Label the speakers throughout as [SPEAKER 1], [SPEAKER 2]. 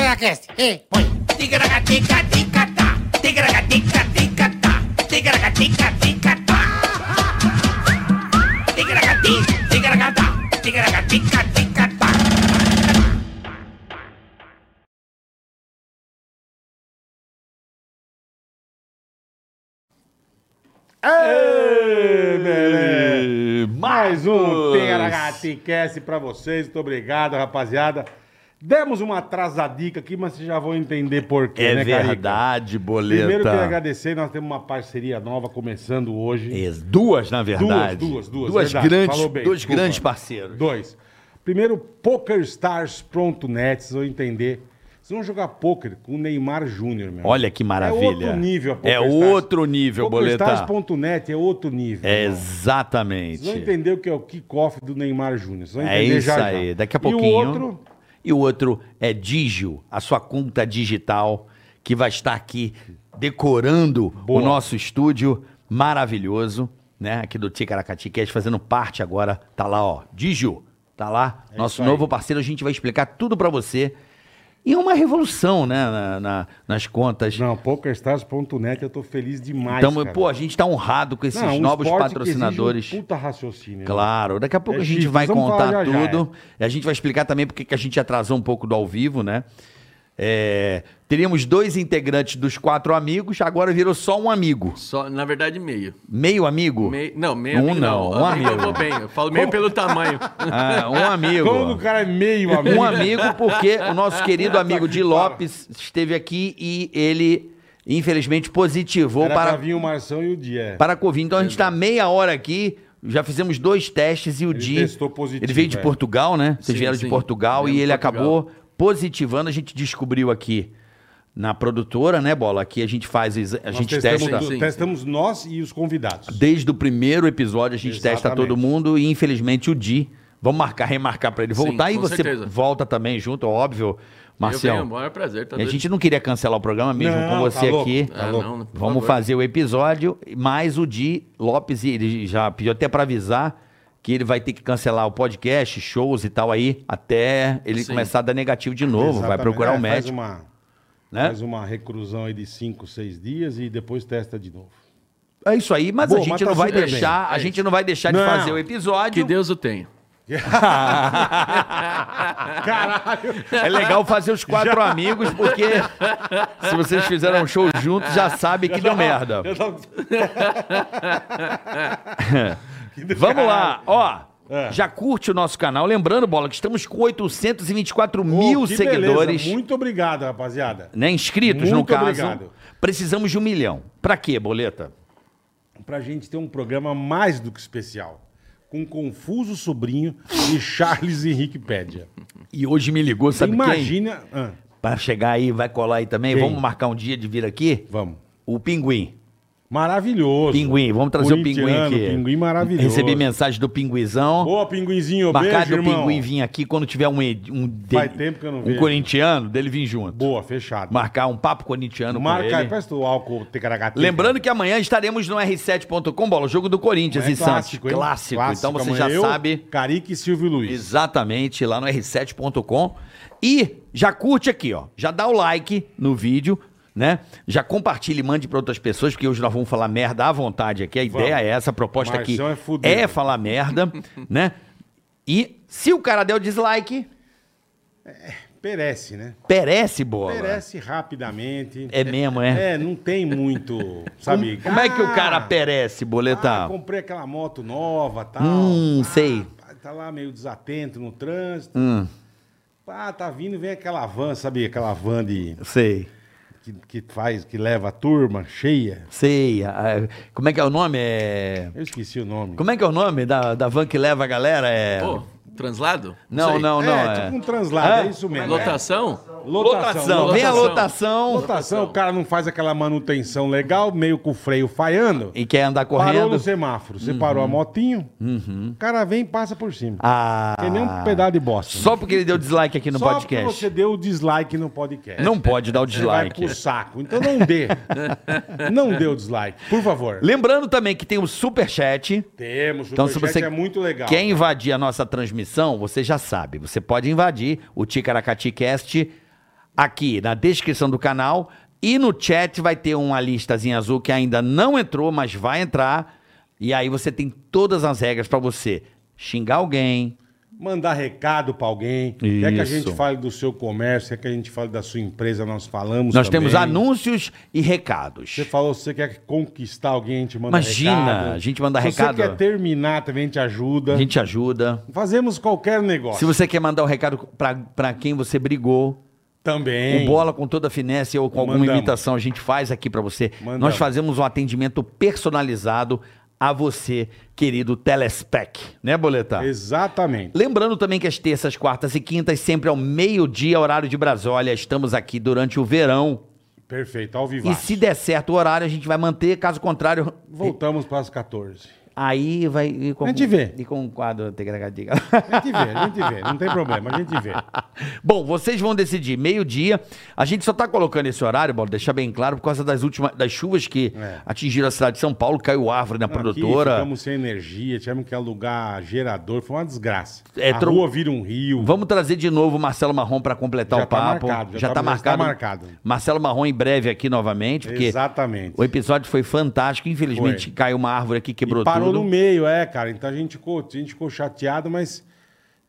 [SPEAKER 1] Ticaracast, ei, põe. Ticaracatica, ticatá. Ticaracatica, ticatá. Ticaracatica, ticatá. Ticaracati, ticaracatá. Ticaracatica, ticatá.
[SPEAKER 2] Beleza. Mais um
[SPEAKER 3] Pois.
[SPEAKER 2] Teragatcast pra vocês. Muito obrigado, rapaziada. Demos uma atrasadica aqui, mas vocês já vão entender por quê,
[SPEAKER 3] É
[SPEAKER 2] né, Carica?
[SPEAKER 3] verdade, boleta.
[SPEAKER 2] Primeiro quero agradecer, nós temos uma parceria nova começando hoje.
[SPEAKER 3] Ex- É, Duas, na verdade.
[SPEAKER 2] Duas, duas, duas, verdade. Falou
[SPEAKER 3] grandes,
[SPEAKER 2] bem,
[SPEAKER 3] dois
[SPEAKER 2] desculpa.
[SPEAKER 3] grandes parceiros.
[SPEAKER 2] Dois. Primeiro, PokerStars.net, vocês vão entender. Vocês vão jogar poker com o Neymar Júnior, meu.
[SPEAKER 3] Olha que maravilha.
[SPEAKER 2] É outro nível a
[SPEAKER 3] É
[SPEAKER 2] PokerStars.
[SPEAKER 3] outro nível, boleta.
[SPEAKER 2] PokerStars.net é outro nível.
[SPEAKER 3] É
[SPEAKER 2] irmão.
[SPEAKER 3] exatamente.
[SPEAKER 2] Vocês vão entender o que é o kickoff do Neymar Júnior. Vocês vão
[SPEAKER 3] É
[SPEAKER 2] entender
[SPEAKER 3] isso
[SPEAKER 2] já, já.
[SPEAKER 3] aí. Daqui a
[SPEAKER 2] E
[SPEAKER 3] pouquinho.
[SPEAKER 2] o outro,
[SPEAKER 3] E o outro é Digio, a sua conta digital, que vai estar aqui decorando
[SPEAKER 2] Boa.
[SPEAKER 3] o nosso estúdio maravilhoso, né? Aqui do Ticaracati Cast, fazendo parte agora. Tá lá, ó. Digio, tá lá. nosso
[SPEAKER 2] É isso aí.
[SPEAKER 3] novo parceiro, a gente vai explicar tudo pra você. E é uma revolução, né? na- na- nas contas.
[SPEAKER 2] não, PokerStars.net, eu tô feliz demais,
[SPEAKER 3] Então,
[SPEAKER 2] cara.
[SPEAKER 3] pô, a gente tá honrado com esses
[SPEAKER 2] Não, um
[SPEAKER 3] novos
[SPEAKER 2] esporte que
[SPEAKER 3] patrocinadores.
[SPEAKER 2] exige um puta raciocínio. né?
[SPEAKER 3] Claro, daqui a pouco
[SPEAKER 2] É
[SPEAKER 3] a gente
[SPEAKER 2] chique,
[SPEAKER 3] vai
[SPEAKER 2] vamos
[SPEAKER 3] contar
[SPEAKER 2] falar já, já, é.
[SPEAKER 3] tudo. A gente vai explicar também porque que a gente atrasou um pouco do ao vivo, né? É, teríamos dois integrantes dos quatro amigos, agora virou só um amigo.
[SPEAKER 4] Só, na verdade, meio.
[SPEAKER 3] Meio amigo?
[SPEAKER 4] Meio- não, meio
[SPEAKER 3] Um
[SPEAKER 4] amigo
[SPEAKER 3] não, um
[SPEAKER 4] Eu brinco,
[SPEAKER 3] amigo.
[SPEAKER 4] Eu vou bem, eu falo meio pelo tamanho.
[SPEAKER 3] Ah, um amigo.
[SPEAKER 2] Como o cara é meio amigo.
[SPEAKER 3] Um amigo, porque o nosso querido amigo de Lopes esteve aqui e ele, infelizmente, positivou
[SPEAKER 2] Era
[SPEAKER 3] para,
[SPEAKER 2] pra vir o Marção e o é. Dia.
[SPEAKER 3] para a Covid. Então a gente está meia hora aqui. Já fizemos dois testes e o
[SPEAKER 2] Ele
[SPEAKER 3] Di.
[SPEAKER 2] testou positivo,
[SPEAKER 3] Ele veio de
[SPEAKER 2] é.
[SPEAKER 3] Portugal, né? Vocês
[SPEAKER 4] Sim,
[SPEAKER 3] vieram de
[SPEAKER 4] sim.
[SPEAKER 3] Portugal e
[SPEAKER 4] Viemos de
[SPEAKER 3] ele
[SPEAKER 4] Portugal.
[SPEAKER 3] acabou positivando. A gente descobriu aqui na produtora, né, Bola? Aqui a gente faz, o exa- a gente
[SPEAKER 2] testamos,
[SPEAKER 3] testa.
[SPEAKER 2] do-
[SPEAKER 4] Sim, sim.
[SPEAKER 2] testamos nós e os convidados.
[SPEAKER 3] Desde o primeiro episódio a gente testa
[SPEAKER 2] Exatamente.
[SPEAKER 3] todo mundo e infelizmente o Di. Vamos marcar, remarcar para ele
[SPEAKER 4] Sim,
[SPEAKER 3] voltar e
[SPEAKER 4] com
[SPEAKER 3] você
[SPEAKER 4] certeza.
[SPEAKER 3] volta também junto, óbvio,
[SPEAKER 4] Eu venho,
[SPEAKER 3] Marcelo.
[SPEAKER 4] maior prazer,
[SPEAKER 3] A
[SPEAKER 4] tá doido? Ah,
[SPEAKER 3] gente não queria cancelar o programa mesmo
[SPEAKER 2] Não,
[SPEAKER 3] com
[SPEAKER 2] tá
[SPEAKER 3] você
[SPEAKER 2] louco,
[SPEAKER 3] aqui.
[SPEAKER 2] tá louco.
[SPEAKER 4] não, por
[SPEAKER 3] Vamos
[SPEAKER 4] favor.
[SPEAKER 3] fazer o episódio, mais o Di Lopes, e ele já pediu até pra avisar que ele vai ter que cancelar o podcast, shows e tal aí, até ele
[SPEAKER 4] Sim.
[SPEAKER 3] começar a dar negativo de novo, vai
[SPEAKER 2] Exatamente.
[SPEAKER 3] procurar
[SPEAKER 2] É,
[SPEAKER 3] o
[SPEAKER 2] faz
[SPEAKER 3] médico,
[SPEAKER 2] uma,
[SPEAKER 3] né?
[SPEAKER 2] faz um- uma reclusão aí de 5, 6 dias e depois testa de novo.
[SPEAKER 3] É isso aí, mas
[SPEAKER 2] Bom,
[SPEAKER 3] a gente
[SPEAKER 2] mas tá
[SPEAKER 3] não vai
[SPEAKER 2] super
[SPEAKER 3] deixar,
[SPEAKER 4] bem.
[SPEAKER 3] a
[SPEAKER 4] É
[SPEAKER 3] gente não vai deixar de
[SPEAKER 2] Não.
[SPEAKER 3] fazer o episódio.
[SPEAKER 4] Que Deus o tenha.
[SPEAKER 2] Caralho!
[SPEAKER 3] É legal fazer os quatro amigos, porque se vocês fizeram um show juntos, já sabe que deu
[SPEAKER 2] tá.
[SPEAKER 3] merda.
[SPEAKER 2] Eu tava-
[SPEAKER 3] Vamos lá, ó.
[SPEAKER 2] É.
[SPEAKER 3] Já curte o nosso canal. Lembrando, Bola, que estamos com 824
[SPEAKER 2] Pô,
[SPEAKER 3] mil
[SPEAKER 2] que
[SPEAKER 3] seguidores.
[SPEAKER 2] beleza. Muito obrigado, rapaziada.
[SPEAKER 3] né, inscritos
[SPEAKER 2] Muito
[SPEAKER 3] no caso.
[SPEAKER 2] obrigado.
[SPEAKER 3] Precisamos de um milhão. Pra quê, boleta?
[SPEAKER 2] pra gente ter um programa mais do que especial. Com Confuso Sobrinho e Charles Henrique Pédia.
[SPEAKER 3] E hoje me ligou, sabe quem?
[SPEAKER 2] Imagina. Ah,
[SPEAKER 3] Pra chegar aí, vai colar aí também.
[SPEAKER 2] Quem?
[SPEAKER 3] Vamos marcar um dia de vir aqui?
[SPEAKER 2] vamos.
[SPEAKER 3] O Pinguim.
[SPEAKER 2] Maravilhoso.
[SPEAKER 3] Pinguim, vamos trazer o Pinguim
[SPEAKER 2] Corintiano,
[SPEAKER 3] aqui.
[SPEAKER 2] Pinguim maravilhoso.
[SPEAKER 3] Recebi mensagem do Pinguizão.
[SPEAKER 2] Boa, Pinguinzinho.
[SPEAKER 3] Marcado
[SPEAKER 2] beijo,
[SPEAKER 3] o
[SPEAKER 2] irmão.
[SPEAKER 3] Pinguim vir aqui quando tiver um, ed- um, dele-
[SPEAKER 2] Faz tempo que eu não
[SPEAKER 3] um
[SPEAKER 2] vejo.
[SPEAKER 3] corintiano, dele vir junto.
[SPEAKER 2] Boa, fechado.
[SPEAKER 3] Marcar um papo corintiano com
[SPEAKER 2] Marca aí,
[SPEAKER 3] ele.
[SPEAKER 2] presta o álcool Tecaragatinho.
[SPEAKER 3] Lembrando que amanhã estaremos no R7.com, bola, o jogo do Corinthians
[SPEAKER 2] É
[SPEAKER 3] e Santos.
[SPEAKER 2] hein?
[SPEAKER 3] Clássico. Então você
[SPEAKER 2] amanhã
[SPEAKER 3] já
[SPEAKER 2] eu,
[SPEAKER 3] sabe.
[SPEAKER 2] Carica e Silvio Luiz.
[SPEAKER 3] Exatamente, lá no r7.com. E já curte aqui, ó. Já dá o like no vídeo, né? Já compartilha e mande para outras pessoas, porque hoje nós vamos falar merda à vontade aqui. A ideia é essa, a proposta aqui
[SPEAKER 2] Marcião é fudido.
[SPEAKER 3] é, falar merda, né? E se o cara der o dislike,
[SPEAKER 2] Perece, né?
[SPEAKER 3] perece bola.
[SPEAKER 2] Perece rapidamente.
[SPEAKER 3] É mesmo, é?
[SPEAKER 2] É, não tem muito, sabe?
[SPEAKER 3] Como é que o cara
[SPEAKER 2] pega?
[SPEAKER 3] perece,
[SPEAKER 2] Ah,
[SPEAKER 3] boletão?
[SPEAKER 2] comprei aquela moto nova, tal.
[SPEAKER 3] Hum,
[SPEAKER 2] Ah,
[SPEAKER 3] sei.
[SPEAKER 2] Tá lá meio desatento no trânsito.
[SPEAKER 3] Hum,
[SPEAKER 2] Ah, tá vindo, vem aquela van, sabe? Aquela van de,
[SPEAKER 3] sei.
[SPEAKER 2] que, que faz, que leva a turma cheia.
[SPEAKER 3] Sei. Ah, Como é que é o nome? É...
[SPEAKER 2] Eu esqueci o nome.
[SPEAKER 3] Como é que é o nome da, da van que leva a galera? É...
[SPEAKER 4] Pô, translado?
[SPEAKER 3] Não,
[SPEAKER 4] sei.
[SPEAKER 3] não, não.
[SPEAKER 2] é, tipo um translado, é,
[SPEAKER 3] É?
[SPEAKER 2] isso mesmo.
[SPEAKER 4] Lotação?
[SPEAKER 2] É.
[SPEAKER 3] Lotação, vem a
[SPEAKER 4] lotação.
[SPEAKER 3] lotação.
[SPEAKER 2] Lotação, o cara não faz aquela manutenção legal, meio com o freio falhando.
[SPEAKER 3] E quer andar
[SPEAKER 2] Parou
[SPEAKER 3] correndo. Uhum.
[SPEAKER 2] no semáforo, você parou a motinho, o cara vem e passa por cima.
[SPEAKER 3] Ah,
[SPEAKER 2] Que nem um pedaço de bosta.
[SPEAKER 3] Só porque ele deu dislike aqui no
[SPEAKER 2] Só porque
[SPEAKER 3] podcast.
[SPEAKER 2] você deu o dislike no podcast.
[SPEAKER 3] Não pode dar o
[SPEAKER 2] Você É, vai
[SPEAKER 3] dislike.
[SPEAKER 2] pro saco. Então não dê. não dê o dislike, por favor.
[SPEAKER 3] Lembrando também que tem o superchat.
[SPEAKER 2] Temos, o
[SPEAKER 3] Então, se você
[SPEAKER 2] é muito legal.
[SPEAKER 3] quer invadir a nossa transmissão, você já sabe. Você pode invadir o Ticaracati Cast aqui na descrição do canal e no chat vai ter uma listazinha azul que ainda não entrou, mas vai entrar. E aí você tem todas as regras pra você xingar alguém.
[SPEAKER 2] Mandar recado pra alguém. Quer que a
[SPEAKER 3] Isso.
[SPEAKER 2] gente fale do seu comércio, quer que a gente fale da sua empresa, nós falamos.
[SPEAKER 3] Nós
[SPEAKER 2] também.
[SPEAKER 3] temos anúncios e recados.
[SPEAKER 2] Você falou que você quer conquistar alguém, a gente manda
[SPEAKER 3] Imagina,
[SPEAKER 2] recado.
[SPEAKER 3] a gente manda
[SPEAKER 2] Se
[SPEAKER 3] recado.
[SPEAKER 2] Se você quer terminar também, a gente ajuda.
[SPEAKER 3] A gente ajuda.
[SPEAKER 2] Fazemos qualquer negócio.
[SPEAKER 3] Se você quer mandar o recado pra- pra quem você brigou,
[SPEAKER 2] Também.
[SPEAKER 3] o bola com toda a finesse ou com alguma
[SPEAKER 2] Mandamos.
[SPEAKER 3] imitação a gente faz aqui pra você.
[SPEAKER 2] Mandamos.
[SPEAKER 3] Nós fazemos um atendimento personalizado a você, querido Telespec, né, Boletar?
[SPEAKER 2] Exatamente.
[SPEAKER 3] Lembrando também que as terças, quartas e quintas, sempre ao meio-dia, horário de Brasólia, estamos aqui durante o verão.
[SPEAKER 2] Perfeito, ao vivo.
[SPEAKER 3] E se der certo o horário, a gente vai manter, caso contrário,
[SPEAKER 2] Voltamos para as 14.
[SPEAKER 3] aí vai... E com,
[SPEAKER 2] A gente vê.
[SPEAKER 3] E com o quadro... Tegragadiga.
[SPEAKER 2] A gente vê, a gente vê. Não tem problema, a gente vê.
[SPEAKER 3] Bom, vocês vão decidir meio-dia. A gente só tá colocando esse horário, Bola, deixar bem claro, por causa das últimas das chuvas que
[SPEAKER 2] É.
[SPEAKER 3] atingiram a cidade de São Paulo, caiu árvore na produtora.
[SPEAKER 2] Aqui ficamos sem energia, tivemos que alugar gerador, foi uma desgraça.
[SPEAKER 3] É,
[SPEAKER 2] a
[SPEAKER 3] tro-
[SPEAKER 2] rua vira um rio.
[SPEAKER 3] Vamos trazer de novo o Marcelo Marrom para completar
[SPEAKER 2] Já
[SPEAKER 3] o
[SPEAKER 2] tá
[SPEAKER 3] papo.
[SPEAKER 2] marcado, já
[SPEAKER 3] já
[SPEAKER 2] tá-
[SPEAKER 3] tá
[SPEAKER 2] já
[SPEAKER 3] marcado.
[SPEAKER 2] tá marcado.
[SPEAKER 3] Marcelo Marrom em breve aqui novamente, porque
[SPEAKER 2] Exatamente.
[SPEAKER 3] o episódio foi fantástico. Infelizmente
[SPEAKER 2] Foi.
[SPEAKER 3] caiu uma árvore aqui, quebrou
[SPEAKER 2] E parou
[SPEAKER 3] tudo.
[SPEAKER 2] no meio, é, cara. Então a gente ficou, a gente ficou chateado, mas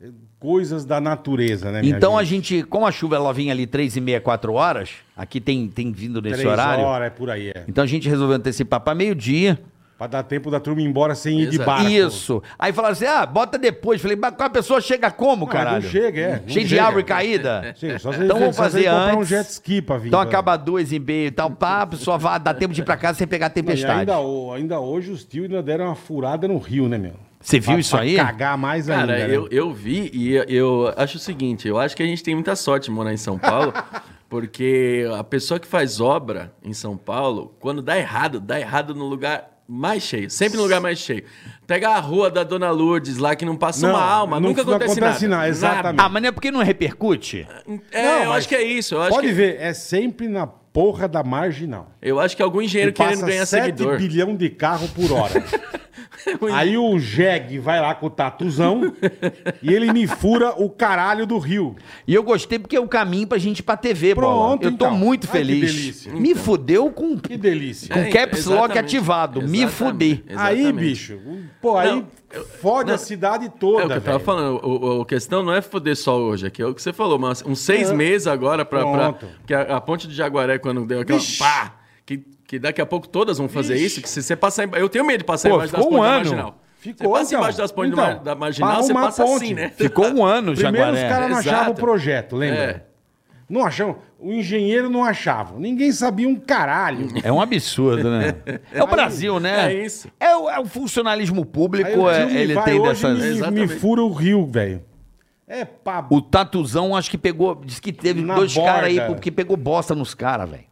[SPEAKER 2] eh, coisas da natureza, né, minha
[SPEAKER 3] Então a gente, como a chuva ela vinha ali três e meia, quatro horas, aqui tem, tem vindo nesse
[SPEAKER 2] Três
[SPEAKER 3] horário.
[SPEAKER 2] horas, é por aí, é.
[SPEAKER 3] Então a gente resolveu antecipar para meio-dia.
[SPEAKER 2] Pra dar tempo da turma ir embora sem ir de
[SPEAKER 4] Exato.
[SPEAKER 2] barco.
[SPEAKER 3] Isso. Aí falaram assim: ah, bota depois. Falei, mas a pessoa chega como,
[SPEAKER 2] Não,
[SPEAKER 3] caralho?
[SPEAKER 2] não chega, é. Não
[SPEAKER 3] Cheio de
[SPEAKER 2] chega. né?
[SPEAKER 3] árvore caída.
[SPEAKER 2] Sim, só você,
[SPEAKER 3] Então vamos
[SPEAKER 2] só você
[SPEAKER 3] fazer
[SPEAKER 2] comprar um
[SPEAKER 3] antes.
[SPEAKER 2] jet ski pra vir.
[SPEAKER 3] Então
[SPEAKER 2] pra-
[SPEAKER 3] acaba duas e meia e tal, papo, só vá, dá tempo de ir pra casa sem pegar a
[SPEAKER 2] Não, e
[SPEAKER 3] tempestade.
[SPEAKER 2] ainda, ho- ainda hoje os tios ainda deram uma furada no rio, né, meu?
[SPEAKER 3] Você viu
[SPEAKER 2] Pra-
[SPEAKER 3] isso
[SPEAKER 2] pra
[SPEAKER 3] aí?
[SPEAKER 2] cagar mais
[SPEAKER 4] Cara,
[SPEAKER 2] ainda. né?
[SPEAKER 4] eu, eu vi e eu, eu acho o seguinte, eu acho que a gente tem muita sorte em morar em São Paulo, porque a pessoa que faz obra em São Paulo, quando dá errado, dá errado no lugar mais cheio, sempre no lugar mais cheio. Pega a rua da Dona Lourdes lá que não passa
[SPEAKER 2] Não,
[SPEAKER 4] uma alma,
[SPEAKER 2] não-
[SPEAKER 4] nunca
[SPEAKER 2] não
[SPEAKER 4] acontece,
[SPEAKER 2] acontece
[SPEAKER 4] nada.
[SPEAKER 2] nada, exatamente.
[SPEAKER 3] Ah, mas não é porque não repercute?
[SPEAKER 4] Nada. É,
[SPEAKER 2] Não,
[SPEAKER 4] eu
[SPEAKER 2] mas
[SPEAKER 4] acho que é isso. Eu acho,
[SPEAKER 2] Pode
[SPEAKER 4] que,
[SPEAKER 2] ver, é sempre na porra da marginal.
[SPEAKER 4] eu acho que algum engenheiro
[SPEAKER 2] Que passa
[SPEAKER 4] querendo ganhar
[SPEAKER 2] 7
[SPEAKER 4] seguidor.
[SPEAKER 2] bilhão de carro por hora. Aí o Jeg vai lá com o tatuzão e ele me fura o caralho do rio.
[SPEAKER 3] E eu gostei porque é o caminho pra gente ir pra TV, Bola.
[SPEAKER 2] Pronto,
[SPEAKER 3] Eu tô
[SPEAKER 2] então.
[SPEAKER 3] muito
[SPEAKER 2] Ai, que
[SPEAKER 3] feliz.
[SPEAKER 2] delícia.
[SPEAKER 3] Me fudeu com,
[SPEAKER 2] Que delícia.
[SPEAKER 3] com
[SPEAKER 4] É,
[SPEAKER 3] caps lock
[SPEAKER 4] exatamente.
[SPEAKER 3] ativado. Me
[SPEAKER 4] Exatamente.
[SPEAKER 3] fudei.
[SPEAKER 2] Aí,
[SPEAKER 4] exatamente.
[SPEAKER 2] bicho, pô, aí
[SPEAKER 4] Não,
[SPEAKER 2] fode a cidade toda,
[SPEAKER 4] É o que eu tava
[SPEAKER 2] velho.
[SPEAKER 4] falando. O, o- a questão não é foder só hoje, aqui é o que você falou, mas uns seis meses agora pra. pra
[SPEAKER 2] É. Pronto.
[SPEAKER 4] que a, a ponte de Jaguaré, quando deu aquela.
[SPEAKER 2] Vixe.
[SPEAKER 4] Pá, que, que daqui a pouco todas vão fazer isso. Que se você passar embaixo. Eu tenho medo de passar
[SPEAKER 3] Pô,
[SPEAKER 4] embaixo das
[SPEAKER 3] ficou um
[SPEAKER 4] pontes da
[SPEAKER 3] ano.
[SPEAKER 4] marginal.
[SPEAKER 2] Ficou,
[SPEAKER 4] você passa
[SPEAKER 2] então.
[SPEAKER 4] embaixo das pontes
[SPEAKER 2] Então,
[SPEAKER 4] da mar- da marginal,
[SPEAKER 2] pra
[SPEAKER 4] você
[SPEAKER 2] arrumar
[SPEAKER 4] passa
[SPEAKER 2] a ponte.
[SPEAKER 4] assim, né?
[SPEAKER 3] Ficou um ano,
[SPEAKER 2] Primeiro os
[SPEAKER 3] Jaguaré.
[SPEAKER 2] caras não
[SPEAKER 4] Exato.
[SPEAKER 2] achavam o projeto, lembra?
[SPEAKER 4] É.
[SPEAKER 2] Não achavam, o engenheiro não achava. Ninguém sabia um
[SPEAKER 4] Uhum.
[SPEAKER 2] caralho.
[SPEAKER 3] É um absurdo, né? É o Brasil, né?
[SPEAKER 4] é isso.
[SPEAKER 3] É o, é o funcionalismo
[SPEAKER 2] Aí o
[SPEAKER 3] público,
[SPEAKER 2] tio
[SPEAKER 3] é-
[SPEAKER 2] me
[SPEAKER 3] ele
[SPEAKER 2] vai
[SPEAKER 3] tem
[SPEAKER 2] hoje e
[SPEAKER 3] dessas...
[SPEAKER 2] Me, me
[SPEAKER 4] Exatamente.
[SPEAKER 2] fura o rio, velho. É pá,
[SPEAKER 3] O Tatuzão acho que pegou. Diz que teve
[SPEAKER 2] Na
[SPEAKER 3] dois caras aí,
[SPEAKER 2] borda.
[SPEAKER 3] porque pegou bosta nos caras, velho.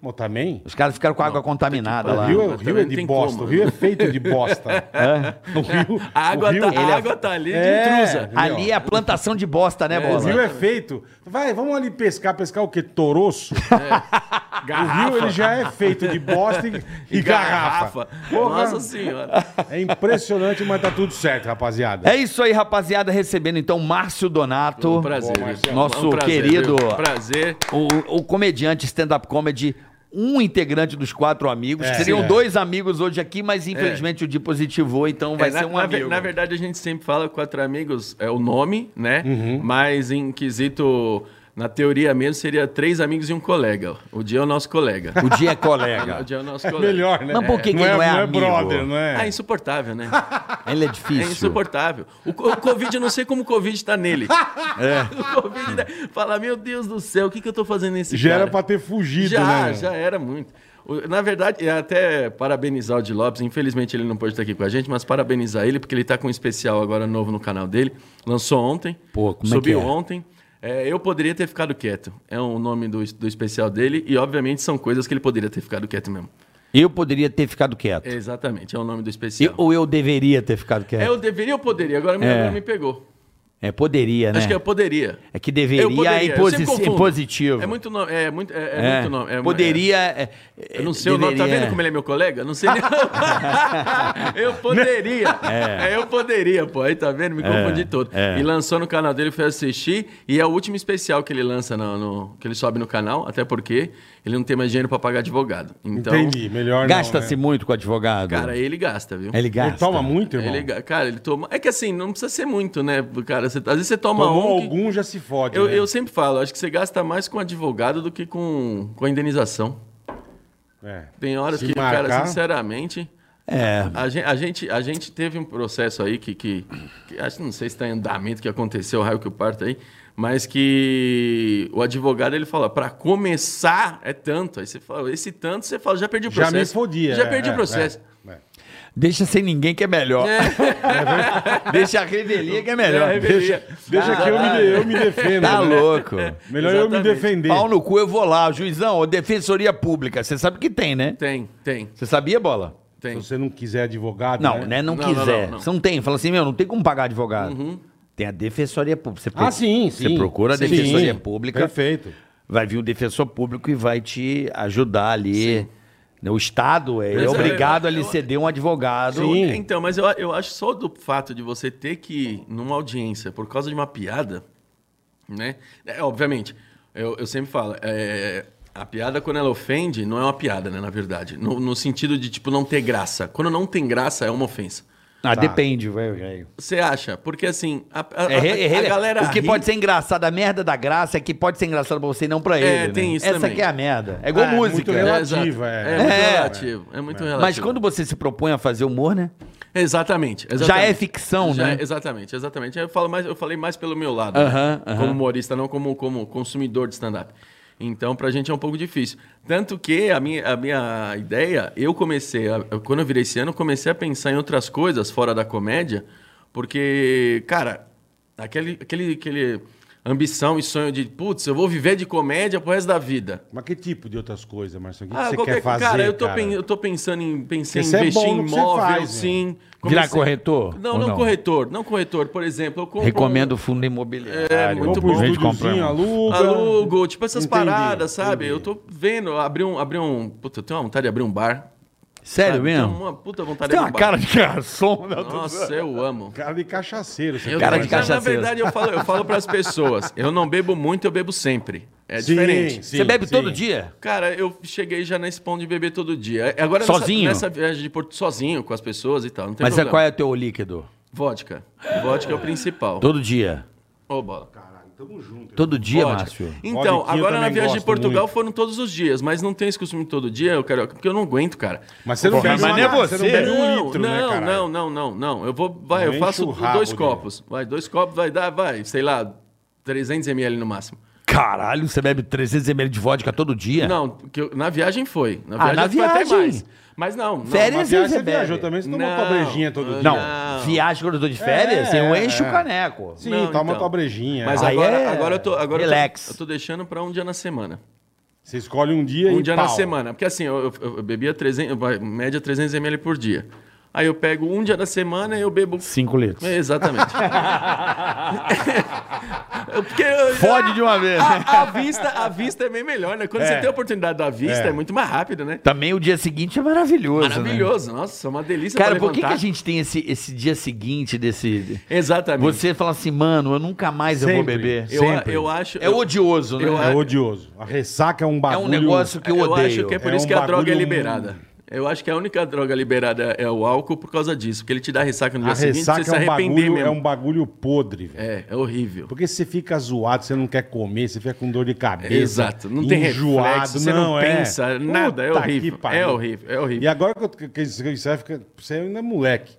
[SPEAKER 2] Mas também.
[SPEAKER 3] Os caras ficaram com a água contaminada
[SPEAKER 2] O
[SPEAKER 3] lá.
[SPEAKER 2] rio, é- o
[SPEAKER 4] mas
[SPEAKER 2] rio é
[SPEAKER 4] também
[SPEAKER 2] de
[SPEAKER 4] tem
[SPEAKER 2] bosta,
[SPEAKER 4] como, né?
[SPEAKER 2] o rio é feito de bosta. O rio,
[SPEAKER 4] A água,
[SPEAKER 2] o rio-
[SPEAKER 4] tá,
[SPEAKER 2] ele
[SPEAKER 4] a
[SPEAKER 2] é-
[SPEAKER 4] água tá ali de
[SPEAKER 2] É.
[SPEAKER 4] intrusa.
[SPEAKER 3] Ali é a plantação de bosta, né,
[SPEAKER 2] O
[SPEAKER 3] Bola?
[SPEAKER 2] rio é feito. Vai, vamos ali pescar, pescar o quê? Toroço? O rio ele já é feito de bosta e, e garrafa. Porra,
[SPEAKER 4] Nossa senhora.
[SPEAKER 2] é impressionante, mas tá tudo certo, rapaziada.
[SPEAKER 3] É isso aí, rapaziada. Recebendo então Márcio Donato.
[SPEAKER 4] Um prazer.
[SPEAKER 2] Bom,
[SPEAKER 4] gente.
[SPEAKER 3] Nosso
[SPEAKER 4] Um prazer,
[SPEAKER 3] querido-
[SPEAKER 4] viu? Prazer.
[SPEAKER 3] O, o comediante stand-up comedy, um integrante dos quatro amigos.
[SPEAKER 2] É.
[SPEAKER 3] Seriam
[SPEAKER 2] Sim.
[SPEAKER 3] dois amigos hoje aqui, mas infelizmente o Di positivou, então vai
[SPEAKER 4] É,
[SPEAKER 3] ser
[SPEAKER 4] na,
[SPEAKER 3] um
[SPEAKER 4] na ver-
[SPEAKER 3] amigo.
[SPEAKER 4] Na, verdade, a gente sempre fala quatro amigos é o nome, né? Mas em quesito, na teoria mesmo, seria três amigos e um colega. O dia é o nosso colega.
[SPEAKER 3] O Di é colega.
[SPEAKER 4] O dia é o nosso
[SPEAKER 2] É
[SPEAKER 4] colega.
[SPEAKER 2] melhor, né?
[SPEAKER 3] Mas por que que não é amigo?
[SPEAKER 2] brother, não é?
[SPEAKER 4] Ah, insuportável, né?
[SPEAKER 3] Ele é
[SPEAKER 4] É
[SPEAKER 3] difícil.
[SPEAKER 4] insuportável. O, co- o Covid, eu não sei como o Covid tá nele. O Covid tá- fala, meu Deus do céu, o que, que eu tô fazendo nesse
[SPEAKER 2] já era
[SPEAKER 4] cara?
[SPEAKER 2] pra ter fugido,
[SPEAKER 4] é já,
[SPEAKER 2] né?
[SPEAKER 4] já era muito. O- Na verdade, é até parabenizar o de Lopes. Infelizmente ele não pôde estar aqui com a gente, mas parabenizar ele, porque ele está com um especial agora novo no canal dele. Lançou ontem.
[SPEAKER 3] Pô, como é
[SPEAKER 4] subiu
[SPEAKER 3] que é?
[SPEAKER 4] ontem. É, eu poderia ter ficado quieto. É o nome do, do especial dele. E, obviamente, são coisas que ele poderia ter ficado quieto mesmo.
[SPEAKER 3] Eu poderia ter ficado quieto.
[SPEAKER 4] É, exatamente, é o nome do
[SPEAKER 3] Eu-
[SPEAKER 4] especial.
[SPEAKER 3] ou eu deveria ter ficado
[SPEAKER 4] É,
[SPEAKER 3] quieto.
[SPEAKER 4] eu deveria ou poderia? Agora me,
[SPEAKER 3] É.
[SPEAKER 4] agora me pegou.
[SPEAKER 3] É, poderia, né?
[SPEAKER 4] Acho que eu poderia.
[SPEAKER 3] É que deveria é
[SPEAKER 4] poderia, eu
[SPEAKER 3] imposi-
[SPEAKER 4] sempre confundo.
[SPEAKER 3] impositivo.
[SPEAKER 4] É muito nome. É muito, é, é muito nome. é-
[SPEAKER 3] poderia. é-
[SPEAKER 4] Eu não sei o nome. Tá
[SPEAKER 3] deveria,
[SPEAKER 4] vendo
[SPEAKER 3] é.
[SPEAKER 4] como ele é meu colega? Eu Não sei nem. eu poderia. É. eu poderia, pô. Aí tá vendo? Me confundi todo.
[SPEAKER 3] é.
[SPEAKER 4] E lançou no canal dele, foi assistir. E é o último especial que ele lança, no, no- que ele sobe no canal. Até porque ele não tem mais dinheiro pra pagar advogado. Então,
[SPEAKER 2] Entendi, melhor
[SPEAKER 3] Gasta-se
[SPEAKER 2] não. né?
[SPEAKER 3] muito com advogado.
[SPEAKER 4] é.
[SPEAKER 3] É,
[SPEAKER 4] cara, ele gasta, viu?
[SPEAKER 3] ele gasta.
[SPEAKER 2] Ele toma muito, irmão?
[SPEAKER 4] Ele ga- cara, ele toma. É que assim, não precisa ser muito, né? Cara, Você- às vezes você toma
[SPEAKER 2] Tomou
[SPEAKER 4] um. que-
[SPEAKER 2] algum, já se fode.
[SPEAKER 4] Eu,
[SPEAKER 2] né?
[SPEAKER 4] eu sempre falo, acho que você gasta mais com advogado do que com, com a indenização.
[SPEAKER 2] É.
[SPEAKER 4] Tem horas
[SPEAKER 2] Se
[SPEAKER 4] que,
[SPEAKER 2] marcar-
[SPEAKER 4] cara, assim, sinceramente.
[SPEAKER 3] É.
[SPEAKER 4] A gen- a gente, a gente, teve um processo aí que, que, que acho, não sei se está em andamento que aconteceu, raio que eu parto aí, mas que o advogado ele fala, para começar é tanto. Aí você fala, esse tanto, você fala, já perdi o
[SPEAKER 2] Já me
[SPEAKER 4] processo.
[SPEAKER 2] fodia,
[SPEAKER 4] Já
[SPEAKER 2] é,
[SPEAKER 4] perdi
[SPEAKER 2] é,
[SPEAKER 4] o processo.
[SPEAKER 2] é, é.
[SPEAKER 3] Deixa sem ninguém que é melhor. Deixa a revelia que é melhor.
[SPEAKER 4] É, a revelia.
[SPEAKER 2] Deixa
[SPEAKER 3] Tá,
[SPEAKER 2] que eu me,
[SPEAKER 3] tá.
[SPEAKER 2] de- eu me defendo.
[SPEAKER 3] Tá
[SPEAKER 2] né?
[SPEAKER 3] louco.
[SPEAKER 4] É.
[SPEAKER 2] Melhor eu me
[SPEAKER 4] Exatamente.
[SPEAKER 2] defender.
[SPEAKER 3] Pau no cu, eu vou lá. Juizão, ô, defensoria pública. Você sabe que tem, né?
[SPEAKER 4] Tem, tem,
[SPEAKER 3] Você sabia, bola?
[SPEAKER 2] Se
[SPEAKER 4] tem.
[SPEAKER 2] você não quiser advogado,
[SPEAKER 3] Não,
[SPEAKER 2] né?
[SPEAKER 3] né? Não,
[SPEAKER 4] Não,
[SPEAKER 3] quiser.
[SPEAKER 4] não, não, Uhum. não.
[SPEAKER 3] Você não tem. Fala assim, meu, não tem como pagar advogado. Tem a defensoria pública. Você pro-
[SPEAKER 2] Ah, sim, sim.
[SPEAKER 3] Você procura a
[SPEAKER 2] Sim.
[SPEAKER 3] defensoria
[SPEAKER 2] Sim.
[SPEAKER 3] pública.
[SPEAKER 2] Perfeito.
[SPEAKER 3] Vai vir um defensor público e vai te ajudar ali. O Estado é
[SPEAKER 4] Mas,
[SPEAKER 3] obrigado
[SPEAKER 4] é,
[SPEAKER 3] a lhe
[SPEAKER 4] eu-
[SPEAKER 3] ceder um advogado.
[SPEAKER 2] Sim.
[SPEAKER 4] É, Então, mas eu, eu acho só do fato de você ter que ir numa audiência por causa de uma piada, né? É, obviamente, eu, eu sempre falo, é, a piada quando ela ofende não é uma piada, né? Na verdade, no, no sentido de tipo não ter graça. Quando não tem graça é uma ofensa.
[SPEAKER 3] Ah, depende, vai, vai.
[SPEAKER 4] Você acha? Porque assim, a, a-
[SPEAKER 3] É, re-
[SPEAKER 4] a-
[SPEAKER 3] é
[SPEAKER 4] a
[SPEAKER 3] rele-
[SPEAKER 4] galera
[SPEAKER 3] o que
[SPEAKER 4] ri-
[SPEAKER 3] pode ser engraçado, a merda da graça é que pode ser engraçado pra você e não pra ele. né?
[SPEAKER 4] tem isso
[SPEAKER 3] Essa
[SPEAKER 4] também.
[SPEAKER 3] aqui é a merda. É igual
[SPEAKER 2] Ah, é
[SPEAKER 3] música.
[SPEAKER 2] muito
[SPEAKER 4] é,
[SPEAKER 2] relativa,
[SPEAKER 4] exato.
[SPEAKER 2] é.
[SPEAKER 4] é. muito
[SPEAKER 3] É.
[SPEAKER 4] relativo, é muito relativo.
[SPEAKER 3] Mas quando você se propõe a fazer humor, né?
[SPEAKER 4] Exatamente, exatamente.
[SPEAKER 3] Já é ficção,
[SPEAKER 4] Já
[SPEAKER 3] né?
[SPEAKER 4] é- exatamente, exatamente. Eu, falo mais, eu falei mais pelo meu lado,
[SPEAKER 3] Aham,
[SPEAKER 4] né?
[SPEAKER 3] aham.
[SPEAKER 4] como humorista, não como, como consumidor de stand-up. Então, pra gente é um pouco difícil. Tanto que a minha, a minha ideia, eu comecei, a- eu- quando eu virei esse ano, eu comecei a pensar em outras coisas fora da comédia, porque, cara, aquele, aquele, aquele ambição e sonho de, putz, eu vou viver de comédia pro resto da vida.
[SPEAKER 2] Mas que tipo de outras coisas, Marcelo? O que,
[SPEAKER 4] Ah,
[SPEAKER 2] que você
[SPEAKER 4] qualquer-
[SPEAKER 2] quer fazer,
[SPEAKER 4] cara, eu tô, pen- eu tô pensando em, pensei em
[SPEAKER 2] Porque você é
[SPEAKER 4] investir
[SPEAKER 2] bom
[SPEAKER 4] em
[SPEAKER 2] no que você
[SPEAKER 4] imóvel,
[SPEAKER 2] faz, né?
[SPEAKER 4] sim.
[SPEAKER 3] Virar corretor,
[SPEAKER 4] Não,
[SPEAKER 3] ou
[SPEAKER 4] não,
[SPEAKER 3] não?
[SPEAKER 4] corretor, não corretor. Por exemplo, eu compro...
[SPEAKER 3] Recomendo o fundo imobiliário.
[SPEAKER 4] Uhum. É,
[SPEAKER 2] Vou
[SPEAKER 4] muito
[SPEAKER 2] pro
[SPEAKER 4] bom.
[SPEAKER 3] A gente
[SPEAKER 2] estúdiozinho,
[SPEAKER 3] compra um.
[SPEAKER 2] aluga.
[SPEAKER 4] Alugo, tipo essas
[SPEAKER 2] Entendi,
[SPEAKER 4] paradas, sabe?
[SPEAKER 2] entendi.
[SPEAKER 4] Eu tô vendo, abrir um, abrir um... Puta, eu tenho uma vontade de abrir um bar.
[SPEAKER 3] Sério
[SPEAKER 4] sabe? Tenho
[SPEAKER 3] mesmo?
[SPEAKER 4] uma puta vontade
[SPEAKER 3] Tem
[SPEAKER 4] de
[SPEAKER 3] uma
[SPEAKER 4] abrir um
[SPEAKER 3] cara de garçom. né?
[SPEAKER 4] bar. Nossa, eu amo.
[SPEAKER 2] Cara de cachaceiro. você
[SPEAKER 4] Eu-
[SPEAKER 3] Cara
[SPEAKER 2] quer
[SPEAKER 3] de
[SPEAKER 4] na-
[SPEAKER 2] fazer?
[SPEAKER 4] Na
[SPEAKER 3] cachaceiro.
[SPEAKER 4] verdade, eu falo, eu falo pras pessoas, eu não bebo muito, eu bebo sempre. É
[SPEAKER 2] Sim,
[SPEAKER 4] diferente.
[SPEAKER 2] sim,
[SPEAKER 3] Você bebe
[SPEAKER 2] sim.
[SPEAKER 3] todo dia?
[SPEAKER 4] Cara, eu cheguei já nesse pão de beber todo dia. Agora
[SPEAKER 3] Sozinho?
[SPEAKER 4] Nessa, nessa viagem de Porto sozinho, com as pessoas e tal. Não tem
[SPEAKER 3] Mas é,
[SPEAKER 4] problema.
[SPEAKER 3] qual é o teu líquido?
[SPEAKER 4] Vodka. Vodka é o principal. Ô,
[SPEAKER 3] Todo dia.
[SPEAKER 4] bola.
[SPEAKER 2] Caralho, tamo junto.
[SPEAKER 3] Todo dia,
[SPEAKER 4] Vodka.
[SPEAKER 3] Márcio.
[SPEAKER 4] Então,
[SPEAKER 2] Vodka eu
[SPEAKER 4] agora na
[SPEAKER 2] também
[SPEAKER 4] viagem de
[SPEAKER 2] gosto
[SPEAKER 4] Portugal
[SPEAKER 2] muito.
[SPEAKER 4] foram todos os dias, mas não tem esse costume todo dia, eu quero, porque eu não aguento, cara.
[SPEAKER 2] Mas você não
[SPEAKER 3] Porra,
[SPEAKER 2] bebe
[SPEAKER 3] mas
[SPEAKER 2] uma
[SPEAKER 3] nem é
[SPEAKER 2] garrafa,
[SPEAKER 3] você.
[SPEAKER 2] não bebe um
[SPEAKER 4] não,
[SPEAKER 2] litro,
[SPEAKER 4] não,
[SPEAKER 2] né, cara?
[SPEAKER 4] não, não, não, não. Eu vou, vai,
[SPEAKER 2] Não
[SPEAKER 4] eu
[SPEAKER 2] enche
[SPEAKER 4] faço
[SPEAKER 2] o rabo
[SPEAKER 4] dois
[SPEAKER 2] dele.
[SPEAKER 4] copos. Vai, dois copos, vai dar, vai, sei lá, 300 ml no máximo.
[SPEAKER 3] Caralho, você bebe 300 ml de vodka todo dia?
[SPEAKER 4] Não, que eu- na viagem foi. Na
[SPEAKER 3] É. Ah,
[SPEAKER 4] viagem,
[SPEAKER 3] na
[SPEAKER 4] foi até
[SPEAKER 3] viagem.
[SPEAKER 4] mais. Mas não, não
[SPEAKER 3] Férias?
[SPEAKER 2] Uma
[SPEAKER 3] Sim,
[SPEAKER 2] viagem
[SPEAKER 3] você
[SPEAKER 2] você viajou
[SPEAKER 3] bebe.
[SPEAKER 2] também, você tomou
[SPEAKER 4] Não.
[SPEAKER 2] tua brejinha todo dia.
[SPEAKER 3] Não,
[SPEAKER 4] Não.
[SPEAKER 3] viagem quando eu tô de férias, eu
[SPEAKER 2] É,
[SPEAKER 3] encho
[SPEAKER 2] é.
[SPEAKER 3] o caneco.
[SPEAKER 2] Sim,
[SPEAKER 4] Não,
[SPEAKER 2] toma
[SPEAKER 4] então.
[SPEAKER 2] tua brejinha.
[SPEAKER 4] Mas
[SPEAKER 3] Aí
[SPEAKER 4] agora,
[SPEAKER 3] é
[SPEAKER 4] agora eu tô. Agora eu tô-
[SPEAKER 3] relax.
[SPEAKER 4] Eu, tô, deixando pra um dia na semana.
[SPEAKER 2] Você escolhe um dia e
[SPEAKER 4] Um dia na
[SPEAKER 2] pau.
[SPEAKER 4] semana. Porque assim, eu, eu- eu bebia 300, vai, média 300 ml por dia. Aí eu pego um dia na semana e eu bebo.
[SPEAKER 3] 5 litros.
[SPEAKER 4] É, Exatamente. Eu- porque eu-
[SPEAKER 3] Fode de uma vez. né?
[SPEAKER 4] A, a vista, a vista é bem melhor, né? Quando você tem a oportunidade da vista,
[SPEAKER 2] É.
[SPEAKER 4] é, muito mais rápido, né?
[SPEAKER 3] Também o dia seguinte é maravilhoso. né?
[SPEAKER 4] Maravilhoso. Nossa, é uma delícia.
[SPEAKER 3] Cara,
[SPEAKER 4] pra
[SPEAKER 3] por que, que
[SPEAKER 4] levantar.
[SPEAKER 3] a gente tem esse, esse dia seguinte desse.
[SPEAKER 4] Exatamente.
[SPEAKER 3] Você fala assim, mano, eu nunca mais eu vou
[SPEAKER 2] Sempre.
[SPEAKER 3] beber.
[SPEAKER 4] eu,
[SPEAKER 2] sempre.
[SPEAKER 4] eu acho.
[SPEAKER 3] É odioso, né?
[SPEAKER 4] eu
[SPEAKER 2] É
[SPEAKER 4] acho-
[SPEAKER 2] odioso. A ressaca é um
[SPEAKER 3] É
[SPEAKER 2] bagulho...
[SPEAKER 3] um negócio que eu,
[SPEAKER 4] eu
[SPEAKER 3] odeio.
[SPEAKER 4] acho que é por
[SPEAKER 2] É
[SPEAKER 4] isso
[SPEAKER 2] um
[SPEAKER 4] que a droga é
[SPEAKER 2] bagulho-
[SPEAKER 4] liberada. Eu acho que a única droga liberada é o álcool por causa disso, porque ele te dá ressaca no
[SPEAKER 2] A
[SPEAKER 4] dia seguinte, você
[SPEAKER 2] ressaca
[SPEAKER 4] se
[SPEAKER 2] é um,
[SPEAKER 4] arrepender
[SPEAKER 2] bagulho,
[SPEAKER 4] mesmo.
[SPEAKER 2] é um bagulho podre, velho.
[SPEAKER 4] É, é horrível.
[SPEAKER 2] Porque você fica zoado, você não quer comer, você fica com dor de cabeça.
[SPEAKER 4] Exato, não tem
[SPEAKER 2] enjoado,
[SPEAKER 4] reflexo, você não,
[SPEAKER 2] é.
[SPEAKER 4] pensa, nada, é
[SPEAKER 2] Puta
[SPEAKER 4] horrível,
[SPEAKER 2] que pariu.
[SPEAKER 4] é horrível, é
[SPEAKER 2] E
[SPEAKER 4] horrível.
[SPEAKER 2] agora que, eu, que, que você, fica, você ainda é moleque.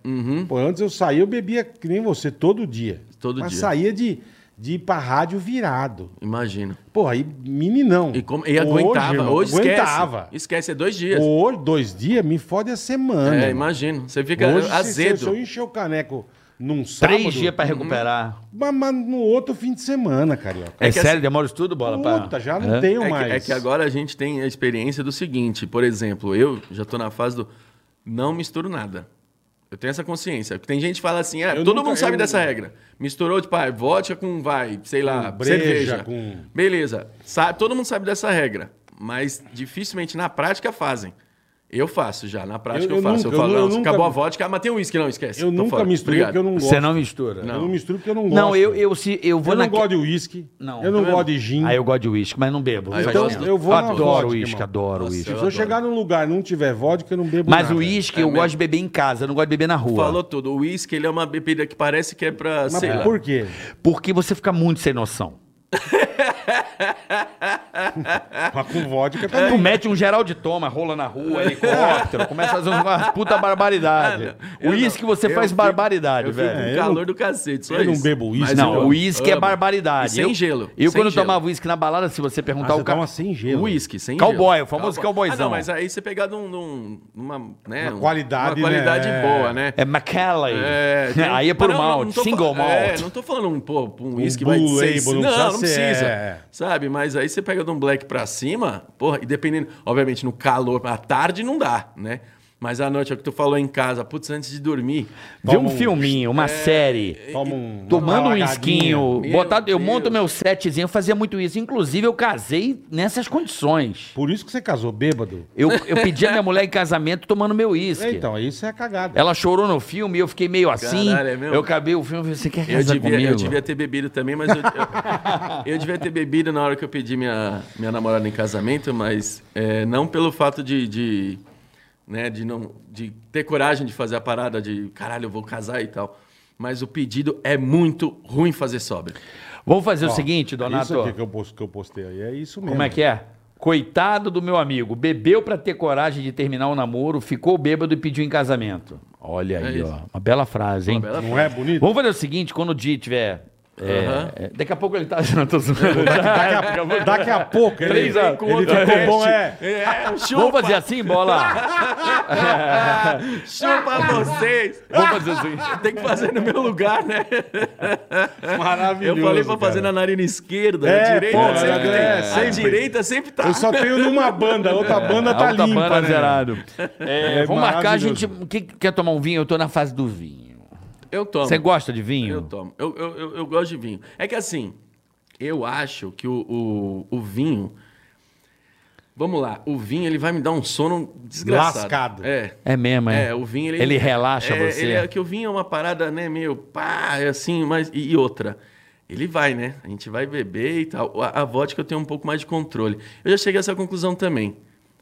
[SPEAKER 2] Pô, antes eu saía, eu bebia que nem você, todo dia.
[SPEAKER 4] Uhum. Todo
[SPEAKER 2] Mas
[SPEAKER 4] dia.
[SPEAKER 2] saía de, de ir pra rádio virado.
[SPEAKER 4] Imagina.
[SPEAKER 2] Porra, aí meninão.
[SPEAKER 4] E, como, e aguentava, hoje,
[SPEAKER 2] irmão,
[SPEAKER 4] esquece.
[SPEAKER 2] aguentava.
[SPEAKER 4] Esquece, é dois dias.
[SPEAKER 2] Hoje, dois dias, me fode a semana.
[SPEAKER 4] é,
[SPEAKER 2] irmão.
[SPEAKER 4] imagino. Você fica
[SPEAKER 2] Hoje, se-
[SPEAKER 4] azedo.
[SPEAKER 2] Se, eu encher o caneco num sábado...
[SPEAKER 3] Três dias
[SPEAKER 4] Uhum.
[SPEAKER 3] pra recuperar.
[SPEAKER 2] Mas, mas no outro fim de semana, Carioca.
[SPEAKER 3] É,
[SPEAKER 4] É que
[SPEAKER 3] sério,
[SPEAKER 4] assim-
[SPEAKER 3] demora isso tudo, bola? pra-
[SPEAKER 2] Puta, já
[SPEAKER 3] É?
[SPEAKER 2] não tenho
[SPEAKER 4] é,
[SPEAKER 2] mais.
[SPEAKER 4] que, é que agora a gente tem a experiência do seguinte, por exemplo, eu já tô na fase do não misturo nada. Eu tenho essa consciência. Porque tem gente que fala assim, é,
[SPEAKER 2] Eu
[SPEAKER 4] todo
[SPEAKER 2] nunca-
[SPEAKER 4] mundo sabe
[SPEAKER 2] eu-
[SPEAKER 4] dessa regra. Misturou, tipo, ah, vodka com, vai, sei lá,
[SPEAKER 2] breja,
[SPEAKER 4] cerveja.
[SPEAKER 2] com-
[SPEAKER 4] Beleza. Sabe, todo mundo sabe dessa regra. Mas dificilmente na prática fazem. Eu faço já, na prática
[SPEAKER 2] Eu-
[SPEAKER 4] eu,
[SPEAKER 2] eu
[SPEAKER 4] faço.
[SPEAKER 2] nunca-
[SPEAKER 4] eu falo,
[SPEAKER 2] eu
[SPEAKER 4] não,
[SPEAKER 2] nunca-
[SPEAKER 4] acabou a vodka, ah, mas tem uísque, não, esquece.
[SPEAKER 2] Eu
[SPEAKER 4] tô
[SPEAKER 2] nunca
[SPEAKER 4] fora.
[SPEAKER 2] misturei
[SPEAKER 4] Obrigado.
[SPEAKER 2] porque eu não gosto.
[SPEAKER 3] Você não mistura.
[SPEAKER 2] Eu não misturo porque eu não gosto.
[SPEAKER 3] Não, eu, eu, se, eu vou
[SPEAKER 2] Eu não
[SPEAKER 3] naque-
[SPEAKER 2] gosto de uísque.
[SPEAKER 3] Não.
[SPEAKER 2] Eu não
[SPEAKER 4] Tá
[SPEAKER 2] gosto de gin.
[SPEAKER 3] Ah, eu gosto de uísque, mas não bebo.
[SPEAKER 4] Ah, eu
[SPEAKER 3] Faz
[SPEAKER 4] gosto
[SPEAKER 3] tempo.
[SPEAKER 4] do-
[SPEAKER 2] eu vou na
[SPEAKER 3] Adoro
[SPEAKER 2] vodka,
[SPEAKER 3] uísque,
[SPEAKER 2] irmão.
[SPEAKER 3] adoro
[SPEAKER 4] Nossa,
[SPEAKER 3] uísque.
[SPEAKER 2] Se eu
[SPEAKER 4] adoro.
[SPEAKER 2] chegar num lugar e não tiver vodka, eu não bebo
[SPEAKER 3] Mas
[SPEAKER 2] nada.
[SPEAKER 3] o uísque
[SPEAKER 4] É
[SPEAKER 3] eu
[SPEAKER 4] mesmo.
[SPEAKER 3] gosto de beber em casa, eu não gosto de beber na rua.
[SPEAKER 4] Falou tudo. O uísque, ele é uma bebida que parece que é pra,
[SPEAKER 2] Mas
[SPEAKER 4] sei lá.
[SPEAKER 2] por quê?
[SPEAKER 3] Porque você fica muito sem noção.
[SPEAKER 2] Mas com vodka também.
[SPEAKER 3] Ah. Tu mete um geral de toma, rola na rua, helicóptero, começa a fazer uma puta barbaridade.
[SPEAKER 4] Eu
[SPEAKER 3] Uísque
[SPEAKER 4] Ah, não.
[SPEAKER 3] você
[SPEAKER 4] Eu
[SPEAKER 3] faz
[SPEAKER 4] fico-
[SPEAKER 3] barbaridade,
[SPEAKER 4] eu fico
[SPEAKER 3] velho.
[SPEAKER 2] É,
[SPEAKER 4] com
[SPEAKER 2] eu
[SPEAKER 4] calor
[SPEAKER 2] não-
[SPEAKER 4] do cacete, só
[SPEAKER 2] eu não
[SPEAKER 4] isso.
[SPEAKER 2] bebo uísque,
[SPEAKER 4] Mas
[SPEAKER 2] não.
[SPEAKER 4] eu
[SPEAKER 3] Não, uísque é
[SPEAKER 4] amo.
[SPEAKER 3] barbaridade.
[SPEAKER 4] E sem
[SPEAKER 3] Eu-
[SPEAKER 4] gelo.
[SPEAKER 3] Eu,
[SPEAKER 4] sem
[SPEAKER 3] quando
[SPEAKER 4] gelo.
[SPEAKER 3] tomava uísque na balada, se você perguntar
[SPEAKER 2] Ah, você
[SPEAKER 3] o cara.
[SPEAKER 2] toma sem gelo.
[SPEAKER 4] Whisky, sem
[SPEAKER 3] Cowboy,
[SPEAKER 4] gelo.
[SPEAKER 3] o famoso
[SPEAKER 4] Cowboy.
[SPEAKER 3] cowboyzão.
[SPEAKER 4] Ah, não, mas aí você pegar num, num- numa, né,
[SPEAKER 2] Uma qualidade,
[SPEAKER 4] uma qualidade
[SPEAKER 2] né?
[SPEAKER 4] boa, né?
[SPEAKER 3] É McKelly.
[SPEAKER 4] É, tem-
[SPEAKER 3] Aí é por
[SPEAKER 4] Mas não,
[SPEAKER 3] mal,
[SPEAKER 4] não tô
[SPEAKER 3] single
[SPEAKER 4] fa- é,
[SPEAKER 3] malt.
[SPEAKER 4] não tô falando um, pô, um whisky
[SPEAKER 2] Blue
[SPEAKER 4] vai de seis-
[SPEAKER 2] Label, não
[SPEAKER 4] não,
[SPEAKER 2] precisa
[SPEAKER 4] não
[SPEAKER 2] ser,
[SPEAKER 4] precisa.
[SPEAKER 2] é.
[SPEAKER 4] Sabe? Mas aí você pega de um black pra cima, porra, e dependendo, obviamente, no calor, à tarde não dá, né? Mas à noite, é o que tu falou em casa, putz, antes de dormir.
[SPEAKER 3] Vê um
[SPEAKER 2] Toma um-
[SPEAKER 3] filminho,
[SPEAKER 4] É,
[SPEAKER 3] uma série.
[SPEAKER 2] Toma um, uma
[SPEAKER 3] Tomando um
[SPEAKER 2] malagadinha.
[SPEAKER 3] esquinho,
[SPEAKER 4] Meu
[SPEAKER 3] botado, eu
[SPEAKER 4] Deus.
[SPEAKER 3] monto meu setzinho, eu fazia muito isso. Inclusive, eu casei nessas condições.
[SPEAKER 2] Por isso que você casou bêbado.
[SPEAKER 3] Eu, eu pedi a minha mulher em casamento tomando meu uísque.
[SPEAKER 2] Então, isso é cagada.
[SPEAKER 3] Ela chorou no filme, eu fiquei meio assim.
[SPEAKER 4] Caralho, é mesmo?
[SPEAKER 3] eu acabei o filme e falei, você quer
[SPEAKER 4] Eu
[SPEAKER 3] casar
[SPEAKER 4] devia,
[SPEAKER 3] comigo?
[SPEAKER 4] eu devia ter bebido também, mas eu, eu, eu devia ter bebido na hora que eu pedi minha, minha namorada em casamento, mas é, não pelo fato de, de, né, de, não, de ter coragem de fazer a parada de caralho, eu vou casar e tal. Mas o pedido é muito ruim fazer sóbrio.
[SPEAKER 3] Vamos fazer o
[SPEAKER 2] Ó,
[SPEAKER 4] é
[SPEAKER 3] seguinte,
[SPEAKER 2] Isso
[SPEAKER 3] Donato.
[SPEAKER 2] aqui que eu, post- que eu postei aí, é isso mesmo.
[SPEAKER 3] É, Como é que é? Coitado do meu amigo, bebeu pra ter coragem de terminar o namoro, ficou bêbado e pediu em casamento.
[SPEAKER 2] É
[SPEAKER 3] Olha aí,
[SPEAKER 4] isso.
[SPEAKER 3] ó. Uma bela frase, hein?
[SPEAKER 4] Uma bela
[SPEAKER 2] Não é bonito?
[SPEAKER 3] Vamos fazer o seguinte, quando o Di tiver... é,
[SPEAKER 4] Aham.
[SPEAKER 3] é, daqui a pouco ele tá... Não, tô zoando.
[SPEAKER 2] Daqui a, daqui a pouco ele,
[SPEAKER 3] Três a-
[SPEAKER 2] ele ficou bom, é.
[SPEAKER 4] É,
[SPEAKER 3] Vamos
[SPEAKER 4] chupa,
[SPEAKER 3] fazer assim, bola?
[SPEAKER 4] chupa vocês!
[SPEAKER 3] Vamos fazer assim.
[SPEAKER 4] Tem que fazer no meu lugar, né?
[SPEAKER 2] Maravilhoso.
[SPEAKER 4] eu falei pra
[SPEAKER 2] cara.
[SPEAKER 4] fazer na narina esquerda,
[SPEAKER 2] É,
[SPEAKER 4] a direita
[SPEAKER 2] pô,
[SPEAKER 4] sempre tem.
[SPEAKER 2] é, sempre.
[SPEAKER 4] A direita sempre tá.
[SPEAKER 2] Eu só tenho numa banda, a outra banda tá
[SPEAKER 3] É, A outra
[SPEAKER 2] limpa,
[SPEAKER 3] banda
[SPEAKER 2] né?
[SPEAKER 3] zerado. É,
[SPEAKER 2] É
[SPEAKER 3] vamos marcar, a gente...
[SPEAKER 2] maravilhoso.
[SPEAKER 3] Quem quer tomar um vinho? Eu tô na fase do vinho.
[SPEAKER 4] Eu tomo.
[SPEAKER 3] Você gosta de vinho?
[SPEAKER 4] Eu tomo. Eu, eu, eu, eu gosto de vinho. É que assim, eu acho que o, o, o vinho. Vamos lá, o vinho ele vai me dar um sono desgraçado.
[SPEAKER 2] Lascado.
[SPEAKER 4] É.
[SPEAKER 3] É mesmo, é?
[SPEAKER 4] É, o vinho ele.
[SPEAKER 3] Ele relaxa
[SPEAKER 4] é,
[SPEAKER 3] você.
[SPEAKER 4] Ele é que o vinho é uma parada, né, meio pá, é assim, mas. E, e outra. Ele vai, né? A gente vai beber e tal. A, a vodka eu tenho um pouco mais de controle. Eu já cheguei a essa conclusão também.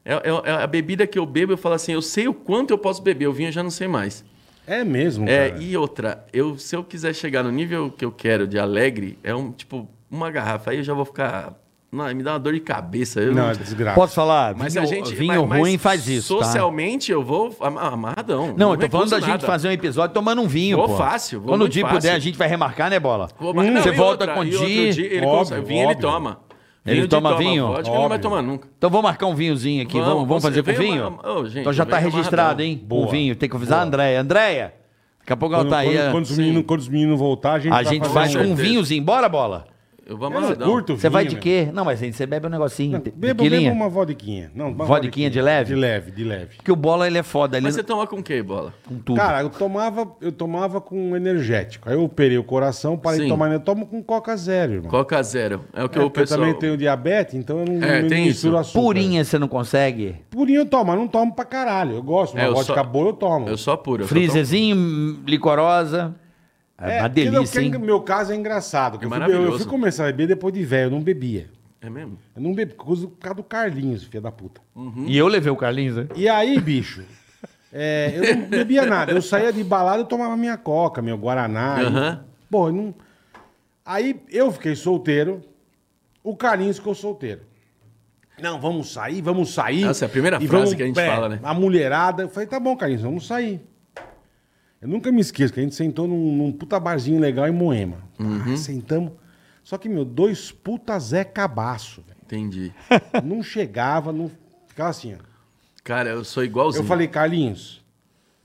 [SPEAKER 4] É, é- é a bebida que eu bebo, eu falo assim, eu sei o quanto eu posso beber, o vinho eu já não sei mais.
[SPEAKER 2] É mesmo,
[SPEAKER 4] É,
[SPEAKER 2] cara.
[SPEAKER 4] e outra, eu, se eu quiser chegar no nível que eu quero de alegre, é um tipo, uma garrafa, aí eu já vou ficar. Não, me dá uma dor de cabeça. Eu
[SPEAKER 2] Não,
[SPEAKER 4] não-
[SPEAKER 2] é desgraça.
[SPEAKER 3] Posso falar?
[SPEAKER 4] Mas
[SPEAKER 3] vinho
[SPEAKER 4] a gente.
[SPEAKER 3] vinho
[SPEAKER 4] mas- mas
[SPEAKER 3] ruim faz isso. tá?
[SPEAKER 4] Socialmente eu vou am- amarradão.
[SPEAKER 3] Não, eu tô falando da
[SPEAKER 4] recuso
[SPEAKER 3] gente
[SPEAKER 4] nada.
[SPEAKER 3] fazer um episódio tomando um vinho.
[SPEAKER 4] Vou
[SPEAKER 3] pô.
[SPEAKER 4] fácil, vou
[SPEAKER 3] Quando o
[SPEAKER 4] muito
[SPEAKER 3] Di
[SPEAKER 4] fácil.
[SPEAKER 3] puder, a gente vai remarcar, né, Bola?
[SPEAKER 4] Vou amar- Não,
[SPEAKER 3] Você
[SPEAKER 4] e
[SPEAKER 3] volta
[SPEAKER 4] outra,
[SPEAKER 3] com o
[SPEAKER 4] e outro
[SPEAKER 3] Di.
[SPEAKER 4] dia ele
[SPEAKER 2] Óbvio,
[SPEAKER 4] consegue- vinho ele
[SPEAKER 2] óbvio.
[SPEAKER 4] toma.
[SPEAKER 3] Ele
[SPEAKER 4] Vinho
[SPEAKER 3] toma vinho?
[SPEAKER 4] Vodka, ele não vai
[SPEAKER 2] Óbvio.
[SPEAKER 4] tomar nunca.
[SPEAKER 3] Então vamos marcar um vinhozinho aqui. Vamos, vamos,
[SPEAKER 4] Vamos,
[SPEAKER 3] fazer com
[SPEAKER 4] você
[SPEAKER 3] o
[SPEAKER 4] veio
[SPEAKER 3] vinho?
[SPEAKER 4] amar- Ô, gente,
[SPEAKER 3] então já
[SPEAKER 4] veio
[SPEAKER 3] tá registrado,
[SPEAKER 4] amarradão.
[SPEAKER 3] hein?
[SPEAKER 2] Boa.
[SPEAKER 3] O vinho. Tem que avisar a
[SPEAKER 2] Boa.
[SPEAKER 3] Andréia. Andréia, daqui a pouco ela
[SPEAKER 2] Quando,
[SPEAKER 3] tá aí.
[SPEAKER 2] quando- quando os meninos, quando os meninos voltar, é? a gente
[SPEAKER 3] a gente
[SPEAKER 2] vai
[SPEAKER 3] faz
[SPEAKER 2] fazer
[SPEAKER 3] com
[SPEAKER 2] um-
[SPEAKER 3] um
[SPEAKER 4] certeza.
[SPEAKER 3] vinhozinho. Bora, Bola?
[SPEAKER 4] Eu vou
[SPEAKER 2] Eu
[SPEAKER 4] amarradão.
[SPEAKER 2] curto
[SPEAKER 3] Você vai de
[SPEAKER 2] vinho,
[SPEAKER 3] quê? Não, mas aí você bebe um negocinho. te-
[SPEAKER 2] Bebo,
[SPEAKER 3] Tequilinha.
[SPEAKER 2] bebo uma vodiquinha. Não, uma
[SPEAKER 3] Vodiquinha de leve?
[SPEAKER 2] De leve, de leve.
[SPEAKER 3] Porque o Bola, ele é foda. Ele
[SPEAKER 4] Mas você toma com o que, bola?
[SPEAKER 3] com tudo.
[SPEAKER 2] Cara, eu tomava, eu tomava com um energético. Aí eu operei o coração, parei de
[SPEAKER 4] Sim.
[SPEAKER 2] tomar, né? eu tomo com Coca Zero, irmão.
[SPEAKER 4] Coca zero. É o que
[SPEAKER 2] É, porque
[SPEAKER 4] o
[SPEAKER 2] eu
[SPEAKER 4] pessoal.
[SPEAKER 2] também tenho diabetes, então eu não,
[SPEAKER 4] É,
[SPEAKER 2] não
[SPEAKER 4] tem
[SPEAKER 2] misturo
[SPEAKER 4] isso.
[SPEAKER 2] açúcar.
[SPEAKER 3] Purinha você não consegue?
[SPEAKER 2] Purinha eu tomo, mas não tomo pra caralho. Eu gosto, uma
[SPEAKER 4] É, eu
[SPEAKER 2] vodka
[SPEAKER 4] só-
[SPEAKER 2] boa eu tomo.
[SPEAKER 4] Eu só puro. eu só tomo-
[SPEAKER 3] Freezerzinho, hum, licorosa. É, uma
[SPEAKER 2] porque
[SPEAKER 3] delícia,
[SPEAKER 2] não-
[SPEAKER 3] hein?
[SPEAKER 2] que Meu caso é engraçado. que
[SPEAKER 4] É
[SPEAKER 2] eu, fui, eu- eu
[SPEAKER 4] maravilhoso.
[SPEAKER 2] fui começar a beber depois de velho, eu não bebia.
[SPEAKER 4] É mesmo?
[SPEAKER 2] Eu não bebi por causa do- por causa do Carlinhos, filha da puta.
[SPEAKER 3] E eu levei o Carlinhos, né?
[SPEAKER 2] E aí, bicho, é, eu não bebia nada. Eu saía de balada, eu tomava minha coca, meu guaraná.
[SPEAKER 4] Aham.
[SPEAKER 2] e- Pô, eu não... Aí eu fiquei solteiro, o Carlinhos ficou solteiro. Não, vamos sair, vamos sair.
[SPEAKER 4] Nossa, é a primeira
[SPEAKER 2] E
[SPEAKER 4] frase que a gente fala, né?
[SPEAKER 2] A mulherada. Eu falei, tá bom, Carlinhos, vamos sair. Eu nunca me esqueço que a gente sentou num, num puta barzinho legal em Moema.
[SPEAKER 4] Uhum.
[SPEAKER 2] Ah, sentamos. Só que, meu, dois puta Zé Cabaço, velho.
[SPEAKER 4] Entendi.
[SPEAKER 2] Não chegava, não... Ficava assim, ó.
[SPEAKER 4] Cara, eu sou
[SPEAKER 2] Eu
[SPEAKER 4] igualzinho.
[SPEAKER 2] falei, Carlinhos,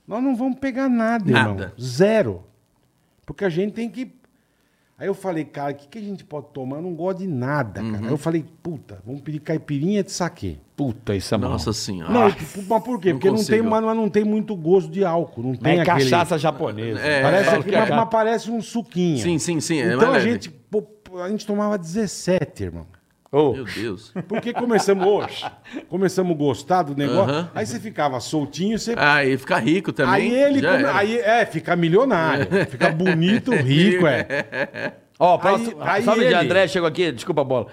[SPEAKER 2] nós não vamos pegar nada,
[SPEAKER 4] Nada.
[SPEAKER 2] irmão. Zero. Porque a gente tem que. Aí eu falei, cara, o que, que a gente pode tomar? Eu não gosto de nada,
[SPEAKER 4] Uhum.
[SPEAKER 2] cara. Aí eu falei, puta, vamos pedir caipirinha de saquê.
[SPEAKER 3] Puta, isso é bom.
[SPEAKER 4] Nossa senhora.
[SPEAKER 2] Não, e- mas por quê?
[SPEAKER 4] Ah, não
[SPEAKER 2] Porque não, tem,
[SPEAKER 4] consigo.
[SPEAKER 2] mas mas não tem muito gosto de álcool. Não
[SPEAKER 3] Mas
[SPEAKER 2] tem
[SPEAKER 3] é
[SPEAKER 2] aquele...
[SPEAKER 3] cachaça japonesa.
[SPEAKER 4] É,
[SPEAKER 2] Parece
[SPEAKER 4] fala
[SPEAKER 2] aqui,
[SPEAKER 4] que é
[SPEAKER 2] mas,
[SPEAKER 4] ca-
[SPEAKER 2] mas parece um suquinho.
[SPEAKER 4] Sim, sim, sim, é mais
[SPEAKER 2] Então a
[SPEAKER 4] leve.
[SPEAKER 2] gente, pô, a gente tomava 17, irmão.
[SPEAKER 3] Ô,
[SPEAKER 4] Meu Deus.
[SPEAKER 2] Porque começamos hoje, começamos a gostar do negócio,
[SPEAKER 4] Aham.
[SPEAKER 2] aí você ficava soltinho, você...
[SPEAKER 4] Ah, e ficar rico também.
[SPEAKER 2] aí ele...
[SPEAKER 4] já
[SPEAKER 2] come-
[SPEAKER 4] era.
[SPEAKER 2] Aí, é, fica milionário, fica bonito, rico, é.
[SPEAKER 3] Ó, próximo.
[SPEAKER 2] aí
[SPEAKER 3] Salve de
[SPEAKER 2] ele-
[SPEAKER 3] André, chegou aqui, desculpa a bola.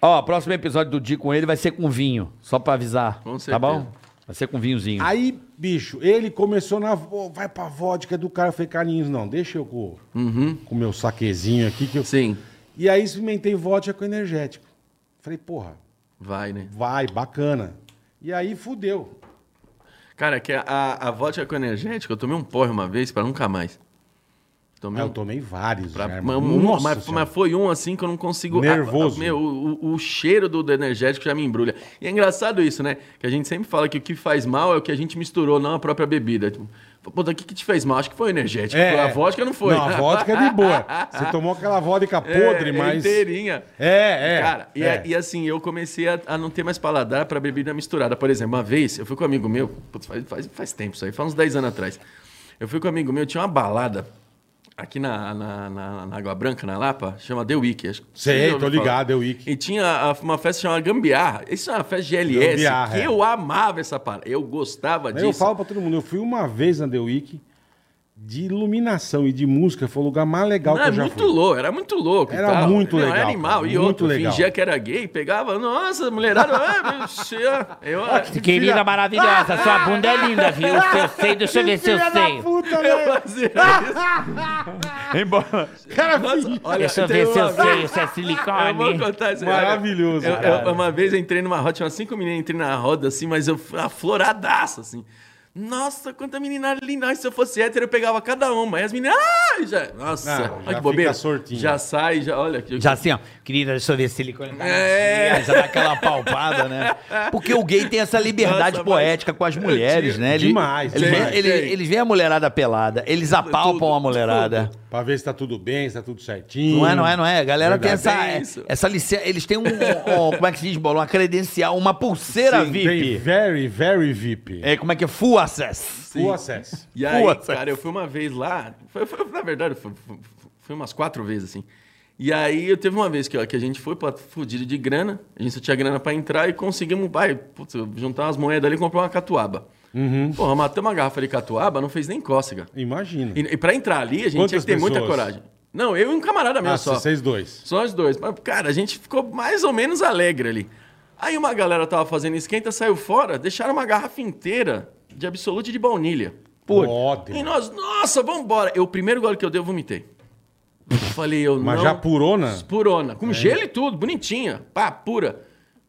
[SPEAKER 3] Ó, próximo episódio do Dia com ele vai ser com vinho, só pra avisar.
[SPEAKER 4] Com
[SPEAKER 3] Tá
[SPEAKER 4] certeza.
[SPEAKER 3] bom? Vai ser com vinhozinho.
[SPEAKER 2] Aí, bicho, ele começou na... "Pô, vai pra vodka do cara, eu falei, Carlinhos, não, deixa eu com com o meu saquezinho aqui. Que eu...
[SPEAKER 4] Uhum. Sim,
[SPEAKER 2] E aí experimentei vodka com energético. Falei, porra,
[SPEAKER 4] vai, né?
[SPEAKER 2] vai, bacana. E aí fudeu.
[SPEAKER 4] Cara, que a, a vodka com energético, eu tomei um porre uma vez pra nunca mais. Tomei
[SPEAKER 2] Aí Ah, eu
[SPEAKER 4] um
[SPEAKER 2] tomei vários.
[SPEAKER 4] Pra-
[SPEAKER 2] já,
[SPEAKER 4] mas,
[SPEAKER 2] irmão.
[SPEAKER 4] um-
[SPEAKER 2] Nossa
[SPEAKER 4] mas-
[SPEAKER 2] Senhora.
[SPEAKER 4] mas foi um assim que eu não consigo.
[SPEAKER 2] Nervoso.
[SPEAKER 4] meu, o, o- o cheiro do, do energético já me embrulha. E é engraçado isso, né? Que a gente sempre fala que o que faz mal é o que a gente misturou, não a própria bebida. Tipo, Pô, o que, que te fez mal? Acho que foi o energético.
[SPEAKER 2] É.
[SPEAKER 4] A vodka não foi.
[SPEAKER 2] Não, a vodka é de boa. Você tomou aquela vodka podre,
[SPEAKER 4] é,
[SPEAKER 2] mas.
[SPEAKER 4] Inteirinha.
[SPEAKER 2] É, é,
[SPEAKER 4] Cara, e,
[SPEAKER 2] é.
[SPEAKER 4] a- e assim, eu comecei a, a não ter mais paladar pra bebida misturada. Por exemplo, uma vez, eu fui com um amigo meu, putz, faz, faz, faz tempo isso aí, faz uns 10 anos atrás. Eu fui com um amigo meu, tinha uma balada aqui na, na, na- na Água Branca, na Lapa, chama The Week. Acho, que
[SPEAKER 2] Sei,
[SPEAKER 4] você já ouviu
[SPEAKER 2] tô
[SPEAKER 4] falar.
[SPEAKER 2] ligado, é o Wiki.
[SPEAKER 4] E tinha a- uma festa chamada Gambiarra. Isso é uma festa GLS,
[SPEAKER 2] Gambiarra,
[SPEAKER 4] que
[SPEAKER 2] é.
[SPEAKER 4] eu amava essa parada. Eu gostava
[SPEAKER 2] Mas
[SPEAKER 4] disso.
[SPEAKER 2] eu falo pra todo mundo, eu fui uma vez na The Week de iluminação e de música, foi o lugar mais legal
[SPEAKER 4] Não,
[SPEAKER 2] que
[SPEAKER 4] era
[SPEAKER 2] eu já
[SPEAKER 4] muito
[SPEAKER 2] fui.
[SPEAKER 4] louco, era muito louco. e
[SPEAKER 2] Era
[SPEAKER 4] tal.
[SPEAKER 2] muito
[SPEAKER 4] Não,
[SPEAKER 2] legal,
[SPEAKER 4] Era animal.
[SPEAKER 2] cara,
[SPEAKER 4] E outro,
[SPEAKER 2] muito legal.
[SPEAKER 4] fingia que era gay, pegava, nossa, mulherada. ah, meu senhor, eu,
[SPEAKER 5] Querida
[SPEAKER 2] Filha-
[SPEAKER 5] maravilhosa, sua bunda é linda, viu? O seu seio, deixa eu ver seu
[SPEAKER 2] Filha da
[SPEAKER 5] seio.
[SPEAKER 2] puta, né?
[SPEAKER 4] eu
[SPEAKER 2] velho.
[SPEAKER 4] fazia É, isso.
[SPEAKER 3] Embora.
[SPEAKER 2] Cara,
[SPEAKER 4] Nossa, olha,
[SPEAKER 5] Deixa eu
[SPEAKER 4] tem
[SPEAKER 5] ver
[SPEAKER 4] uma
[SPEAKER 5] seu
[SPEAKER 4] vez-
[SPEAKER 5] seio, se é
[SPEAKER 4] Eu vou
[SPEAKER 5] silicone.
[SPEAKER 4] contar isso.
[SPEAKER 2] Maravilhoso,
[SPEAKER 4] Eu- eu-
[SPEAKER 2] cara.
[SPEAKER 4] uma vez eu entrei numa roda, tinha umas cinco meninas, entrei na roda assim, mas eu fui afloradaço, assim. Nossa, quanta menina linda. Ai, se eu fosse hétero, eu pegava cada uma. Aí as meninas. Ai, já. Nossa,
[SPEAKER 2] Ah, já
[SPEAKER 4] olha
[SPEAKER 2] fica
[SPEAKER 4] que bobeira.
[SPEAKER 2] sortinho.
[SPEAKER 4] Já sai, já. Olha. que-
[SPEAKER 3] Já assim, ó. Querida, deixa eu ver silicone.
[SPEAKER 4] É.
[SPEAKER 3] Já dá aquela palpada, né? Porque o gay tem essa liberdade
[SPEAKER 4] Nossa, mas-
[SPEAKER 3] poética com as mulheres, né? Ele-
[SPEAKER 2] é Demais,
[SPEAKER 3] Eles,
[SPEAKER 2] demais.
[SPEAKER 3] veem- ele- eles veem a mulherada pelada, eles apalpam
[SPEAKER 4] Tudo,
[SPEAKER 3] a mulherada.
[SPEAKER 2] Pra ver se tá tudo bem, se tá tudo certinho.
[SPEAKER 3] Não é, não é, não é. A galera
[SPEAKER 2] Verdade.
[SPEAKER 3] tem essa,
[SPEAKER 4] É isso.
[SPEAKER 3] essa licença. Eles têm um, um- Como é que se diz, Bola? Uma credencial, uma pulseira
[SPEAKER 2] Tem
[SPEAKER 3] VIP.
[SPEAKER 2] very, very VIP.
[SPEAKER 3] É, como é que é? Full access.
[SPEAKER 2] Full acesso.
[SPEAKER 4] E aí,
[SPEAKER 3] Puta.
[SPEAKER 4] cara, eu fui uma vez lá. Foi, foi- na verdade, foi, foi- foi umas quatro vezes, assim. E aí, eu teve uma vez que, ó, que a gente foi pra fudido de grana. A gente só tinha grana pra entrar e conseguimos vai, putz, juntar umas moedas ali e comprar uma catuaba.
[SPEAKER 2] Uhum.
[SPEAKER 4] Porra, matamos uma garrafa de catuaba, não fez nem cócega.
[SPEAKER 2] Imagina.
[SPEAKER 4] E, e pra entrar ali, a gente
[SPEAKER 2] Quantas
[SPEAKER 4] tinha que ter muita
[SPEAKER 2] pessoas?
[SPEAKER 4] coragem. Não, eu e um camarada meu
[SPEAKER 2] Ah,
[SPEAKER 4] só.
[SPEAKER 2] vocês dois.
[SPEAKER 4] Só os dois. Mas, cara, a gente ficou mais ou menos alegre ali. Aí uma galera tava fazendo esquenta, saiu fora, deixaram uma garrafa inteira de absolute de baunilha.
[SPEAKER 3] Putz.
[SPEAKER 4] E
[SPEAKER 2] Ótimo.
[SPEAKER 4] nós, nossa, vambora. Eu, o primeiro gole que eu dei, eu vomitei. Falei, eu
[SPEAKER 2] Mas
[SPEAKER 4] não...
[SPEAKER 2] já É. purona?
[SPEAKER 4] Purona. Com gelo e tudo, bonitinha. Pá, pura.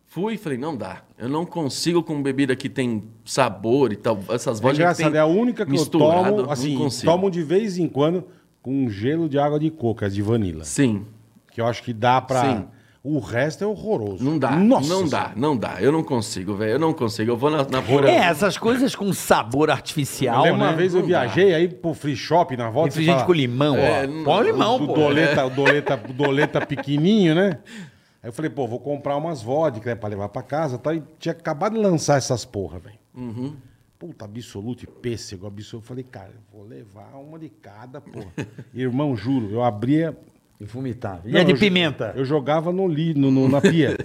[SPEAKER 4] Fui e falei, não dá. Eu não consigo com bebida que tem sabor e tal. Essas
[SPEAKER 2] É
[SPEAKER 4] vozes
[SPEAKER 2] engraçado, é a única que eu tomo, assim,
[SPEAKER 4] não consigo.
[SPEAKER 2] tomo de vez em quando com um gelo de água de coco, as de vanilla.
[SPEAKER 4] Sim,
[SPEAKER 2] Que eu acho que dá pra...
[SPEAKER 4] Sim.
[SPEAKER 2] O resto é horroroso.
[SPEAKER 4] não dá.
[SPEAKER 2] Nossa
[SPEAKER 4] não dá,
[SPEAKER 2] Senhora.
[SPEAKER 4] não dá. Eu não consigo, velho. Eu não consigo. Eu vou na, na pura.
[SPEAKER 3] É, essas coisas com sabor
[SPEAKER 2] Eu
[SPEAKER 3] artificial,
[SPEAKER 2] lembro
[SPEAKER 3] né?
[SPEAKER 2] uma vez eu
[SPEAKER 4] Não
[SPEAKER 2] viajei aí pro free shop na volta. você
[SPEAKER 3] Refrigerante
[SPEAKER 2] fala,
[SPEAKER 3] com limão,
[SPEAKER 4] É,
[SPEAKER 3] ó.
[SPEAKER 4] não-
[SPEAKER 3] Põe o limão,
[SPEAKER 2] do
[SPEAKER 3] pô. É.
[SPEAKER 2] doleta, o doleta, o doleta pequenininho, né? Aí eu falei, pô, vou comprar umas vodka, né, pra levar pra casa e tal. E tinha acabado de lançar essas porra, velho.
[SPEAKER 3] Uhum.
[SPEAKER 2] Puta, absoluto, e pêssego, absoluto. Eu falei, cara, eu vou levar uma de cada, porra. Irmão, juro, eu abria...
[SPEAKER 3] E vomitar. E
[SPEAKER 2] Não,
[SPEAKER 3] a de
[SPEAKER 2] eu jo-
[SPEAKER 3] pimenta?
[SPEAKER 2] Eu jogava no li, no, no- na pia.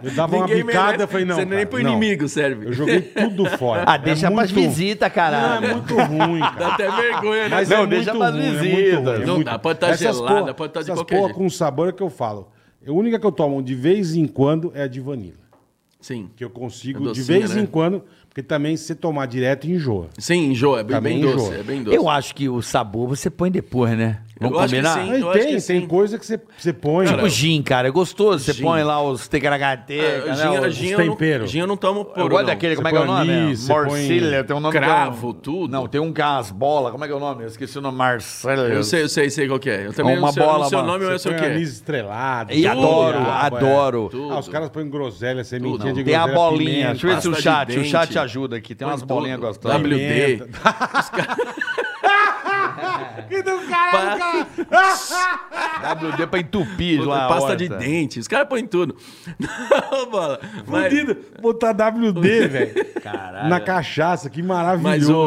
[SPEAKER 2] eu dava
[SPEAKER 4] Ninguém
[SPEAKER 2] uma bicada,
[SPEAKER 4] merece.
[SPEAKER 2] eu falei, não,
[SPEAKER 4] Você nem
[SPEAKER 2] cara,
[SPEAKER 4] pro
[SPEAKER 2] não.
[SPEAKER 4] inimigo serve.
[SPEAKER 2] Eu joguei tudo fora.
[SPEAKER 3] Ah, deixa pras
[SPEAKER 2] É muito-
[SPEAKER 3] visitas, caralho.
[SPEAKER 2] Não, é muito ruim,
[SPEAKER 4] Dá
[SPEAKER 2] cara.
[SPEAKER 4] até vergonha, né?
[SPEAKER 2] Mas
[SPEAKER 3] Não,
[SPEAKER 2] é
[SPEAKER 3] deixa
[SPEAKER 2] muito
[SPEAKER 3] pras
[SPEAKER 2] ruim, é muito
[SPEAKER 3] visitas.
[SPEAKER 2] ruim, é
[SPEAKER 4] Não
[SPEAKER 2] muito-
[SPEAKER 4] dá, pode tá
[SPEAKER 2] Essas
[SPEAKER 4] gelada,
[SPEAKER 2] porra-
[SPEAKER 4] pode tá de
[SPEAKER 2] essas
[SPEAKER 4] qualquer
[SPEAKER 2] porra
[SPEAKER 4] jeito.
[SPEAKER 2] com sabor é que eu falo. A única que eu tomo de vez em quando é a de vanilla.
[SPEAKER 4] Sim.
[SPEAKER 2] Que eu consigo
[SPEAKER 4] É
[SPEAKER 2] de
[SPEAKER 4] docinha,
[SPEAKER 2] vez
[SPEAKER 4] né?
[SPEAKER 2] em quando, porque também se você tomar direto enjoa.
[SPEAKER 4] Sim, enjoa. É bem,
[SPEAKER 2] Tá
[SPEAKER 4] bem
[SPEAKER 2] bem
[SPEAKER 4] doce.
[SPEAKER 2] enjoa.
[SPEAKER 4] É bem doce.
[SPEAKER 3] Eu acho que o sabor você põe depois, né? Vamos
[SPEAKER 4] acho que
[SPEAKER 3] combinar?
[SPEAKER 4] sim.
[SPEAKER 2] Aí
[SPEAKER 4] Então, eu acho
[SPEAKER 2] tem,
[SPEAKER 4] que
[SPEAKER 2] tem
[SPEAKER 4] sim.
[SPEAKER 2] coisa que você, você põe. né?
[SPEAKER 3] Tipo gin, cara. É gostoso. Você
[SPEAKER 4] Gin.
[SPEAKER 3] põe lá os
[SPEAKER 4] É,
[SPEAKER 3] tecaragateca, né?
[SPEAKER 4] gin,
[SPEAKER 3] Os...
[SPEAKER 4] gin
[SPEAKER 2] os
[SPEAKER 4] eu não-
[SPEAKER 2] tempero.
[SPEAKER 4] gin eu não tomo
[SPEAKER 3] Eu
[SPEAKER 4] puro,
[SPEAKER 3] gosto
[SPEAKER 4] não.
[SPEAKER 3] daquele, como é
[SPEAKER 2] Você
[SPEAKER 3] que é o
[SPEAKER 2] põe
[SPEAKER 3] nome?
[SPEAKER 2] anis, você põe
[SPEAKER 3] Morcilha, tem um nome. que é um-
[SPEAKER 4] cravo, tudo.
[SPEAKER 3] Não, tem um com as bolas, como é que é o nome? Eu esqueci o nome, Marcelo.
[SPEAKER 4] Eu sei, eu sei, sei qual que é. Eu também
[SPEAKER 3] Uma
[SPEAKER 4] não sei, eu
[SPEAKER 3] bola,
[SPEAKER 4] não sei o
[SPEAKER 3] mano.
[SPEAKER 4] nome, mas eu sei
[SPEAKER 2] põe
[SPEAKER 4] o que é.
[SPEAKER 2] anis estrelado.
[SPEAKER 3] E
[SPEAKER 2] tudo,
[SPEAKER 3] adoro,
[SPEAKER 2] diabo, é.
[SPEAKER 3] adoro.
[SPEAKER 4] Tudo.
[SPEAKER 2] Ah, os caras põem groselha, sementinha de
[SPEAKER 3] Tem
[SPEAKER 2] groselha.
[SPEAKER 3] a bolinha.
[SPEAKER 2] pimenta.
[SPEAKER 3] Deixa eu ver se o
[SPEAKER 4] pasta de
[SPEAKER 3] chat, o
[SPEAKER 4] dente.
[SPEAKER 3] chat ajuda aqui. Tem umas
[SPEAKER 4] Põe
[SPEAKER 3] bolinhas
[SPEAKER 4] tudo.
[SPEAKER 3] gostosas.
[SPEAKER 4] WD.
[SPEAKER 2] Pimenta. Que do caralho, cara.
[SPEAKER 3] WD pra entupir lá. a
[SPEAKER 4] pasta
[SPEAKER 3] horta.
[SPEAKER 4] de dente, os caras põem tudo. Não, bola. Mas,
[SPEAKER 2] Fudido. Botar WD, velho.
[SPEAKER 3] Caralho.
[SPEAKER 2] Na cachaça, que maravilhoso.
[SPEAKER 4] mas
[SPEAKER 2] meu.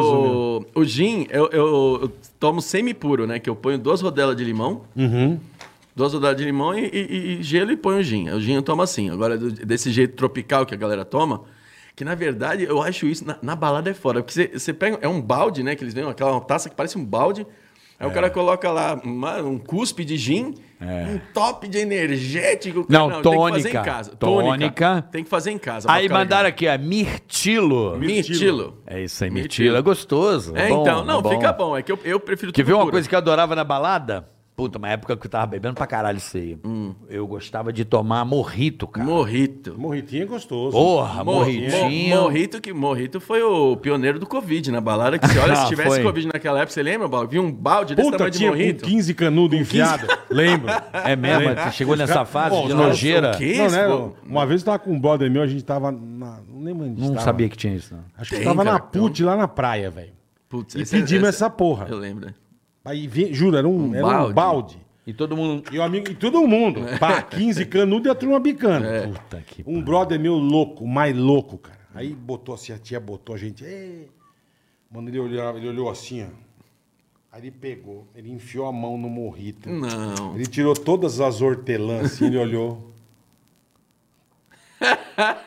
[SPEAKER 4] o, o gin, eu, eu, eu tomo semi-puro, né? Que eu ponho duas rodelas de limão.
[SPEAKER 3] Uhum.
[SPEAKER 4] Duas rodelas de limão e, e- e gelo e põe o gin. O gin eu tomo assim. Agora, do- desse jeito tropical que a galera toma, que na verdade eu acho isso na, na balada é fora. Porque você- você pega. É um balde, né? Que eles vêm, aquela taça que parece um balde.
[SPEAKER 3] É.
[SPEAKER 4] Aí o cara coloca lá uma- um cuspe de gin, um top de energético.
[SPEAKER 3] Não,
[SPEAKER 4] Tem que fazer
[SPEAKER 3] tônica.
[SPEAKER 4] em casa.
[SPEAKER 3] Tônica.
[SPEAKER 4] Tem que fazer em casa. pra
[SPEAKER 3] Aí
[SPEAKER 4] ficar
[SPEAKER 3] mandaram
[SPEAKER 4] legal.
[SPEAKER 3] aqui, ó, mirtilo.
[SPEAKER 4] Mirtilo.
[SPEAKER 3] É isso aí, mirtilo.
[SPEAKER 4] Mirtilo.
[SPEAKER 3] É gostoso.
[SPEAKER 4] É,
[SPEAKER 3] bom,
[SPEAKER 4] então, não,
[SPEAKER 3] é bom.
[SPEAKER 4] fica bom. É que eu, eu prefiro
[SPEAKER 3] Quer ver uma
[SPEAKER 4] puro.
[SPEAKER 3] coisa que eu adorava na balada? Puta, uma época que eu tava bebendo pra caralho isso aí. Eu gostava de tomar morrito, cara.
[SPEAKER 4] Morrito.
[SPEAKER 2] Morritinho é gostoso.
[SPEAKER 3] Porra,
[SPEAKER 4] Mor-
[SPEAKER 3] morritinho.
[SPEAKER 4] mo- Morrito, que Morrito foi o pioneiro do Covid na balada. Que se olha,
[SPEAKER 3] Ah,
[SPEAKER 4] se tivesse
[SPEAKER 3] foi.
[SPEAKER 4] Covid naquela época, você lembra, Bala? Vi um balde desse
[SPEAKER 2] Puta,
[SPEAKER 4] tamanho de
[SPEAKER 2] tinha um com
[SPEAKER 4] Morrito.
[SPEAKER 2] 15 canudos enfiado. né? Lembra?
[SPEAKER 3] É mesmo?
[SPEAKER 2] Lembra?
[SPEAKER 3] Você chegou nessa fase
[SPEAKER 2] Pô,
[SPEAKER 3] de
[SPEAKER 2] os caras-
[SPEAKER 3] nojeira?
[SPEAKER 4] é o quê?
[SPEAKER 2] Não, né?
[SPEAKER 4] Isso, pô.
[SPEAKER 2] Uma vez eu tava com um brother meu, a gente tava na. Não lembro onde
[SPEAKER 3] Não
[SPEAKER 2] tava.
[SPEAKER 3] sabia que tinha isso, não.
[SPEAKER 2] Acho que
[SPEAKER 4] Tem,
[SPEAKER 2] tava na
[SPEAKER 4] cara, tem um
[SPEAKER 2] PUT lá na praia, velho.
[SPEAKER 4] Putz, é-
[SPEAKER 2] E pedimos essa porra.
[SPEAKER 4] Eu lembro. né?
[SPEAKER 2] Aí, vi- juro, era um,
[SPEAKER 4] Um
[SPEAKER 2] era um balde.
[SPEAKER 4] balde. É.
[SPEAKER 3] E todo mundo...
[SPEAKER 2] E o amigo, e todo mundo. Pá, 15 canudos e a turma bicando.
[SPEAKER 3] Puta que
[SPEAKER 2] Um brother meu louco, mais louco, cara. Aí botou assim, a tia botou a gente. "Ê". Mano, ele olhou, ele olhou assim, ó. Aí ele pegou, ele enfiou a mão no morrito.
[SPEAKER 4] Não.
[SPEAKER 2] Ele tirou todas as hortelãs assim, ele olhou.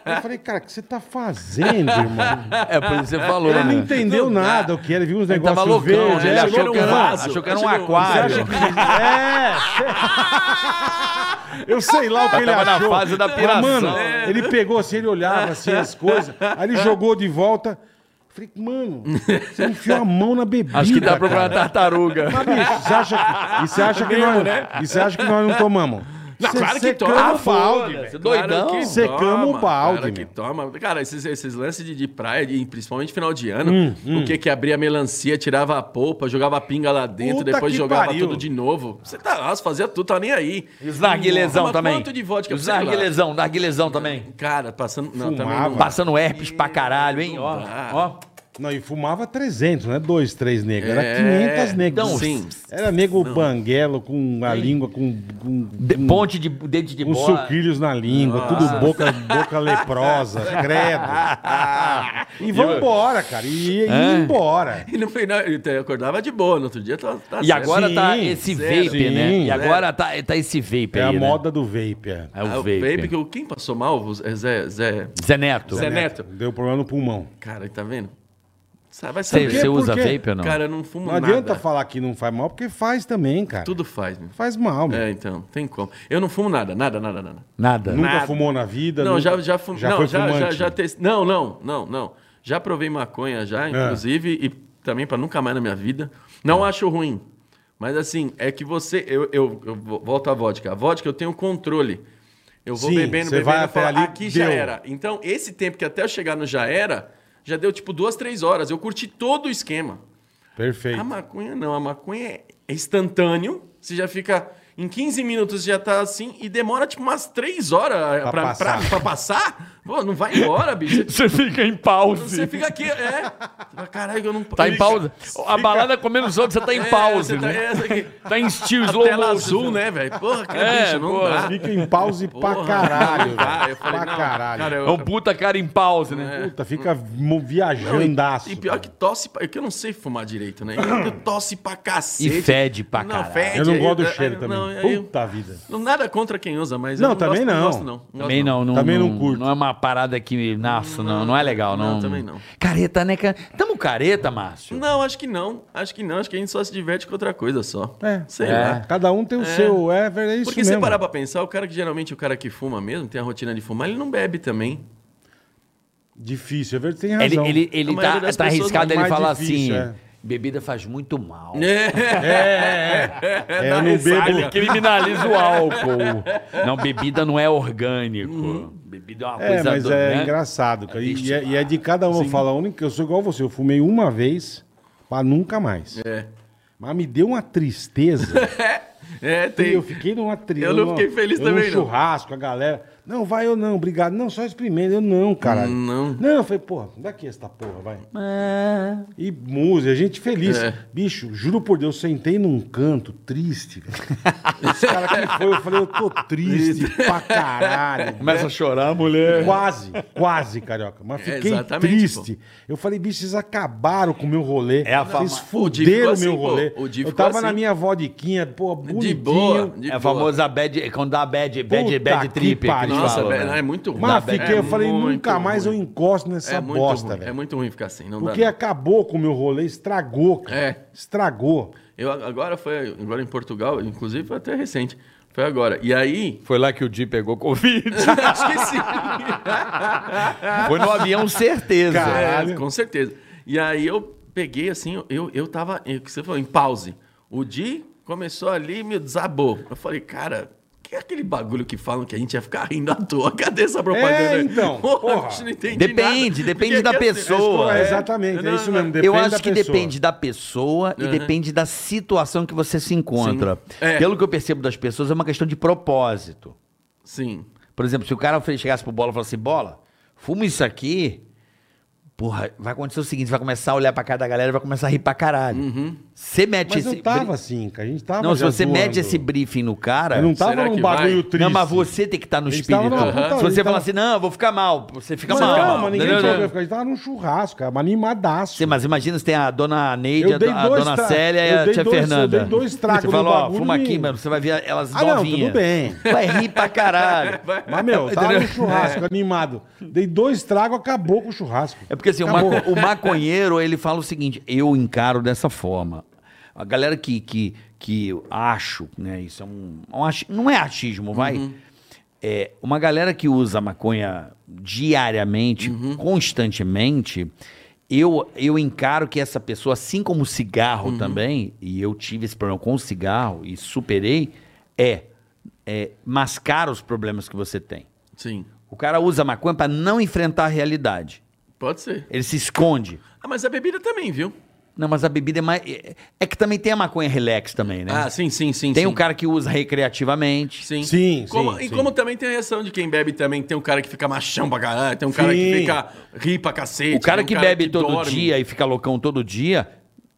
[SPEAKER 2] Eu falei, cara, o que você tá fazendo, irmão?
[SPEAKER 3] É, por isso que você falou,
[SPEAKER 2] Ele
[SPEAKER 3] né?
[SPEAKER 2] não entendeu
[SPEAKER 4] Não dá.
[SPEAKER 2] nada o que era, ele viu uns
[SPEAKER 3] Ele tava
[SPEAKER 2] negócios
[SPEAKER 3] loucão,
[SPEAKER 2] verdes.
[SPEAKER 3] né? ele
[SPEAKER 2] é,
[SPEAKER 3] achou
[SPEAKER 4] chegou
[SPEAKER 3] que,
[SPEAKER 4] num
[SPEAKER 3] era,
[SPEAKER 4] vaso.
[SPEAKER 3] achou que era um
[SPEAKER 4] Chegou-
[SPEAKER 2] Você
[SPEAKER 3] aquário.
[SPEAKER 2] acha É. Eu sei lá o que
[SPEAKER 3] Já
[SPEAKER 2] ele
[SPEAKER 3] tava na
[SPEAKER 2] achou.
[SPEAKER 3] fase da
[SPEAKER 2] Mas,
[SPEAKER 3] piração.
[SPEAKER 2] Mano, ele pegou assim, ele olhava assim as coisas, aí ele jogou de volta. Eu Falei, mano, você enfiou a mão na bebida.
[SPEAKER 3] Acho que dá pra comprar uma
[SPEAKER 2] cara.
[SPEAKER 3] tartaruga.
[SPEAKER 2] Mas, bicho, você acha que, e você acha que nós, e você acha que nós não tomamos?
[SPEAKER 4] né? Não, claro que
[SPEAKER 2] secamos
[SPEAKER 4] toma,
[SPEAKER 2] o balde,
[SPEAKER 3] foda-se.
[SPEAKER 2] velho.
[SPEAKER 3] Doidão.
[SPEAKER 4] que
[SPEAKER 2] Secamos
[SPEAKER 4] toma,
[SPEAKER 2] o balde,
[SPEAKER 4] Cara, que
[SPEAKER 2] meu.
[SPEAKER 4] toma. Cara, esses, esses lances de, de praia, de- principalmente final de ano,
[SPEAKER 2] Hum,
[SPEAKER 4] o que que abria a melancia, tirava a polpa, jogava a pinga lá dentro,
[SPEAKER 2] Puta
[SPEAKER 4] depois
[SPEAKER 2] que
[SPEAKER 4] jogava
[SPEAKER 2] pariu.
[SPEAKER 4] tudo de novo. Você tá lá, você fazia tudo, tá nem aí.
[SPEAKER 3] E os narguilezão
[SPEAKER 4] Mas
[SPEAKER 3] também.
[SPEAKER 4] quanto de vodka
[SPEAKER 3] Os
[SPEAKER 4] pra você ir lá?
[SPEAKER 3] narguilezão, narguilezão também.
[SPEAKER 4] Cara, passando... Não, também
[SPEAKER 2] Fumava.
[SPEAKER 4] não.
[SPEAKER 3] Passando herpes pra caralho, hein? Ó,
[SPEAKER 4] dá.
[SPEAKER 3] ó.
[SPEAKER 2] Não, e fumava 300, não é dois, três negros. Era
[SPEAKER 4] É,
[SPEAKER 2] 500 negros.
[SPEAKER 4] então, sim.
[SPEAKER 2] Era nego banguelo com a língua, com, com,
[SPEAKER 3] De-
[SPEAKER 2] com-
[SPEAKER 3] ponte de dente de
[SPEAKER 2] com
[SPEAKER 3] bola.
[SPEAKER 2] sucrilhos na língua, tudo boca, boca leprosa, credo. E vambora, cara. E, e embora.
[SPEAKER 4] E no final, ele te- acordava de boa, no outro dia tá, tá
[SPEAKER 3] E
[SPEAKER 4] certo.
[SPEAKER 3] agora
[SPEAKER 2] Sim,
[SPEAKER 3] tá esse
[SPEAKER 4] zero.
[SPEAKER 3] vape, né?
[SPEAKER 2] Sim,
[SPEAKER 3] E
[SPEAKER 2] zero.
[SPEAKER 3] agora tá, tá esse vape
[SPEAKER 2] É
[SPEAKER 3] aí,
[SPEAKER 2] a
[SPEAKER 3] né?
[SPEAKER 2] moda do vape, é.
[SPEAKER 3] É o
[SPEAKER 4] Ah, o
[SPEAKER 3] vape.
[SPEAKER 4] que o- quem passou mal o Zé, Zé, Zé-
[SPEAKER 3] Zé Neto.
[SPEAKER 4] Zé Neto.
[SPEAKER 2] Deu problema no pulmão.
[SPEAKER 4] Cara, tá vendo? Sa- Vai
[SPEAKER 3] Você
[SPEAKER 4] saber.
[SPEAKER 2] quê?
[SPEAKER 3] você usa
[SPEAKER 2] Por quê?
[SPEAKER 3] vape ou não?
[SPEAKER 4] Cara, eu não fumo
[SPEAKER 2] Não
[SPEAKER 4] nada.
[SPEAKER 2] adianta falar que não faz mal, porque faz também, cara.
[SPEAKER 4] Tudo faz, meu.
[SPEAKER 2] Faz mal, meu.
[SPEAKER 4] É, então, tem como. Eu não fumo nada, nada, nada, nada.
[SPEAKER 3] Nada.
[SPEAKER 2] Nunca
[SPEAKER 4] nada.
[SPEAKER 2] fumou na vida?
[SPEAKER 4] Não,
[SPEAKER 2] nunca-
[SPEAKER 4] já, já fumei.
[SPEAKER 2] Já
[SPEAKER 4] não,
[SPEAKER 2] foi
[SPEAKER 4] já, já,
[SPEAKER 2] fumante.
[SPEAKER 4] já testei. Não, não, não, não. Já provei maconha,
[SPEAKER 2] É.
[SPEAKER 4] já, inclusive, e também pra nunca mais na minha vida. Não acho ruim. Mas assim, é que você. Eu, eu, eu vo- volto à vodka. A vodka eu tenho controle. Eu vou
[SPEAKER 2] Sim,
[SPEAKER 4] bebendo,
[SPEAKER 2] você
[SPEAKER 4] bebendo,
[SPEAKER 2] vai
[SPEAKER 4] eu
[SPEAKER 2] até
[SPEAKER 4] falo,
[SPEAKER 2] ali,
[SPEAKER 4] aqui já
[SPEAKER 2] deu.
[SPEAKER 4] era. Então, esse tempo que até eu chegar no já era, já deu tipo duas, três horas. Eu curti todo o esquema.
[SPEAKER 2] Perfeito.
[SPEAKER 4] A maconha não, a maconha é instantâneo. Você já fica. Em 15 minutos já tá assim e demora tipo umas 3 horas pra, pra
[SPEAKER 2] passar.
[SPEAKER 4] pra- pra passar. Pô, não vai embora, bicho.
[SPEAKER 3] Você fica em pausa.
[SPEAKER 4] Você fica aqui, é. Você fala, Caralho, eu não
[SPEAKER 3] Tá em pausa. A balada comendo os outros, você tá em pausa,
[SPEAKER 4] Tá,
[SPEAKER 3] né?
[SPEAKER 4] é, essa aqui.
[SPEAKER 3] Tá em estilo
[SPEAKER 4] A
[SPEAKER 3] slow
[SPEAKER 4] tela
[SPEAKER 3] motion.
[SPEAKER 4] azul, né, velho? Porra, cara,
[SPEAKER 3] É,
[SPEAKER 4] bicho, não
[SPEAKER 3] porra.
[SPEAKER 4] dá.
[SPEAKER 2] Fica em pause pra
[SPEAKER 4] Porra,
[SPEAKER 2] caralho.
[SPEAKER 4] não dá.
[SPEAKER 2] velho.
[SPEAKER 4] Eu falei,
[SPEAKER 2] pra
[SPEAKER 4] não,
[SPEAKER 2] caralho.
[SPEAKER 4] cara, eu-
[SPEAKER 3] É um puta cara em pausa,
[SPEAKER 4] É,
[SPEAKER 3] né?
[SPEAKER 2] Puta, fica mo- viajandaço.
[SPEAKER 4] E pior que tosse, pra- é que eu não sei fumar direito, né? Eu tosse pra cacete.
[SPEAKER 3] E fede pra
[SPEAKER 4] Não,
[SPEAKER 3] caralho.
[SPEAKER 4] fede,
[SPEAKER 2] eu não
[SPEAKER 4] aí-
[SPEAKER 2] gosto do
[SPEAKER 4] aí-
[SPEAKER 2] cheiro também.
[SPEAKER 4] é, Não, é aí-
[SPEAKER 2] Puta vida.
[SPEAKER 4] Não, Nada contra quem usa, mas
[SPEAKER 2] Não,
[SPEAKER 4] eu
[SPEAKER 2] também
[SPEAKER 4] gosto, não.
[SPEAKER 2] não.
[SPEAKER 4] gosto, não. gosto,
[SPEAKER 3] Também não, não,
[SPEAKER 2] Também não curto.
[SPEAKER 3] Não é uma parada que. Nossa, não, não é legal, não.
[SPEAKER 4] Não, também não.
[SPEAKER 3] Careta, né, cara? Tamo careta, Márcio.
[SPEAKER 4] Não, acho que não. Acho que não. Acho que a gente só se diverte com outra coisa só.
[SPEAKER 2] É.
[SPEAKER 4] Sei
[SPEAKER 2] É.
[SPEAKER 4] lá.
[SPEAKER 2] Cada um tem o seu. É, velho, é isso
[SPEAKER 4] Porque se
[SPEAKER 2] mesmo.
[SPEAKER 4] parar pra pensar, o cara que geralmente o cara que fuma mesmo, tem a rotina de fumar, ele não bebe também.
[SPEAKER 2] Difícil, é verdade, tem
[SPEAKER 3] Ele,
[SPEAKER 2] razão.
[SPEAKER 3] ele, ele
[SPEAKER 4] A
[SPEAKER 3] tá,
[SPEAKER 4] maioria das
[SPEAKER 3] tá
[SPEAKER 4] pessoas
[SPEAKER 3] arriscado
[SPEAKER 2] é
[SPEAKER 3] ele
[SPEAKER 2] mais
[SPEAKER 3] falar
[SPEAKER 2] difícil,
[SPEAKER 3] assim:
[SPEAKER 2] é.
[SPEAKER 3] bebida faz muito mal.
[SPEAKER 4] É.
[SPEAKER 2] É,
[SPEAKER 4] um
[SPEAKER 2] eu não bebo.
[SPEAKER 4] né?
[SPEAKER 3] criminaliza o álcool. Não, bebida não é orgânico. Bebida é uma
[SPEAKER 2] É,
[SPEAKER 3] coisa
[SPEAKER 2] mas
[SPEAKER 3] do-
[SPEAKER 2] é
[SPEAKER 3] né?
[SPEAKER 2] engraçado, cara. E, e é, e é de cada um. Eu falo, a única, eu sou igual você, eu fumei uma vez, mas nunca mais.
[SPEAKER 4] É.
[SPEAKER 2] Mas me deu uma tristeza.
[SPEAKER 4] É,
[SPEAKER 2] E
[SPEAKER 4] tem. é,
[SPEAKER 2] eu fiquei numa tri...
[SPEAKER 4] Eu não fiquei feliz
[SPEAKER 2] eu num
[SPEAKER 4] também, não.
[SPEAKER 2] churrasco, a galera. Não, vai eu não, obrigado. Não, só experimenta. Eu não, caralho.
[SPEAKER 4] Não.
[SPEAKER 2] Não, eu falei, porra, daqui é essa porra, vai. E música, gente feliz.
[SPEAKER 4] É.
[SPEAKER 2] Bicho, juro por Deus, sentei num canto triste, velho. Esse cara que foi, eu falei, eu tô triste pra caralho.
[SPEAKER 3] Começa a chorar, mulher.
[SPEAKER 2] Quase, quase, carioca. Mas
[SPEAKER 4] É,
[SPEAKER 2] fiquei
[SPEAKER 4] exatamente,
[SPEAKER 2] triste. Eu falei, bicho, vocês acabaram com o meu rolê.
[SPEAKER 3] É a fama-
[SPEAKER 2] Vocês
[SPEAKER 4] O Di ficou
[SPEAKER 2] fuderam o meu
[SPEAKER 4] assim, pô.
[SPEAKER 2] rolê.
[SPEAKER 4] O Di
[SPEAKER 2] eu
[SPEAKER 4] ficou
[SPEAKER 2] tava na
[SPEAKER 4] assim.
[SPEAKER 2] minha vodiquinha, pô, bonitinho.
[SPEAKER 4] De boa. De
[SPEAKER 3] É a
[SPEAKER 4] boa.
[SPEAKER 3] famosa bad, quando dá bad, bad,
[SPEAKER 2] Puta
[SPEAKER 3] bad
[SPEAKER 2] que
[SPEAKER 3] trip. Que
[SPEAKER 2] pariu.
[SPEAKER 3] eles
[SPEAKER 4] Nossa,
[SPEAKER 3] falam,
[SPEAKER 4] velho,
[SPEAKER 3] né?
[SPEAKER 4] é muito ruim.
[SPEAKER 2] Mas
[SPEAKER 3] Dá bad.
[SPEAKER 2] fiquei, eu falei,
[SPEAKER 4] muito
[SPEAKER 2] nunca mais eu
[SPEAKER 4] ruim.
[SPEAKER 2] encosto nessa
[SPEAKER 4] é muito
[SPEAKER 2] bosta,
[SPEAKER 4] ruim, É
[SPEAKER 2] velho. é?
[SPEAKER 4] muito ruim ficar assim, não
[SPEAKER 2] Porque
[SPEAKER 4] dá. não.
[SPEAKER 2] acabou com o meu rolê, estragou, cara.
[SPEAKER 4] É.
[SPEAKER 2] Estragou.
[SPEAKER 4] Eu agora foi agora em Portugal, inclusive foi até recente. Foi agora. E aí,
[SPEAKER 3] Foi lá que o Di pegou Covid.
[SPEAKER 4] esqueci.
[SPEAKER 3] Foi no avião, certeza.
[SPEAKER 2] Cara. Caralho.
[SPEAKER 4] É, com certeza. E aí eu peguei assim, eu, eu tava, é, o que você falou, em pause. O Di começou ali e me desabou. Eu falei, cara, que é aquele bagulho que falam que a gente ia ficar rindo à toa? Cadê essa propaganda?
[SPEAKER 2] É,
[SPEAKER 4] aí?
[SPEAKER 2] então, porra.
[SPEAKER 4] bicho, não entendi
[SPEAKER 3] Depende,
[SPEAKER 4] nada.
[SPEAKER 3] depende
[SPEAKER 4] Fiquei
[SPEAKER 3] da
[SPEAKER 4] aqui assim,
[SPEAKER 3] pessoa.
[SPEAKER 2] É,
[SPEAKER 4] é.
[SPEAKER 2] Exatamente, é
[SPEAKER 4] Não,
[SPEAKER 2] isso
[SPEAKER 4] não,
[SPEAKER 2] mesmo.
[SPEAKER 4] não.
[SPEAKER 2] Depende
[SPEAKER 3] eu acho
[SPEAKER 2] da
[SPEAKER 3] que
[SPEAKER 2] pessoa.
[SPEAKER 3] depende da pessoa e depende da situação que você se encontra.
[SPEAKER 4] Sim. É.
[SPEAKER 3] Pelo que eu percebo das pessoas, é uma questão de propósito.
[SPEAKER 4] Sim.
[SPEAKER 3] Por exemplo, se o cara fre- chegasse pro Bola e falasse, assim, Bola, fuma isso aqui, porra, vai acontecer o seguinte, você vai começar a olhar pra cara da galera e vai começar a rir pra caralho. Você mete
[SPEAKER 2] Mas
[SPEAKER 3] esse...
[SPEAKER 2] eu tava
[SPEAKER 3] bri-
[SPEAKER 2] assim, cara. A gente tava
[SPEAKER 3] Não, se
[SPEAKER 2] já
[SPEAKER 3] você
[SPEAKER 2] zoando.
[SPEAKER 3] mede esse briefing no cara...
[SPEAKER 2] Eu não tava
[SPEAKER 4] Será
[SPEAKER 2] num
[SPEAKER 4] que
[SPEAKER 2] bagulho
[SPEAKER 4] vai?
[SPEAKER 2] triste.
[SPEAKER 3] Não, mas você tem que estar no
[SPEAKER 2] Ele
[SPEAKER 3] espírito.
[SPEAKER 2] tava numa puta-
[SPEAKER 3] Se você
[SPEAKER 2] ele
[SPEAKER 3] falar
[SPEAKER 2] tava-
[SPEAKER 3] assim, não, eu vou ficar mal, você fica
[SPEAKER 2] Mas
[SPEAKER 3] mal.
[SPEAKER 2] não, mas ninguém
[SPEAKER 3] Não, não,
[SPEAKER 2] soube.
[SPEAKER 3] não.
[SPEAKER 2] eu ficava- A gente tava num churrasco, cara, mas animadaço.
[SPEAKER 3] Sim, mas imagina se tem a dona Neide,
[SPEAKER 2] Eu
[SPEAKER 3] a,
[SPEAKER 2] dei
[SPEAKER 3] do- a
[SPEAKER 2] dois
[SPEAKER 3] dona
[SPEAKER 2] tra-
[SPEAKER 3] Célia e
[SPEAKER 2] eu
[SPEAKER 3] a
[SPEAKER 2] dei
[SPEAKER 3] tia
[SPEAKER 2] dois- eu
[SPEAKER 3] Fernanda.
[SPEAKER 2] dei dois tragos
[SPEAKER 3] Você falou,
[SPEAKER 2] no
[SPEAKER 3] ó,
[SPEAKER 2] bagulho
[SPEAKER 3] fuma
[SPEAKER 2] e-
[SPEAKER 3] aqui, mas você vai ver elas
[SPEAKER 2] Ah, não,
[SPEAKER 3] novinhas.
[SPEAKER 2] tudo bem.
[SPEAKER 3] Vai rir pra caralho.
[SPEAKER 2] Mas, meu, tava
[SPEAKER 3] Entendeu?
[SPEAKER 2] num churrasco, animado. Dei dois tragos, acabou com o churrasco.
[SPEAKER 3] É porque assim, o,
[SPEAKER 2] Acabou.
[SPEAKER 3] maco- o maconheiro, ele fala o seguinte, eu encaro dessa forma. A galera que, que, que eu acho, né, isso é um... um achi- não é achismo, vai. É, uma galera que usa maconha diariamente, constantemente, eu, eu encaro que essa pessoa, assim como o cigarro também, e eu tive esse problema com o cigarro e superei, é, é mascar os problemas que você tem.
[SPEAKER 4] Sim.
[SPEAKER 3] O cara usa maconha pra não enfrentar a realidade.
[SPEAKER 4] Pode ser.
[SPEAKER 3] Ele se esconde.
[SPEAKER 4] Ah, mas a bebida também, viu?
[SPEAKER 3] Não, mas a bebida é mais. é- É que também tem a maconha relax também, né?
[SPEAKER 4] Ah, sim, sim, sim.
[SPEAKER 3] tem
[SPEAKER 4] sim.
[SPEAKER 3] o cara que usa recreativamente.
[SPEAKER 4] Sim.
[SPEAKER 2] Sim,
[SPEAKER 4] Como-
[SPEAKER 2] sim,
[SPEAKER 4] E
[SPEAKER 2] sim.
[SPEAKER 4] como também tem a reação de quem bebe também, tem um cara que fica machão pra caralho, tem um cara que
[SPEAKER 2] Sim.
[SPEAKER 4] fica ri pra cacete.
[SPEAKER 3] O cara
[SPEAKER 4] tem um
[SPEAKER 3] que bebe todo
[SPEAKER 4] dorme.
[SPEAKER 3] dia e fica loucão todo dia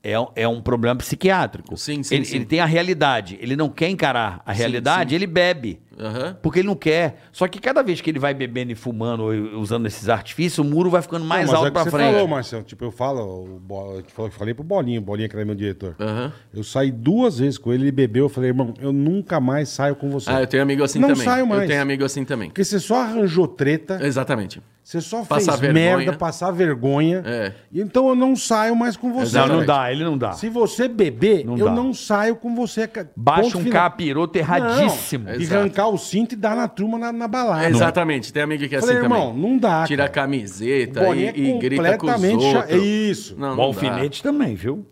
[SPEAKER 3] é, um- é um problema psiquiátrico.
[SPEAKER 4] Sim, sim,
[SPEAKER 3] ele,
[SPEAKER 4] sim.
[SPEAKER 3] ele tem a realidade. Ele não quer encarar a realidade, ele bebe.
[SPEAKER 4] Aham.
[SPEAKER 3] Porque ele não quer. Só que cada vez que ele vai bebendo e fumando ou usando esses artifícios, o muro vai ficando mais
[SPEAKER 2] Não, mas
[SPEAKER 3] alto
[SPEAKER 2] é o que
[SPEAKER 3] pra
[SPEAKER 2] você
[SPEAKER 3] frente.
[SPEAKER 2] falou, Marcelo. Tipo, eu falo, o Bola- eu te falei- falei pro Bolinho, o Bolinha que era meu diretor.
[SPEAKER 4] Aham.
[SPEAKER 2] Eu saí duas vezes com ele, ele bebeu, eu falei, irmão, eu nunca mais saio com você.
[SPEAKER 4] Ah, eu tenho amigo assim
[SPEAKER 2] Não
[SPEAKER 4] também.
[SPEAKER 2] saio mais. É.
[SPEAKER 4] Eu tenho amigo assim também.
[SPEAKER 2] Porque você só arranjou treta,
[SPEAKER 4] Exatamente.
[SPEAKER 2] você só fez
[SPEAKER 4] Passar vergonha.
[SPEAKER 2] merda, passar vergonha.
[SPEAKER 4] É.
[SPEAKER 2] E Então eu não saio mais com você.
[SPEAKER 3] Não, não
[SPEAKER 2] velho.
[SPEAKER 3] dá, ele não dá.
[SPEAKER 2] Se você beber,
[SPEAKER 3] Não
[SPEAKER 2] eu
[SPEAKER 3] dá.
[SPEAKER 2] não saio com você. ca-
[SPEAKER 3] Baixa
[SPEAKER 2] ponto
[SPEAKER 3] um
[SPEAKER 2] final.
[SPEAKER 3] capiroto erradíssimo.
[SPEAKER 2] Não, E
[SPEAKER 4] Exato.
[SPEAKER 2] arrancar o cinto e dar na turma na, na balada.
[SPEAKER 4] Exatamente. Tem amigo que é
[SPEAKER 2] Ah, Falei,
[SPEAKER 4] assim
[SPEAKER 2] irmão,
[SPEAKER 4] também.
[SPEAKER 2] não dá.
[SPEAKER 4] Tira a
[SPEAKER 2] cara. O
[SPEAKER 4] camiseta e,
[SPEAKER 2] Bolinha
[SPEAKER 4] e grita com os
[SPEAKER 2] completamente cha-
[SPEAKER 4] outros.
[SPEAKER 2] É isso.
[SPEAKER 4] Não,
[SPEAKER 3] O
[SPEAKER 4] não dá.
[SPEAKER 3] Um alfinete também, viu?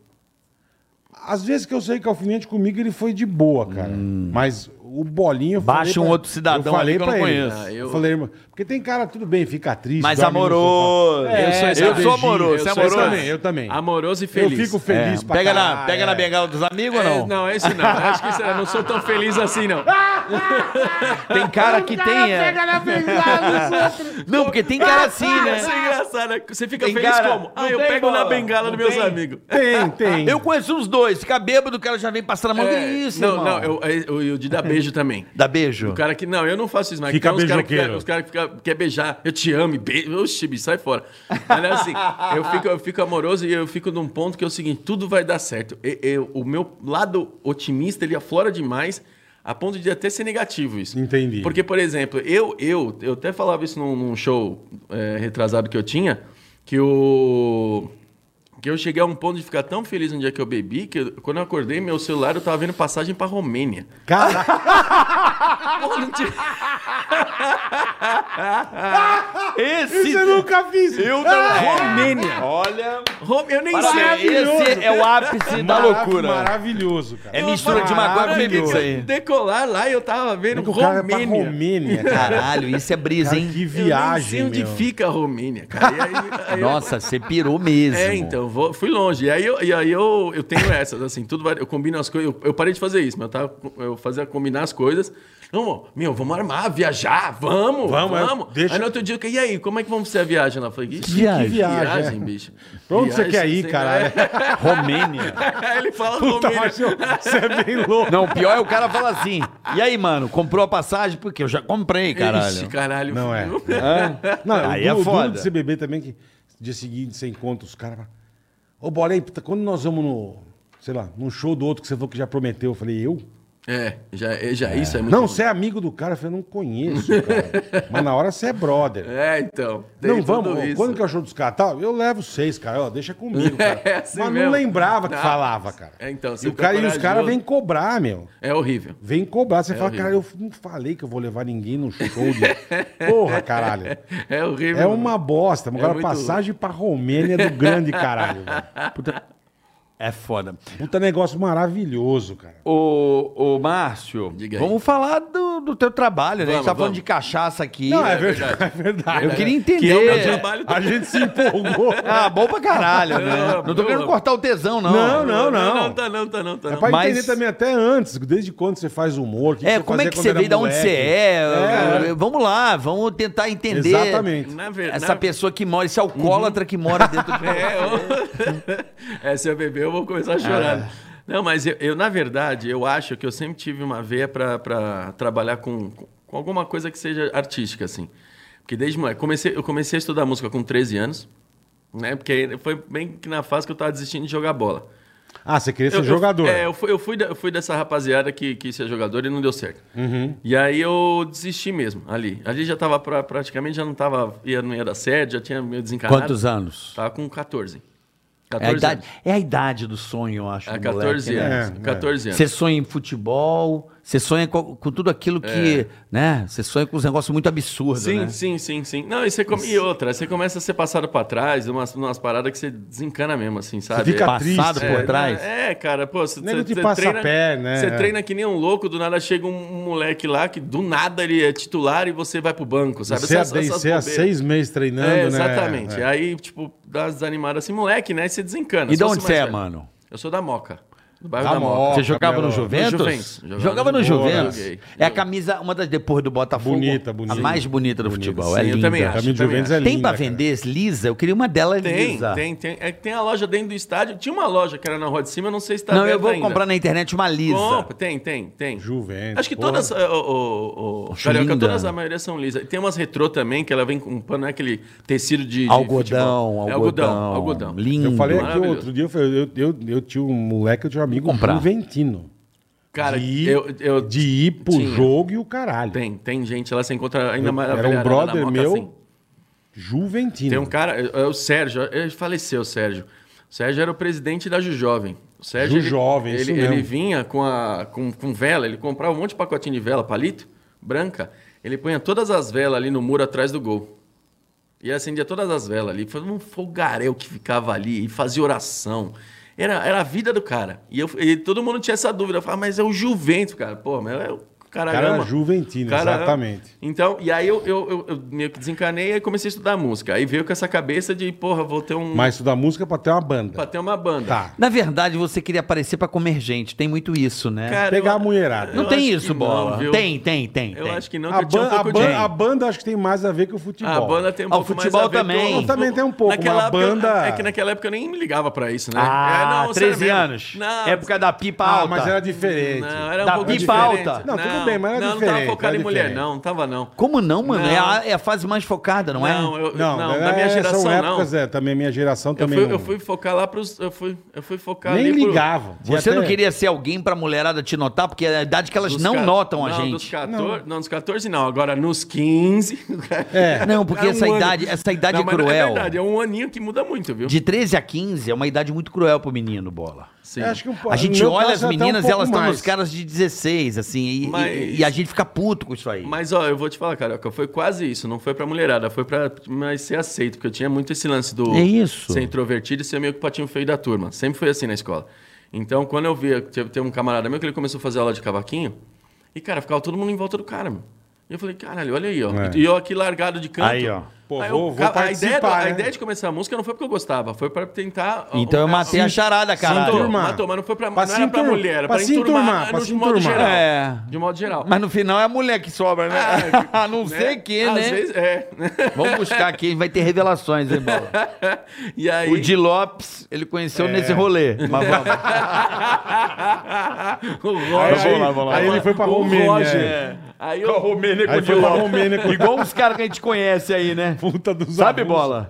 [SPEAKER 2] Às vezes que eu sei que o alfinete comigo, ele foi de boa, cara. Mas o bolinho. eu falei
[SPEAKER 3] Hum. Baixa um
[SPEAKER 2] pra-
[SPEAKER 3] outro cidadão
[SPEAKER 2] eu falei
[SPEAKER 3] ali que eu não
[SPEAKER 2] pra ele.
[SPEAKER 3] conheço.
[SPEAKER 4] Ah,
[SPEAKER 2] eu...
[SPEAKER 4] eu-
[SPEAKER 2] falei, irmão. Porque tem cara, tudo bem, fica triste.
[SPEAKER 3] Mas
[SPEAKER 2] dorme no
[SPEAKER 3] amoroso.
[SPEAKER 2] sofá.
[SPEAKER 4] É,
[SPEAKER 3] Eu sou esse Eu sou amoroso,
[SPEAKER 2] beijinho,
[SPEAKER 3] você é
[SPEAKER 2] eu sou esse
[SPEAKER 3] amoroso?
[SPEAKER 2] também, eu também.
[SPEAKER 4] Amoroso e
[SPEAKER 2] Eu
[SPEAKER 4] feliz.
[SPEAKER 2] fico feliz
[SPEAKER 3] É,
[SPEAKER 2] pra
[SPEAKER 3] pega na,
[SPEAKER 2] caralho,
[SPEAKER 3] pega na
[SPEAKER 2] é.
[SPEAKER 3] bengala dos amigos ou
[SPEAKER 4] É,
[SPEAKER 3] não?
[SPEAKER 4] não, esse não. Acho que isso- é, eu não sou tão feliz assim, não.
[SPEAKER 2] Ah,
[SPEAKER 3] Tem cara que tem. é.
[SPEAKER 1] Pega na pegada dos outros.
[SPEAKER 3] Não, porque tem cara assim,
[SPEAKER 4] Ah,
[SPEAKER 3] né?
[SPEAKER 4] Isso é engraçado. né? Você fica
[SPEAKER 3] Tem
[SPEAKER 4] feliz
[SPEAKER 3] cara?
[SPEAKER 4] como? Ah,
[SPEAKER 3] Não
[SPEAKER 4] eu
[SPEAKER 3] tem,
[SPEAKER 4] pego na
[SPEAKER 3] bola?
[SPEAKER 4] bengala
[SPEAKER 3] Não
[SPEAKER 4] dos meus
[SPEAKER 3] tem?
[SPEAKER 4] amigos.
[SPEAKER 2] Tem, tem.
[SPEAKER 3] Eu conheço uns dois. Fica bêbado, o cara já vem passando a mão.
[SPEAKER 4] É,
[SPEAKER 3] que isso,
[SPEAKER 4] não,
[SPEAKER 3] irmão?
[SPEAKER 4] não, eu, eu, eu de dar beijo também.
[SPEAKER 3] Dá beijo.
[SPEAKER 4] O cara que. Não, eu não faço isso, mas
[SPEAKER 2] Fica
[SPEAKER 4] tem uns caras que,
[SPEAKER 2] beijoqueiro.
[SPEAKER 4] os cara que fica, quer beijar. Eu te amo, e beijo. Oxi, bicho, sai fora. Mas é assim, eu fico, eu fico amoroso e eu fico num ponto que é o seguinte: tudo vai dar certo. E- eu- o meu lado otimista, ele aflora demais. A ponto de até ser negativo isso.
[SPEAKER 2] Entendi.
[SPEAKER 4] Porque, por exemplo, eu eu, eu até falava isso num, num show é, retrasado que eu tinha, que o. Que eu cheguei a um ponto de ficar tão feliz no dia que eu bebi, que eu- quando eu acordei, meu celular eu tava vendo passagem pra Romênia.
[SPEAKER 2] Caralho.
[SPEAKER 4] Pô, não tinha-
[SPEAKER 3] Esse.
[SPEAKER 2] Isso eu nunca fiz.
[SPEAKER 3] Eu da
[SPEAKER 2] Ah,
[SPEAKER 3] Romênia. Olha.
[SPEAKER 4] Rome- Eu nem
[SPEAKER 3] Parabéns.
[SPEAKER 4] sei.
[SPEAKER 3] Esse é o ápice da
[SPEAKER 2] marav-
[SPEAKER 3] loucura.
[SPEAKER 2] Maravilhoso, cara.
[SPEAKER 3] É mistura de maconha com
[SPEAKER 2] Maravilhoso.
[SPEAKER 3] pizza aí.
[SPEAKER 4] Decolar lá e eu tava vendo
[SPEAKER 2] É O um cara vai pra
[SPEAKER 4] Romênia.
[SPEAKER 2] Romênia, cara.
[SPEAKER 3] Caralho, isso é brisa,
[SPEAKER 2] Cara,
[SPEAKER 3] hein?
[SPEAKER 2] que
[SPEAKER 4] eu
[SPEAKER 2] viagem,
[SPEAKER 4] nem sei
[SPEAKER 2] meu.
[SPEAKER 4] onde fica a Romênia, cara. E aí- aí eu-
[SPEAKER 3] Nossa, você pirou mesmo.
[SPEAKER 4] É, então, vou- fui longe. E aí, eu, e aí eu, eu tenho essas, assim, tudo vai- eu combino as coisas. Eu, eu parei de fazer isso, mas eu, tava, eu fazia combinar as coisas. Não, meu, vamos armar, viajar, vamos,
[SPEAKER 2] Vamos,
[SPEAKER 4] vamos.
[SPEAKER 2] é, deixa-
[SPEAKER 4] Aí no outro dia, eu, e aí, como é que vamos fazer a viagem lá? Eu falei, que
[SPEAKER 3] viagem.
[SPEAKER 4] viagem, viagem bicho.
[SPEAKER 2] Pra onde você
[SPEAKER 4] Viagem,
[SPEAKER 2] quer ir,
[SPEAKER 4] sei
[SPEAKER 2] caralho?
[SPEAKER 3] Romênia.
[SPEAKER 4] lá. Ele fala
[SPEAKER 2] Puta,
[SPEAKER 4] Romênia.
[SPEAKER 2] mas eu- você é bem louco.
[SPEAKER 3] Não, o pior é o cara fala assim. E aí, mano, comprou a passagem? Porque eu já comprei, caralho.
[SPEAKER 4] Ixi, caralho.
[SPEAKER 2] Não é. Não,
[SPEAKER 3] Aí é
[SPEAKER 2] o, duro- o
[SPEAKER 3] foda.
[SPEAKER 2] duro de você beber também que dia seguinte você encontra os caras. fala, Ô, Bola, aí, puta, quando nós vamos no, sei lá, num show do outro que você falou que já prometeu, eu falei, eu?
[SPEAKER 4] É, já, é, já isso é muito
[SPEAKER 2] Não,
[SPEAKER 4] ruim.
[SPEAKER 2] você é amigo do cara, eu falei, não conheço, cara. Mas na hora você é brother.
[SPEAKER 4] É, então. tem
[SPEAKER 2] Não,
[SPEAKER 4] tudo
[SPEAKER 2] vamos,
[SPEAKER 4] isso.
[SPEAKER 2] quando que é o show dos caras? Tal, eu levo seis, cara, ó, deixa comigo, cara.
[SPEAKER 4] É assim
[SPEAKER 2] Mas
[SPEAKER 4] mesmo.
[SPEAKER 2] não lembrava que
[SPEAKER 4] Não.
[SPEAKER 2] falava, cara.
[SPEAKER 4] É, então,
[SPEAKER 2] e,
[SPEAKER 4] você
[SPEAKER 2] o
[SPEAKER 4] fica
[SPEAKER 2] cara e os caras
[SPEAKER 4] corajoso.
[SPEAKER 2] vêm cobrar, meu.
[SPEAKER 4] É horrível.
[SPEAKER 2] Vem cobrar. Você fala,
[SPEAKER 4] É horrível.
[SPEAKER 2] cara, eu não falei que eu vou levar ninguém no show de. Porra, caralho.
[SPEAKER 4] É horrível.
[SPEAKER 2] É uma bosta. Agora,
[SPEAKER 4] muito
[SPEAKER 2] passagem pra Romênia é do grande caralho. velho.
[SPEAKER 3] É foda.
[SPEAKER 2] Puta negócio maravilhoso, cara.
[SPEAKER 3] Ô, ô Márcio,
[SPEAKER 4] Diga aí.
[SPEAKER 3] vamos falar do, do teu trabalho, né? a gente
[SPEAKER 4] Vamos,
[SPEAKER 3] tá falando
[SPEAKER 4] vamos.
[SPEAKER 3] de cachaça aqui.
[SPEAKER 2] Não, é verdade. É verdade.
[SPEAKER 3] Eu queria entender.
[SPEAKER 4] Que é o meu trabalho
[SPEAKER 2] A gente se empolgou.
[SPEAKER 3] Ah, bom pra caralho, né?
[SPEAKER 4] Não,
[SPEAKER 3] Não tô querendo
[SPEAKER 4] boa.
[SPEAKER 3] cortar o tesão, não.
[SPEAKER 2] Não, não, não.
[SPEAKER 4] Não, tá não, tá não, tá
[SPEAKER 2] É
[SPEAKER 4] não.
[SPEAKER 2] pra
[SPEAKER 3] Mas-
[SPEAKER 2] entender também até antes, desde quando você faz humor. o que
[SPEAKER 3] É,
[SPEAKER 2] você
[SPEAKER 3] como é
[SPEAKER 2] fazia
[SPEAKER 3] que
[SPEAKER 2] quando
[SPEAKER 3] você
[SPEAKER 2] era
[SPEAKER 3] veio, de onde
[SPEAKER 2] moleque.
[SPEAKER 3] você é?
[SPEAKER 2] É.
[SPEAKER 3] Vamos lá, vamos tentar entender.
[SPEAKER 2] Exatamente.
[SPEAKER 4] Na ver-
[SPEAKER 3] Essa
[SPEAKER 4] na-
[SPEAKER 3] pessoa que mora, esse alcoólatra que mora dentro de
[SPEAKER 4] É, eu- é, se eu beber, eu vou começar a chorar. Não, mas eu, eu, na verdade, eu acho que eu sempre tive uma veia pra- pra trabalhar com, com alguma coisa que seja artística, assim. Porque desde moleque, comecei, eu comecei a estudar música com 13 anos, né? Porque aí foi bem que na fase que eu tava desistindo de jogar bola.
[SPEAKER 2] Ah, você queria ser
[SPEAKER 4] Eu- eu-
[SPEAKER 2] jogador.
[SPEAKER 4] é, eu fui, eu fui, da- eu fui dessa rapaziada que quis ser jogador e não deu certo.
[SPEAKER 2] Uhum.
[SPEAKER 4] E aí eu desisti mesmo, ali. Ali já tava pra- praticamente, já não tava, ia, não ia dar certo, já tinha meio desencanado.
[SPEAKER 3] Quantos anos?
[SPEAKER 4] Tava com 14.
[SPEAKER 3] É a,
[SPEAKER 4] 14
[SPEAKER 3] idade,
[SPEAKER 4] anos.
[SPEAKER 3] é a idade do sonho, eu acho.
[SPEAKER 4] É,
[SPEAKER 3] do
[SPEAKER 4] 14
[SPEAKER 3] moleque, né?
[SPEAKER 4] anos.
[SPEAKER 2] É,
[SPEAKER 4] 14 anos.
[SPEAKER 3] Você sonha em futebol, você sonha com, com tudo aquilo que, né? Você sonha com uns negócios muito absurdos,
[SPEAKER 4] Sim,
[SPEAKER 3] né?
[SPEAKER 4] sim, sim, sim. Não, e, você come- e outra, você começa a ser passado pra trás, umas, umas paradas que você desencana mesmo, assim, sabe?
[SPEAKER 2] fica
[SPEAKER 3] Passado
[SPEAKER 2] triste,
[SPEAKER 3] Tipo, por
[SPEAKER 4] É,
[SPEAKER 3] trás.
[SPEAKER 4] não, É, cara, pô, você
[SPEAKER 2] Nego te passa
[SPEAKER 4] treina,
[SPEAKER 2] a pé, né?
[SPEAKER 4] Você
[SPEAKER 2] É.
[SPEAKER 4] treina que nem um louco, do nada chega um moleque lá que do nada ele é titular e você vai pro banco, sabe?
[SPEAKER 2] Você
[SPEAKER 4] Essas-
[SPEAKER 2] há-
[SPEAKER 4] essas
[SPEAKER 2] você é há
[SPEAKER 4] bobeiras.
[SPEAKER 2] seis meses treinando,
[SPEAKER 4] É,
[SPEAKER 2] né?
[SPEAKER 4] exatamente.
[SPEAKER 2] É.
[SPEAKER 4] Aí, tipo, dá uma desanimada assim, moleque, né? Aí você desencana.
[SPEAKER 3] E de
[SPEAKER 4] Se fosse
[SPEAKER 3] onde
[SPEAKER 4] mais
[SPEAKER 3] você é,
[SPEAKER 4] velho.
[SPEAKER 3] mano?
[SPEAKER 4] Eu sou da Moca, do bairro
[SPEAKER 2] Da
[SPEAKER 4] da, Moca.
[SPEAKER 2] Moca.
[SPEAKER 3] Você jogava no
[SPEAKER 2] Cabelo.
[SPEAKER 3] Juventus?
[SPEAKER 4] No Juventus. Jogava
[SPEAKER 3] Jogava
[SPEAKER 4] no
[SPEAKER 3] no Juventus.
[SPEAKER 4] Joguei.
[SPEAKER 3] É a camisa, uma das depois do Botafogo.
[SPEAKER 2] Bonita, bonita.
[SPEAKER 3] A mais bonita do futebol. é
[SPEAKER 4] Sim, eu
[SPEAKER 3] linda.
[SPEAKER 4] também acho.
[SPEAKER 2] Caminho de Juventus é lindo.
[SPEAKER 3] Tem pra vender lisa? Eu queria uma dela
[SPEAKER 4] Tem,
[SPEAKER 3] lisa.
[SPEAKER 4] tem, tem. É que tem a loja dentro do estádio. Tinha uma loja que era na rua de cima, eu não sei se tá
[SPEAKER 3] Não, eu
[SPEAKER 4] aberta
[SPEAKER 3] vou
[SPEAKER 4] ainda.
[SPEAKER 3] comprar na internet uma lisa.
[SPEAKER 4] Compra, tem, tem, tem.
[SPEAKER 2] Juventus,
[SPEAKER 4] Acho que
[SPEAKER 2] porra.
[SPEAKER 4] todas. eh, o- o- o-
[SPEAKER 3] Acho
[SPEAKER 4] Carioca,
[SPEAKER 3] linda.
[SPEAKER 4] todas a maioria são lisas. Tem umas retrô também, que ela vem com um pano, né? Aquele tecido de. de
[SPEAKER 3] Algodão,
[SPEAKER 4] futebol.
[SPEAKER 3] algodão,
[SPEAKER 4] É algodão, algodão.
[SPEAKER 3] Lindo.
[SPEAKER 2] Eu falei aqui
[SPEAKER 4] Maravilhoso.
[SPEAKER 2] outro dia, eu, falei, eu, eu, eu tinha um moleque, eu tinha um amigo
[SPEAKER 3] Comprar.
[SPEAKER 2] juventino.
[SPEAKER 4] Cara,
[SPEAKER 2] de ir,
[SPEAKER 4] eu. eu
[SPEAKER 2] de ir pro
[SPEAKER 4] tinha.
[SPEAKER 2] jogo e o caralho.
[SPEAKER 4] Tem, tem gente lá, você encontra ainda
[SPEAKER 2] Eu-
[SPEAKER 4] mais.
[SPEAKER 2] era um brother meu
[SPEAKER 4] assim.
[SPEAKER 2] juventino.
[SPEAKER 4] Tem um cara, é é o Sérgio, ele faleceu, o Sérgio. O Sérgio era o presidente da Jujovem. O Sérgio, ele-
[SPEAKER 2] Jujovem,
[SPEAKER 4] ele,
[SPEAKER 2] isso
[SPEAKER 4] ele,
[SPEAKER 2] mesmo.
[SPEAKER 4] vinha com, a, com, com vela, ele comprava um monte de pacotinho de vela, palito, branca. Ele punha todas as velas ali no muro atrás do gol. E acendia todas as velas ali. Foi um fogaréu que ficava ali e fazia oração. Era, era a vida do cara. E, eu, e todo mundo tinha essa dúvida. Eu falava, mas é o Juventus, cara. Pô, mas é o cara
[SPEAKER 2] Cara
[SPEAKER 4] ama.
[SPEAKER 2] juventino, exatamente.
[SPEAKER 4] Então, e aí eu, eu, eu- eu meio que desencanei e comecei a estudar música. Aí veio com essa cabeça de, porra, vou ter um.
[SPEAKER 2] Mas estudar música pra ter uma banda.
[SPEAKER 4] pra ter um uma banda.
[SPEAKER 2] Tá.
[SPEAKER 3] Na verdade, você queria aparecer pra comer gente. Tem muito isso, né?
[SPEAKER 4] Cara,
[SPEAKER 2] Pegar
[SPEAKER 4] eu-
[SPEAKER 2] a mulherada.
[SPEAKER 3] não
[SPEAKER 4] eu
[SPEAKER 3] tem
[SPEAKER 4] acho
[SPEAKER 3] isso,
[SPEAKER 4] que não,
[SPEAKER 3] bola.
[SPEAKER 4] viu?
[SPEAKER 3] tem, tem, tem.
[SPEAKER 4] Eu
[SPEAKER 3] tem.
[SPEAKER 4] acho que não,
[SPEAKER 2] A,
[SPEAKER 4] que eu tinha um
[SPEAKER 2] ban- a,
[SPEAKER 4] pouco
[SPEAKER 2] ban-
[SPEAKER 4] de.
[SPEAKER 2] a banda acho que tem mais a ver com o futebol.
[SPEAKER 4] A banda tem um
[SPEAKER 3] Ah, o
[SPEAKER 4] pouco mais
[SPEAKER 3] futebol
[SPEAKER 4] a ver com-
[SPEAKER 3] também.
[SPEAKER 4] com-
[SPEAKER 2] Também tem um pouco,
[SPEAKER 4] Naquela
[SPEAKER 2] mas a
[SPEAKER 4] época eu-
[SPEAKER 2] banda-
[SPEAKER 4] É que naquela época eu nem me ligava pra isso, né?
[SPEAKER 3] Ah,
[SPEAKER 4] é, não, sério
[SPEAKER 3] 13
[SPEAKER 4] mesmo.
[SPEAKER 3] anos.
[SPEAKER 4] Não,
[SPEAKER 3] Época da pipa
[SPEAKER 2] Ah,
[SPEAKER 3] alta.
[SPEAKER 2] mas era diferente.
[SPEAKER 4] Não, era um
[SPEAKER 3] Da
[SPEAKER 4] pouco
[SPEAKER 3] pipa
[SPEAKER 4] diferente.
[SPEAKER 3] alta.
[SPEAKER 2] Não, tudo bem, mas era
[SPEAKER 4] não, Não,
[SPEAKER 2] diferente,
[SPEAKER 4] tava focado
[SPEAKER 2] era
[SPEAKER 4] em mulher,
[SPEAKER 2] diferente.
[SPEAKER 4] não, não tava não.
[SPEAKER 3] Como não, mano?
[SPEAKER 4] Não.
[SPEAKER 3] É, a, é a fase mais focada, não, é?
[SPEAKER 4] Não, eu,
[SPEAKER 2] Não,
[SPEAKER 4] não, da minha
[SPEAKER 2] é,
[SPEAKER 4] geração
[SPEAKER 2] são
[SPEAKER 4] não.
[SPEAKER 2] épocas, é, também a minha geração
[SPEAKER 4] Eu
[SPEAKER 2] também
[SPEAKER 4] fui,
[SPEAKER 2] não-
[SPEAKER 4] eu fui focar lá pros. Eu fui, eu fui focar
[SPEAKER 2] nem
[SPEAKER 4] ali pro-
[SPEAKER 2] ligava. Tinha
[SPEAKER 3] Você não
[SPEAKER 2] até-
[SPEAKER 3] queria ser alguém pra mulherada te notar, porque é a idade que elas
[SPEAKER 4] dos
[SPEAKER 3] não
[SPEAKER 4] ca-
[SPEAKER 3] notam a
[SPEAKER 4] não,
[SPEAKER 3] gente.
[SPEAKER 4] Dos 14, não. dos 14 não, agora nos 15.
[SPEAKER 2] É.
[SPEAKER 3] Não, porque
[SPEAKER 4] Era um
[SPEAKER 3] essa
[SPEAKER 4] ano.
[SPEAKER 3] idade- essa idade é
[SPEAKER 4] mas
[SPEAKER 3] cruel.
[SPEAKER 4] É verdade, é um aninho que muda muito, viu?
[SPEAKER 3] De 13 a 15 é uma idade muito cruel pro menino, bola.
[SPEAKER 4] Sim.
[SPEAKER 2] Eu acho que um po-
[SPEAKER 3] A gente
[SPEAKER 2] no meu
[SPEAKER 3] olha
[SPEAKER 2] caso,
[SPEAKER 3] as
[SPEAKER 2] até um
[SPEAKER 3] meninas e
[SPEAKER 2] pouco
[SPEAKER 3] elas estão
[SPEAKER 2] mais.
[SPEAKER 3] nos caras de 16, assim, e,
[SPEAKER 4] Mas-
[SPEAKER 3] e- e a gente fica puto com isso aí.
[SPEAKER 4] Mas, ó, eu vou te falar, Carioca, foi quase isso. Não foi pra mulherada, foi pra mas ser aceito. Porque eu tinha muito esse lance do
[SPEAKER 3] É isso.
[SPEAKER 4] ser introvertido e ser meio que patinho feio da turma. Sempre foi assim na escola. Então, quando eu via, teve, teve um camarada meu que ele começou a fazer aula de cavaquinho. E, cara, ficava todo mundo em volta do cara, meu. E eu falei, caralho, olha aí, ó.
[SPEAKER 2] É.
[SPEAKER 4] E eu aqui largado de canto.
[SPEAKER 3] Aí, ó.
[SPEAKER 2] Pô,
[SPEAKER 4] Aí
[SPEAKER 2] vou-
[SPEAKER 4] eu-
[SPEAKER 2] vou
[SPEAKER 4] a, ideia,
[SPEAKER 2] participar,
[SPEAKER 4] a
[SPEAKER 2] né?
[SPEAKER 4] ideia de começar a música não foi porque eu gostava, foi pra tentar. ó,
[SPEAKER 3] Então
[SPEAKER 4] o
[SPEAKER 3] eu
[SPEAKER 4] cara-
[SPEAKER 3] matei a charada,
[SPEAKER 4] Matou,
[SPEAKER 3] caralho.
[SPEAKER 2] enturmar.
[SPEAKER 4] matou, mas não foi pra,
[SPEAKER 2] Pra
[SPEAKER 4] não
[SPEAKER 2] se
[SPEAKER 4] era pra
[SPEAKER 2] enturmar,
[SPEAKER 4] mulher, era
[SPEAKER 2] pra
[SPEAKER 4] pra,
[SPEAKER 2] se
[SPEAKER 4] enturmar,
[SPEAKER 2] enturmar, pra
[SPEAKER 4] no-
[SPEAKER 2] se
[SPEAKER 4] de modo
[SPEAKER 2] enturmar.
[SPEAKER 4] geral.
[SPEAKER 3] É.
[SPEAKER 4] De modo geral.
[SPEAKER 3] Mas no final é a mulher que sobra, né?
[SPEAKER 4] Ah,
[SPEAKER 3] a não ser que,
[SPEAKER 4] Às
[SPEAKER 3] né?
[SPEAKER 4] vezes, é.
[SPEAKER 3] Vamos buscar aqui, vai ter revelações, hein, Bola?
[SPEAKER 4] e aí...
[SPEAKER 3] O Di Lopes, ele conheceu nesse rolê.
[SPEAKER 2] é.
[SPEAKER 3] Mas
[SPEAKER 2] Tá
[SPEAKER 3] vamos.
[SPEAKER 4] o
[SPEAKER 2] Aí,
[SPEAKER 4] Roger.
[SPEAKER 2] aí- aí ele foi pra
[SPEAKER 4] o
[SPEAKER 2] Romênia.
[SPEAKER 4] Roger.
[SPEAKER 2] é.
[SPEAKER 4] É. Aí eu...
[SPEAKER 2] Aí foi pra Romênia com
[SPEAKER 3] Igual uns caras que a gente conhece aí, né?
[SPEAKER 2] puta dos
[SPEAKER 3] Sabe,
[SPEAKER 2] avulsos.
[SPEAKER 3] Bola?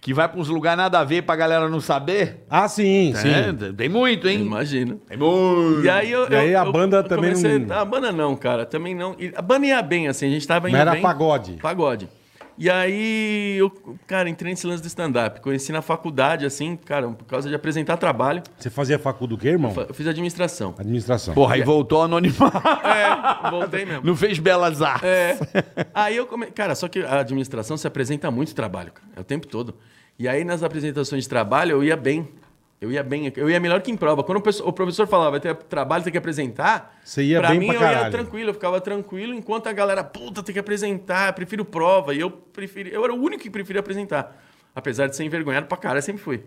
[SPEAKER 3] Que vai pra uns lugares nada a ver pra galera não saber.
[SPEAKER 2] Ah, sim, sim.
[SPEAKER 3] É, tem muito, hein?
[SPEAKER 4] Imagina.
[SPEAKER 3] Tem muito.
[SPEAKER 4] E aí, eu,
[SPEAKER 2] E aí
[SPEAKER 4] eu-
[SPEAKER 2] a
[SPEAKER 4] eu-
[SPEAKER 2] banda
[SPEAKER 4] eu
[SPEAKER 2] também
[SPEAKER 4] comecei-
[SPEAKER 2] não-
[SPEAKER 4] A banda não, cara. Também não. E A banda ia bem, assim. A gente tava indo
[SPEAKER 2] Mas era
[SPEAKER 4] bem.
[SPEAKER 2] pagode.
[SPEAKER 4] Pagode. E aí, eu, cara, entrei nesse lance do stand-up. Conheci na faculdade, assim, cara, por causa de apresentar trabalho.
[SPEAKER 2] Você fazia facul do quê, irmão?
[SPEAKER 4] Eu fiz administração.
[SPEAKER 2] Administração.
[SPEAKER 3] Porra, aí voltou anonimato.
[SPEAKER 4] É, voltei mesmo.
[SPEAKER 3] Não fez belas artes.
[SPEAKER 4] É. Aí eu come... Cara, só que a administração se apresenta muito trabalho, cara. É o tempo todo. E aí nas apresentações de trabalho eu ia bem. Eu ia bem, eu ia melhor que em prova. Quando o perso- o professor falava, vai ter trabalho, tem que apresentar.
[SPEAKER 2] Você ia bem
[SPEAKER 4] mim,
[SPEAKER 2] pra
[SPEAKER 4] eu
[SPEAKER 2] caralho.
[SPEAKER 4] ia tranquilo, eu ficava tranquilo, enquanto a galera, puta, tem que apresentar, prefiro prova. E eu preferi, eu era o único que preferia apresentar. Apesar de ser envergonhado pra cara, sempre fui.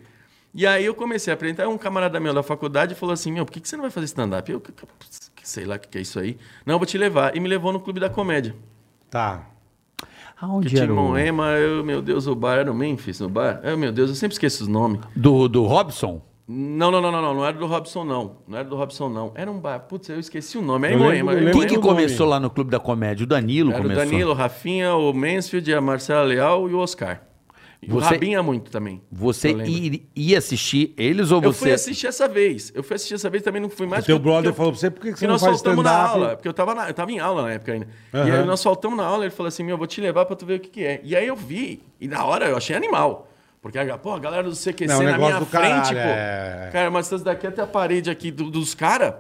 [SPEAKER 4] E aí eu comecei a apresentar, um camarada meu da faculdade falou assim, meu, por que, que você não vai fazer stand-up? Eu, sei lá o que, que é isso aí. Não, eu vou te levar. E me levou no Clube da Comédia.
[SPEAKER 2] Tá.
[SPEAKER 3] Aonde
[SPEAKER 4] Que
[SPEAKER 3] era
[SPEAKER 4] tinha
[SPEAKER 3] o-
[SPEAKER 4] em Moema, eu, meu Deus, o bar era no Memphis, no bar? Eu, meu Deus, eu sempre esqueço os nomes.
[SPEAKER 3] Do, do Robson?
[SPEAKER 4] Não, não, não, não, não, não era do Robson, não. Não era do Robson, não. Era um bar, putz, eu esqueci o nome. Era
[SPEAKER 2] Eu
[SPEAKER 4] em
[SPEAKER 2] lembro-
[SPEAKER 4] Moema.
[SPEAKER 2] eu
[SPEAKER 4] era em
[SPEAKER 2] lembro
[SPEAKER 3] Quem
[SPEAKER 4] Moema.
[SPEAKER 3] que
[SPEAKER 2] lembro o nome.
[SPEAKER 3] começou lá no Clube da Comédia? O Danilo
[SPEAKER 4] Era o
[SPEAKER 3] começou.
[SPEAKER 4] Danilo, o Rafinha, o Mansfield, a Marcela Leal e o Oscar. E o
[SPEAKER 3] Você-
[SPEAKER 4] Rabinha muito também.
[SPEAKER 3] Você
[SPEAKER 4] eu lembro.
[SPEAKER 3] ir- ia assistir eles ou
[SPEAKER 4] Eu
[SPEAKER 3] você...
[SPEAKER 4] fui assistir essa vez. Eu fui assistir essa vez também não fui mais.
[SPEAKER 2] O teu
[SPEAKER 4] porque-
[SPEAKER 2] brother
[SPEAKER 4] porque eu- um
[SPEAKER 2] falou pra você, por que que você
[SPEAKER 4] porque
[SPEAKER 2] não
[SPEAKER 4] nós
[SPEAKER 2] faz
[SPEAKER 4] faltamos na
[SPEAKER 2] stand-up?
[SPEAKER 4] aula? Porque eu tava, na- eu tava em aula na época ainda. E
[SPEAKER 2] Aham.
[SPEAKER 4] aí nós faltamos na aula, ele falou assim: meu, eu vou te levar pra tu ver o que, que é. E aí eu vi, e na hora eu achei animal. Porque a, pô, a galera do CQC
[SPEAKER 2] Não, o
[SPEAKER 4] na
[SPEAKER 2] negócio
[SPEAKER 4] minha
[SPEAKER 2] do
[SPEAKER 4] frente,
[SPEAKER 2] caralho,
[SPEAKER 4] pô.
[SPEAKER 2] é.
[SPEAKER 4] Cara, mas essas daqui até a parede aqui do- dos caras.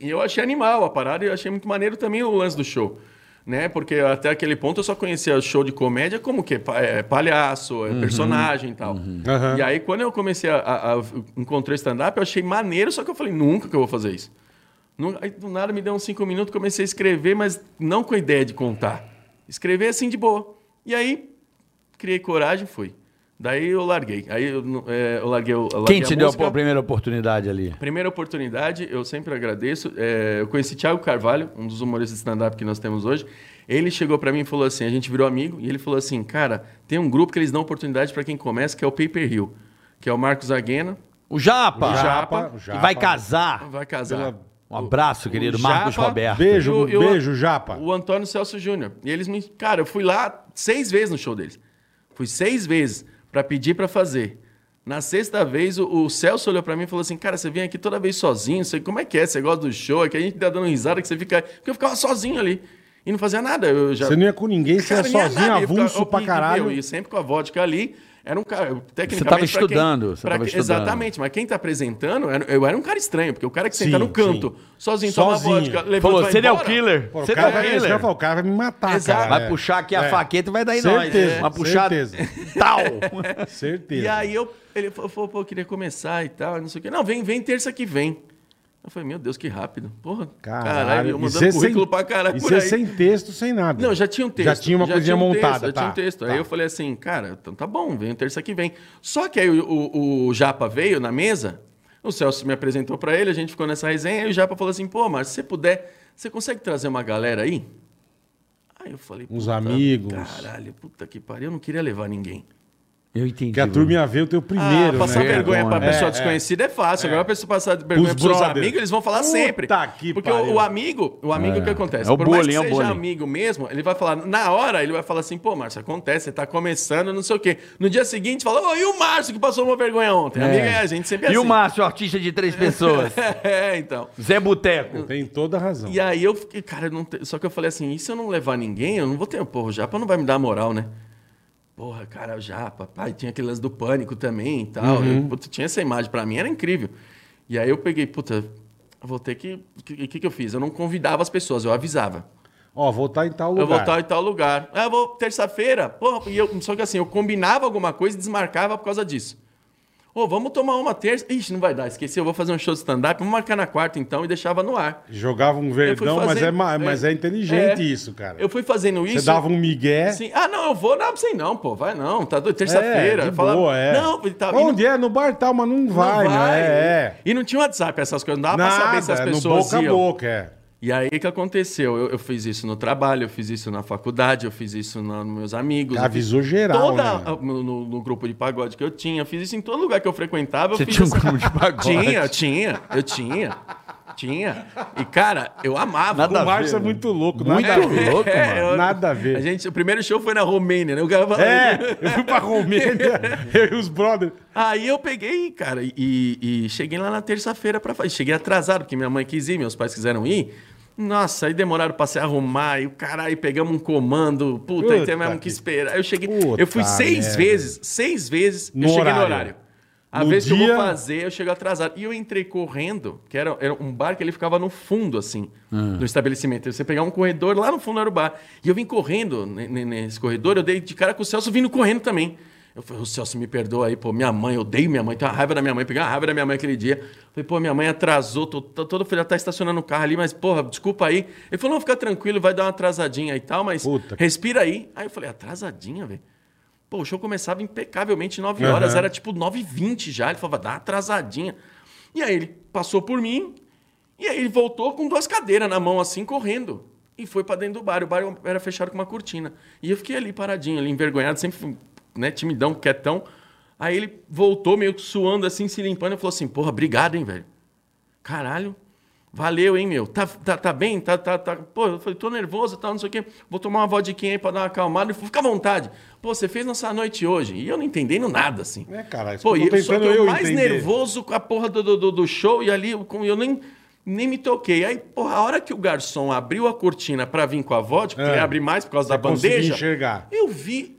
[SPEAKER 4] E eu achei animal a parada e eu achei muito maneiro também o lance do show. Né? Porque até aquele ponto eu só conhecia show de comédia como que é, palhaço, é personagem e tal.
[SPEAKER 2] Uhum. Aham.
[SPEAKER 4] E aí quando eu comecei a, a, a encontrei stand-up, eu achei maneiro, só que eu falei, nunca que eu vou fazer isso. Nunca- Aí do nada me deu uns cinco minutos, comecei a escrever, mas não com a ideia de contar. Escrever assim de boa. E aí criei coragem, fui. Daí eu larguei. Aí eu, não- é, eu larguei, o- eu larguei
[SPEAKER 3] Quem te deu a
[SPEAKER 4] música.
[SPEAKER 3] primeira oportunidade ali?
[SPEAKER 4] Primeira oportunidade, eu sempre agradeço. É, eu conheci Thiago Carvalho, um dos humoristas de stand-up que nós temos hoje. Ele chegou pra mim e falou assim: a gente virou amigo, e ele falou assim: cara, tem um grupo que eles dão oportunidade pra quem começa, que é o Paper Hill, que é o Marcos Aguena,
[SPEAKER 3] O Japa.
[SPEAKER 4] O Japa.
[SPEAKER 2] o
[SPEAKER 3] Que vai casar.
[SPEAKER 4] vai casar.
[SPEAKER 2] Pela-
[SPEAKER 3] Um abraço,
[SPEAKER 4] O
[SPEAKER 3] querido.
[SPEAKER 4] Japa-
[SPEAKER 3] Marcos Roberto.
[SPEAKER 2] Beijo,
[SPEAKER 4] Eu- eu-
[SPEAKER 2] beijo, Japa.
[SPEAKER 4] O Antônio Celso Júnior. E eles me. Cara, eu fui lá seis vezes no show deles. Fui seis vezes pra pedir pra fazer. Na sexta vez, o, o Celso olhou pra mim e falou assim: Cara, você vem aqui toda vez sozinho, você, como é que é? Você gosta do show? É que a gente tá dando risada, que você fica. Porque eu ficava sozinho ali. E não fazia nada. Eu já...
[SPEAKER 2] Você não ia com ninguém, você
[SPEAKER 4] Cara,
[SPEAKER 2] ia
[SPEAKER 4] não ia
[SPEAKER 2] sozinho,
[SPEAKER 4] nada, eu
[SPEAKER 2] avulso
[SPEAKER 4] ficava- eu-
[SPEAKER 2] pra
[SPEAKER 4] e-
[SPEAKER 2] caralho.
[SPEAKER 4] meu, E sempre com a vodka ali. Era um cara. eu, Tecnicamente,
[SPEAKER 3] tava
[SPEAKER 4] pra quem-
[SPEAKER 3] estudando, você
[SPEAKER 4] pra
[SPEAKER 3] tava
[SPEAKER 4] quem-
[SPEAKER 3] estudando.
[SPEAKER 4] Exatamente, mas quem tá apresentando, era- eu era um cara estranho, porque o cara que senta
[SPEAKER 2] Sim,
[SPEAKER 4] no canto,
[SPEAKER 2] sim.
[SPEAKER 4] sozinho, toma
[SPEAKER 2] Sozinho.
[SPEAKER 4] vodka, levanta
[SPEAKER 3] Falou,
[SPEAKER 4] vai
[SPEAKER 3] serial
[SPEAKER 4] embora."
[SPEAKER 3] killer.
[SPEAKER 2] Pô, o,
[SPEAKER 3] serial
[SPEAKER 2] cara vai, esse
[SPEAKER 3] killer.
[SPEAKER 2] cara falou, o cara vai me matar,
[SPEAKER 4] é, né? Exato.
[SPEAKER 2] cara.
[SPEAKER 3] Vai
[SPEAKER 2] É.
[SPEAKER 3] puxar aqui a
[SPEAKER 2] É.
[SPEAKER 3] faqueta e vai dar em nós. né?
[SPEAKER 2] Certeza,
[SPEAKER 3] Vai puxar.
[SPEAKER 2] certeza.
[SPEAKER 3] Tal.
[SPEAKER 2] Certeza.
[SPEAKER 4] E aí eu, ele falou, falou, pô, eu queria começar e tal, não sei o quê. Não, vem, vem terça que vem. Eu falei, meu Deus, que rápido. Porra, caralho, eu
[SPEAKER 2] E
[SPEAKER 4] mandando
[SPEAKER 2] você
[SPEAKER 4] currículo
[SPEAKER 2] sem-
[SPEAKER 4] pra caralho
[SPEAKER 2] E
[SPEAKER 4] por
[SPEAKER 2] você
[SPEAKER 4] aí.
[SPEAKER 2] sem texto, sem nada.
[SPEAKER 4] Não, já tinha um texto.
[SPEAKER 2] Já tinha uma coisinha
[SPEAKER 4] um texto,
[SPEAKER 2] montada,
[SPEAKER 4] Já
[SPEAKER 2] tá.
[SPEAKER 4] tinha um texto.
[SPEAKER 2] Tá.
[SPEAKER 4] Aí eu falei assim, cara, então tá bom, vem terça que vem. Só que aí o, o- o Japa veio na mesa, o Celso me apresentou pra ele, a gente ficou nessa resenha, aí o Japa falou assim, pô, mas se você puder, você consegue trazer uma galera aí? Aí eu falei,
[SPEAKER 2] Uns
[SPEAKER 4] puta,
[SPEAKER 2] amigos.
[SPEAKER 4] Caralho, puta que pariu, eu não queria levar ninguém.
[SPEAKER 3] Eu entendi.
[SPEAKER 2] Porque a turma ia ver o teu
[SPEAKER 4] Ah,
[SPEAKER 2] primeiro,
[SPEAKER 4] passar
[SPEAKER 2] né?
[SPEAKER 4] vergonha pra
[SPEAKER 2] É,
[SPEAKER 4] pessoa
[SPEAKER 2] é.
[SPEAKER 4] desconhecida é fácil. Agora, pra pessoa passar vergonha
[SPEAKER 2] Os
[SPEAKER 4] pros seus
[SPEAKER 2] brothers.
[SPEAKER 4] amigos, eles vão falar
[SPEAKER 2] Puta
[SPEAKER 4] sempre.
[SPEAKER 2] que
[SPEAKER 4] Porque o,
[SPEAKER 2] pariu.
[SPEAKER 4] o amigo, o amigo, o que acontece?
[SPEAKER 3] É o
[SPEAKER 4] Por mais
[SPEAKER 3] bullying,
[SPEAKER 4] que
[SPEAKER 3] é o
[SPEAKER 4] seja
[SPEAKER 3] bullying.
[SPEAKER 4] amigo mesmo, ele vai falar... Na hora, ele vai falar assim, pô, Márcio, acontece, você tá começando, não sei o quê. No dia seguinte, fala, ô, e o Márcio que passou uma vergonha ontem? Amigo, é a gente sempre é
[SPEAKER 3] E o
[SPEAKER 4] assim.
[SPEAKER 3] Márcio, artista de três pessoas.
[SPEAKER 4] é, então.
[SPEAKER 3] Zé Boteco.
[SPEAKER 2] Tem toda a razão.
[SPEAKER 4] E aí eu fiquei, cara, eu não te- só que eu falei assim, e se eu não levar ninguém, eu não vou ter, porra, o Japa não vai me dar moral, né? Porra,
[SPEAKER 2] Uhum.
[SPEAKER 4] cara, o Japa, pai, tinha aquele lance do pânico também e tal. Eu, puta, tinha essa imagem, pra mim era incrível. E aí eu peguei, puta, vou ter que. O que, que, que eu fiz? Eu não convidava as pessoas, eu avisava.
[SPEAKER 2] Ó, vou estar em tal lugar.
[SPEAKER 4] Eu vou estar em tal lugar. Ah, eu vou terça-feira. Porra, e eu, só que assim, eu combinava alguma coisa e desmarcava por causa disso. Ô, vamos tomar uma terça. Ixi, não vai dar, esqueci, eu vou fazer um show de stand-up. Vamos marcar na quarta então e deixava no ar.
[SPEAKER 2] Jogava um
[SPEAKER 4] Eu fui
[SPEAKER 2] verdão, mas,
[SPEAKER 4] fazendo-
[SPEAKER 2] é, ma- mas é inteligente
[SPEAKER 4] é.
[SPEAKER 2] isso, cara.
[SPEAKER 4] Eu fui fazendo isso.
[SPEAKER 2] Você dava um migué.
[SPEAKER 4] Sim. Ah, não, eu vou. Não, sei não, pô. Vai não. Tá doido. Terça-feira.
[SPEAKER 2] É, de
[SPEAKER 4] Falava,
[SPEAKER 2] boa, é.
[SPEAKER 4] Não, ele tá. e não-
[SPEAKER 2] Onde é? No bar tal, mas não
[SPEAKER 4] não
[SPEAKER 2] vai, né? É.
[SPEAKER 4] E não tinha WhatsApp, essas coisas. Não dava
[SPEAKER 2] Nada,
[SPEAKER 4] pra saber se as
[SPEAKER 2] é no
[SPEAKER 4] pessoas
[SPEAKER 2] boca a
[SPEAKER 4] iam.
[SPEAKER 2] boca, é.
[SPEAKER 4] E aí, o que aconteceu? Eu, eu fiz isso no trabalho, eu fiz isso na faculdade, eu fiz isso na- nos meus amigos. eu
[SPEAKER 2] Avisou
[SPEAKER 4] fiz-
[SPEAKER 2] geral,
[SPEAKER 4] Toda,
[SPEAKER 2] né?
[SPEAKER 4] no, no- no grupo de pagode que eu tinha, eu fiz isso em todo lugar que eu frequentava. eu
[SPEAKER 3] Você
[SPEAKER 4] fiz
[SPEAKER 3] tinha um
[SPEAKER 4] essa-
[SPEAKER 3] grupo de pagode?
[SPEAKER 4] Tinha, eu tinha, eu tinha, tinha. E, cara, eu amava.
[SPEAKER 3] Nada
[SPEAKER 2] O
[SPEAKER 3] a ver,
[SPEAKER 2] Márcio é
[SPEAKER 3] né?
[SPEAKER 2] muito louco,
[SPEAKER 3] Muito
[SPEAKER 2] nada a ver.
[SPEAKER 3] louco,
[SPEAKER 4] É,
[SPEAKER 3] mano.
[SPEAKER 4] eu-
[SPEAKER 2] Nada a ver.
[SPEAKER 4] A gente, o primeiro show foi na Romênia, né? O cara falou,
[SPEAKER 2] É, eu fui pra Romênia, eu e os brothers.
[SPEAKER 4] Aí eu peguei, cara, e, e cheguei lá na terça-feira pra fazer. Cheguei atrasado, porque minha mãe quis ir, meus pais quiseram ir. Nossa, aí demoraram pra se arrumar, e o caralho, pegamos um comando, puta, aí
[SPEAKER 2] Puta
[SPEAKER 4] tivemos que
[SPEAKER 2] que-
[SPEAKER 4] esperar. Aí eu cheguei,
[SPEAKER 2] Puta
[SPEAKER 4] eu fui seis
[SPEAKER 2] merda.
[SPEAKER 4] vezes, seis vezes,
[SPEAKER 2] No
[SPEAKER 4] eu cheguei
[SPEAKER 2] horário.
[SPEAKER 4] no horário. A
[SPEAKER 2] No
[SPEAKER 4] vez que eu
[SPEAKER 2] dia-
[SPEAKER 4] vou fazer, eu chego atrasado. E eu entrei correndo, que era, era um bar que ele ficava no fundo, assim, do estabelecimento. Você pegava um corredor, lá no fundo era o bar. E eu vim correndo ne- ne- nesse corredor, eu dei de cara com o Celso vindo correndo também. Eu falei, o Celso me perdoa aí, pô, minha mãe, eu odeio minha mãe, tenho uma raiva da minha mãe, peguei uma raiva da minha mãe aquele dia. Falei, pô, minha mãe atrasou, tô, tô, todo filho, ela tá estacionando o carro ali, mas, porra, desculpa aí. Ele falou, não, fica tranquilo, vai dar uma atrasadinha e tal, mas
[SPEAKER 2] Puta.
[SPEAKER 4] respira aí. Aí eu falei, atrasadinha, velho? Pô, o show começava impecavelmente 9 horas,
[SPEAKER 2] Aham.
[SPEAKER 4] era tipo 9 h 20 já. Ele falava, dá uma atrasadinha. E aí ele passou por mim, e aí ele voltou com duas cadeiras na mão, assim, correndo. E foi pra dentro do bar. O bar era fechado com uma cortina. E eu fiquei ali paradinho, ali, envergonhado, sempre fui, né, timidão, quietão. Aí ele voltou, meio que suando, assim, se limpando, e falou assim: porra, obrigado, hein, velho. Caralho. Valeu, hein, meu? Tá, tá, tá bem? Tá, tá, tá. Pô, eu falei, tô nervoso, tal, não sei o quê. Vou tomar uma vodka aí pra dar uma acalmada. Ele falou, fica à vontade. Pô, você fez nossa noite hoje. E eu não entendendo nada, assim.
[SPEAKER 2] É, caralho,
[SPEAKER 4] Pô,
[SPEAKER 2] tô
[SPEAKER 4] e eu, só
[SPEAKER 2] tentando
[SPEAKER 4] que eu,
[SPEAKER 2] eu
[SPEAKER 4] mais
[SPEAKER 2] entender.
[SPEAKER 4] nervoso com a porra do, do, do- do show e ali, com- eu nem, nem me toquei. Aí, porra, a hora que o garçom abriu a cortina pra vir com a vodka, porque
[SPEAKER 2] É.
[SPEAKER 4] ele abre mais por causa da
[SPEAKER 2] Você conseguiu
[SPEAKER 4] bandeja.
[SPEAKER 2] enxergar.
[SPEAKER 4] Eu vi.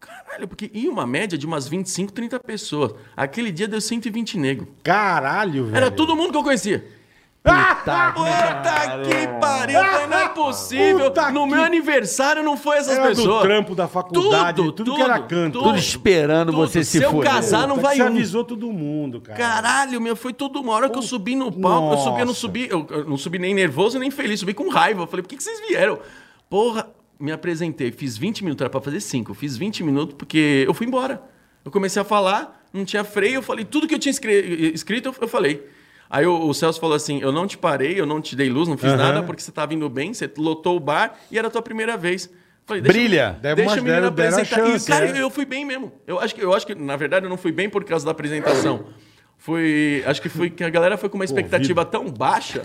[SPEAKER 4] Caralho, porque ia uma média de umas 25, 30 pessoas. Aquele dia deu 120 negros.
[SPEAKER 2] Caralho, velho.
[SPEAKER 4] Era todo mundo que eu conhecia.
[SPEAKER 3] Puta que-
[SPEAKER 4] Puta que pariu, mas não é possível.
[SPEAKER 2] Puta
[SPEAKER 4] no
[SPEAKER 2] que-
[SPEAKER 4] meu aniversário não foi essas
[SPEAKER 2] Era do
[SPEAKER 4] pessoas.
[SPEAKER 2] trampo, da faculdade, tudo que era canto.
[SPEAKER 3] Tudo esperando você se
[SPEAKER 4] se eu
[SPEAKER 3] fuder.
[SPEAKER 4] casar,
[SPEAKER 2] Puta
[SPEAKER 4] não
[SPEAKER 2] que
[SPEAKER 4] vai
[SPEAKER 2] Você
[SPEAKER 4] um.
[SPEAKER 2] avisou todo mundo, cara.
[SPEAKER 4] Caralho, meu, foi tudo uma hora que eu subi no palco. Eu subi, eu não
[SPEAKER 2] Nossa.
[SPEAKER 4] subi, eu, eu não subi nem nervoso nem feliz, subi com raiva. Eu falei, por que, que vocês vieram? Porra, me apresentei, fiz 20 minutos, era pra fazer 5, fiz 20 minutos porque eu fui embora. Eu comecei a falar, não tinha freio, eu falei, tudo que eu tinha escre- eh, escrito, eu- eu falei. Aí o, o Celso falou assim: Eu não te parei, eu não te dei luz, não fiz
[SPEAKER 2] Aham.
[SPEAKER 4] nada, porque você tava indo bem, você lotou o bar e era a tua primeira vez. Falei,
[SPEAKER 3] Brilha.
[SPEAKER 4] Deixa,
[SPEAKER 2] Deram
[SPEAKER 4] deixa
[SPEAKER 2] uma-
[SPEAKER 4] o menino
[SPEAKER 2] deram- deram a
[SPEAKER 4] apresentar. E,
[SPEAKER 2] chance,
[SPEAKER 4] cara,
[SPEAKER 2] né?
[SPEAKER 4] eu- eu fui bem mesmo. Eu acho que, eu acho que na verdade, eu não fui bem por causa da apresentação. Foi, acho que foi que a galera foi com uma expectativa tão baixa.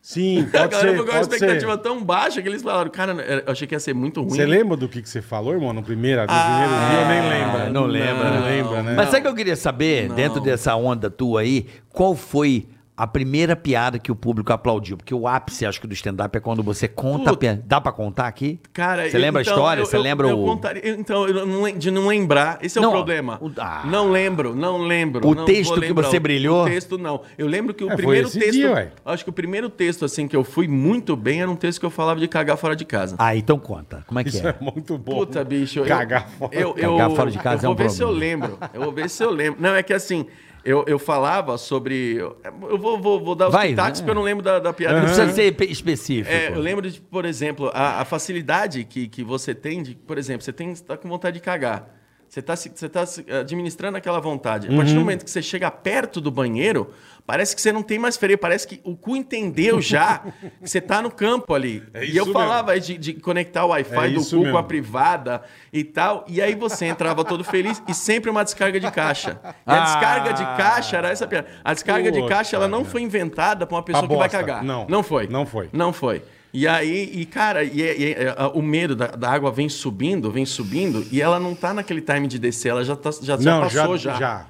[SPEAKER 2] Sim,
[SPEAKER 4] a
[SPEAKER 2] pode
[SPEAKER 4] galera
[SPEAKER 2] ser,
[SPEAKER 4] foi com uma
[SPEAKER 2] pode ser.
[SPEAKER 4] expectativa tão baixa que eles falaram, cara, eu achei que ia ser muito ruim.
[SPEAKER 2] Você lembra do que, que você falou, irmão, no primeiro, no primeiro
[SPEAKER 4] Ah,
[SPEAKER 2] dia? Eu nem lembro.
[SPEAKER 3] Ah, não lembra,
[SPEAKER 2] Não
[SPEAKER 3] né?
[SPEAKER 2] lembra, né?
[SPEAKER 3] Mas sabe o que eu queria saber, dentro dessa onda tua aí, qual foi a primeira piada que o público aplaudiu? Porque o ápice, acho que, do stand-up é quando você conta a
[SPEAKER 4] Puta.
[SPEAKER 3] piada. Dá pra contar aqui?
[SPEAKER 4] Cara,
[SPEAKER 3] Você lembra
[SPEAKER 4] então,
[SPEAKER 3] a história?
[SPEAKER 4] eu-
[SPEAKER 3] Você
[SPEAKER 4] eu-
[SPEAKER 3] lembra
[SPEAKER 4] eu
[SPEAKER 3] o.
[SPEAKER 4] contaria- eu- então, eu não lem- de não lembrar, esse é
[SPEAKER 3] Não,
[SPEAKER 4] o problema.
[SPEAKER 3] o- ah.
[SPEAKER 4] Não lembro, não lembro.
[SPEAKER 3] O
[SPEAKER 4] não
[SPEAKER 3] texto
[SPEAKER 4] vou
[SPEAKER 3] que
[SPEAKER 4] lembrar.
[SPEAKER 3] você
[SPEAKER 4] O-
[SPEAKER 3] brilhou?
[SPEAKER 4] O texto não. Eu lembro que o
[SPEAKER 2] É, foi
[SPEAKER 4] primeiro
[SPEAKER 2] esse
[SPEAKER 4] texto.
[SPEAKER 2] dia, ué.
[SPEAKER 4] acho que o primeiro texto, assim, que eu fui muito bem era um texto que eu falava de cagar fora de casa.
[SPEAKER 3] Ah, então conta. Como é que
[SPEAKER 2] Isso
[SPEAKER 3] é?
[SPEAKER 2] é muito bom.
[SPEAKER 4] Puta, bicho. eu-
[SPEAKER 2] Cagar fora.
[SPEAKER 4] Eu, eu,
[SPEAKER 3] Cagar fora de casa
[SPEAKER 4] eu
[SPEAKER 3] é um
[SPEAKER 4] vou ver se eu
[SPEAKER 3] problema.
[SPEAKER 4] lembro. Eu vou ver se eu lembro. Não, é que assim, eu, eu falava sobre. Eu vou, vou, vou dar os
[SPEAKER 3] Vai,
[SPEAKER 4] pitacos
[SPEAKER 3] né?
[SPEAKER 4] porque eu não lembro da, da piada.
[SPEAKER 3] Não precisa ser pe- específico.
[SPEAKER 4] É, eu lembro de, por exemplo, a, a facilidade que, que você tem de, por exemplo, você tem você tá com vontade de cagar. Você está você tá se administrando aquela vontade. A
[SPEAKER 3] Uhum.
[SPEAKER 4] partir do momento que você chega perto do banheiro, parece que você não tem mais freio, parece que o cu entendeu já que você tá no campo ali.
[SPEAKER 2] É
[SPEAKER 4] e
[SPEAKER 2] isso
[SPEAKER 4] eu
[SPEAKER 2] mesmo.
[SPEAKER 4] falava de, de conectar o Wi-Fi
[SPEAKER 2] É
[SPEAKER 4] do
[SPEAKER 2] isso
[SPEAKER 4] cu
[SPEAKER 2] mesmo.
[SPEAKER 4] com a privada e tal. E aí você entrava todo feliz e sempre uma descarga de caixa. E a
[SPEAKER 3] Ah.
[SPEAKER 4] descarga de caixa era essa piada. A descarga de
[SPEAKER 2] Puta
[SPEAKER 4] caixa ela não
[SPEAKER 2] merda.
[SPEAKER 4] foi inventada para uma pessoa
[SPEAKER 2] Pra
[SPEAKER 4] que vai
[SPEAKER 2] bosta.
[SPEAKER 4] cagar.
[SPEAKER 2] Não.
[SPEAKER 4] Não foi.
[SPEAKER 2] Não foi.
[SPEAKER 4] Não foi. E aí, e cara, e, é- e é- é, o medo da, da água vem subindo, vem subindo, e ela não tá naquele time de descer, ela já, tá, já, já
[SPEAKER 2] Não, já,
[SPEAKER 4] passou já.
[SPEAKER 2] já.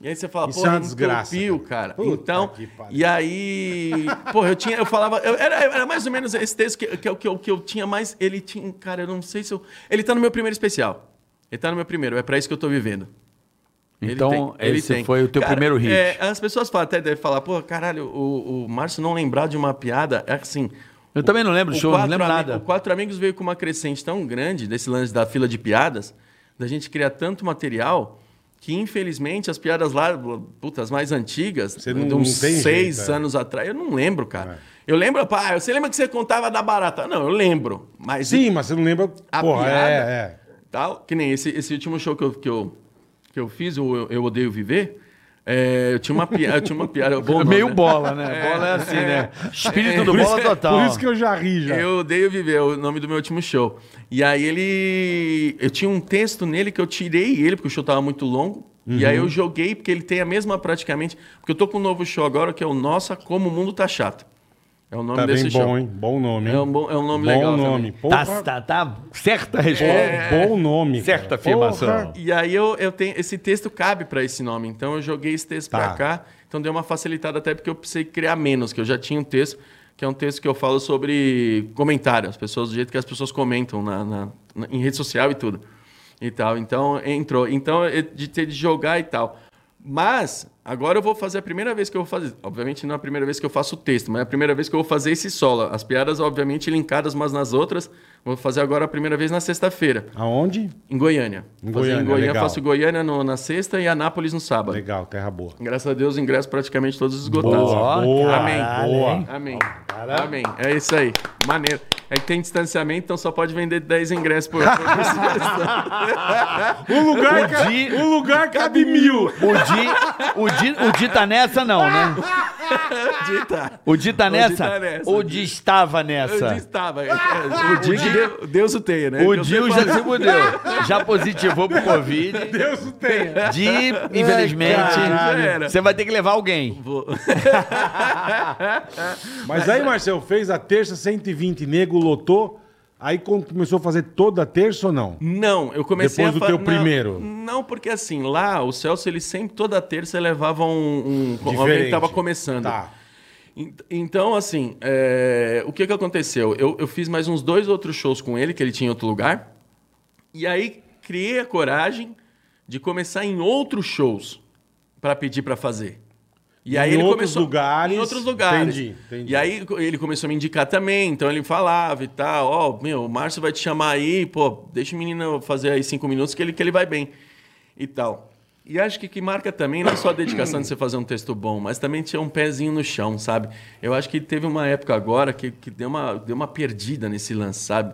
[SPEAKER 4] E aí você fala,
[SPEAKER 2] Isso
[SPEAKER 4] pô,
[SPEAKER 2] é uma
[SPEAKER 4] não
[SPEAKER 2] desgraça,
[SPEAKER 4] entupiu,
[SPEAKER 2] cara.
[SPEAKER 4] cara.
[SPEAKER 2] Puta
[SPEAKER 4] então,
[SPEAKER 2] que pariu.
[SPEAKER 4] e aí, porra, eu tinha, eu falava, eu- era, era mais ou menos esse texto que, que, eu- que, eu, que eu tinha mais, ele tinha, cara, eu não sei se eu, ele tá no meu primeiro especial, ele tá no meu primeiro, é pra isso que eu tô vivendo.
[SPEAKER 3] Então,
[SPEAKER 4] tem, ele
[SPEAKER 3] esse
[SPEAKER 4] tem.
[SPEAKER 3] foi o teu
[SPEAKER 4] Cara,
[SPEAKER 3] primeiro hit.
[SPEAKER 4] é, as pessoas falam, até devem falar, pô, caralho, o, o Márcio não lembrar de uma piada, é assim.
[SPEAKER 3] Eu
[SPEAKER 4] o-
[SPEAKER 3] também não lembro do
[SPEAKER 4] o
[SPEAKER 3] show, não
[SPEAKER 4] Quatro
[SPEAKER 3] lembro
[SPEAKER 4] Ami-
[SPEAKER 3] nada.
[SPEAKER 4] O Quatro Amigos veio com uma crescente tão grande desse lance da fila de piadas, da gente criar tanto material, que infelizmente as piadas lá, puta, as mais antigas,
[SPEAKER 2] Você não-
[SPEAKER 4] de uns
[SPEAKER 2] não tem
[SPEAKER 4] seis
[SPEAKER 2] jeito, é.
[SPEAKER 4] anos atrás, eu não lembro, cara. Eu lembro, pá, você lembra que você contava da barata? Não, eu lembro. Mas
[SPEAKER 2] Sim, mas você não lembra.
[SPEAKER 4] A
[SPEAKER 2] Porra,
[SPEAKER 4] piada?
[SPEAKER 2] é, é.
[SPEAKER 4] tal. Que nem esse, esse último show que eu, que eu, que eu fiz, o eu, Eu Odeio Viver. é, eu tinha uma piada, eu tinha uma piada. bom nome,
[SPEAKER 3] Meio
[SPEAKER 4] né?
[SPEAKER 3] bola, né? Bola é assim, né? Espírito do
[SPEAKER 2] Por isso-
[SPEAKER 3] bola total.
[SPEAKER 2] Por isso que eu já ri, já.
[SPEAKER 4] Tá, Eu odeio viver, é o nome do meu último show. E aí ele. Eu tinha um texto nele que eu tirei ele, porque o show tava muito longo. E
[SPEAKER 2] Uhum.
[SPEAKER 4] aí eu joguei, porque ele tem a mesma praticamente. Porque eu tô com um novo show agora, que é o Nossa, Como o Mundo Tá Chato. É o nome
[SPEAKER 2] Tá
[SPEAKER 4] desse
[SPEAKER 2] bem
[SPEAKER 4] show.
[SPEAKER 2] bom, hein? Bom nome, hein?
[SPEAKER 4] É um bom- é um nome legal
[SPEAKER 2] nome. Porra, É.
[SPEAKER 3] Tá, tá, tá certa a
[SPEAKER 2] pô,
[SPEAKER 3] resposta.
[SPEAKER 2] Bom nome.
[SPEAKER 3] Certa
[SPEAKER 2] cara.
[SPEAKER 3] afirmação.
[SPEAKER 2] Porra.
[SPEAKER 4] E aí eu, eu tenho. Esse texto cabe pra esse nome. Então eu joguei esse texto
[SPEAKER 2] Tá.
[SPEAKER 4] pra cá. Então deu uma facilitada até porque eu precisei criar menos, que eu já tinha um texto, que é um texto que eu falo sobre comentário, as pessoas, do jeito que as pessoas comentam na, na- na- em rede social e tudo. E tal. Então entrou. Então, eu- de ter de jogar e tal. Mas, agora eu vou fazer a primeira vez que eu vou fazer. Obviamente, não é a primeira vez que eu faço o texto, mas é a primeira vez que eu vou fazer esse solo. As piadas, obviamente, linkadas umas nas outras. Vou fazer agora a primeira vez na sexta-feira.
[SPEAKER 2] Aonde?
[SPEAKER 4] Em Goiânia.
[SPEAKER 2] Em
[SPEAKER 4] Fazer
[SPEAKER 2] Goiânia,
[SPEAKER 4] em Goiânia
[SPEAKER 2] legal.
[SPEAKER 4] faço Goiânia no- na sexta e Anápolis no sábado.
[SPEAKER 2] Legal, terra boa.
[SPEAKER 4] Graças a Deus, ingressos praticamente todos esgotados.
[SPEAKER 2] Boa, boa.
[SPEAKER 4] Amém.
[SPEAKER 2] Boa.
[SPEAKER 4] Amém. Amém. É isso aí. Maneiro. É que tem distanciamento, então só pode vender 10 ingressos por, por
[SPEAKER 2] O lugar, ca-
[SPEAKER 3] Di-
[SPEAKER 2] o lugar cabe mil.
[SPEAKER 3] O Di, o, Di, o Di tá nessa, não, né?
[SPEAKER 4] acreditar.
[SPEAKER 3] O Di tá
[SPEAKER 4] Di
[SPEAKER 3] nessa?
[SPEAKER 4] tá nessa.
[SPEAKER 3] O Di estava
[SPEAKER 4] Eu disse,
[SPEAKER 3] nessa.
[SPEAKER 4] estava. O dia que Deus, Deus o tenha, né?
[SPEAKER 3] O
[SPEAKER 4] Que eu
[SPEAKER 3] Di
[SPEAKER 4] sempre
[SPEAKER 3] já
[SPEAKER 4] falo.
[SPEAKER 3] se mudou. Já positivou pro Covid.
[SPEAKER 2] Deus o tenha.
[SPEAKER 3] Di, infelizmente,
[SPEAKER 4] caralho. Já era.
[SPEAKER 3] você vai ter que levar alguém.
[SPEAKER 2] Mas
[SPEAKER 4] é.
[SPEAKER 2] aí, Marcel, fez a terça 120 nego, lotou. Aí com- começou a fazer toda a terça ou não?
[SPEAKER 4] Não, eu comecei
[SPEAKER 2] Depois
[SPEAKER 4] a
[SPEAKER 2] do
[SPEAKER 4] fa-
[SPEAKER 2] teu
[SPEAKER 4] não,
[SPEAKER 2] primeiro.
[SPEAKER 4] Não, porque assim, lá o Celso, ele sempre, toda terça, levava um. um alguém que
[SPEAKER 2] Diferente.
[SPEAKER 4] tava começando.
[SPEAKER 2] Tá.
[SPEAKER 4] Ent- Então, assim, é, o que, que aconteceu? Eu, eu fiz mais uns dois outros shows com ele, que ele tinha em outro lugar. E aí criei a coragem de começar em outros shows para pedir para fazer. E
[SPEAKER 2] Em
[SPEAKER 4] aí ele
[SPEAKER 2] outros
[SPEAKER 4] começou
[SPEAKER 2] lugares.
[SPEAKER 4] em outros lugares.
[SPEAKER 2] Entendi, entendi.
[SPEAKER 4] E aí co- ele começou a me indicar também, então ele falava e tal, ó, meu, o Márcio vai te chamar aí, pô, deixa o menino fazer aí cinco minutos que ele que ele vai bem e tal. E acho que que marca também não é só a dedicação de você fazer um texto bom, mas também tinha um pezinho no chão, sabe? Eu acho que teve uma época agora que, que deu, uma, deu uma perdida nesse lance, sabe?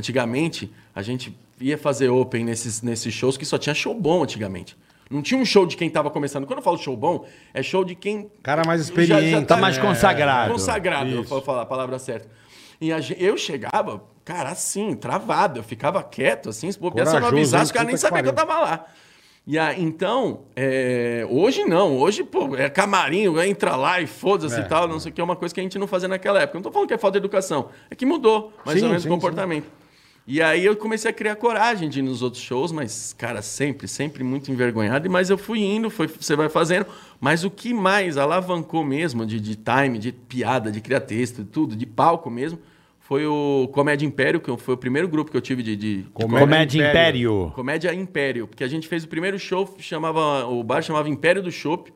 [SPEAKER 4] Antigamente, a gente ia fazer open nesses, nesses shows que só tinha show bom antigamente. Não tinha um show de quem tava começando. Quando eu falo show bom, é show de quem.
[SPEAKER 2] Cara mais
[SPEAKER 4] já- já
[SPEAKER 2] experiente,
[SPEAKER 3] Tá mais
[SPEAKER 2] É,
[SPEAKER 3] consagrado.
[SPEAKER 4] Consagrado, eu vou falar a palavra certa. E a gen- eu chegava, cara, assim, travado. Eu ficava quieto, assim, se bobear, se eu não
[SPEAKER 2] Corajoso,
[SPEAKER 4] avisasse, o
[SPEAKER 2] hein?
[SPEAKER 4] cara nem
[SPEAKER 2] Puta que
[SPEAKER 4] sabia que eu
[SPEAKER 2] pariu.
[SPEAKER 4] tava lá. E a, então, é, hoje não. Hoje, pô, é camarim, entra lá e foda-se
[SPEAKER 2] É,
[SPEAKER 4] e tal, não sei o que. É uma coisa que a gente não fazia naquela época. Não tô falando que é falta de educação. É que mudou, mais
[SPEAKER 2] Sim,
[SPEAKER 4] ou menos,
[SPEAKER 2] sim,
[SPEAKER 4] o comportamento. E aí eu comecei a criar coragem de ir nos outros shows, mas, cara, sempre, sempre muito envergonhado. E- Mas eu fui indo, foi, você vai fazendo. Mas o que mais alavancou mesmo de, de time, de piada, de criar texto, de tudo, de palco mesmo, foi o Comédia Império, que foi o primeiro grupo que eu tive de, de, de
[SPEAKER 3] Comédia Império.
[SPEAKER 4] Comédia Império, porque a gente fez o primeiro show, chamava, o bar chamava Império do Chopp.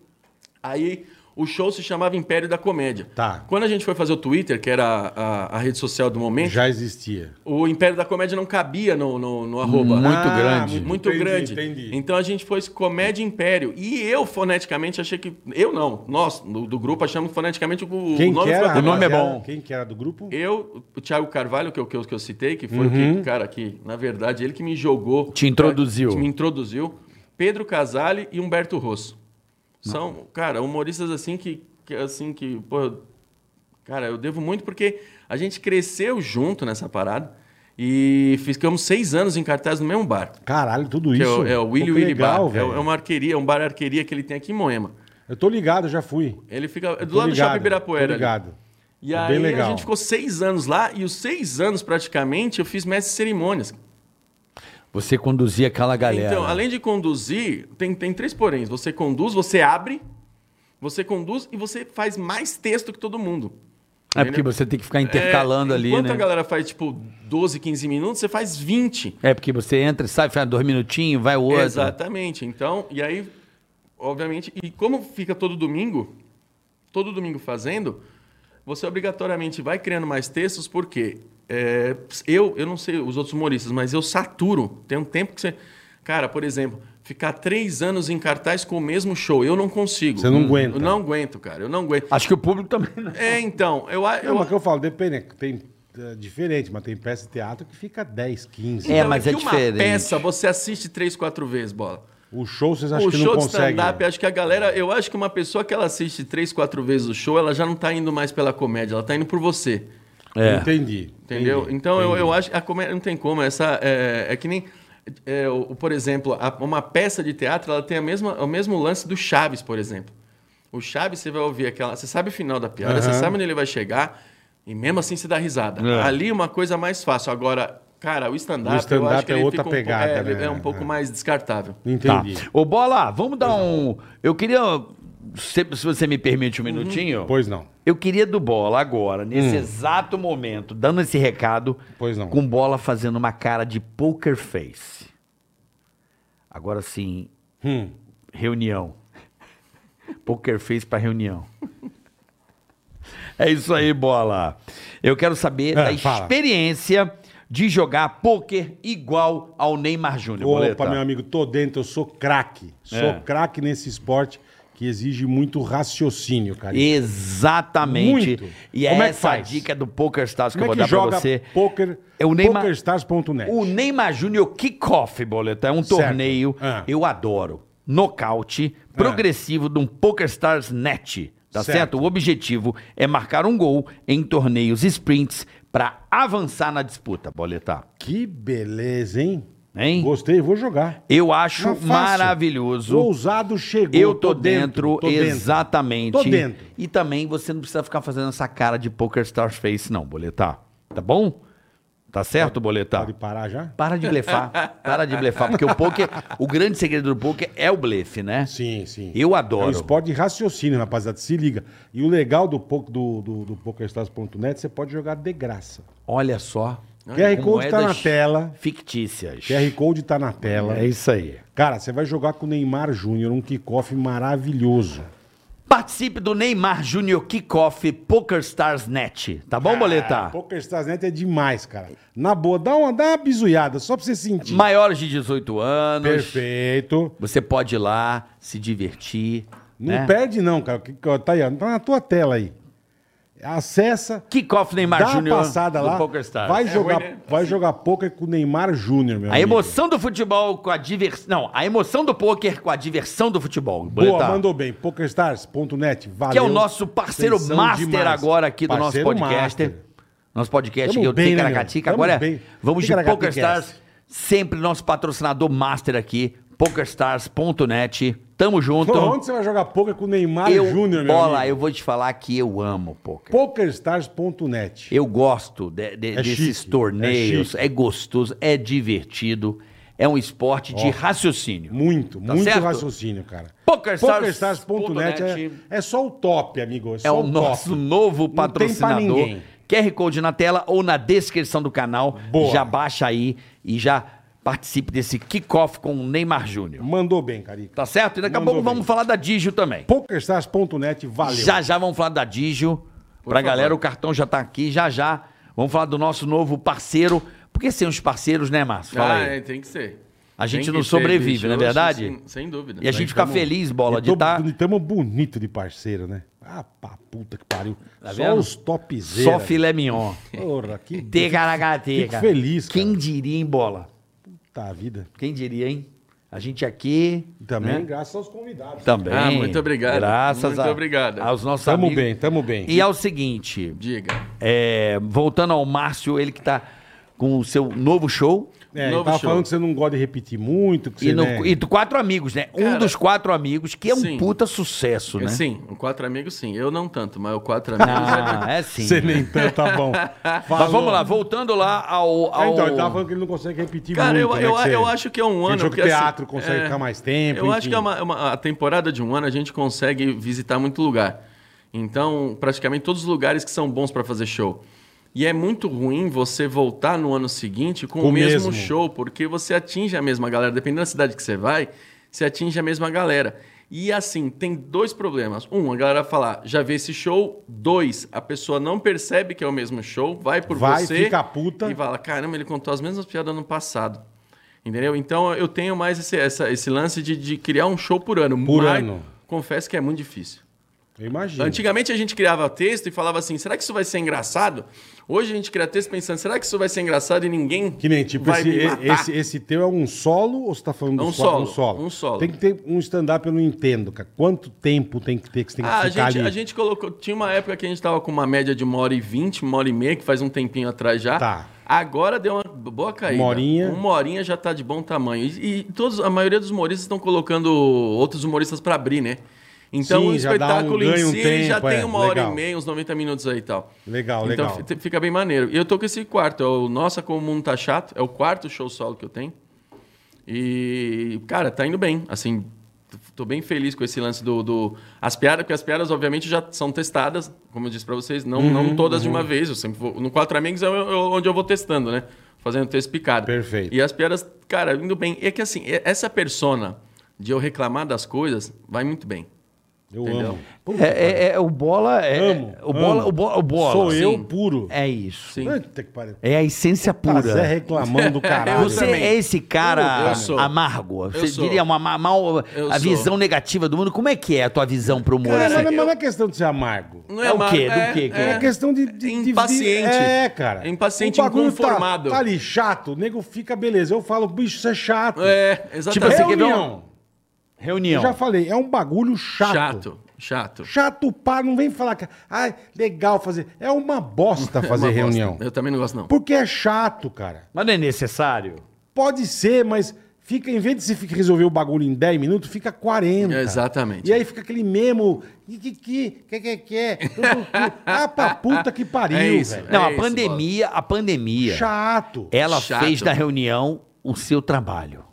[SPEAKER 4] Aí o show se chamava Império da Comédia.
[SPEAKER 2] Tá.
[SPEAKER 4] Quando a gente foi fazer o Twitter, que era a, a- a rede social do momento,
[SPEAKER 2] Já existia.
[SPEAKER 4] o Império da Comédia não cabia no, no, no arroba.
[SPEAKER 3] Muito
[SPEAKER 2] Ah,
[SPEAKER 3] grande.
[SPEAKER 4] Muito
[SPEAKER 2] Entendi,
[SPEAKER 4] grande.
[SPEAKER 2] entendi.
[SPEAKER 4] Então a gente foi Comédia Império. E eu, foneticamente, achei que. Eu não, nós, do, do grupo, achamos foneticamente o, o
[SPEAKER 2] Quem
[SPEAKER 4] nome
[SPEAKER 2] que
[SPEAKER 4] ficou
[SPEAKER 2] era?
[SPEAKER 3] O nome é
[SPEAKER 2] rapaziada?
[SPEAKER 3] bom.
[SPEAKER 2] Quem que era do grupo?
[SPEAKER 4] eu, o Thiago Carvalho, que eu, que eu, que eu citei, que foi
[SPEAKER 2] Uhum.
[SPEAKER 4] o que, cara, que, na verdade, ele que me jogou.
[SPEAKER 3] Te introduziu.
[SPEAKER 4] Que me introduziu. Pedro Casale e Humberto Rosso. São, cara, humoristas assim que, que assim que, pô, eu- cara, eu devo muito porque a gente cresceu junto nessa parada e ficamos seis anos em cartaz no mesmo bar.
[SPEAKER 2] Caralho, tudo
[SPEAKER 4] Que é
[SPEAKER 2] isso.
[SPEAKER 4] o, é o
[SPEAKER 2] Pô,
[SPEAKER 4] Willy
[SPEAKER 2] que
[SPEAKER 4] Willy
[SPEAKER 2] legal,
[SPEAKER 4] Bar. É,
[SPEAKER 2] velho.
[SPEAKER 4] é uma arqueria, é um bar arqueria que ele tem aqui em Moema.
[SPEAKER 2] Eu tô ligado, eu já fui.
[SPEAKER 4] Ele fica é do
[SPEAKER 2] Tô
[SPEAKER 4] lado do
[SPEAKER 2] ligado,
[SPEAKER 4] Shopping Ibirapuera.
[SPEAKER 2] Tô
[SPEAKER 4] ali.
[SPEAKER 2] ligado.
[SPEAKER 4] E
[SPEAKER 2] É
[SPEAKER 4] aí
[SPEAKER 2] bem legal.
[SPEAKER 4] a gente ficou seis anos lá, e os seis anos praticamente eu fiz mestre de cerimônias.
[SPEAKER 3] Você conduzia aquela galera.
[SPEAKER 4] Então, além de conduzir, tem, tem três poréns. Você conduz, você abre, você conduz e você faz mais texto que todo mundo.
[SPEAKER 3] é porque você tem que ficar intercalando
[SPEAKER 4] É,
[SPEAKER 3] ali,
[SPEAKER 4] Enquanto
[SPEAKER 3] né?
[SPEAKER 4] a galera faz, tipo, 12, 15 minutos, você faz 20.
[SPEAKER 3] É porque você entra e sai, faz dois minutinhos, vai o outro.
[SPEAKER 4] Exatamente. Então, e aí obviamente. E como fica todo domingo, todo domingo fazendo, você obrigatoriamente vai criando mais textos, porque é, eu, eu não sei os outros humoristas, mas eu saturo. Tem um tempo que você. Cara, por exemplo, ficar três anos em cartaz com o mesmo show, eu não consigo. Hum.
[SPEAKER 2] Você não aguenta.
[SPEAKER 4] Eu não aguento, cara. Eu não aguento.
[SPEAKER 3] Acho que o público também. Né?
[SPEAKER 4] É, então, eu, a-
[SPEAKER 2] É
[SPEAKER 4] eu,
[SPEAKER 2] uma que eu falo, depende. Tem é, diferente, mas tem peça de teatro que fica 10, 15.
[SPEAKER 3] É, mas
[SPEAKER 4] que
[SPEAKER 3] é
[SPEAKER 4] uma
[SPEAKER 3] diferente.
[SPEAKER 4] peça você assiste três, quatro vezes, bola.
[SPEAKER 2] O show vocês acham
[SPEAKER 4] o
[SPEAKER 2] que não né?
[SPEAKER 4] show de
[SPEAKER 2] conseguem.
[SPEAKER 4] stand-up, é acho que a galera. Eu acho que uma pessoa que ela assiste três, quatro vezes o show, ela já não tá indo mais pela comédia, ela tá indo por você.
[SPEAKER 3] É.
[SPEAKER 2] Entendi.
[SPEAKER 4] Entendeu?
[SPEAKER 2] entendi.
[SPEAKER 4] Então eu, eu acho que a comédia não tem como. Essa, é, é que nem. é, o, por exemplo, a- uma peça de teatro ela tem a mesma, o mesmo lance do Chaves, por exemplo. O Chaves, você vai ouvir aquela. Você sabe o final da piada, você
[SPEAKER 2] Aham.
[SPEAKER 4] sabe onde ele vai chegar, e mesmo assim você dá risada.
[SPEAKER 3] É.
[SPEAKER 4] Ali é uma coisa mais fácil. Agora, cara, o stand-up
[SPEAKER 2] O stand-up
[SPEAKER 4] eu acho que
[SPEAKER 2] é
[SPEAKER 4] ele
[SPEAKER 2] outra
[SPEAKER 4] fica um pouco-
[SPEAKER 2] pegada,
[SPEAKER 4] é, ele
[SPEAKER 2] né?
[SPEAKER 4] é um pouco
[SPEAKER 2] É.
[SPEAKER 4] mais descartável.
[SPEAKER 3] Tá.
[SPEAKER 2] Entendi.
[SPEAKER 3] Ô, Bola, vamos dar um. Eu queria. Se, se você me permite um
[SPEAKER 4] Uhum.
[SPEAKER 3] minutinho.
[SPEAKER 2] Pois não.
[SPEAKER 3] Eu queria do Bola agora, nesse exato momento, dando esse recado,
[SPEAKER 2] Hum. Pois não.
[SPEAKER 3] com Bola fazendo uma cara de poker face. Agora sim,
[SPEAKER 2] Hum.
[SPEAKER 3] reunião. Poker face pra reunião. É isso aí, Bola. Eu quero saber
[SPEAKER 2] É,
[SPEAKER 3] da
[SPEAKER 2] fala.
[SPEAKER 3] experiência de jogar poker igual ao Neymar Júnior.
[SPEAKER 2] Opa,
[SPEAKER 3] Boleta.
[SPEAKER 2] meu amigo, tô dentro, eu sou craque. Sou
[SPEAKER 3] É.
[SPEAKER 2] craque nesse esporte que exige muito raciocínio, cara.
[SPEAKER 3] Exatamente.
[SPEAKER 2] Muito.
[SPEAKER 3] E é
[SPEAKER 2] Como é que
[SPEAKER 3] essa
[SPEAKER 2] faz?
[SPEAKER 3] dica do PokerStars que
[SPEAKER 2] Como
[SPEAKER 3] eu vou
[SPEAKER 2] é que
[SPEAKER 3] dar pra
[SPEAKER 2] joga
[SPEAKER 3] você.
[SPEAKER 2] poker?
[SPEAKER 3] É o Neymar-
[SPEAKER 2] Pokerstars.net.
[SPEAKER 3] O Neymar Júnior Kickoff, boleta, é um
[SPEAKER 2] É. Certo.
[SPEAKER 3] torneio.
[SPEAKER 2] Ah.
[SPEAKER 3] Eu adoro. Nocaute progressivo de um PokerStars Net. Tá certo.
[SPEAKER 2] Certo.
[SPEAKER 3] O objetivo é marcar um gol em torneios sprints pra avançar na disputa, boleta.
[SPEAKER 2] Que beleza, hein?
[SPEAKER 3] Hein?
[SPEAKER 2] Gostei, vou jogar.
[SPEAKER 3] Eu acho
[SPEAKER 2] Tá fácil.
[SPEAKER 3] maravilhoso.
[SPEAKER 2] O ousado chegou.
[SPEAKER 3] Eu tô, dentro,
[SPEAKER 2] tô dentro.
[SPEAKER 3] exatamente.
[SPEAKER 2] Tô dentro.
[SPEAKER 3] E também você não precisa ficar fazendo essa cara de Poker Stars Face, não, Boletar. Tá bom? Tá certo, Boletar?
[SPEAKER 2] Pode parar já?
[SPEAKER 3] Para de blefar. Para de blefar. Porque o poker, o grande segredo do poker é o blefe, né?
[SPEAKER 2] Sim, sim.
[SPEAKER 3] Eu
[SPEAKER 2] É um
[SPEAKER 3] adoro.
[SPEAKER 2] esporte de raciocínio, rapaziada. Se liga. E o legal do, po- do, do, do PokerStars.net, você pode jogar de graça.
[SPEAKER 3] Olha só.
[SPEAKER 2] QR Code tá na
[SPEAKER 3] moedas
[SPEAKER 2] tela.
[SPEAKER 3] Fictícias.
[SPEAKER 2] QR Code tá na tela.
[SPEAKER 3] É isso aí.
[SPEAKER 2] Cara, você vai jogar com o Neymar Júnior, um kickoff maravilhoso.
[SPEAKER 3] Participe do Neymar Júnior Kickoff Poker Stars Net. Tá
[SPEAKER 2] Ah,
[SPEAKER 3] bom, Boletar?
[SPEAKER 2] PokerStars.net é demais, cara. Na boa, dá uma, dá uma bizuiada, só pra você sentir.
[SPEAKER 3] Maiores de 18 anos.
[SPEAKER 2] Perfeito.
[SPEAKER 3] Você pode ir lá, se divertir.
[SPEAKER 2] Não
[SPEAKER 3] né?
[SPEAKER 2] perde não, cara. Que- que- Tá aí, ó, tá na tua tela aí. Acessa,
[SPEAKER 3] Kickoff Neymar
[SPEAKER 2] dá uma
[SPEAKER 3] Júnior
[SPEAKER 2] passada
[SPEAKER 3] do É
[SPEAKER 2] lá.
[SPEAKER 3] PokerStars.
[SPEAKER 2] Vai jogar,
[SPEAKER 4] ruim, né?
[SPEAKER 2] vai jogar poker com o Neymar Júnior, meu
[SPEAKER 3] A
[SPEAKER 2] amigo.
[SPEAKER 3] emoção do futebol com a diversão. Não, a emoção do poker com a diversão do futebol.
[SPEAKER 2] Boa,
[SPEAKER 3] Boletar.
[SPEAKER 2] mandou bem. PokerStars.net, valeu.
[SPEAKER 3] Que é o nosso parceiro
[SPEAKER 2] Vocês são
[SPEAKER 3] master
[SPEAKER 2] demais.
[SPEAKER 3] agora aqui do nosso
[SPEAKER 2] Parceiro
[SPEAKER 3] podcaster.
[SPEAKER 2] master.
[SPEAKER 3] Nosso podcast
[SPEAKER 2] Tamo
[SPEAKER 3] aqui, o
[SPEAKER 2] bem, né, meu?
[SPEAKER 3] Ticaracatica.
[SPEAKER 2] Tamo
[SPEAKER 3] Agora é-
[SPEAKER 2] bem.
[SPEAKER 3] vamos de
[SPEAKER 2] Ticaracatica
[SPEAKER 3] PokerStars. Sempre nosso patrocinador master aqui, pokerstars.net. Tamo junto.
[SPEAKER 2] Pô, Então, Onde você vai jogar poker com o Neymar
[SPEAKER 3] Então, eu,
[SPEAKER 2] Júnior, meu
[SPEAKER 3] bola,
[SPEAKER 2] amigo?
[SPEAKER 3] eu vou te falar que eu amo poker.
[SPEAKER 2] PokerStars.net.
[SPEAKER 3] Eu gosto de- de-
[SPEAKER 2] É
[SPEAKER 3] desses
[SPEAKER 2] chique, é
[SPEAKER 3] torneios,
[SPEAKER 2] chique.
[SPEAKER 3] é, gostoso, é divertido, é um esporte de raciocínio.
[SPEAKER 2] Muito,
[SPEAKER 3] Tá
[SPEAKER 2] muito
[SPEAKER 3] certo?
[SPEAKER 2] raciocínio, cara.
[SPEAKER 3] PokerStars.net
[SPEAKER 2] PokerStars.net é, é só o top, amigo. É,
[SPEAKER 3] É
[SPEAKER 2] só
[SPEAKER 3] o
[SPEAKER 2] top.
[SPEAKER 3] nosso novo
[SPEAKER 2] pra
[SPEAKER 3] patrocinador.
[SPEAKER 2] ninguém.
[SPEAKER 3] QR Code na tela ou na descrição do canal.
[SPEAKER 2] Boa.
[SPEAKER 3] Já baixa aí e já participe desse kickoff com o Neymar Júnior.
[SPEAKER 2] Mandou bem, Carica.
[SPEAKER 3] Tá certo? E daqui a
[SPEAKER 2] Mandou
[SPEAKER 3] pouco
[SPEAKER 2] bem.
[SPEAKER 3] vamos falar da Digio também.
[SPEAKER 2] PokerStars.net, valeu.
[SPEAKER 3] Já já vamos falar da Digio. pra
[SPEAKER 4] favor.
[SPEAKER 3] galera, o cartão já tá aqui, já já. Vamos falar do nosso novo parceiro. Porque sem os parceiros, né, Márcio? Fala
[SPEAKER 4] ah,
[SPEAKER 3] aí.
[SPEAKER 4] é, tem que ser.
[SPEAKER 3] A
[SPEAKER 4] Tem
[SPEAKER 3] gente
[SPEAKER 4] que
[SPEAKER 3] não
[SPEAKER 4] ser,
[SPEAKER 3] sobrevive,
[SPEAKER 4] bicho.
[SPEAKER 3] não é
[SPEAKER 4] Eu acho
[SPEAKER 3] verdade?
[SPEAKER 4] Sem, sem dúvida.
[SPEAKER 3] E a gente fica feliz, Bola, de
[SPEAKER 4] tá.
[SPEAKER 3] tá estar
[SPEAKER 2] Estamos bonito de parceiro, né? Ah, pá, puta que pariu.
[SPEAKER 4] Tá
[SPEAKER 2] só
[SPEAKER 3] vendo?
[SPEAKER 2] os topzeiros.
[SPEAKER 3] só filé mignon.
[SPEAKER 2] Porra, que
[SPEAKER 3] Tegaracateca.
[SPEAKER 2] Fico feliz, cara.
[SPEAKER 3] Quem diria, hein, Bola?
[SPEAKER 2] puta vida.
[SPEAKER 3] Quem diria, hein? A gente aqui...
[SPEAKER 2] E Também
[SPEAKER 3] né?
[SPEAKER 2] graças aos convidados.
[SPEAKER 3] Também.
[SPEAKER 4] Ah, muito obrigado.
[SPEAKER 3] Graças
[SPEAKER 4] Muito
[SPEAKER 3] a-
[SPEAKER 4] obrigado.
[SPEAKER 3] aos nossos
[SPEAKER 2] Tamo
[SPEAKER 3] amigos.
[SPEAKER 2] bem, tamo bem.
[SPEAKER 3] E ao seguinte,
[SPEAKER 4] Diga.
[SPEAKER 3] é, voltando ao Márcio, ele que tá com o seu novo show.
[SPEAKER 2] É,
[SPEAKER 4] Novo
[SPEAKER 2] ele tava
[SPEAKER 4] show.
[SPEAKER 2] falando que você não gosta de repetir muito, que você,
[SPEAKER 3] E, no-
[SPEAKER 2] né?
[SPEAKER 3] e quatro amigos, né? um
[SPEAKER 4] Cara,
[SPEAKER 3] dos quatro amigos, que é um
[SPEAKER 4] sim. É
[SPEAKER 3] puta sucesso, né?
[SPEAKER 4] Sim, o Quatro Amigos sim. Eu não tanto, mas o Quatro Amigos é
[SPEAKER 3] Ah, é sim.
[SPEAKER 2] Você nem tanto, tá bom.
[SPEAKER 3] Mas vamos
[SPEAKER 2] Falou.
[SPEAKER 3] lá, voltando lá ao. ao...
[SPEAKER 2] Ah, então, ele tava falando que ele não consegue repetir
[SPEAKER 4] Cara,
[SPEAKER 2] muito, né,
[SPEAKER 4] eu, eu,
[SPEAKER 2] que
[SPEAKER 4] eu
[SPEAKER 2] você-
[SPEAKER 4] acho que é um
[SPEAKER 2] Quem
[SPEAKER 4] ano.
[SPEAKER 2] joga
[SPEAKER 4] que,
[SPEAKER 2] teatro
[SPEAKER 4] assim,
[SPEAKER 2] consegue ficar mais tempo,
[SPEAKER 4] Eu acho
[SPEAKER 2] enfim.
[SPEAKER 4] que é uma, é uma- a temporada de um ano a gente consegue visitar muito lugar. Então, praticamente todos os lugares que são bons para fazer show. E é muito ruim você voltar no ano seguinte com
[SPEAKER 2] Com
[SPEAKER 4] o mesmo,
[SPEAKER 2] mesmo.
[SPEAKER 4] show, porque você atinge a mesma galera. Dependendo da cidade que você vai, você atinge a mesma galera. E E assim, tem dois problemas. Um, a galera falar, já vê esse show. Dois, a pessoa não percebe que é o mesmo show, vai por
[SPEAKER 2] Vai,
[SPEAKER 4] você.
[SPEAKER 2] fica puta.
[SPEAKER 4] E fala, caramba, ele contou as mesmas piadas ano passado. Entendeu? Então eu tenho mais esse, essa- esse lance de, de criar um show por ano.
[SPEAKER 2] Por
[SPEAKER 4] Mas,
[SPEAKER 2] ano.
[SPEAKER 4] Confesso que é muito difícil.
[SPEAKER 2] Eu imagino.
[SPEAKER 4] Antigamente a gente criava texto e falava assim, será que isso vai ser engraçado? Hoje a gente cria texto pensando, será que isso vai ser engraçado e ninguém
[SPEAKER 2] Que nem, tipo,
[SPEAKER 4] vai
[SPEAKER 2] esse,
[SPEAKER 4] me matar?
[SPEAKER 2] esse, esse teu é um solo ou você tá falando
[SPEAKER 4] É um
[SPEAKER 2] do solo?
[SPEAKER 4] solo, um solo.
[SPEAKER 2] Tem que ter um stand-up, eu não entendo, cara. Quanto tempo tem que ter que você tem que
[SPEAKER 4] Ah, a
[SPEAKER 2] ficar
[SPEAKER 4] gente,
[SPEAKER 2] ali?
[SPEAKER 4] a gente colocou. Tinha uma época que a gente tava com uma média de uma hora e vinte, uma hora e meia, que faz um tempinho atrás já.
[SPEAKER 2] Tá.
[SPEAKER 4] Agora deu uma boa caída.
[SPEAKER 2] Uma horinha.
[SPEAKER 4] Uma horinha já tá de bom tamanho. E, e todos, a maioria dos humoristas estão colocando outros humoristas pra abrir, né? Então
[SPEAKER 2] Sim,
[SPEAKER 4] o
[SPEAKER 2] já dá um
[SPEAKER 4] espetáculo em
[SPEAKER 2] ganho, um
[SPEAKER 4] si ele já
[SPEAKER 2] tempo,
[SPEAKER 4] tem
[SPEAKER 2] é,
[SPEAKER 4] uma hora
[SPEAKER 2] legal.
[SPEAKER 4] e meia, uns 90 minutos aí e tal.
[SPEAKER 2] Legal,
[SPEAKER 4] então,
[SPEAKER 2] legal.
[SPEAKER 4] f- fica bem maneiro. E eu tô com esse quarto. É o Nossa, como o mundo tá chato. É o quarto show solo que eu tenho. E, cara, tá indo bem. Assim, t- tô bem feliz com esse lance do. do- as piadas, porque as piadas, obviamente, já são testadas, como eu disse pra vocês, não,
[SPEAKER 3] Uhum,
[SPEAKER 4] não todas de uma vez. Eu sempre vou. No Quatro Amigos é o- eu- onde eu vou testando, né? Fazendo texto picado.
[SPEAKER 2] Perfeito.
[SPEAKER 4] E as piadas, cara, indo bem. E é que assim, e- essa persona de eu reclamar das coisas vai muito bem.
[SPEAKER 2] Eu
[SPEAKER 4] Entendeu?
[SPEAKER 2] amo. Puta,
[SPEAKER 3] É, é- é- o bola é.
[SPEAKER 2] Amo,
[SPEAKER 3] o bola,
[SPEAKER 2] amo.
[SPEAKER 3] O bola, o bola.
[SPEAKER 2] Sou
[SPEAKER 3] Sim.
[SPEAKER 2] eu puro.
[SPEAKER 3] É isso.
[SPEAKER 4] Sim.
[SPEAKER 2] Puta que pariu.
[SPEAKER 3] É a essência
[SPEAKER 2] Tá
[SPEAKER 3] pura.
[SPEAKER 2] Zé reclamando, caralho.
[SPEAKER 3] Você é esse
[SPEAKER 4] Eu-
[SPEAKER 3] cara
[SPEAKER 4] eu sou.
[SPEAKER 3] amargo. Você
[SPEAKER 4] sou.
[SPEAKER 3] diria uma ma- mal
[SPEAKER 4] Eu
[SPEAKER 3] a
[SPEAKER 4] sou.
[SPEAKER 3] visão negativa do mundo. Como é que é a tua visão pro humor?
[SPEAKER 2] Cara,
[SPEAKER 3] assim?
[SPEAKER 2] mas não- mas não é questão de ser amargo.
[SPEAKER 4] Não
[SPEAKER 3] É o
[SPEAKER 4] má-
[SPEAKER 3] quê? Do quê que
[SPEAKER 2] É, questão de, de- de-
[SPEAKER 4] Impaciente.
[SPEAKER 2] É, cara.
[SPEAKER 4] É impaciente,
[SPEAKER 2] O bagulho tá-
[SPEAKER 4] inconformado.
[SPEAKER 2] Tá, ali, chato. O nego fica, beleza. Eu falo, bicho, isso é chato.
[SPEAKER 4] É,
[SPEAKER 3] Tipo
[SPEAKER 4] exatamente.
[SPEAKER 3] assim, quer ver um-
[SPEAKER 2] Reunião. Eu
[SPEAKER 3] Reunião.
[SPEAKER 2] já falei, é um bagulho
[SPEAKER 4] chato, chato.
[SPEAKER 2] Chato pá, não vem falar que. Ai, legal fazer. É uma bosta fazer
[SPEAKER 4] É Uma bosta.
[SPEAKER 2] reunião.
[SPEAKER 4] Eu também não gosto, não.
[SPEAKER 2] Porque é chato, cara.
[SPEAKER 3] Mas não é necessário.
[SPEAKER 2] Pode ser, mas fica, em vez de você fica- resolver o bagulho em 10 minutos, fica 40.
[SPEAKER 4] Exatamente.
[SPEAKER 2] E aí fica aquele mesmo. Que que que, que que é?" que, tu, tu, tu. Ah, pra puta que pariu,
[SPEAKER 4] É isso.
[SPEAKER 2] velho.
[SPEAKER 3] Não, a
[SPEAKER 4] isso,
[SPEAKER 3] pandemia, a pandemia,
[SPEAKER 2] Chato.
[SPEAKER 3] ela
[SPEAKER 4] Chato.
[SPEAKER 3] fez da reunião o seu trabalho.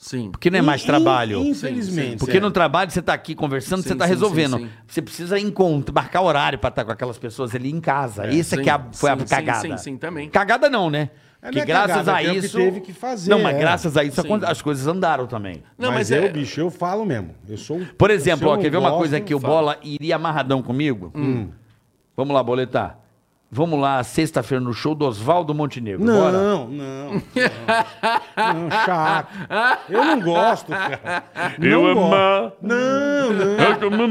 [SPEAKER 4] Sim.
[SPEAKER 3] Porque não é mais
[SPEAKER 2] In-
[SPEAKER 3] trabalho.
[SPEAKER 2] in- Infelizmente.
[SPEAKER 3] Porque
[SPEAKER 2] é.
[SPEAKER 3] no trabalho você tá aqui conversando,
[SPEAKER 4] Sim,
[SPEAKER 3] você tá
[SPEAKER 4] sim,
[SPEAKER 3] resolvendo.
[SPEAKER 4] sim, sim.
[SPEAKER 3] Você precisa encontrar, marcar horário pra estar com aquelas pessoas ali em casa. Essa
[SPEAKER 4] sim,
[SPEAKER 3] que é a- foi
[SPEAKER 4] sim,
[SPEAKER 3] a
[SPEAKER 4] sim,
[SPEAKER 3] cagada.
[SPEAKER 4] sim, sim, também.
[SPEAKER 3] Cagada não, né?
[SPEAKER 2] É,
[SPEAKER 3] que
[SPEAKER 2] não é
[SPEAKER 3] graças
[SPEAKER 2] cagada,
[SPEAKER 3] a
[SPEAKER 2] é o que
[SPEAKER 3] isso
[SPEAKER 2] teve que fazer,
[SPEAKER 3] Não, mas
[SPEAKER 2] é.
[SPEAKER 3] graças a isso
[SPEAKER 4] Sim.
[SPEAKER 3] aconte- as coisas andaram também.
[SPEAKER 4] Não,
[SPEAKER 2] mas,
[SPEAKER 4] mas,
[SPEAKER 2] eu,
[SPEAKER 4] é,
[SPEAKER 2] bicho, eu falo mesmo. Eu sou. um-
[SPEAKER 3] Por
[SPEAKER 2] se
[SPEAKER 3] exemplo,
[SPEAKER 2] eu
[SPEAKER 3] ó,
[SPEAKER 2] não
[SPEAKER 3] quer ver uma
[SPEAKER 2] gosto,
[SPEAKER 3] coisa que o
[SPEAKER 4] fala.
[SPEAKER 3] Bola iria amarradão comigo?
[SPEAKER 4] Hum.
[SPEAKER 2] Hum.
[SPEAKER 3] Vamos lá, boletar. Vamos lá, sexta-feira no show do Oswaldo Montenegro.
[SPEAKER 2] Não,
[SPEAKER 3] Bora.
[SPEAKER 2] não, não, não. chato. Eu não gosto, cara. Eu amo. Não, não. Pelo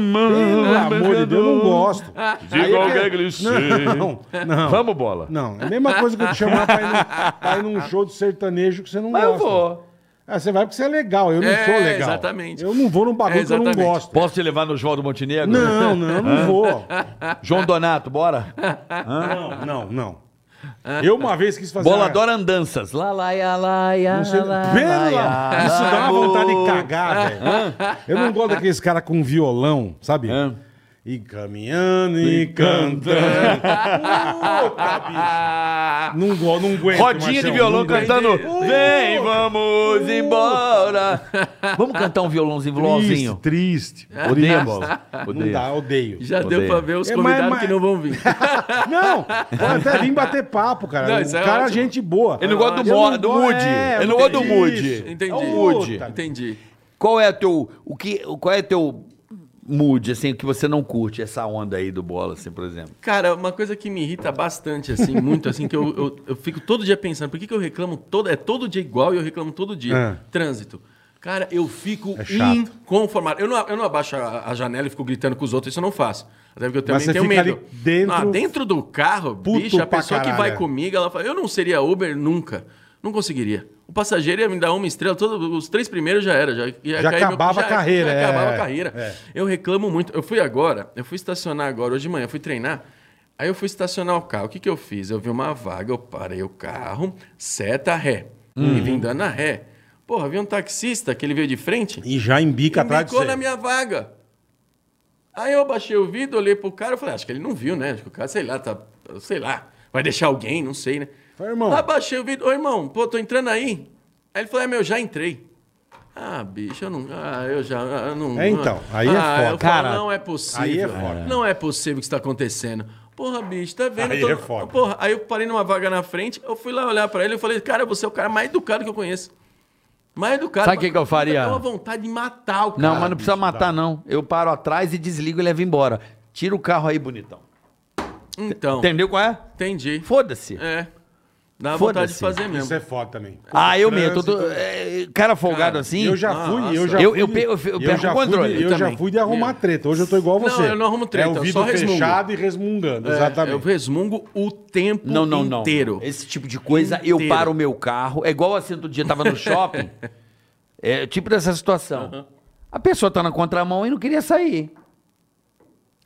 [SPEAKER 2] amor de Deus, eu não gosto. De
[SPEAKER 4] é
[SPEAKER 2] qualquer clichê. Não, não.
[SPEAKER 3] Vamos, Bola.
[SPEAKER 2] Não, é a mesma coisa que eu te chamar pra ir, num, pra ir num show de sertanejo que você não
[SPEAKER 3] Mas eu
[SPEAKER 2] gosta.
[SPEAKER 3] vou.
[SPEAKER 2] Ah, você vai porque você é legal, eu não
[SPEAKER 4] É,
[SPEAKER 2] sou legal.
[SPEAKER 4] exatamente.
[SPEAKER 2] Eu não vou num bagulho
[SPEAKER 4] É,
[SPEAKER 2] que eu não
[SPEAKER 4] exatamente.
[SPEAKER 2] gosto.
[SPEAKER 3] Posso te levar no Oswaldo Montenegro?
[SPEAKER 2] Não, não, eu não vou.
[SPEAKER 3] João Donato, bora.
[SPEAKER 2] Não, não, não. Eu uma vez quis fazer...
[SPEAKER 3] Bola
[SPEAKER 2] uma-
[SPEAKER 3] adora andanças. Lá, lá, ia, lá, ia,
[SPEAKER 2] Não sei-
[SPEAKER 3] lá,
[SPEAKER 2] Pelo
[SPEAKER 3] lá,
[SPEAKER 2] amor-
[SPEAKER 3] ia,
[SPEAKER 2] Isso
[SPEAKER 3] lá,
[SPEAKER 2] dá uma
[SPEAKER 3] amor.
[SPEAKER 2] vontade de cagar, velho. Eu não gosto daqueles caras com violão, sabe?
[SPEAKER 3] É.
[SPEAKER 2] E caminhando e cantando. Puta,
[SPEAKER 4] Ah,
[SPEAKER 2] bicho. Não gosto, não aguento.
[SPEAKER 3] Rodinha de
[SPEAKER 2] Marcelo,
[SPEAKER 3] violão
[SPEAKER 2] não aguento.
[SPEAKER 3] cantando. Vem,
[SPEAKER 2] Uh,
[SPEAKER 3] vamos
[SPEAKER 2] uh.
[SPEAKER 3] embora. Vamos cantar um violãozinho,
[SPEAKER 2] Triste,
[SPEAKER 3] violãozinho.
[SPEAKER 2] triste.
[SPEAKER 3] Odeia, bola.
[SPEAKER 2] Não dá, odeio.
[SPEAKER 4] já
[SPEAKER 3] Odeio.
[SPEAKER 4] deu pra ver os
[SPEAKER 2] É, mas-
[SPEAKER 4] convidados
[SPEAKER 2] mas-
[SPEAKER 4] que não vão vir.
[SPEAKER 2] Não, pode até vir bater papo, cara.
[SPEAKER 4] Não,
[SPEAKER 2] o
[SPEAKER 4] isso é
[SPEAKER 2] cara é
[SPEAKER 4] ótimo.
[SPEAKER 2] gente boa.
[SPEAKER 3] Ele não gosta do,
[SPEAKER 2] Eu
[SPEAKER 3] mo-
[SPEAKER 2] não
[SPEAKER 3] do
[SPEAKER 2] gosto-
[SPEAKER 3] mood.
[SPEAKER 2] é,
[SPEAKER 3] Ele não
[SPEAKER 2] eu
[SPEAKER 3] gosta do
[SPEAKER 2] entendi
[SPEAKER 3] mood.
[SPEAKER 2] isso.
[SPEAKER 4] Entendi.
[SPEAKER 3] É o mood.
[SPEAKER 2] Puta.
[SPEAKER 4] um Entendi.
[SPEAKER 3] Qual é teu, o que, o- qual é teu mood, assim, que você não curte? Essa onda aí do bola, assim, por exemplo.
[SPEAKER 4] Cara, uma coisa que me irrita bastante, assim, muito, assim, que eu, eu, eu fico todo dia pensando, por que, que eu reclamo todo... É todo dia igual e eu reclamo todo dia.
[SPEAKER 2] É.
[SPEAKER 4] Trânsito. Cara, eu fico
[SPEAKER 2] É chato.
[SPEAKER 4] inconformado. Eu não, eu não abaixo a, a janela e fico gritando com os outros, isso eu não faço. Até porque eu também
[SPEAKER 2] Mas você
[SPEAKER 4] tenho
[SPEAKER 2] fica
[SPEAKER 4] medo.
[SPEAKER 2] ali dentro-
[SPEAKER 4] Ah, dentro do carro,
[SPEAKER 2] Puto
[SPEAKER 4] bicho, a
[SPEAKER 2] pra
[SPEAKER 4] pessoa que
[SPEAKER 2] caralho.
[SPEAKER 4] vai comigo, ela fala, eu não seria Uber nunca. Não conseguiria. O passageiro ia me dar uma estrela, todos, os três primeiros já era. Já, ia
[SPEAKER 2] Já
[SPEAKER 4] cair meu-
[SPEAKER 2] acabava a carreira, é,
[SPEAKER 4] Já acabava
[SPEAKER 2] é,
[SPEAKER 4] a carreira.
[SPEAKER 2] é.
[SPEAKER 4] Eu reclamo muito. Eu fui agora, eu fui estacionar agora, hoje de manhã, eu fui treinar. Aí eu fui estacionar o carro. O que, que eu fiz? Eu vi uma vaga, eu parei o carro, seta ré. E vim dando a ré. Porra, vi um taxista que ele veio de frente
[SPEAKER 2] E já embica atrás de
[SPEAKER 4] ficou
[SPEAKER 2] você.
[SPEAKER 4] na minha vaga. Aí eu baixei o vidro, olhei pro cara, eu falei, acho que ele não viu, né? Acho que o cara, sei lá, tá, sei lá, vai deixar alguém, não sei, né?
[SPEAKER 2] Falei, irmão.
[SPEAKER 4] Abaixei o vidro, ô irmão, pô, tô entrando aí. Aí ele falou, é meu, já entrei. Ah, bicho, eu não. Ah, eu já. ah, eu não,
[SPEAKER 2] É, então, aí é
[SPEAKER 4] ah,
[SPEAKER 2] foda.
[SPEAKER 4] Eu
[SPEAKER 2] Cara,
[SPEAKER 4] falo, não é possível.
[SPEAKER 2] aí é foda.
[SPEAKER 4] Não é possível o que está acontecendo. Porra, bicho, tá vendo?
[SPEAKER 2] Aí
[SPEAKER 4] Eu
[SPEAKER 2] é foda.
[SPEAKER 4] Porra, aí eu parei numa vaga na frente, eu fui lá olhar pra então ele e falei, cara, você é o cara mais educado que eu conheço. Mais educado.
[SPEAKER 3] Sabe o que que eu faria?
[SPEAKER 4] Dá uma vontade de matar o cara.
[SPEAKER 3] Não, mas não precisa
[SPEAKER 4] bicho.
[SPEAKER 3] matar, não. Eu paro atrás e desligo e levo embora. Tira o carro aí, bonitão.
[SPEAKER 4] Então,
[SPEAKER 3] Entendeu qual é?
[SPEAKER 4] entendi.
[SPEAKER 3] Foda-se.
[SPEAKER 4] É. Dá vontade de
[SPEAKER 3] Foda-se.
[SPEAKER 4] fazer
[SPEAKER 2] Isso
[SPEAKER 4] mesmo.
[SPEAKER 2] é foda também.
[SPEAKER 3] Ah, eu mesmo. eu tô-
[SPEAKER 2] Trânsito.
[SPEAKER 3] é, cara folgado
[SPEAKER 4] Cara,
[SPEAKER 3] assim.
[SPEAKER 2] Eu já
[SPEAKER 4] Nossa.
[SPEAKER 2] fui, eu já
[SPEAKER 3] Eu-
[SPEAKER 2] fui.
[SPEAKER 3] eu
[SPEAKER 2] de-
[SPEAKER 3] pe- eu fe- eu perco o
[SPEAKER 2] já fui de-
[SPEAKER 3] controle.
[SPEAKER 2] Eu
[SPEAKER 4] Eu
[SPEAKER 2] já
[SPEAKER 4] também.
[SPEAKER 2] fui de arrumar
[SPEAKER 4] Eu-
[SPEAKER 2] treta. Hoje eu tô igual
[SPEAKER 4] Não,
[SPEAKER 2] você.
[SPEAKER 4] eu não arrumo treta,
[SPEAKER 2] É
[SPEAKER 4] eu só
[SPEAKER 2] ouvido
[SPEAKER 4] resmungo.
[SPEAKER 2] fechado e resmungando.
[SPEAKER 4] É, eu
[SPEAKER 2] exatamente.
[SPEAKER 4] resmungo o tempo
[SPEAKER 3] Não, não, não.
[SPEAKER 4] inteiro.
[SPEAKER 3] Esse tipo de coisa, eu
[SPEAKER 4] Inteiro.
[SPEAKER 3] paro o meu carro. É igual assim, outro dia tava no shopping. é tipo dessa situação. A pessoa tá na contramão e não queria sair.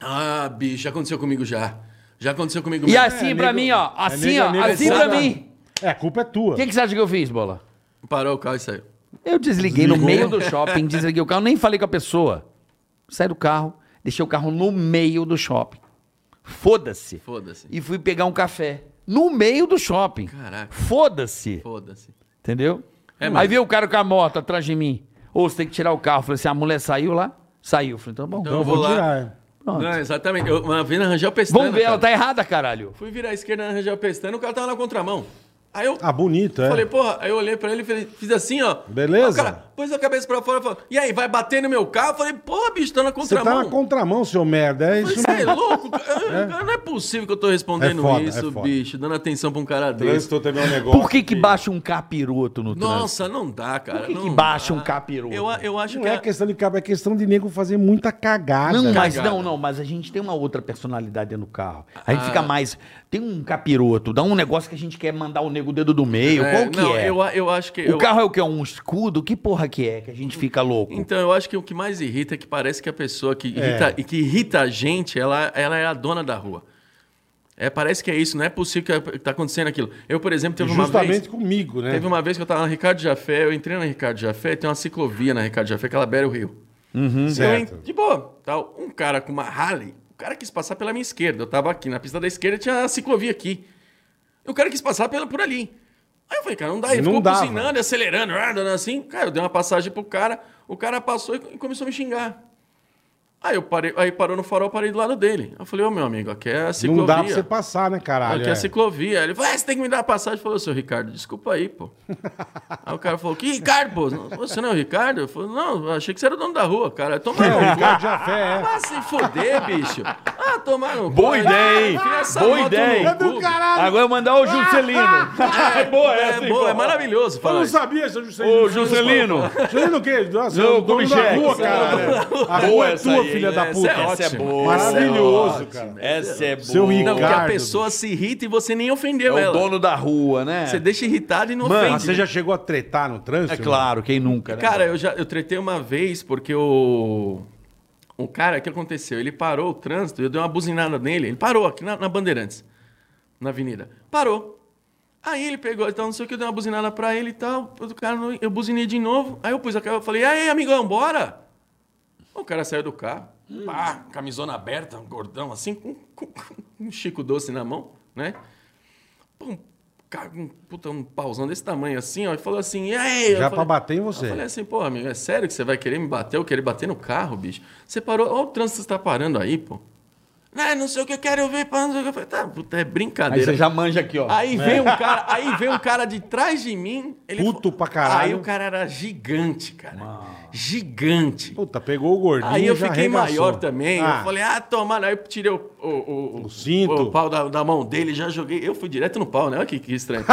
[SPEAKER 4] Ah, bicho, já aconteceu comigo já. Já aconteceu comigo
[SPEAKER 3] E
[SPEAKER 4] mesmo.
[SPEAKER 3] assim
[SPEAKER 2] É,
[SPEAKER 3] pra
[SPEAKER 2] nego-
[SPEAKER 3] mim, ó.
[SPEAKER 2] é
[SPEAKER 3] Assim,
[SPEAKER 2] nego-
[SPEAKER 3] ó.
[SPEAKER 2] nego-
[SPEAKER 3] assim pra
[SPEAKER 4] sabe?
[SPEAKER 3] mim.
[SPEAKER 2] É, a culpa é
[SPEAKER 3] O
[SPEAKER 2] tua.
[SPEAKER 3] que, que você acha que eu fiz, Bola?
[SPEAKER 4] É. Parou o carro e saiu.
[SPEAKER 3] Eu desliguei no
[SPEAKER 4] Desligou.
[SPEAKER 3] meio do shopping, desliguei o carro, nem falei com a pessoa. Saí do carro, deixei o carro no meio do shopping. Foda-se.
[SPEAKER 4] Foda-se.
[SPEAKER 3] E fui pegar um café. No meio do shopping.
[SPEAKER 4] Caraca.
[SPEAKER 3] Foda-se.
[SPEAKER 4] Foda-se.
[SPEAKER 3] Entendeu?
[SPEAKER 4] É
[SPEAKER 3] Aí
[SPEAKER 4] mesmo.
[SPEAKER 3] veio o cara com a moto atrás de mim. Ou você tem que tirar o carro. Falei assim: a mulher saiu lá? Saiu. Falei, então bom.
[SPEAKER 2] Então
[SPEAKER 4] Então-
[SPEAKER 2] eu
[SPEAKER 4] vou
[SPEAKER 2] vou
[SPEAKER 4] lá.
[SPEAKER 2] tirar.
[SPEAKER 3] Pronto.
[SPEAKER 4] Não, exatamente. Eu, uma vez na Rangel Pestana.
[SPEAKER 3] Vamos ver, ela
[SPEAKER 4] cara.
[SPEAKER 3] tá errada, caralho.
[SPEAKER 4] Fui virar a esquerda na Rangel Pestana, o cara tava na contramão. Aí eu
[SPEAKER 2] Ah, bonito, é.
[SPEAKER 4] falei, porra, aí eu olhei pra ele e falei- fiz assim, ó.
[SPEAKER 2] Beleza.
[SPEAKER 4] Aí o cara pôs a cabeça pra fora e falou, e aí, vai bater no meu carro? Eu falei, porra, bicho, tá na
[SPEAKER 2] Você tá
[SPEAKER 4] contramão.
[SPEAKER 2] na contramão, seu merda. É isso
[SPEAKER 4] Você é
[SPEAKER 2] mesmo.
[SPEAKER 4] louco? cara? Cara, Não é possível que eu tô respondendo
[SPEAKER 2] É foda,
[SPEAKER 4] isso,
[SPEAKER 2] é foda.
[SPEAKER 4] bicho, dando atenção pra um cara desse.
[SPEAKER 2] Trânsito também é um negócio.
[SPEAKER 3] Por que que baixa um capiroto no trânsito?
[SPEAKER 4] Nossa, não dá, cara.
[SPEAKER 3] Por que que
[SPEAKER 4] não
[SPEAKER 3] baixa
[SPEAKER 4] dá.
[SPEAKER 3] um capiroto?
[SPEAKER 4] Eu, a- eu acho
[SPEAKER 2] Não
[SPEAKER 4] que
[SPEAKER 2] é
[SPEAKER 4] a-
[SPEAKER 2] questão de cabo, é questão de nego fazer muita cagada.
[SPEAKER 3] Não,
[SPEAKER 2] né?
[SPEAKER 3] mas
[SPEAKER 4] Cagada.
[SPEAKER 3] não, não, mas a gente tem uma outra personalidade dentro do carro. A
[SPEAKER 4] Ah.
[SPEAKER 3] gente fica mais. Tem um capiroto, dá um negócio que a gente quer mandar o nego o dedo do meio.
[SPEAKER 4] é,
[SPEAKER 3] qual que
[SPEAKER 4] não,
[SPEAKER 3] é?
[SPEAKER 4] Eu, a- eu acho que...
[SPEAKER 3] O
[SPEAKER 4] eu-
[SPEAKER 3] carro é o que? É um escudo? Que porra que é que a gente fica louco?
[SPEAKER 4] Então, eu acho que o que mais irrita é que parece que a pessoa que irrita, e que irrita a gente, ela, ela é a dona da rua. É, parece que é isso, não é possível que tá acontecendo aquilo. Eu, por exemplo, teve uma
[SPEAKER 2] Justamente
[SPEAKER 4] vez...
[SPEAKER 2] comigo, né?
[SPEAKER 4] Teve uma vez que eu tava na Ricardo Jafé, eu entrei na Ricardo Jafé, tem uma ciclovia na Ricardo Jafé, que ela beira o rio.
[SPEAKER 2] Uhum.
[SPEAKER 4] Eu,
[SPEAKER 2] Certo.
[SPEAKER 4] en- de boa, tal. Um cara com uma Harley, o cara quis passar pela minha esquerda. Eu tava aqui na pista da esquerda, tinha a ciclovia aqui. E o cara quis passar pela, por ali. Aí eu falei, cara, não dá. Ele
[SPEAKER 2] Não
[SPEAKER 4] ficou
[SPEAKER 2] dava.
[SPEAKER 4] buzinando, e acelerando, ah, dando assim. Cara, eu dei uma passagem pro cara, o cara passou e e começou a me xingar. Aí eu parei, aí parou no farol, eu parei do lado dele. Eu falei, ô meu amigo, aqui é a ciclovia.
[SPEAKER 2] Não dá pra você passar, né, caralho?
[SPEAKER 4] Aqui é
[SPEAKER 2] é.
[SPEAKER 4] a ciclovia. Ele falou, é, você tem que me dar a passagem. Eu falei, seu Ricardo, desculpa aí, pô. aí o cara falou, que Ricardo, pô? Você não é o Ricardo? Eu falei, não, eu achei que você era o dono da rua, cara. Toma
[SPEAKER 2] É, o
[SPEAKER 4] no cu.
[SPEAKER 2] Ricardo Jafé, é.
[SPEAKER 4] Ah, se foder, bicho. Ah, tomar no cu.
[SPEAKER 3] Boa
[SPEAKER 4] Ah,
[SPEAKER 3] ideia, hein?
[SPEAKER 4] enfia essa
[SPEAKER 3] Boa
[SPEAKER 4] moto
[SPEAKER 3] ideia.
[SPEAKER 4] no
[SPEAKER 2] É do
[SPEAKER 4] cu.
[SPEAKER 2] caralho.
[SPEAKER 3] Agora eu mandar o Juscelino. ah,
[SPEAKER 4] É, boa, é, boa, é maravilhoso.
[SPEAKER 2] Eu
[SPEAKER 4] Fala
[SPEAKER 2] não
[SPEAKER 4] isso.
[SPEAKER 2] sabia, seu Juscelino.
[SPEAKER 3] Ô, Juscelino.
[SPEAKER 2] Juscelino o quê? Nossa,
[SPEAKER 3] Não,
[SPEAKER 2] eu o dono da
[SPEAKER 3] Kubitschek.
[SPEAKER 2] rua, cara. A
[SPEAKER 3] Boa
[SPEAKER 2] rua é
[SPEAKER 3] essa
[SPEAKER 2] tua,
[SPEAKER 3] aí,
[SPEAKER 2] filha
[SPEAKER 3] hein?
[SPEAKER 2] da
[SPEAKER 4] né? Essa
[SPEAKER 2] puta.
[SPEAKER 4] é ótima.
[SPEAKER 2] Maravilhoso, cara.
[SPEAKER 3] Essa é boa.
[SPEAKER 2] Seu
[SPEAKER 4] Não, que a
[SPEAKER 2] Ricardo,
[SPEAKER 4] pessoa se irrita e você nem ofendeu
[SPEAKER 3] É o
[SPEAKER 4] ela.
[SPEAKER 3] dono da rua, né?
[SPEAKER 4] Você deixa irritado e não
[SPEAKER 2] Mano,
[SPEAKER 4] ofende.
[SPEAKER 2] você já chegou a tretar no trânsito?
[SPEAKER 3] É claro, quem nunca, né?
[SPEAKER 4] Cara, eu já eu tretei uma vez porque o. O cara, o que aconteceu? Ele parou o trânsito, eu dei uma buzinada nele, ele parou aqui na, na Bandeirantes, na avenida. Parou. Aí ele pegou, então não sei o que, eu dei uma buzinada pra ele e tal. O cara, não- eu buzinei de novo. Aí eu pus a cara, eu falei, aí, amigão, bora! O cara saiu do carro, pá, camisona aberta, um gordão assim, com, com- com um chico doce na mão, né? Pô, Um, cara, um, puta, um pauzão desse tamanho assim, ó, e falou assim, e aí? Eu
[SPEAKER 2] Já
[SPEAKER 4] falei-
[SPEAKER 2] pra bater em você.
[SPEAKER 4] Eu falei assim, pô, amigo, é sério que você vai querer me bater ou querer bater no carro, bicho? Você parou, olha o trânsito que você tá parando aí, pô. "Né, Não, não sei o que eu quero ver, pá, não sei o que. Eu falei, tá, puta, é
[SPEAKER 3] Aí
[SPEAKER 4] brincadeira.
[SPEAKER 3] você já manja aqui, ó.
[SPEAKER 2] É.
[SPEAKER 4] Aí vem um cara, aí vem um cara de trás de mim. Ele
[SPEAKER 2] Puto
[SPEAKER 4] fa-
[SPEAKER 2] pra caralho.
[SPEAKER 4] Aí o cara era gigante, cara. Gigante.
[SPEAKER 2] Puta, pegou o gordinho
[SPEAKER 4] Aí eu
[SPEAKER 2] já
[SPEAKER 4] fiquei
[SPEAKER 2] arregaçou.
[SPEAKER 4] maior também.
[SPEAKER 2] Ah,
[SPEAKER 4] Eu falei, ah, tomara. Aí eu tirei o, o, o,
[SPEAKER 2] O cinto.
[SPEAKER 4] o pau da, da mão dele, já joguei. Eu fui direto no pau, né? Olha que, que estranho.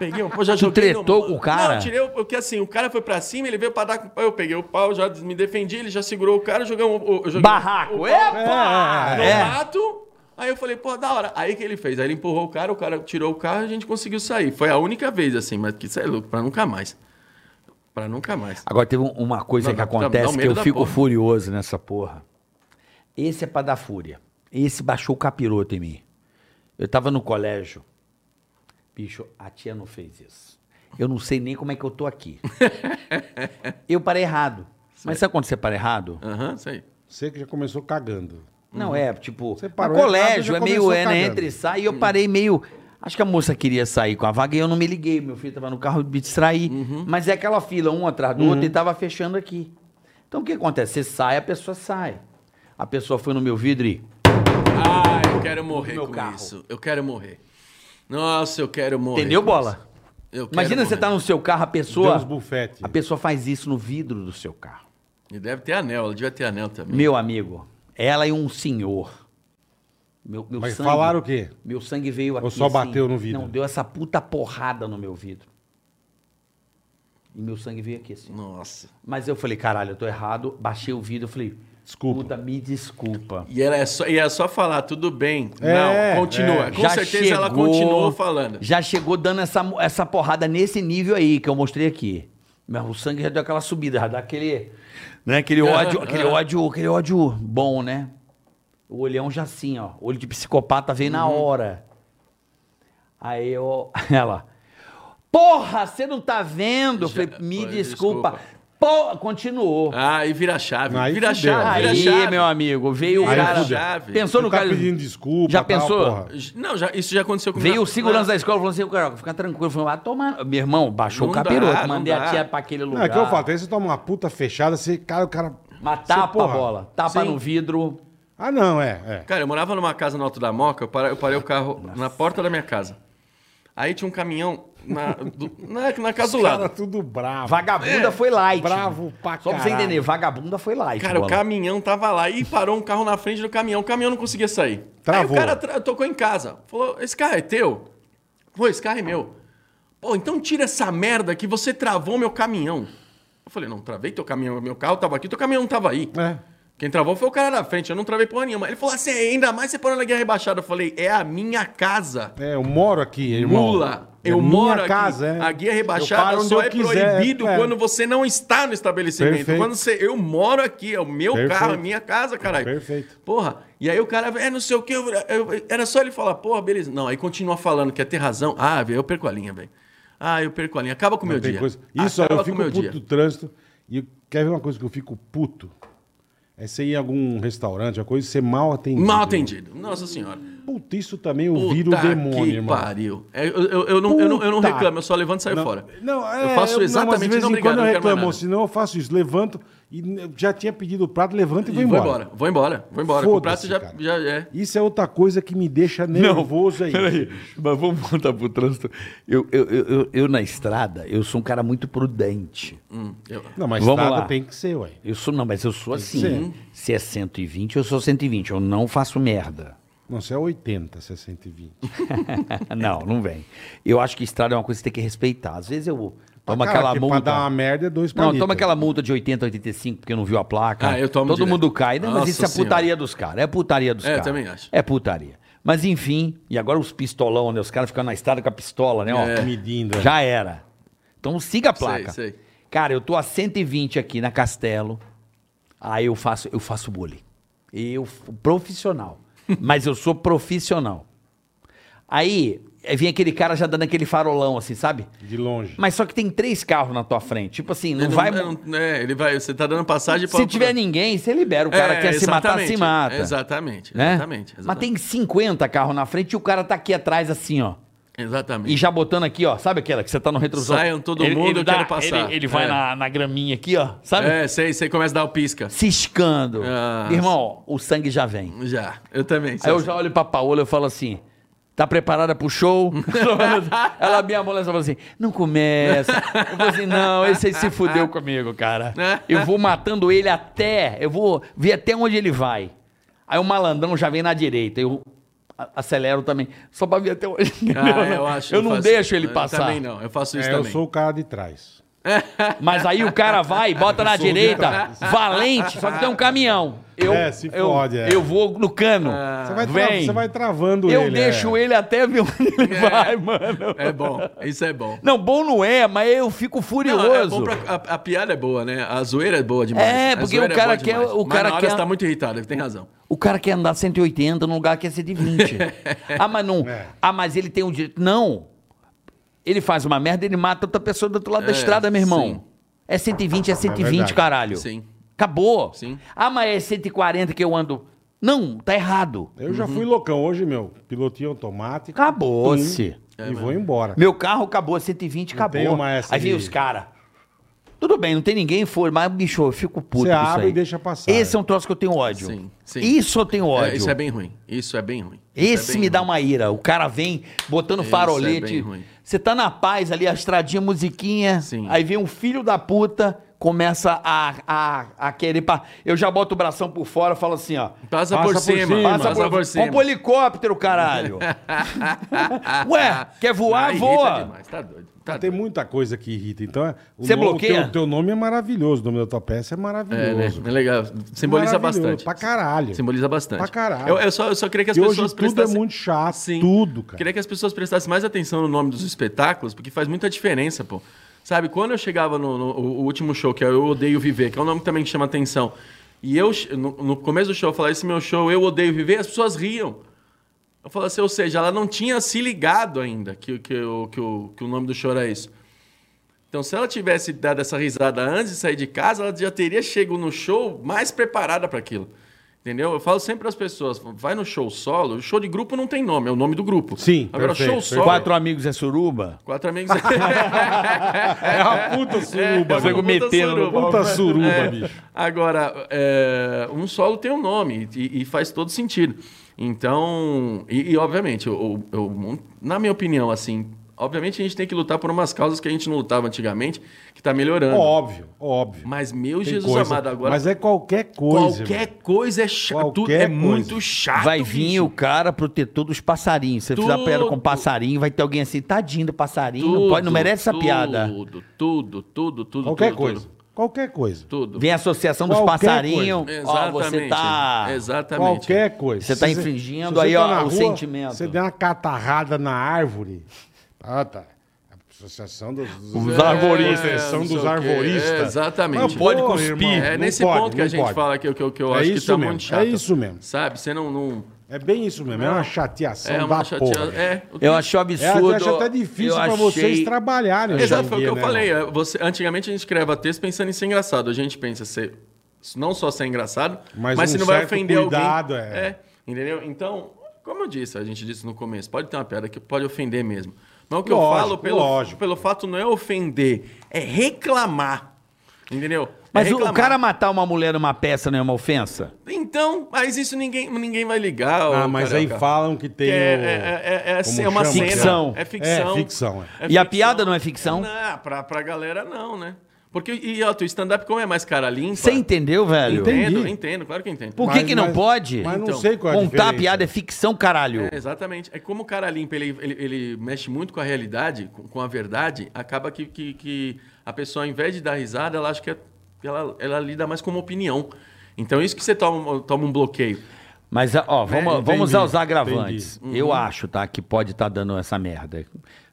[SPEAKER 4] Peguei o pau, já
[SPEAKER 3] Tu
[SPEAKER 4] joguei. no-
[SPEAKER 3] tretou com o cara?
[SPEAKER 4] Não, eu tirei o. Porque assim, o cara foi pra cima, ele veio pra dar com o pau. Eu peguei o pau, já me defendi, ele já segurou o cara, eu joguei um. eu joguei o
[SPEAKER 3] Barraco.
[SPEAKER 4] pau
[SPEAKER 3] Epa!
[SPEAKER 4] no
[SPEAKER 3] É.
[SPEAKER 4] mato. Aí eu falei, pô, da hora. Aí o que ele fez? Aí ele empurrou o cara, o cara tirou o carro e a gente conseguiu sair. Foi a única vez, assim, mas que isso é louco, pra nunca mais. Pra nunca mais.
[SPEAKER 3] Agora teve um- uma coisa
[SPEAKER 4] Não,
[SPEAKER 3] que
[SPEAKER 4] dá- dá- dá um
[SPEAKER 3] acontece que
[SPEAKER 4] medo
[SPEAKER 3] eu
[SPEAKER 4] da
[SPEAKER 3] fico
[SPEAKER 4] porra.
[SPEAKER 3] furioso nessa porra. Esse é pra dar fúria. Esse baixou o capiroto em mim. Eu tava no colégio. Bicho, a tia não fez isso. Eu não sei nem como é que eu tô aqui. eu parei errado. Mas sabe quando você para errado?
[SPEAKER 4] Aham, isso aí.
[SPEAKER 2] Você que já começou cagando.
[SPEAKER 3] Não é, tipo,
[SPEAKER 2] Uhum. Você
[SPEAKER 3] no
[SPEAKER 2] parou errado,
[SPEAKER 3] colégio
[SPEAKER 2] já
[SPEAKER 3] é meio
[SPEAKER 2] começou
[SPEAKER 3] é, né,
[SPEAKER 2] cagando.
[SPEAKER 3] entre e sai. E eu parei meio. Acho que a moça queria sair com a vaga e eu não me liguei. Meu filho tava no carro, me distraí.
[SPEAKER 2] Uhum.
[SPEAKER 3] Mas é aquela fila, um atrás do outro, e tava fechando aqui. Então o que acontece? Você sai, a pessoa sai. A pessoa foi no meu vidro e.
[SPEAKER 4] Ah, eu quero morrer
[SPEAKER 3] Meu
[SPEAKER 4] com
[SPEAKER 3] carro.
[SPEAKER 4] isso. Eu quero morrer. Nossa, eu quero morrer.
[SPEAKER 3] Entendeu,
[SPEAKER 4] com
[SPEAKER 3] bola?
[SPEAKER 4] isso. Eu quero
[SPEAKER 3] Imagina você
[SPEAKER 4] comer.
[SPEAKER 3] tá no seu carro, a
[SPEAKER 2] Deu uns
[SPEAKER 3] pessoa.
[SPEAKER 2] bufete.
[SPEAKER 3] A pessoa faz isso no vidro do seu carro.
[SPEAKER 4] E deve ter anel, ela devia ter anel também.
[SPEAKER 3] Meu amigo, ela e um senhor. Meu, meu
[SPEAKER 2] Mas
[SPEAKER 3] sangue-
[SPEAKER 2] falaram o quê?
[SPEAKER 3] Meu sangue veio aqui. assim,
[SPEAKER 2] Ou só bateu no vidro?
[SPEAKER 3] Não, deu essa puta porrada no meu vidro. E meu sangue veio aqui assim.
[SPEAKER 4] Nossa.
[SPEAKER 3] Mas eu falei, caralho, eu tô errado. Baixei o vidro, eu falei,
[SPEAKER 2] Desculpa.
[SPEAKER 3] Puta, me desculpa.
[SPEAKER 4] E ela é só, e é só falar, tudo bem.
[SPEAKER 2] É,
[SPEAKER 4] não, continua.
[SPEAKER 2] é.
[SPEAKER 4] Com certeza ela continuou falando.
[SPEAKER 3] Já chegou dando essa, essa porrada nesse nível aí que eu mostrei aqui. Mas o sangue já deu aquela subida, já dá aquele. Né, aquele ódio, aquele ódio, aquele ódio bom, né? O olhão já assim, ó. Olho de psicopata veio na
[SPEAKER 4] Uhum.
[SPEAKER 3] hora. Aí eu. Ela. Porra, você não tá vendo? Eu
[SPEAKER 4] Já-
[SPEAKER 3] falei, me
[SPEAKER 4] pois,
[SPEAKER 3] desculpa.
[SPEAKER 4] desculpa.
[SPEAKER 3] Porra, continuou.
[SPEAKER 4] Ah, e vira a chave.
[SPEAKER 2] Aí
[SPEAKER 4] vira a
[SPEAKER 2] fudeu.
[SPEAKER 4] chave, Ah, vira a
[SPEAKER 3] Aí,
[SPEAKER 4] chave.
[SPEAKER 3] meu amigo, veio o
[SPEAKER 4] Aí
[SPEAKER 3] cara.
[SPEAKER 4] fudeu.
[SPEAKER 3] Pensou no
[SPEAKER 2] tá
[SPEAKER 3] cara.
[SPEAKER 2] pedindo desculpa.
[SPEAKER 3] Já
[SPEAKER 2] tal,
[SPEAKER 3] pensou?
[SPEAKER 2] porra.
[SPEAKER 4] Não, já, isso já aconteceu comigo.
[SPEAKER 3] Veio o segurança
[SPEAKER 4] Na-
[SPEAKER 3] da escola e falou assim, cara, fica tranquilo. Falei, ah, toma. Meu irmão, baixou
[SPEAKER 4] Não
[SPEAKER 3] o capiroto,
[SPEAKER 4] dá, não
[SPEAKER 3] mandei a
[SPEAKER 4] dá.
[SPEAKER 3] tia pra aquele lugar.
[SPEAKER 2] Não, é que eu falo, aí você toma uma puta fechada, você, cara, o cara.
[SPEAKER 3] Mas
[SPEAKER 2] você,
[SPEAKER 3] tapa a
[SPEAKER 2] porra.
[SPEAKER 3] bola, tapa
[SPEAKER 4] Sim.
[SPEAKER 3] no vidro.
[SPEAKER 2] Ah, não, é. é.
[SPEAKER 4] Cara, eu morava numa casa no Alto da Moca, eu parei, eu parei o carro na porta da minha casa. Aí tinha um caminhão na, do- na, na casa do
[SPEAKER 2] Cara,
[SPEAKER 4] lado.
[SPEAKER 2] tudo
[SPEAKER 3] É.
[SPEAKER 2] bravo.
[SPEAKER 3] Vagabunda foi light.
[SPEAKER 2] Bravo pra
[SPEAKER 3] Só pra você
[SPEAKER 2] caralho.
[SPEAKER 3] entender, vagabunda foi light.
[SPEAKER 4] Cara, o
[SPEAKER 3] bola.
[SPEAKER 4] caminhão tava lá e parou um carro na frente do caminhão. O caminhão não conseguia sair. Aí o
[SPEAKER 2] Travou.
[SPEAKER 4] cara tra- tocou em casa. Falou: Esse carro é teu? Pô, esse carro é meu. Pô, então tira essa merda que você travou meu caminhão. Eu falei: Não, travei teu caminhão. Meu carro tava aqui, teu caminhão não tava aí.
[SPEAKER 2] É.
[SPEAKER 4] Quem travou foi o cara da frente. Eu não travei porra nenhuma. Ele falou assim: Ainda mais você parou na guerra rebaixada. Eu falei: É a minha casa.
[SPEAKER 2] É, eu moro aqui, irmão.
[SPEAKER 4] Mula,
[SPEAKER 2] É
[SPEAKER 4] eu
[SPEAKER 2] minha
[SPEAKER 4] moro aqui.
[SPEAKER 2] casa, é.
[SPEAKER 4] A guia
[SPEAKER 2] Eu paro
[SPEAKER 4] rebaixada
[SPEAKER 2] onde
[SPEAKER 4] só
[SPEAKER 2] eu
[SPEAKER 4] é
[SPEAKER 2] quiser,
[SPEAKER 4] proibido
[SPEAKER 2] é.
[SPEAKER 4] quando você não está no estabelecimento.
[SPEAKER 2] Perfeito.
[SPEAKER 4] Quando você, eu moro aqui, é o meu
[SPEAKER 2] Perfeito.
[SPEAKER 4] carro, é minha casa, caralho.
[SPEAKER 2] Perfeito.
[SPEAKER 4] Porra, e aí o cara, é não sei o que, era só ele falar, porra, beleza. Não, aí continua falando que é ter razão. Ah, velho, eu perco a linha, velho. Ah, eu perco a linha. Acaba com o meu
[SPEAKER 2] Não tem
[SPEAKER 4] dia.
[SPEAKER 2] coisa- Isso, ó,
[SPEAKER 4] Acaba
[SPEAKER 2] eu
[SPEAKER 4] com
[SPEAKER 2] fico
[SPEAKER 4] o meu
[SPEAKER 2] puto
[SPEAKER 4] dia.
[SPEAKER 2] do trânsito. E quer ver uma coisa que eu fico puto? É você ir em algum restaurante, uma coisa, e ser mal atendido.
[SPEAKER 4] Mal atendido. Nossa senhora.
[SPEAKER 2] Puta, isso também eu
[SPEAKER 4] Puta
[SPEAKER 2] viro o demônio,
[SPEAKER 4] que
[SPEAKER 2] irmão.
[SPEAKER 4] pariu. É, eu, eu- eu não, eu, não, eu não
[SPEAKER 2] Puta.
[SPEAKER 4] reclamo, eu só levanto e saio
[SPEAKER 2] não,
[SPEAKER 4] fora.
[SPEAKER 2] Não, é,
[SPEAKER 4] eu faço
[SPEAKER 2] não, mas
[SPEAKER 4] exatamente
[SPEAKER 2] de vez
[SPEAKER 4] não,
[SPEAKER 2] em
[SPEAKER 4] obrigado,
[SPEAKER 2] quando eu
[SPEAKER 4] não quero mais
[SPEAKER 2] reclamo,
[SPEAKER 4] nada.
[SPEAKER 2] senão eu faço isso, levanto e né, já tinha pedido o prato, levanto e vou
[SPEAKER 4] E Vou
[SPEAKER 2] embora.
[SPEAKER 4] embora, vou embora, vou embora. Com o prato
[SPEAKER 2] Foda-se,
[SPEAKER 4] já,
[SPEAKER 2] cara.
[SPEAKER 4] já é.
[SPEAKER 2] Isso é outra coisa que me deixa nervoso aí.
[SPEAKER 3] Peraí, mas vamos voltar pro trânsito. Eu, eu, eu, eu- eu, na estrada, eu sou um cara muito prudente.
[SPEAKER 4] Hum, eu-
[SPEAKER 2] Não, mas
[SPEAKER 3] Vamos
[SPEAKER 2] estrada
[SPEAKER 3] lá.
[SPEAKER 2] tem que ser, ué.
[SPEAKER 3] Eu sou, não, mas eu sou
[SPEAKER 2] que
[SPEAKER 3] assim. Se é 120, eu sou 120. Eu não faço merda.
[SPEAKER 2] Não, você é 80, você é 120.
[SPEAKER 3] não, não vem. Eu acho que estrada é uma coisa que você tem que respeitar. Às vezes eu tomo
[SPEAKER 2] Cara,
[SPEAKER 3] aquela
[SPEAKER 2] que
[SPEAKER 3] multa.
[SPEAKER 2] Pra dar uma merda é dois
[SPEAKER 3] Não,
[SPEAKER 2] palitos.
[SPEAKER 3] toma aquela multa de 80, 85, porque não viu a placa.
[SPEAKER 4] Ah, eu tomo
[SPEAKER 3] Todo
[SPEAKER 4] direto.
[SPEAKER 3] mundo cai. Não, mas
[SPEAKER 4] Nossa
[SPEAKER 3] isso é
[SPEAKER 4] Senhora.
[SPEAKER 3] putaria dos caras. É putaria dos
[SPEAKER 4] É, eu
[SPEAKER 3] caras.
[SPEAKER 4] também acho.
[SPEAKER 3] É putaria. Mas enfim, e agora os pistolão, né? Os caras ficam na estrada com a pistola, né? Ó,
[SPEAKER 4] É.
[SPEAKER 2] Medindo, é.
[SPEAKER 3] Já era. Então siga a
[SPEAKER 4] Sei,
[SPEAKER 3] placa.
[SPEAKER 4] sei.
[SPEAKER 3] Cara, eu tô a 120 aqui na Castelo. Aí eu faço, eu faço bullying. Eu f- profissional. Mas eu sou profissional. Aí eh, vem aquele cara já dando aquele farolão assim, sabe?
[SPEAKER 2] De longe.
[SPEAKER 3] Mas só que tem três carros na tua frente. Tipo assim, não,
[SPEAKER 4] Ele
[SPEAKER 3] vai.
[SPEAKER 4] é, não- é, ele vai. Você tá dando passagem pra.
[SPEAKER 3] se tiver ninguém, você libera. O cara
[SPEAKER 4] É,
[SPEAKER 3] quer se matar,
[SPEAKER 4] exatamente,
[SPEAKER 3] se mata.
[SPEAKER 4] Exatamente,
[SPEAKER 3] né?
[SPEAKER 4] exatamente.
[SPEAKER 3] Mas
[SPEAKER 4] exatamente.
[SPEAKER 3] tem 50 carros na frente e o cara tá aqui atrás, assim, ó.
[SPEAKER 4] Exatamente.
[SPEAKER 3] E já botando aqui, ó. Sabe aquela que você tá no retrovisor?
[SPEAKER 4] Saiam todo mundo, eu quero passar.
[SPEAKER 5] Ele, ele vai
[SPEAKER 4] É.
[SPEAKER 5] na, na graminha aqui, ó.
[SPEAKER 3] Sabe?
[SPEAKER 4] É, sei, sei, começa a dar o pisca.
[SPEAKER 3] Ciscando.
[SPEAKER 4] Ah.
[SPEAKER 3] Irmão, o sangue já vem.
[SPEAKER 4] Já, eu também.
[SPEAKER 3] Aí
[SPEAKER 4] sei.
[SPEAKER 3] eu já olho pra Paola e eu falo assim. Tá preparada pro show? Ela me amou, ela falou assim: não começa. Eu falei assim: não, esse aí se fudeu comigo, cara. Eu vou matando ele até, eu vou ver até onde ele vai. Aí o malandrão já vem na direita, eu a- acelero também, só pra ver até onde.
[SPEAKER 4] Ah, eu acho.
[SPEAKER 3] eu não
[SPEAKER 4] faço-
[SPEAKER 3] deixo ele
[SPEAKER 4] Eu
[SPEAKER 3] passar.
[SPEAKER 4] também não, eu faço isso
[SPEAKER 2] É, eu
[SPEAKER 4] também.
[SPEAKER 2] sou o cara de trás.
[SPEAKER 3] Mas aí o cara vai, bota na
[SPEAKER 2] Eu sou
[SPEAKER 3] direita,
[SPEAKER 2] liberal.
[SPEAKER 3] valente, só que tem um caminhão. Eu,
[SPEAKER 2] É, se
[SPEAKER 3] eu,
[SPEAKER 2] fode, é.
[SPEAKER 3] eu vou no cano.
[SPEAKER 4] Ah.
[SPEAKER 2] Você vai, tra-
[SPEAKER 3] Vem.
[SPEAKER 2] você vai travando
[SPEAKER 3] Eu
[SPEAKER 2] ele.
[SPEAKER 3] deixo
[SPEAKER 2] é.
[SPEAKER 3] ele até ver onde ele vai, mano.
[SPEAKER 4] É bom, isso é bom.
[SPEAKER 3] Não, bom não é, mas eu fico
[SPEAKER 4] Não,
[SPEAKER 3] furioso.
[SPEAKER 4] é bom pra- a, a piada é boa, né? A zoeira é boa demais.
[SPEAKER 3] É,
[SPEAKER 4] A
[SPEAKER 3] porque
[SPEAKER 4] zoeira
[SPEAKER 3] o cara
[SPEAKER 4] boa
[SPEAKER 3] quer-
[SPEAKER 4] demais.
[SPEAKER 3] o cara
[SPEAKER 4] Mas na hora
[SPEAKER 3] quer-
[SPEAKER 4] você tá muito irritado, tem razão.
[SPEAKER 3] O cara quer andar 180 num lugar que é 120. ah, mas não.
[SPEAKER 2] É.
[SPEAKER 3] Ah, mas ele tem um direito. Não. Ele faz uma merda, ele mata outra pessoa do outro lado da
[SPEAKER 4] É,
[SPEAKER 3] estrada, meu irmão.
[SPEAKER 4] sim.
[SPEAKER 3] É 120, é 120,
[SPEAKER 2] verdade.
[SPEAKER 3] caralho.
[SPEAKER 4] Sim.
[SPEAKER 3] Acabou.
[SPEAKER 4] Sim.
[SPEAKER 3] Ah, mas é 140 que eu ando. Não, tá errado.
[SPEAKER 2] Eu já
[SPEAKER 4] Uhum.
[SPEAKER 2] fui loucão hoje, meu. Pilotinho automático.
[SPEAKER 3] Acabou-se.
[SPEAKER 2] pum,
[SPEAKER 4] É
[SPEAKER 2] e vou embora.
[SPEAKER 3] Tá. Meu carro acabou, 120 acabou.
[SPEAKER 2] tem uma essa
[SPEAKER 3] Aí vem
[SPEAKER 2] de-
[SPEAKER 3] os caras. Tudo bem, não tem ninguém fora, mas bicho, eu fico puto.
[SPEAKER 2] Você
[SPEAKER 3] com isso
[SPEAKER 2] abre
[SPEAKER 3] aí.
[SPEAKER 2] e deixa passar. é.
[SPEAKER 3] Esse é um troçco que eu tenho ódio.
[SPEAKER 4] Sim, sim.
[SPEAKER 3] Isso eu tenho ódio.
[SPEAKER 4] É, isso é bem ruim. Isso é bem ruim.
[SPEAKER 3] Esse
[SPEAKER 4] bem
[SPEAKER 3] me dá
[SPEAKER 4] ruim.
[SPEAKER 3] uma ira. O cara vem botando
[SPEAKER 4] Esse é
[SPEAKER 3] farolete.
[SPEAKER 4] bem ruim.
[SPEAKER 3] Você tá na paz ali, a estradinha, musiquinha.
[SPEAKER 4] Sim.
[SPEAKER 3] Aí vem um filho da puta, começa a, a, a querer. pa- Eu já boto o bração por fora falo assim, ó.
[SPEAKER 2] Passa
[SPEAKER 4] Passa, por,
[SPEAKER 2] por
[SPEAKER 4] cima,
[SPEAKER 2] cima,
[SPEAKER 4] passa, por, cima.
[SPEAKER 3] Compra um helicóptero, caralho. Ué, quer voar?
[SPEAKER 4] Aí irrita
[SPEAKER 3] voa.
[SPEAKER 4] demais, Tá doido. Tá
[SPEAKER 2] Tem
[SPEAKER 4] doido.
[SPEAKER 2] muita coisa que irrita. Então, é- o
[SPEAKER 3] Você
[SPEAKER 2] nome-
[SPEAKER 3] bloqueia?
[SPEAKER 2] O teu, teu nome é maravilhoso, o nome da tua peça é
[SPEAKER 4] É, né?
[SPEAKER 2] maravilhoso.
[SPEAKER 4] É legal. Simboliza
[SPEAKER 2] Maravilhoso,
[SPEAKER 4] bastante.
[SPEAKER 2] Pra caralho.
[SPEAKER 4] Simboliza bastante.
[SPEAKER 2] Pra caralho.
[SPEAKER 4] Eu, eu só, eu só queria que as
[SPEAKER 2] E
[SPEAKER 4] pessoas
[SPEAKER 2] hoje tudo
[SPEAKER 4] prestassem.
[SPEAKER 2] é muito chato, tudo, cara.
[SPEAKER 4] Queria que as pessoas prestassem mais atenção no nome dos espetáculos, porque faz muita diferença, pô. Sabe, quando eu chegava no, no- o o último show, que é Eu Odeio Viver, que é um nome também que chama atenção, e eu, che- no, no começo do show, eu falava esse meu show, Eu Odeio Viver, as pessoas riam. Eu falo assim, ou seja, ela não tinha se ligado ainda que, que, o- que, o- que o nome do show era isso. Então, se ela tivesse dado essa risada antes de sair de casa, ela já teria chego no show mais preparada para aquilo. Entendeu? Eu falo sempre para as pessoas: vai no show solo, o show de grupo não tem nome, é o nome do grupo.
[SPEAKER 2] Sim,
[SPEAKER 4] Agora,
[SPEAKER 2] perfeito,
[SPEAKER 4] show solo.
[SPEAKER 3] Então Quatro amigos é suruba?
[SPEAKER 4] Quatro amigos.
[SPEAKER 2] É uma puta suruba,
[SPEAKER 4] É, é uma
[SPEAKER 2] velho.
[SPEAKER 3] Nego metendo no
[SPEAKER 4] suruba.
[SPEAKER 2] Puta suruba,
[SPEAKER 4] É.
[SPEAKER 2] bicho.
[SPEAKER 4] Agora, é, um solo tem um nome e, e faz todo sentido. Então, e, e, obviamente, eu- eu- eu- na minha opinião, assim, obviamente a gente tem que lutar por umas causas que a gente não lutava antigamente, que está melhorando.
[SPEAKER 2] Óbvio, óbvio.
[SPEAKER 4] Mas, meu
[SPEAKER 2] Tem
[SPEAKER 4] Jesus
[SPEAKER 2] coisa-
[SPEAKER 4] amado, agora.
[SPEAKER 2] Mas é qualquer coisa.
[SPEAKER 4] qualquer
[SPEAKER 2] velho.
[SPEAKER 4] coisa é chato. tudo
[SPEAKER 2] Qualquer
[SPEAKER 4] é
[SPEAKER 2] coisa.
[SPEAKER 4] muito chato.
[SPEAKER 3] vai vir o cara protetor dos passarinhos. Se você fizer
[SPEAKER 4] Tudo.
[SPEAKER 3] piada com passarinho, vai ter alguém assim, tadinho do passarinho, não, pode, não merece essa piada.
[SPEAKER 4] Tudo, tudo, tudo, tudo.
[SPEAKER 2] Qualquer
[SPEAKER 4] tudo,
[SPEAKER 2] coisa. Qualquer coisa.
[SPEAKER 4] Tudo. tudo.
[SPEAKER 3] Vem a associação dos
[SPEAKER 2] Qualquer
[SPEAKER 3] passarinhos. Ó,
[SPEAKER 4] Exatamente.
[SPEAKER 3] você tá.
[SPEAKER 4] Exatamente.
[SPEAKER 2] Qualquer coisa.
[SPEAKER 3] Você tá
[SPEAKER 2] Se
[SPEAKER 3] infringindo
[SPEAKER 2] se você
[SPEAKER 3] aí, ó,
[SPEAKER 2] na
[SPEAKER 3] o sentimento.
[SPEAKER 2] Você deu uma catarrada na árvore. Ah, tá. Associação dos, dos- é,
[SPEAKER 3] Os arvoristas.
[SPEAKER 2] Associação
[SPEAKER 4] não sei
[SPEAKER 2] dos
[SPEAKER 4] o quê.
[SPEAKER 2] arvoristas.
[SPEAKER 4] É, exatamente.
[SPEAKER 2] Mas,
[SPEAKER 4] Não
[SPEAKER 3] pode
[SPEAKER 2] porra,
[SPEAKER 3] cuspir.
[SPEAKER 2] irmão,
[SPEAKER 4] É
[SPEAKER 2] não
[SPEAKER 4] nesse
[SPEAKER 2] pode,
[SPEAKER 4] ponto que a
[SPEAKER 2] não
[SPEAKER 4] gente
[SPEAKER 2] pode.
[SPEAKER 4] fala que, eu- que, eu- que eu
[SPEAKER 2] É
[SPEAKER 4] acho que
[SPEAKER 2] isso
[SPEAKER 4] tá
[SPEAKER 2] mesmo,
[SPEAKER 4] muito chato.
[SPEAKER 2] é isso mesmo.
[SPEAKER 4] Sabe? Você não. não-
[SPEAKER 2] É bem isso mesmo. É uma chateação
[SPEAKER 4] é
[SPEAKER 2] da
[SPEAKER 4] uma
[SPEAKER 2] porra.
[SPEAKER 4] chateada. É, o
[SPEAKER 3] Eu
[SPEAKER 4] tempo-
[SPEAKER 3] acho um
[SPEAKER 2] É,
[SPEAKER 3] absurdo.
[SPEAKER 2] eu acho até difícil
[SPEAKER 3] Eu
[SPEAKER 2] pra
[SPEAKER 3] achei-
[SPEAKER 2] vocês trabalharem. hoje
[SPEAKER 4] Exato,
[SPEAKER 2] em
[SPEAKER 4] foi o que
[SPEAKER 2] dia,
[SPEAKER 4] eu
[SPEAKER 2] né,
[SPEAKER 4] falei. é, Você, antigamente a gente criava texto pensando em ser engraçado. A gente pensa ser, não só ser engraçado,
[SPEAKER 2] Mas
[SPEAKER 4] mas,
[SPEAKER 2] um
[SPEAKER 4] se não vai
[SPEAKER 2] certo
[SPEAKER 4] ofender
[SPEAKER 2] cuidado,
[SPEAKER 4] alguém.
[SPEAKER 2] é.
[SPEAKER 4] entendeu? Então, como eu disse, a gente disse no começo, pode ter uma piada que pode ofender mesmo. Mas o que
[SPEAKER 2] Lógico,
[SPEAKER 4] eu falo pelo,
[SPEAKER 2] lógico.
[SPEAKER 4] pelo fato não é ofender, é reclamar. Entendeu? É
[SPEAKER 3] Mas o- o
[SPEAKER 4] reclamar.
[SPEAKER 3] cara matar uma mulher numa peça não é uma ofensa?
[SPEAKER 4] Então, mas isso ninguém, ninguém vai ligar.
[SPEAKER 2] Ah,
[SPEAKER 4] ô,
[SPEAKER 2] mas
[SPEAKER 4] Carioca.
[SPEAKER 2] aí falam que tem.
[SPEAKER 4] É,
[SPEAKER 2] o-
[SPEAKER 4] é, é, é,
[SPEAKER 2] como
[SPEAKER 4] é, uma
[SPEAKER 2] chama?
[SPEAKER 4] cena.
[SPEAKER 3] Ficção.
[SPEAKER 4] É ficção.
[SPEAKER 2] É ficção, é.
[SPEAKER 3] E a piada não é ficção?
[SPEAKER 4] Não, pra, pra galera não, né? Porque, e ó, o stand-up como é mais cara limpa...
[SPEAKER 3] Você entendeu, velho?
[SPEAKER 2] Entendi.
[SPEAKER 4] Entendo, entendo, claro que entendo.
[SPEAKER 3] Por que que não pode?
[SPEAKER 2] Mas não
[SPEAKER 4] Então,
[SPEAKER 2] sei qual é a
[SPEAKER 3] Contar a
[SPEAKER 2] diferença.
[SPEAKER 3] piada é ficção, caralho.
[SPEAKER 4] É, exatamente. É como o cara limpa, ele, ele, ele mexe muito com a realidade, com, com a verdade, acaba que, que, que a pessoa, ao invés de dar risada, ela acha que é- ela, ela lida mais como opinião. Então, isso que você toma, toma um bloqueio.
[SPEAKER 3] Mas, ó,
[SPEAKER 4] É,
[SPEAKER 3] vamos,
[SPEAKER 2] entendi,
[SPEAKER 3] vamos usar os agravantes.
[SPEAKER 4] Uhum.
[SPEAKER 3] Eu acho, tá, que pode estar dando essa merda.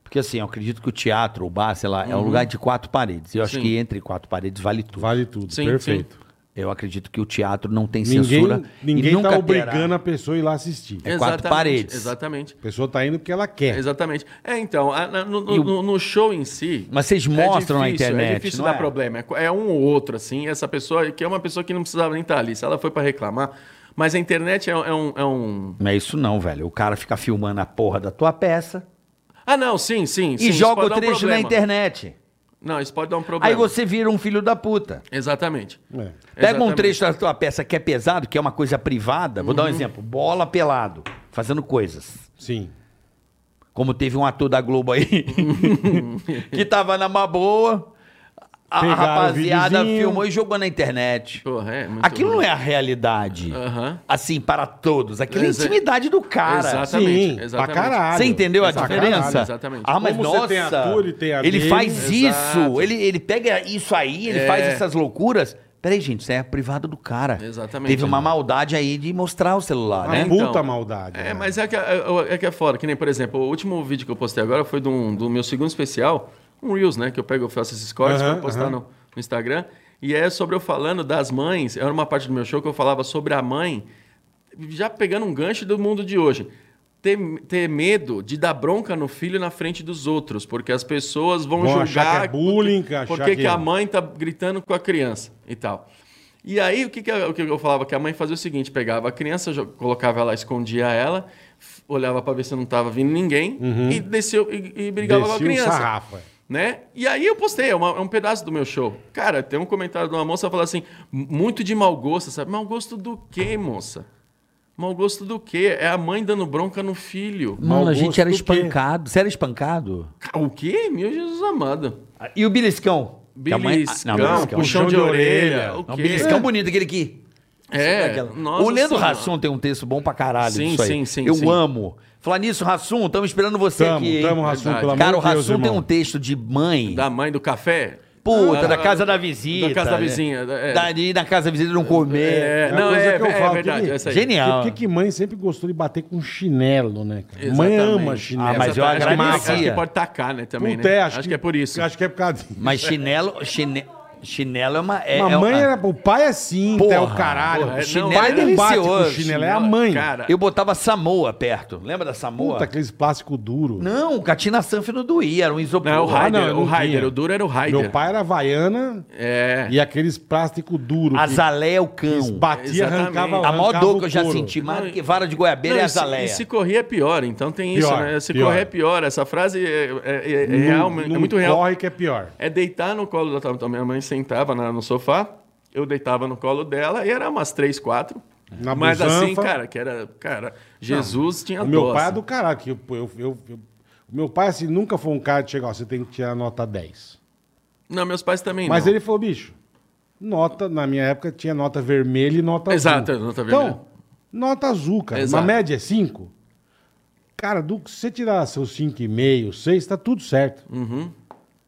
[SPEAKER 3] Porque, assim, eu acredito que o teatro, o bar, sei lá, é um lugar de quatro paredes. Eu acho
[SPEAKER 4] Uhum. Sim.
[SPEAKER 3] que entre quatro paredes vale tudo.
[SPEAKER 2] Vale tudo,
[SPEAKER 4] Sim,
[SPEAKER 2] perfeito.
[SPEAKER 3] Eu acredito que o teatro não tem censura.
[SPEAKER 2] Ninguém,
[SPEAKER 3] e
[SPEAKER 2] ninguém
[SPEAKER 3] nunca
[SPEAKER 2] tá
[SPEAKER 3] terá.
[SPEAKER 2] obrigando a pessoa a ir lá assistir.
[SPEAKER 3] É quatro
[SPEAKER 4] Exatamente,
[SPEAKER 3] paredes.
[SPEAKER 4] Exatamente.
[SPEAKER 2] A pessoa tá indo porque ela quer.
[SPEAKER 4] Exatamente. É, então, a- na- no,
[SPEAKER 3] E o-
[SPEAKER 4] no- no show em si.
[SPEAKER 3] Mas vocês mostram na internet,
[SPEAKER 4] É difícil
[SPEAKER 3] não
[SPEAKER 4] dar
[SPEAKER 3] é?
[SPEAKER 4] problema. É co- É um ou outro, assim. Essa pessoa, que é uma pessoa que não precisava nem estar ali. Se ela foi para reclamar. Mas a internet é, é um, é um-
[SPEAKER 3] Não é isso não, velho. O cara fica filmando a porra da tua peça
[SPEAKER 4] Ah, não, sim, sim. sim,
[SPEAKER 3] e
[SPEAKER 4] isso
[SPEAKER 3] joga o
[SPEAKER 4] pode dar um
[SPEAKER 3] trecho na
[SPEAKER 4] problema.
[SPEAKER 3] internet.
[SPEAKER 4] Não, isso pode dar um problema.
[SPEAKER 3] Aí você vira um filho da puta.
[SPEAKER 4] Exatamente.
[SPEAKER 2] É.
[SPEAKER 3] Pega um
[SPEAKER 4] Exatamente. Uhum.
[SPEAKER 3] trecho da tua peça que é pesado, que é uma coisa privada. Vou dar um exemplo. Bola pelado, fazendo coisas.
[SPEAKER 2] Sim.
[SPEAKER 3] Como teve um ator da Globo aí, que tava numa boa, a
[SPEAKER 2] Pegaram o
[SPEAKER 3] rapaziada
[SPEAKER 2] videozinho.
[SPEAKER 3] filmou e jogou na internet.
[SPEAKER 4] Porra, é muito
[SPEAKER 3] Aquilo
[SPEAKER 4] ruim.
[SPEAKER 3] não é a realidade,
[SPEAKER 4] Aham.
[SPEAKER 3] assim, para todos. Aquilo é a
[SPEAKER 4] Exa-
[SPEAKER 3] intimidade do cara.
[SPEAKER 4] Exatamente.
[SPEAKER 2] Sim,
[SPEAKER 4] exatamente.
[SPEAKER 2] pra caralho.
[SPEAKER 3] Você entendeu a
[SPEAKER 2] Pra
[SPEAKER 3] diferença?
[SPEAKER 4] caralho, exatamente.
[SPEAKER 3] Ah, mas
[SPEAKER 2] Como
[SPEAKER 3] nossa,
[SPEAKER 2] você tem ator e tem a
[SPEAKER 3] ele
[SPEAKER 2] dele.
[SPEAKER 3] faz isso,
[SPEAKER 4] Exato.
[SPEAKER 3] ele, ele pega isso aí, ele
[SPEAKER 4] É.
[SPEAKER 3] faz essas loucuras. Peraí, gente, isso é privado do cara.
[SPEAKER 4] Exatamente.
[SPEAKER 3] Teve uma maldade aí de mostrar o celular,
[SPEAKER 2] Uma
[SPEAKER 3] né?
[SPEAKER 2] puta maldade.
[SPEAKER 4] Ah, É,
[SPEAKER 2] né?
[SPEAKER 4] mas é que é, é que é fora. Que nem, por exemplo, o último vídeo que eu postei agora foi de um- do meu segundo especial, um Reels, né? Que eu pego, eu faço esses cortes
[SPEAKER 2] Aham,
[SPEAKER 4] pra postar
[SPEAKER 2] aham.
[SPEAKER 4] no, no Instagram. E é sobre eu falando das mães. Era uma parte do meu show que eu falava sobre a mãe, já pegando um gancho do mundo de hoje. Ter, ter medo de dar bronca no filho na frente dos outros, porque as pessoas vão,
[SPEAKER 2] Vão
[SPEAKER 4] julgar.
[SPEAKER 2] achar que é bullying,
[SPEAKER 4] porque,
[SPEAKER 2] achar
[SPEAKER 4] porque
[SPEAKER 2] que- é
[SPEAKER 4] que a mãe tá gritando com a criança e tal. E aí, o que, que, eu, o que eu falava? Que a mãe fazia o seguinte: pegava a criança, jo- colocava ela, escondia ela, f- olhava pra ver se não tava vindo ninguém
[SPEAKER 3] Uhum.
[SPEAKER 4] e desceu e, e brigava com a
[SPEAKER 2] Descia o
[SPEAKER 4] criança.
[SPEAKER 2] sarrafo, é.
[SPEAKER 4] né? E aí eu postei, é, uma- é um pedaço do meu show. Cara, tem um comentário de uma moça falando assim: "M- muito de mau gosto, sabe? Mau gosto do quê, moça? Mau gosto do quê? É a mãe dando bronca no filho.
[SPEAKER 3] Mano,
[SPEAKER 2] Mau
[SPEAKER 3] a gente
[SPEAKER 2] gosto
[SPEAKER 3] era
[SPEAKER 2] do quê?
[SPEAKER 3] espancado. Você era espancado?
[SPEAKER 4] O quê? Meu Jesus amado.
[SPEAKER 3] Ah, E o beliscão? Que a mãe- ah,
[SPEAKER 4] Beliscão,
[SPEAKER 3] Não, beliscão.
[SPEAKER 4] puxão de orelha. O
[SPEAKER 3] Não,
[SPEAKER 4] quê?
[SPEAKER 3] beliscão bonito, aquele que...
[SPEAKER 4] É,
[SPEAKER 3] Aquela-
[SPEAKER 4] nossa
[SPEAKER 3] o Leandro
[SPEAKER 4] senhora.
[SPEAKER 3] Rassum tem um texto bom pra caralho
[SPEAKER 4] Sim,
[SPEAKER 3] disso aí.
[SPEAKER 4] sim, sim,
[SPEAKER 3] Eu
[SPEAKER 4] sim.
[SPEAKER 3] amo. Falar nisso, Rassum, estamos esperando você
[SPEAKER 2] Tamo,
[SPEAKER 3] aqui. hein?
[SPEAKER 2] tamo, Rassum,
[SPEAKER 4] Verdade.
[SPEAKER 2] pelo amor de Deus,
[SPEAKER 3] Cara, o Rassum tem
[SPEAKER 2] irmão.
[SPEAKER 3] um texto de mãe.
[SPEAKER 4] Da mãe do café?
[SPEAKER 3] Puta,
[SPEAKER 4] Ah,
[SPEAKER 3] da casa da vizinha.
[SPEAKER 4] Da casa da vizinha. é.
[SPEAKER 3] Dali na casa da um vizinha não comer.
[SPEAKER 4] É,
[SPEAKER 2] É
[SPEAKER 4] não,
[SPEAKER 2] uma
[SPEAKER 4] é,
[SPEAKER 2] coisa que eu
[SPEAKER 4] é
[SPEAKER 2] falo,
[SPEAKER 4] verdade.
[SPEAKER 2] que-
[SPEAKER 4] essa aí.
[SPEAKER 3] Genial.
[SPEAKER 2] Por que, que mãe sempre gostou de bater com chinelo, né? cara? Mãe
[SPEAKER 4] Exatamente.
[SPEAKER 2] ama chinelo.
[SPEAKER 3] Ah, mas eu
[SPEAKER 4] Acho que-
[SPEAKER 3] agradecia.
[SPEAKER 4] Acho que pode tacar, né, também,
[SPEAKER 2] Puta,
[SPEAKER 4] né?
[SPEAKER 2] é,
[SPEAKER 4] Acho, que, é por isso.
[SPEAKER 2] Acho que é por causa disso.
[SPEAKER 3] Mas chinelo, chine- chinelo é uma... É,
[SPEAKER 2] Mas
[SPEAKER 3] é
[SPEAKER 2] mãe
[SPEAKER 3] uma-
[SPEAKER 2] era. O pai é cinta, é o
[SPEAKER 3] Porra,
[SPEAKER 2] caralho.
[SPEAKER 4] porra, é,
[SPEAKER 2] o
[SPEAKER 4] não,
[SPEAKER 2] chinelo
[SPEAKER 4] é
[SPEAKER 2] pai não bate com o
[SPEAKER 3] delicioso,
[SPEAKER 2] chinelo, é a mãe.
[SPEAKER 4] Cara,
[SPEAKER 3] Eu botava Samoa perto. Lembra da Samoa?
[SPEAKER 2] Puta, aqueles plásticos duros.
[SPEAKER 3] Não, Catina Sanf não doía, era um isopor.
[SPEAKER 4] Não, o
[SPEAKER 2] Ah, não,
[SPEAKER 4] Raider,
[SPEAKER 2] eu
[SPEAKER 4] o
[SPEAKER 2] não
[SPEAKER 4] Raider,
[SPEAKER 2] tinha.
[SPEAKER 4] o duro era o Raider.
[SPEAKER 2] Meu pai era havaiana
[SPEAKER 4] É.
[SPEAKER 2] e aqueles plásticos duros. que
[SPEAKER 3] Azalé é o cão.
[SPEAKER 2] Batia,
[SPEAKER 4] Exatamente.
[SPEAKER 2] arrancava,
[SPEAKER 4] A
[SPEAKER 3] A
[SPEAKER 2] arrancava
[SPEAKER 3] maior dor que eu
[SPEAKER 2] o
[SPEAKER 3] já
[SPEAKER 2] couro.
[SPEAKER 3] senti, mais do que
[SPEAKER 4] Não,
[SPEAKER 3] vara de goiabeira
[SPEAKER 4] Não,
[SPEAKER 3] é
[SPEAKER 4] e, se,
[SPEAKER 3] azaleia.
[SPEAKER 4] e se correr é pior, então tem isso,
[SPEAKER 2] Pior,
[SPEAKER 4] né? Se
[SPEAKER 2] pior.
[SPEAKER 4] correr é pior. Essa frase é, é- é- é
[SPEAKER 2] Não-
[SPEAKER 4] real, é
[SPEAKER 2] não
[SPEAKER 4] muito real.
[SPEAKER 2] Corre que é pior.
[SPEAKER 4] É deitar no colo da tua tua- minha mãe sentava na- no sofá, eu deitava no colo dela e era umas três, quatro.
[SPEAKER 2] Na
[SPEAKER 4] Mas assim,
[SPEAKER 2] busanfa.
[SPEAKER 4] cara, que era, cara, Jesus tinha
[SPEAKER 2] O meu
[SPEAKER 4] dó,
[SPEAKER 2] pai é
[SPEAKER 4] assim.
[SPEAKER 2] do caralho. Que eu, eu- eu- eu- o meu pai, assim, nunca foi um cara de chegar, ó, você tem que tirar nota 10.
[SPEAKER 4] assim. Não, meus pais também
[SPEAKER 2] Mas
[SPEAKER 4] não.
[SPEAKER 2] ele falou, bicho, nota, na minha época, tinha nota vermelha e nota
[SPEAKER 4] Exato, é,
[SPEAKER 2] azul.
[SPEAKER 4] nota vermelha.
[SPEAKER 2] Então, nota azul, cara.
[SPEAKER 4] Exato.
[SPEAKER 2] Uma média é 5. Cara, do que você tirar seus 5,5, 6, tá tudo certo.
[SPEAKER 4] Uhum.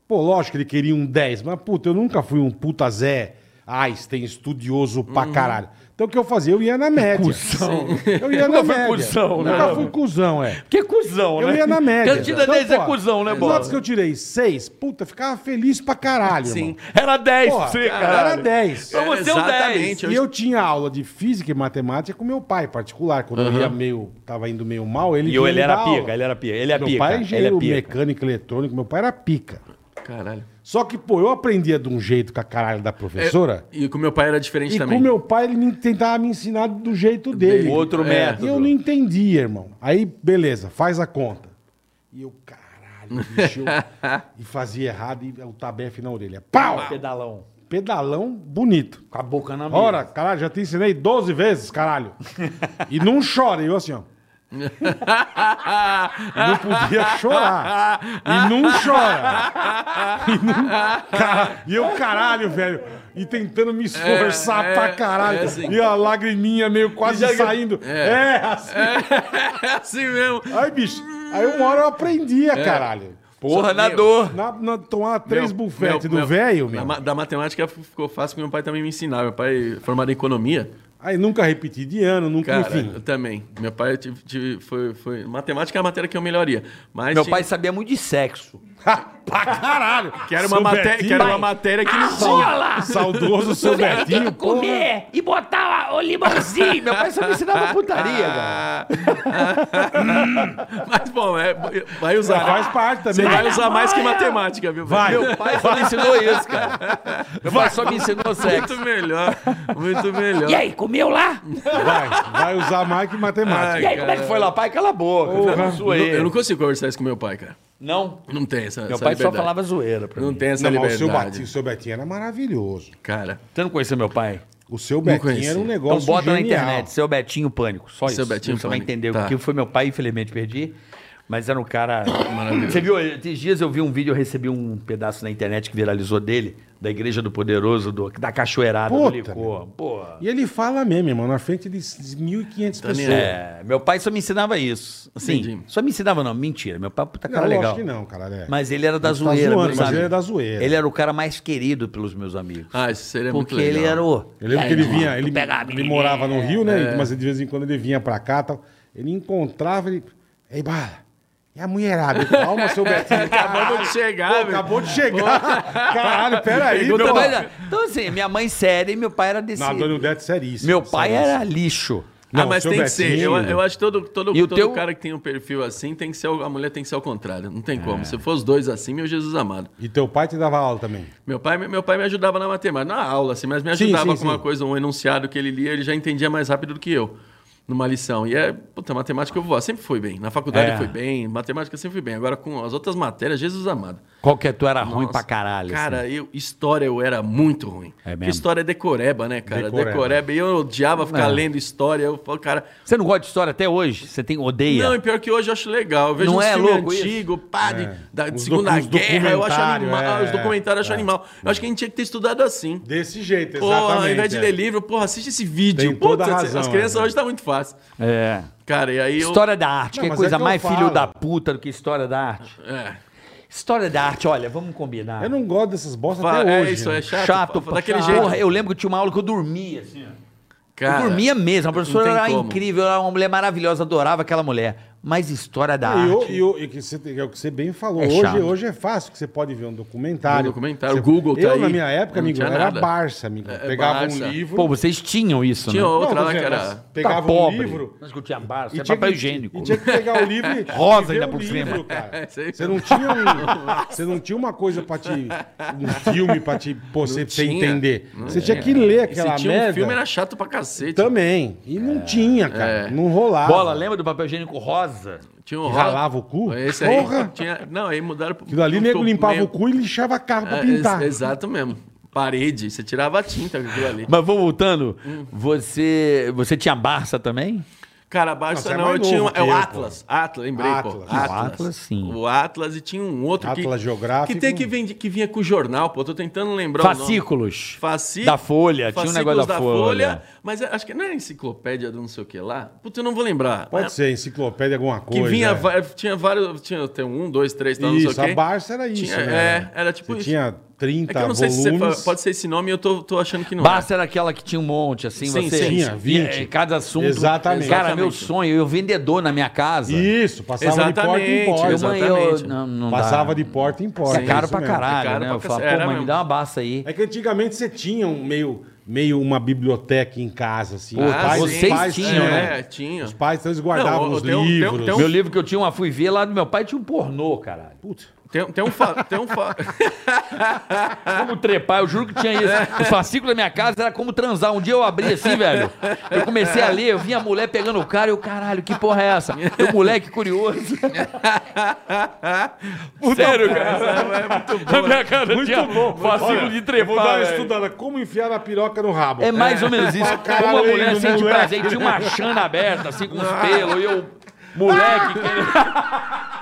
[SPEAKER 2] Pô, lógico que ele queria um 10, mas puta, eu nunca fui um puta Zé Einstein estudioso
[SPEAKER 4] Uhum.
[SPEAKER 2] pra caralho. Então o que eu fazia? Eu ia na média. Cusão. Eu ia na
[SPEAKER 3] Nunca foi
[SPEAKER 2] média.
[SPEAKER 3] cuzão, né?
[SPEAKER 2] Nunca fui cuzão, é.
[SPEAKER 3] Que cuzão, né?
[SPEAKER 2] Eu ia na média. Então,
[SPEAKER 3] Catina 10 é cuzão, né,
[SPEAKER 2] As notas
[SPEAKER 3] Bola?
[SPEAKER 2] que eu tirei, seis, puta, ficava feliz pra caralho,
[SPEAKER 4] Sim.
[SPEAKER 2] Sim.
[SPEAKER 3] Era 10
[SPEAKER 2] Porra,
[SPEAKER 3] pra você,
[SPEAKER 2] cara,
[SPEAKER 3] caralho.
[SPEAKER 2] era 10.
[SPEAKER 3] Pra você é um 10.
[SPEAKER 4] Exatamente.
[SPEAKER 2] E eu tinha aula de física e matemática com meu pai, particular. Quando eu ia meio, tava indo meio mal, ele
[SPEAKER 3] E eu-
[SPEAKER 2] vinha
[SPEAKER 3] ele
[SPEAKER 2] me
[SPEAKER 3] era
[SPEAKER 2] dar aula.
[SPEAKER 3] pica, ele era pica, ele é
[SPEAKER 2] meu
[SPEAKER 3] pica,
[SPEAKER 2] pai é
[SPEAKER 3] ele é
[SPEAKER 2] engenheiro
[SPEAKER 3] pica.
[SPEAKER 2] mecânico eletrônico, meu pai era pica.
[SPEAKER 4] Caralho.
[SPEAKER 2] Só que, pô, eu aprendia de um jeito com a caralho
[SPEAKER 3] É,
[SPEAKER 2] da professora.
[SPEAKER 4] E com meu pai era diferente
[SPEAKER 2] E
[SPEAKER 4] também.
[SPEAKER 2] com meu pai, ele me tentava me ensinar do jeito dele.
[SPEAKER 3] O outro
[SPEAKER 4] É,
[SPEAKER 2] E
[SPEAKER 3] método.
[SPEAKER 2] eu não entendia, irmão. Aí, beleza, faz a conta. E eu, caralho, bicho. eu- e fazia errado e o tabef na orelha. Pau!
[SPEAKER 3] Pedalão.
[SPEAKER 2] Pedalão bonito.
[SPEAKER 3] Com a boca na mão.
[SPEAKER 2] Ora, caralho, já te ensinei 12 vezes, caralho. E não chora. E eu assim, ó. E não podia chorar. E não chora. E, não- Cara, e eu, caralho, velho. E tentando me esforçar
[SPEAKER 4] É, é,
[SPEAKER 2] pra caralho.
[SPEAKER 4] é assim.
[SPEAKER 2] E a lagriminha meio quase saindo. É, assim.
[SPEAKER 4] É assim mesmo.
[SPEAKER 2] Aí, bicho, aí uma hora eu aprendia,
[SPEAKER 4] É.
[SPEAKER 2] caralho.
[SPEAKER 3] Porra,
[SPEAKER 4] Só-
[SPEAKER 3] na
[SPEAKER 4] meu,
[SPEAKER 3] dor.
[SPEAKER 2] Na, na- tomar três
[SPEAKER 4] Meu-
[SPEAKER 2] bufetes
[SPEAKER 4] meu-
[SPEAKER 2] do
[SPEAKER 4] meu-
[SPEAKER 2] velho,
[SPEAKER 4] da
[SPEAKER 2] meu.
[SPEAKER 4] ma- Da, matemática ficou fácil, porque meu pai também me ensinava. Meu pai é formado em economia.
[SPEAKER 2] Aí nunca repeti de ano, nunca,
[SPEAKER 4] Cara, eu
[SPEAKER 2] enfim.
[SPEAKER 4] também. Meu pai eu tive- tive- foi, foi- Matemática é a matéria que eu melhoria. Mas
[SPEAKER 3] Meu
[SPEAKER 4] tinha-
[SPEAKER 3] pai sabia muito de sexo.
[SPEAKER 2] pra caralho!
[SPEAKER 4] Que era uma,
[SPEAKER 2] Seu
[SPEAKER 4] matéria,
[SPEAKER 2] Betinho,
[SPEAKER 4] que era uma matéria
[SPEAKER 3] Ah,
[SPEAKER 4] que não tinha.
[SPEAKER 5] Bola!
[SPEAKER 2] Saudoso seu Betinho, porra.
[SPEAKER 5] Comer e botar o limãozinho.
[SPEAKER 3] Meu pai só me ensinava putaria, cara.
[SPEAKER 4] Ah. Mas, bom, é, vai usar. né?
[SPEAKER 2] Faz parte
[SPEAKER 4] Você
[SPEAKER 2] também.
[SPEAKER 4] vai usar mais que matemática, viu?
[SPEAKER 2] Vai.
[SPEAKER 3] Meu pai só me ensinou isso, cara. Meu pai só me ensinou sexo.
[SPEAKER 4] Muito melhor. Muito melhor.
[SPEAKER 5] E aí, comeu lá?
[SPEAKER 2] Vai, vai usar mais que
[SPEAKER 5] E
[SPEAKER 2] matemática.
[SPEAKER 5] aí, como é que foi lá?
[SPEAKER 3] pai? Cala a boca. Porra.
[SPEAKER 4] Eu não- Eu não consigo conversar isso com meu pai, cara.
[SPEAKER 3] Não?
[SPEAKER 4] Não tem essa
[SPEAKER 3] Meu
[SPEAKER 4] essa
[SPEAKER 3] pai
[SPEAKER 4] liberdade.
[SPEAKER 3] só falava zoeira pra
[SPEAKER 4] Não
[SPEAKER 3] mim.
[SPEAKER 4] tem essa
[SPEAKER 2] Não, mas o seu,
[SPEAKER 4] liberdade.
[SPEAKER 2] Betinho, o seu Betinho era maravilhoso.
[SPEAKER 4] Cara,
[SPEAKER 3] Você não conheceu meu pai?
[SPEAKER 2] O seu Betinho
[SPEAKER 4] conhecia.
[SPEAKER 2] era um
[SPEAKER 3] Então
[SPEAKER 2] negócio
[SPEAKER 3] bota na
[SPEAKER 2] genial.
[SPEAKER 3] internet, seu Betinho Pânico. Só isso.
[SPEAKER 4] Seu Betinho
[SPEAKER 3] Você vai
[SPEAKER 4] Pânico,
[SPEAKER 3] entender
[SPEAKER 4] tá.
[SPEAKER 3] o que foi meu pai, infelizmente perdi. Mas era um cara.
[SPEAKER 4] Maravilhoso.
[SPEAKER 3] Você viu? Esses dias eu vi um vídeo, eu recebi um pedaço na internet que viralizou dele, da Igreja do Poderoso, do- da Cachoeirada,
[SPEAKER 2] Puta,
[SPEAKER 3] do Licor. Porra.
[SPEAKER 2] E ele fala mesmo, irmão, na frente de 1.500 pessoas.
[SPEAKER 4] Daniel.
[SPEAKER 3] É, meu pai só me ensinava isso. Assim,
[SPEAKER 4] Entendi.
[SPEAKER 3] só me ensinava, não, mentira. Meu pai, é um puta
[SPEAKER 2] Não,
[SPEAKER 3] cara
[SPEAKER 2] lógico
[SPEAKER 3] legal.
[SPEAKER 2] que não, cara. é.
[SPEAKER 3] Mas ele era da
[SPEAKER 2] Tá
[SPEAKER 3] zoeira,
[SPEAKER 2] zoando,
[SPEAKER 3] meus
[SPEAKER 2] mas ele
[SPEAKER 3] amigos.
[SPEAKER 2] era da zoeira.
[SPEAKER 3] Ele era o cara mais querido pelos meus amigos.
[SPEAKER 4] ah, isso seria
[SPEAKER 3] porque
[SPEAKER 4] muito legal.
[SPEAKER 3] ele era o.
[SPEAKER 2] Eu lembro que ele é vinha, ele,
[SPEAKER 5] pega a
[SPEAKER 2] ele
[SPEAKER 5] menininha.
[SPEAKER 2] morava no Rio, né?
[SPEAKER 3] é.
[SPEAKER 2] Mas de vez em quando ele vinha pra cá, tal. ele encontrava, ele... Ei, bala, e a mulherada? Eu, Calma, seu Betinho.
[SPEAKER 4] Acabou de chegar,
[SPEAKER 2] Pô,
[SPEAKER 4] velho.
[SPEAKER 2] Acabou de chegar. Caralho, peraí,
[SPEAKER 4] Pergunta
[SPEAKER 2] meu...
[SPEAKER 3] Mas,
[SPEAKER 2] Não,
[SPEAKER 3] então, assim, minha mãe séria e meu pai era desse.
[SPEAKER 2] Antônio Deto, seríssimo.
[SPEAKER 3] Meu pai
[SPEAKER 2] seríssimo.
[SPEAKER 3] era lixo.
[SPEAKER 4] ah,
[SPEAKER 2] Não,
[SPEAKER 4] mas
[SPEAKER 2] seu
[SPEAKER 4] tem que ser. Eu,
[SPEAKER 2] Betinho-
[SPEAKER 4] eu acho que todo, todo,
[SPEAKER 3] E o
[SPEAKER 4] todo
[SPEAKER 3] teu-
[SPEAKER 4] cara que tem um perfil assim, tem que ser, o- a mulher tem que ser ao contrário. Não
[SPEAKER 2] É.
[SPEAKER 4] tem como. Se for os dois assim, meu Jesus amado.
[SPEAKER 2] E teu pai te dava aula também?
[SPEAKER 4] Meu pai, meu pai me ajudava na matemática, na aula, assim, mas me
[SPEAKER 2] Sim,
[SPEAKER 4] ajudava
[SPEAKER 2] sim,
[SPEAKER 4] com uma
[SPEAKER 2] sim.
[SPEAKER 4] coisa, um enunciado que ele lia, ele já entendia mais rápido do que eu. numa lição. E é, puta, matemática eu vou, sempre fui bem. Na faculdade
[SPEAKER 3] É.
[SPEAKER 4] eu fui bem, matemática eu sempre fui bem. Agora com as outras matérias, Jesus amado.
[SPEAKER 3] Qual que é? Tu era ruim
[SPEAKER 4] Nossa,
[SPEAKER 3] pra caralho.
[SPEAKER 4] Cara,
[SPEAKER 3] assim.
[SPEAKER 4] eu, história eu era muito ruim.
[SPEAKER 3] É
[SPEAKER 4] Porque
[SPEAKER 3] mesmo? É.
[SPEAKER 4] história é decoreba, né, cara?
[SPEAKER 2] Decoreba.
[SPEAKER 4] Decoreba. E eu odiava ficar
[SPEAKER 3] Não.
[SPEAKER 4] lendo história. Eu falo, cara.
[SPEAKER 3] Você não gosta de história até hoje? Você tem odeia?
[SPEAKER 4] Não, e pior que hoje eu acho legal. Eu vejo
[SPEAKER 3] Não
[SPEAKER 4] um
[SPEAKER 3] é
[SPEAKER 4] filme
[SPEAKER 3] louco isso?
[SPEAKER 4] antigo, pá, de, da de
[SPEAKER 2] Os
[SPEAKER 4] Segunda
[SPEAKER 2] É. docu- os
[SPEAKER 4] Guerra, eu acho
[SPEAKER 2] documentário,
[SPEAKER 4] animal.
[SPEAKER 2] é,
[SPEAKER 4] os documentários eu acho animal. Eu acho que a gente tinha que ter estudado assim.
[SPEAKER 2] Desse jeito,
[SPEAKER 4] Porra,
[SPEAKER 2] exatamente.
[SPEAKER 4] ao invés de
[SPEAKER 2] é.
[SPEAKER 4] ler livro, porra, assiste esse vídeo.
[SPEAKER 2] Tem toda a razão,
[SPEAKER 4] as crianças
[SPEAKER 2] é.
[SPEAKER 4] hoje tá muito fácil.
[SPEAKER 3] É.
[SPEAKER 4] Cara, e aí eu.
[SPEAKER 3] História da arte,
[SPEAKER 2] Não,
[SPEAKER 3] que é
[SPEAKER 2] mas
[SPEAKER 3] coisa
[SPEAKER 2] é que eu
[SPEAKER 3] mais filho
[SPEAKER 2] falo.
[SPEAKER 3] da puta do que história da arte.
[SPEAKER 4] É,
[SPEAKER 3] História da arte, olha, vamos combinar.
[SPEAKER 2] Eu não gosto dessas bostas
[SPEAKER 4] fala,
[SPEAKER 2] até
[SPEAKER 4] é
[SPEAKER 2] hoje.
[SPEAKER 4] isso, é
[SPEAKER 2] né?
[SPEAKER 4] chato.
[SPEAKER 3] chato,
[SPEAKER 4] fala daquele
[SPEAKER 3] chato.
[SPEAKER 4] jeito.
[SPEAKER 3] Porra, eu lembro que tinha uma aula que eu dormia, assim, ó.
[SPEAKER 4] Cara,
[SPEAKER 3] eu dormia mesmo. A professora
[SPEAKER 4] não tem
[SPEAKER 3] era
[SPEAKER 4] como.
[SPEAKER 3] incrível, ela era uma mulher maravilhosa, adorava aquela mulher. Mas história da
[SPEAKER 2] E, o-
[SPEAKER 3] arte.
[SPEAKER 2] e o- e que você, tem- é o que você bem falou.
[SPEAKER 3] É chato.
[SPEAKER 2] hoje, hoje é fácil, que você pode ver um documentário.
[SPEAKER 4] Um documentário,
[SPEAKER 2] Você-
[SPEAKER 4] o Google tá
[SPEAKER 2] Eu,
[SPEAKER 4] aí.
[SPEAKER 2] na minha época,
[SPEAKER 4] Não
[SPEAKER 2] amigo,
[SPEAKER 4] tinha
[SPEAKER 2] era
[SPEAKER 4] nada.
[SPEAKER 2] Barça, amigo.
[SPEAKER 4] É,
[SPEAKER 2] Pegava
[SPEAKER 4] Barça.
[SPEAKER 2] um livro...
[SPEAKER 3] Pô, vocês tinham isso,
[SPEAKER 4] Tinha
[SPEAKER 3] né?
[SPEAKER 2] Não,
[SPEAKER 4] outra
[SPEAKER 2] tô
[SPEAKER 4] lá que
[SPEAKER 2] dizendo,
[SPEAKER 4] era.
[SPEAKER 2] mas Pegava
[SPEAKER 3] Tá
[SPEAKER 2] um
[SPEAKER 3] pobre.
[SPEAKER 2] livro...
[SPEAKER 3] Mas que eu tinha barça,
[SPEAKER 2] E
[SPEAKER 3] é
[SPEAKER 2] tinha
[SPEAKER 3] papel
[SPEAKER 2] que-
[SPEAKER 3] higiênico.
[SPEAKER 2] E tinha que pegar o livro e
[SPEAKER 3] Rosa
[SPEAKER 2] e ver
[SPEAKER 3] ainda
[SPEAKER 2] o
[SPEAKER 3] por cima.
[SPEAKER 2] cara.
[SPEAKER 4] Sei.
[SPEAKER 2] Você não tinha um, você não tinha uma coisa pra te um filme pra te pô, você, você
[SPEAKER 4] tinha.
[SPEAKER 2] entender.
[SPEAKER 4] Não
[SPEAKER 2] você tinha que ler
[SPEAKER 4] E
[SPEAKER 2] aquela
[SPEAKER 4] se tinha
[SPEAKER 2] merda.
[SPEAKER 4] um filme, era É, chato pra cacete.
[SPEAKER 2] Também. E não tinha, cara. Não rolava.
[SPEAKER 3] Bola, lembra do papel higiênico rosa?
[SPEAKER 4] Tinha um
[SPEAKER 2] Que
[SPEAKER 4] ro-
[SPEAKER 2] ralava o cu?
[SPEAKER 4] Esse aí.
[SPEAKER 2] Porra!
[SPEAKER 4] Tinha... Não, aí mudaram pro.
[SPEAKER 2] Aquilo ali,
[SPEAKER 4] pro-
[SPEAKER 2] nego
[SPEAKER 4] pro-
[SPEAKER 2] limpava
[SPEAKER 4] meio-
[SPEAKER 2] o cu e lixava a carro pra
[SPEAKER 4] É,
[SPEAKER 2] pintar.
[SPEAKER 4] ex- exato mesmo. Parede, você tirava a tinta com aquilo ali.
[SPEAKER 3] Mas vou voltando. Você, você tinha barça também?
[SPEAKER 4] Cara, a
[SPEAKER 2] Não, você
[SPEAKER 4] Barça
[SPEAKER 2] é
[SPEAKER 4] não,
[SPEAKER 2] mais
[SPEAKER 4] eu tinha
[SPEAKER 2] novo
[SPEAKER 4] um,
[SPEAKER 2] que
[SPEAKER 4] é o
[SPEAKER 2] eu, pô.
[SPEAKER 4] Atlas. Atlas, lembrei, pô.
[SPEAKER 2] Ah, Atlas.
[SPEAKER 3] O Atlas, sim.
[SPEAKER 4] O Atlas e tinha um outro que
[SPEAKER 2] Atlas geográfico.
[SPEAKER 4] que tem que vem que vinha com jornal, pô. Tô tentando lembrar o nome.
[SPEAKER 3] Fascículos.
[SPEAKER 4] Fascí-
[SPEAKER 3] Da Folha. Tinha um
[SPEAKER 4] fascículos
[SPEAKER 3] negócio da, Folha.
[SPEAKER 4] Mas é- acho que não era enciclopédia do não sei o que lá. Puta, eu não vou lembrar.
[SPEAKER 2] Pode
[SPEAKER 4] Mas-
[SPEAKER 2] ser enciclopédia, alguma
[SPEAKER 4] Que
[SPEAKER 2] coisa.
[SPEAKER 4] vinha,
[SPEAKER 2] é.
[SPEAKER 4] va- tinha vários, tinha tem um, dois, três, tal, não
[SPEAKER 2] Isso,
[SPEAKER 4] sei o quê.
[SPEAKER 2] a Barça era isso,
[SPEAKER 4] Tinha-
[SPEAKER 2] né?
[SPEAKER 4] É, era tipo
[SPEAKER 2] Você
[SPEAKER 4] isso.
[SPEAKER 2] tinha 30
[SPEAKER 4] É que eu não sei
[SPEAKER 2] volumes.
[SPEAKER 4] se você fa- pode ser esse nome e eu tô, tô achando que não. é.
[SPEAKER 3] Barça era aquela que tinha um monte, assim,
[SPEAKER 4] Sim,
[SPEAKER 3] você...
[SPEAKER 4] sim.
[SPEAKER 2] Tinha, 20.
[SPEAKER 3] E, cada assunto...
[SPEAKER 2] Exatamente.
[SPEAKER 3] Cara, meu
[SPEAKER 4] Exatamente.
[SPEAKER 3] sonho, eu vendedor na minha casa.
[SPEAKER 2] Isso, passava de
[SPEAKER 4] Exatamente,
[SPEAKER 2] porta
[SPEAKER 3] eu,
[SPEAKER 2] em porta.
[SPEAKER 3] mãe, eu,
[SPEAKER 4] exatamente.
[SPEAKER 3] não, não
[SPEAKER 2] Passava
[SPEAKER 3] dá.
[SPEAKER 2] de porta em porta.
[SPEAKER 3] É caro
[SPEAKER 2] isso
[SPEAKER 3] pra
[SPEAKER 2] mesmo.
[SPEAKER 3] caralho,
[SPEAKER 4] É caro
[SPEAKER 3] né?
[SPEAKER 4] pra
[SPEAKER 3] Eu falo,
[SPEAKER 4] cacete.
[SPEAKER 3] pô,
[SPEAKER 4] Era
[SPEAKER 3] mãe, me
[SPEAKER 4] mesmo.
[SPEAKER 3] dá uma barça aí.
[SPEAKER 2] É que antigamente você tinha um meio, meio uma biblioteca em casa, assim.
[SPEAKER 3] Pô,
[SPEAKER 2] Os pais- os
[SPEAKER 3] vocês
[SPEAKER 2] pais
[SPEAKER 3] tinham,
[SPEAKER 2] tinham,
[SPEAKER 3] né?
[SPEAKER 4] Ah, É, tinha.
[SPEAKER 2] Os pais então, eles guardavam
[SPEAKER 4] Não,
[SPEAKER 2] os
[SPEAKER 4] tem um- tem um-
[SPEAKER 2] livros.
[SPEAKER 4] tem um-
[SPEAKER 3] Meu livro que eu tinha, uma fui ver lá do meu pai, tinha um pornô, caralho.
[SPEAKER 2] Putz,
[SPEAKER 4] Tem, tem um fa... tem um fa...
[SPEAKER 3] Como trepar, eu juro que tinha
[SPEAKER 2] É.
[SPEAKER 3] isso. O fascículo da minha casa era como transar. Um dia eu abri assim, velho. Eu comecei a ler, eu vi a mulher pegando o cara e eu, caralho, que porra é essa? O moleque curioso. Sério, cara.
[SPEAKER 2] É
[SPEAKER 3] Na minha casa tinha fascículo
[SPEAKER 2] Olha,
[SPEAKER 3] de
[SPEAKER 2] eu
[SPEAKER 3] trepar.
[SPEAKER 2] Vou dar uma
[SPEAKER 3] velho.
[SPEAKER 2] estudada. Como enfiar a piroca no rabo?
[SPEAKER 3] É mais ou menos isso.
[SPEAKER 2] Pra caralho,
[SPEAKER 3] uma
[SPEAKER 2] hein,
[SPEAKER 3] mulher
[SPEAKER 2] do
[SPEAKER 3] sente
[SPEAKER 2] moleque.
[SPEAKER 3] prazer, e tinha uma chana aberta, assim, com
[SPEAKER 2] Ah.
[SPEAKER 3] uns pelos, e eu. Moleque. que-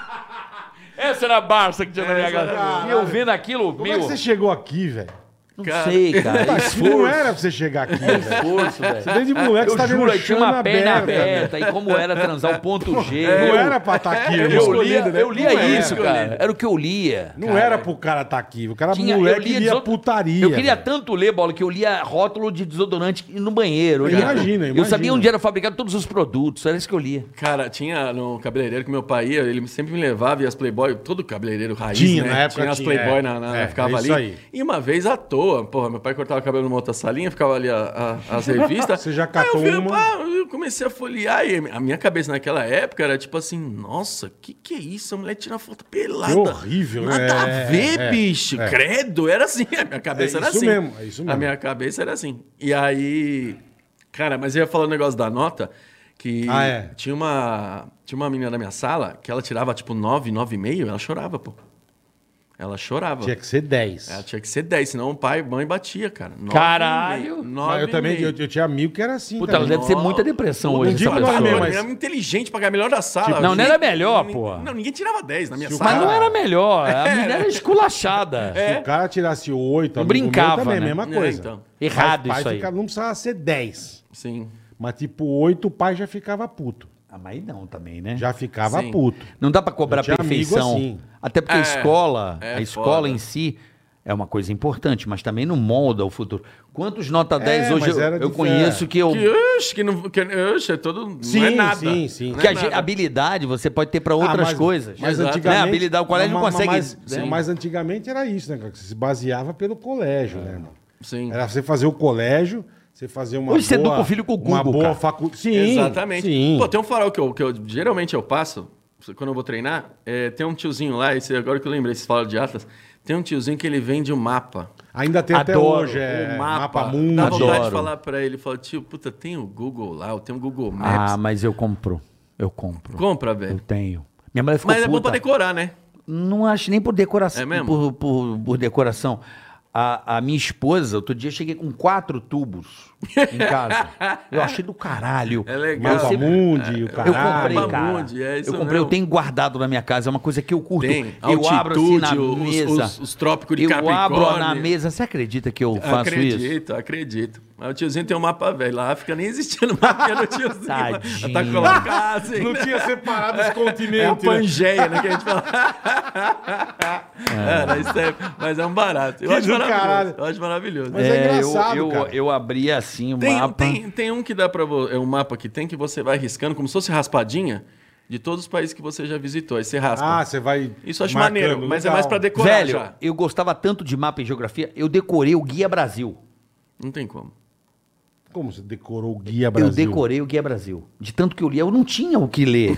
[SPEAKER 3] Essa era a Barça que tinha na minha casa. E eu vendo aquilo,
[SPEAKER 2] Como
[SPEAKER 3] meu. É
[SPEAKER 2] é que você chegou aqui, velho?
[SPEAKER 3] Não
[SPEAKER 4] Cara.
[SPEAKER 3] sei, cara.
[SPEAKER 2] Isso não era pra você chegar aqui, velho.
[SPEAKER 3] Esforço, velho.
[SPEAKER 2] Desde moleque
[SPEAKER 3] Eu
[SPEAKER 2] você tá
[SPEAKER 3] juro,
[SPEAKER 2] vendo
[SPEAKER 3] aí tinha
[SPEAKER 2] chama
[SPEAKER 3] uma perna
[SPEAKER 2] velho.
[SPEAKER 3] aberta, e como era transar o ponto G.
[SPEAKER 2] Não
[SPEAKER 3] É, eu-
[SPEAKER 2] era pra estar aqui,
[SPEAKER 3] eu,
[SPEAKER 2] irmão.
[SPEAKER 3] lia, eu lia
[SPEAKER 2] Não era.
[SPEAKER 3] isso, cara. Era o que eu lia.
[SPEAKER 2] Não era pro cara estar aqui. O cara
[SPEAKER 3] Tinha- eu
[SPEAKER 2] moleque
[SPEAKER 3] lia
[SPEAKER 2] lia,
[SPEAKER 3] deso-
[SPEAKER 2] putaria.
[SPEAKER 3] Eu queria
[SPEAKER 2] velho.
[SPEAKER 3] tanto ler, Bola, que eu lia rótulo de desodorante no banheiro. Eu lia-
[SPEAKER 2] Imagina,
[SPEAKER 3] Eu
[SPEAKER 2] imagina.
[SPEAKER 3] sabia onde era fabricado todos os produtos, era isso que eu lia.
[SPEAKER 4] Cara, tinha no cabeleireiro que meu pai ia, ele sempre me levava e as Playboy, todo cabeleireiro raiz,
[SPEAKER 2] Tinha,
[SPEAKER 4] né?
[SPEAKER 2] na época
[SPEAKER 4] tinha as
[SPEAKER 2] tinha,
[SPEAKER 4] Playboy
[SPEAKER 2] é.
[SPEAKER 4] na, na-
[SPEAKER 2] É,
[SPEAKER 4] ficava
[SPEAKER 2] é
[SPEAKER 4] ali.
[SPEAKER 2] isso aí.
[SPEAKER 4] E uma vez à toa, porra, meu pai cortava o cabelo numa outra salinha, ficava ali a- a- as revistas.
[SPEAKER 2] Você já
[SPEAKER 4] Aí
[SPEAKER 2] catou
[SPEAKER 4] eu
[SPEAKER 2] uma?
[SPEAKER 4] pá, eu comecei a folhear e a minha cabeça naquela época era tipo assim, nossa, que que é isso? A mulher tira foto pelada.
[SPEAKER 2] Que horrível,
[SPEAKER 4] Nada
[SPEAKER 2] né?
[SPEAKER 4] a ver,
[SPEAKER 2] É, é,
[SPEAKER 4] bicho.
[SPEAKER 2] é.
[SPEAKER 4] Credo, era assim. A minha cabeça
[SPEAKER 2] É
[SPEAKER 4] era
[SPEAKER 2] isso
[SPEAKER 4] assim.
[SPEAKER 2] mesmo, é isso
[SPEAKER 4] A
[SPEAKER 2] mesmo.
[SPEAKER 4] minha cabeça era assim. E aí, cara, mas eu ia falar um negócio da nota que
[SPEAKER 2] Ah, é.
[SPEAKER 4] tinha uma, tinha uma menina na minha sala que ela tirava tipo 9, 9,5, ela chorava, pô. Ela chorava.
[SPEAKER 2] Tinha que ser 10.
[SPEAKER 3] É,
[SPEAKER 4] Ela tinha que ser 10, senão o pai e mãe batia, cara. Nove e
[SPEAKER 3] Caralho!
[SPEAKER 4] meio,
[SPEAKER 2] Mas
[SPEAKER 4] nove
[SPEAKER 2] eu
[SPEAKER 4] e
[SPEAKER 2] também
[SPEAKER 4] meio.
[SPEAKER 2] eu, eu tinha amigo que era assim.
[SPEAKER 3] Puta, é ela
[SPEAKER 2] também.
[SPEAKER 3] deve ter muita depressão hoje.
[SPEAKER 2] Não digo
[SPEAKER 3] essa
[SPEAKER 2] nome
[SPEAKER 3] pessoa.
[SPEAKER 2] mesmo,
[SPEAKER 4] tipo, Ela
[SPEAKER 2] mas-
[SPEAKER 4] era inteligente pra ganhar a melhor da sala.
[SPEAKER 3] Tipo, não, não era melhor,
[SPEAKER 4] ninguém-
[SPEAKER 3] pô.
[SPEAKER 4] Não, ninguém tirava 10 na minha
[SPEAKER 2] Se o
[SPEAKER 4] sala.
[SPEAKER 3] Mas não é-
[SPEAKER 2] cara- É.
[SPEAKER 3] era melhor, a menina era esculachada.
[SPEAKER 2] Se o cara tirasse 8,
[SPEAKER 3] Não
[SPEAKER 2] amigo meu
[SPEAKER 3] É. brincava,
[SPEAKER 2] também,
[SPEAKER 3] né?
[SPEAKER 2] mesma
[SPEAKER 4] É,
[SPEAKER 2] coisa.
[SPEAKER 4] então.
[SPEAKER 3] Errado
[SPEAKER 2] Mas pai
[SPEAKER 3] isso aí.
[SPEAKER 2] ficava- não precisava ser 10.
[SPEAKER 4] Sim.
[SPEAKER 2] Mas tipo 8, o pai já ficava puto.
[SPEAKER 3] Ah, mas aí não também, né?
[SPEAKER 2] Já ficava
[SPEAKER 4] Sim.
[SPEAKER 2] puto.
[SPEAKER 3] Não dá pra cobrar
[SPEAKER 2] Eu tinha
[SPEAKER 3] perfeição.
[SPEAKER 2] amigo assim.
[SPEAKER 3] Até porque a
[SPEAKER 4] É,
[SPEAKER 3] escola,
[SPEAKER 4] é
[SPEAKER 3] a escola
[SPEAKER 4] foda.
[SPEAKER 3] em si é uma coisa importante, mas também não molda o futuro. Quantos nota 10 hoje
[SPEAKER 2] É, mas
[SPEAKER 3] eu,
[SPEAKER 2] era
[SPEAKER 3] eu
[SPEAKER 2] de-
[SPEAKER 3] conheço
[SPEAKER 2] é.
[SPEAKER 3] que eu
[SPEAKER 4] Que, oxe, que não. Que, oxe, é todo. não é
[SPEAKER 2] Sim,
[SPEAKER 4] nada.
[SPEAKER 2] sim, sim.
[SPEAKER 4] Não
[SPEAKER 3] que
[SPEAKER 4] é
[SPEAKER 3] a gente-
[SPEAKER 4] nada.
[SPEAKER 3] habilidade você pode ter pra outras
[SPEAKER 2] Ah, mas-
[SPEAKER 3] coisas.
[SPEAKER 2] Mas
[SPEAKER 4] Exato.
[SPEAKER 2] antigamente.
[SPEAKER 3] Né? Habilidade, o colégio não
[SPEAKER 2] mas-
[SPEAKER 3] consegue-
[SPEAKER 2] Mas, é
[SPEAKER 3] Sim.
[SPEAKER 2] mas antigamente era isso, né, cara? Que Você se baseava pelo colégio, né, irmão?
[SPEAKER 4] Sim.
[SPEAKER 2] Era você fazer o colégio, você fazer uma
[SPEAKER 3] Hoje você
[SPEAKER 2] boa...
[SPEAKER 3] educa o filho com o
[SPEAKER 2] Uma
[SPEAKER 3] Google, cara.
[SPEAKER 2] boa faculdade. Sim,
[SPEAKER 4] Exatamente.
[SPEAKER 2] Sim.
[SPEAKER 4] Pô, tem um farol que eu, que eu- geralmente eu passo, quando eu vou treinar, é, tem um tiozinho lá, esse, agora que eu lembrei, vocês falaram de Atlas, Tem um tiozinho que ele vende o mapa. Um
[SPEAKER 2] Ainda tem até
[SPEAKER 3] um Adoro
[SPEAKER 2] hoje, é
[SPEAKER 3] o
[SPEAKER 2] mapa,
[SPEAKER 3] mapa.
[SPEAKER 2] mundo.
[SPEAKER 4] Dá vontade
[SPEAKER 3] Adoro.
[SPEAKER 4] de falar pra ele, fala, tio, puta, tem o Google lá, eu tenho o Google Maps.
[SPEAKER 3] Ah, mas eu compro. Eu compro.
[SPEAKER 4] Compra,
[SPEAKER 3] Eu
[SPEAKER 4] velho.
[SPEAKER 3] tenho. Minha mulher ficou
[SPEAKER 4] Mas é bom
[SPEAKER 3] puta.
[SPEAKER 4] pra decorar, né?
[SPEAKER 3] Não acho nem por decoração.
[SPEAKER 4] É mesmo?
[SPEAKER 3] Por, por- por decoração. A, a minha esposa, outro dia, eu cheguei com quatro tubos em casa. eu achei do caralho.
[SPEAKER 4] É legal.
[SPEAKER 2] Mapa Mundi, o
[SPEAKER 3] É, Eu
[SPEAKER 2] caralho.
[SPEAKER 3] comprei,
[SPEAKER 4] Mapa
[SPEAKER 3] cara.
[SPEAKER 4] Mundi, é isso
[SPEAKER 3] eu comprei,
[SPEAKER 4] mesmo.
[SPEAKER 3] eu tenho guardado na minha casa, é uma coisa que eu curto.
[SPEAKER 4] Tem.
[SPEAKER 3] Eu abro assim na
[SPEAKER 4] Altitude, os-
[SPEAKER 3] mesa.
[SPEAKER 4] os- os trópicos de
[SPEAKER 3] eu abro
[SPEAKER 4] Capricórnio.
[SPEAKER 3] na mesa. Você acredita que eu faço
[SPEAKER 4] acredito,
[SPEAKER 3] isso?
[SPEAKER 4] acredito. Mas o tiozinho tem um mapa velho. Lá fica nem existindo mapa do tiozinho.
[SPEAKER 3] Tadinho.
[SPEAKER 4] Tá colocado assim.
[SPEAKER 2] Não
[SPEAKER 4] né?
[SPEAKER 2] tinha separado os
[SPEAKER 4] É a
[SPEAKER 2] continentes. né?
[SPEAKER 4] Pangeia, né? Que a gente fala. Cara, isso é, mas é um barato. Eu
[SPEAKER 2] Que
[SPEAKER 4] acho
[SPEAKER 2] do
[SPEAKER 4] maravilhoso.
[SPEAKER 2] caralho.
[SPEAKER 4] Eu acho maravilhoso.
[SPEAKER 2] Mas é engraçado,
[SPEAKER 3] eu, eu,
[SPEAKER 2] cara.
[SPEAKER 3] eu abri assim o
[SPEAKER 4] Tem,
[SPEAKER 3] mapa.
[SPEAKER 4] tem, tem um que dá pra você. É um mapa que tem que você vai riscando, como se fosse raspadinha, de todos os países que você já visitou. Aí você raspa.
[SPEAKER 2] Ah, você vai.
[SPEAKER 4] Isso eu acho
[SPEAKER 2] marcando,
[SPEAKER 4] maneiro, mas é
[SPEAKER 2] legal.
[SPEAKER 4] mais pra decorar
[SPEAKER 3] Velho,
[SPEAKER 4] já.
[SPEAKER 3] eu gostava tanto de mapa e geografia, eu decorei o Guia Brasil.
[SPEAKER 4] Não tem como.
[SPEAKER 2] Como você decorou o Guia Brasil?
[SPEAKER 3] Eu decorei o Guia Brasil. De tanto que eu li, eu não tinha o que ler.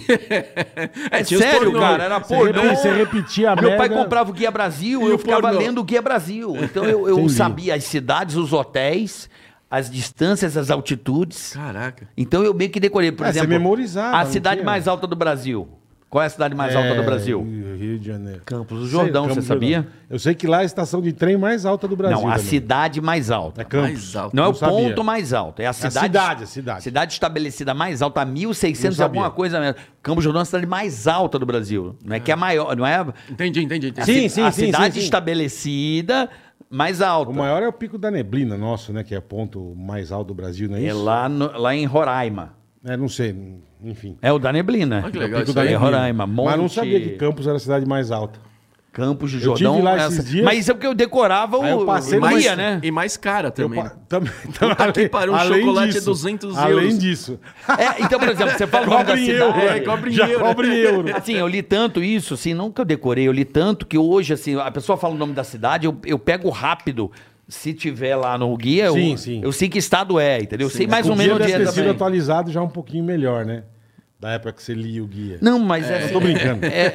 [SPEAKER 4] É, tinha os
[SPEAKER 3] Sério,
[SPEAKER 4] pornô.
[SPEAKER 3] cara, era
[SPEAKER 6] Você
[SPEAKER 3] pornô. né?
[SPEAKER 6] repi- você repetia a
[SPEAKER 3] Meu pai
[SPEAKER 6] merda.
[SPEAKER 3] comprava o Guia Brasil,
[SPEAKER 4] E
[SPEAKER 3] eu
[SPEAKER 4] o
[SPEAKER 3] ficava
[SPEAKER 4] pornô.
[SPEAKER 3] lendo o Guia Brasil. Então eu, eu sabia as cidades, os hotéis, as distâncias, as altitudes.
[SPEAKER 4] Caraca.
[SPEAKER 3] Então eu meio que decorei, por
[SPEAKER 2] É, você
[SPEAKER 3] exemplo,
[SPEAKER 2] memorizava,
[SPEAKER 3] a
[SPEAKER 2] não
[SPEAKER 3] cidade
[SPEAKER 2] tinha?
[SPEAKER 3] mais alta do Brasil. Qual é a cidade mais
[SPEAKER 2] É,
[SPEAKER 3] alta do Brasil?
[SPEAKER 2] Rio Rio de Janeiro.
[SPEAKER 3] Campos do
[SPEAKER 2] Sei,
[SPEAKER 3] Jordão,
[SPEAKER 2] Campos
[SPEAKER 3] você
[SPEAKER 2] do Jordão.
[SPEAKER 3] sabia?
[SPEAKER 2] Eu sei que lá é a estação de trem mais alta do Brasil.
[SPEAKER 3] Não, a
[SPEAKER 2] também.
[SPEAKER 3] cidade mais alta.
[SPEAKER 2] É Campos.
[SPEAKER 4] Mais alto.
[SPEAKER 3] Não, é
[SPEAKER 2] Não
[SPEAKER 3] o
[SPEAKER 2] sabia.
[SPEAKER 3] ponto mais alto. É a cidade.
[SPEAKER 2] cidade, a cidade.
[SPEAKER 3] estabelecida mais alta, a 1.600
[SPEAKER 2] Não
[SPEAKER 3] alguma
[SPEAKER 2] sabia.
[SPEAKER 3] coisa mesmo. Campos do Jordão é a cidade mais alta do Brasil. Não é que é a maior, não é? a-
[SPEAKER 4] Entendi, entendi. entendi.
[SPEAKER 3] a
[SPEAKER 2] Sim,
[SPEAKER 3] ci-
[SPEAKER 2] sim,
[SPEAKER 3] A
[SPEAKER 2] sim,
[SPEAKER 3] cidade
[SPEAKER 2] sim, sim.
[SPEAKER 3] estabelecida mais alta.
[SPEAKER 2] O maior é o Pico da Neblina nosso, né? Que é o ponto mais alto do Brasil, não é
[SPEAKER 3] É
[SPEAKER 2] isso?
[SPEAKER 3] lá, no- lá em Roraima.
[SPEAKER 2] É, não sei, enfim.
[SPEAKER 3] É o da Neblina.
[SPEAKER 4] Olha Ah, que legal
[SPEAKER 3] Pico
[SPEAKER 4] isso
[SPEAKER 3] da
[SPEAKER 4] aí.
[SPEAKER 3] Neblina. Roraima,
[SPEAKER 2] Mas não
[SPEAKER 3] Monte-
[SPEAKER 2] sabia que Campos era a cidade mais alta.
[SPEAKER 3] Campos do
[SPEAKER 2] Eu tive
[SPEAKER 3] Jordão.
[SPEAKER 2] lá
[SPEAKER 3] é
[SPEAKER 2] esses
[SPEAKER 3] essa-
[SPEAKER 2] dias.
[SPEAKER 3] Mas é porque eu decorava
[SPEAKER 2] Aí eu
[SPEAKER 3] o
[SPEAKER 2] passei numa-
[SPEAKER 3] Bahia, né?
[SPEAKER 4] E mais cara também.
[SPEAKER 2] pa-
[SPEAKER 4] né?
[SPEAKER 2] também- então,
[SPEAKER 4] Puta que
[SPEAKER 2] além-
[SPEAKER 4] pariu, um
[SPEAKER 2] além
[SPEAKER 4] chocolate é
[SPEAKER 2] disso,
[SPEAKER 4] 200
[SPEAKER 2] Além
[SPEAKER 4] euros.
[SPEAKER 2] disso.
[SPEAKER 3] É, então, por exemplo, você fala o nome da
[SPEAKER 2] Cobre em né? euro.
[SPEAKER 3] cidade.
[SPEAKER 4] é, cobre em
[SPEAKER 2] já
[SPEAKER 4] euro.
[SPEAKER 2] cobre em euro.
[SPEAKER 3] Assim, eu li tanto isso, assim, não que eu decorei, eu li tanto que hoje, assim, a pessoa fala o nome da cidade, eu, eu pego rápido. Se tiver lá no guia,
[SPEAKER 2] Sim,
[SPEAKER 3] eu,
[SPEAKER 2] sim.
[SPEAKER 3] eu sei que estado é, entendeu? Eu sei mais
[SPEAKER 2] O
[SPEAKER 3] ou menos
[SPEAKER 2] guia
[SPEAKER 3] onde é
[SPEAKER 2] deve ter sido
[SPEAKER 3] também.
[SPEAKER 2] atualizado já um pouquinho melhor, né? Da época que você lia o guia.
[SPEAKER 3] Não, mas é.
[SPEAKER 2] Eu tô brincando.
[SPEAKER 3] é, é-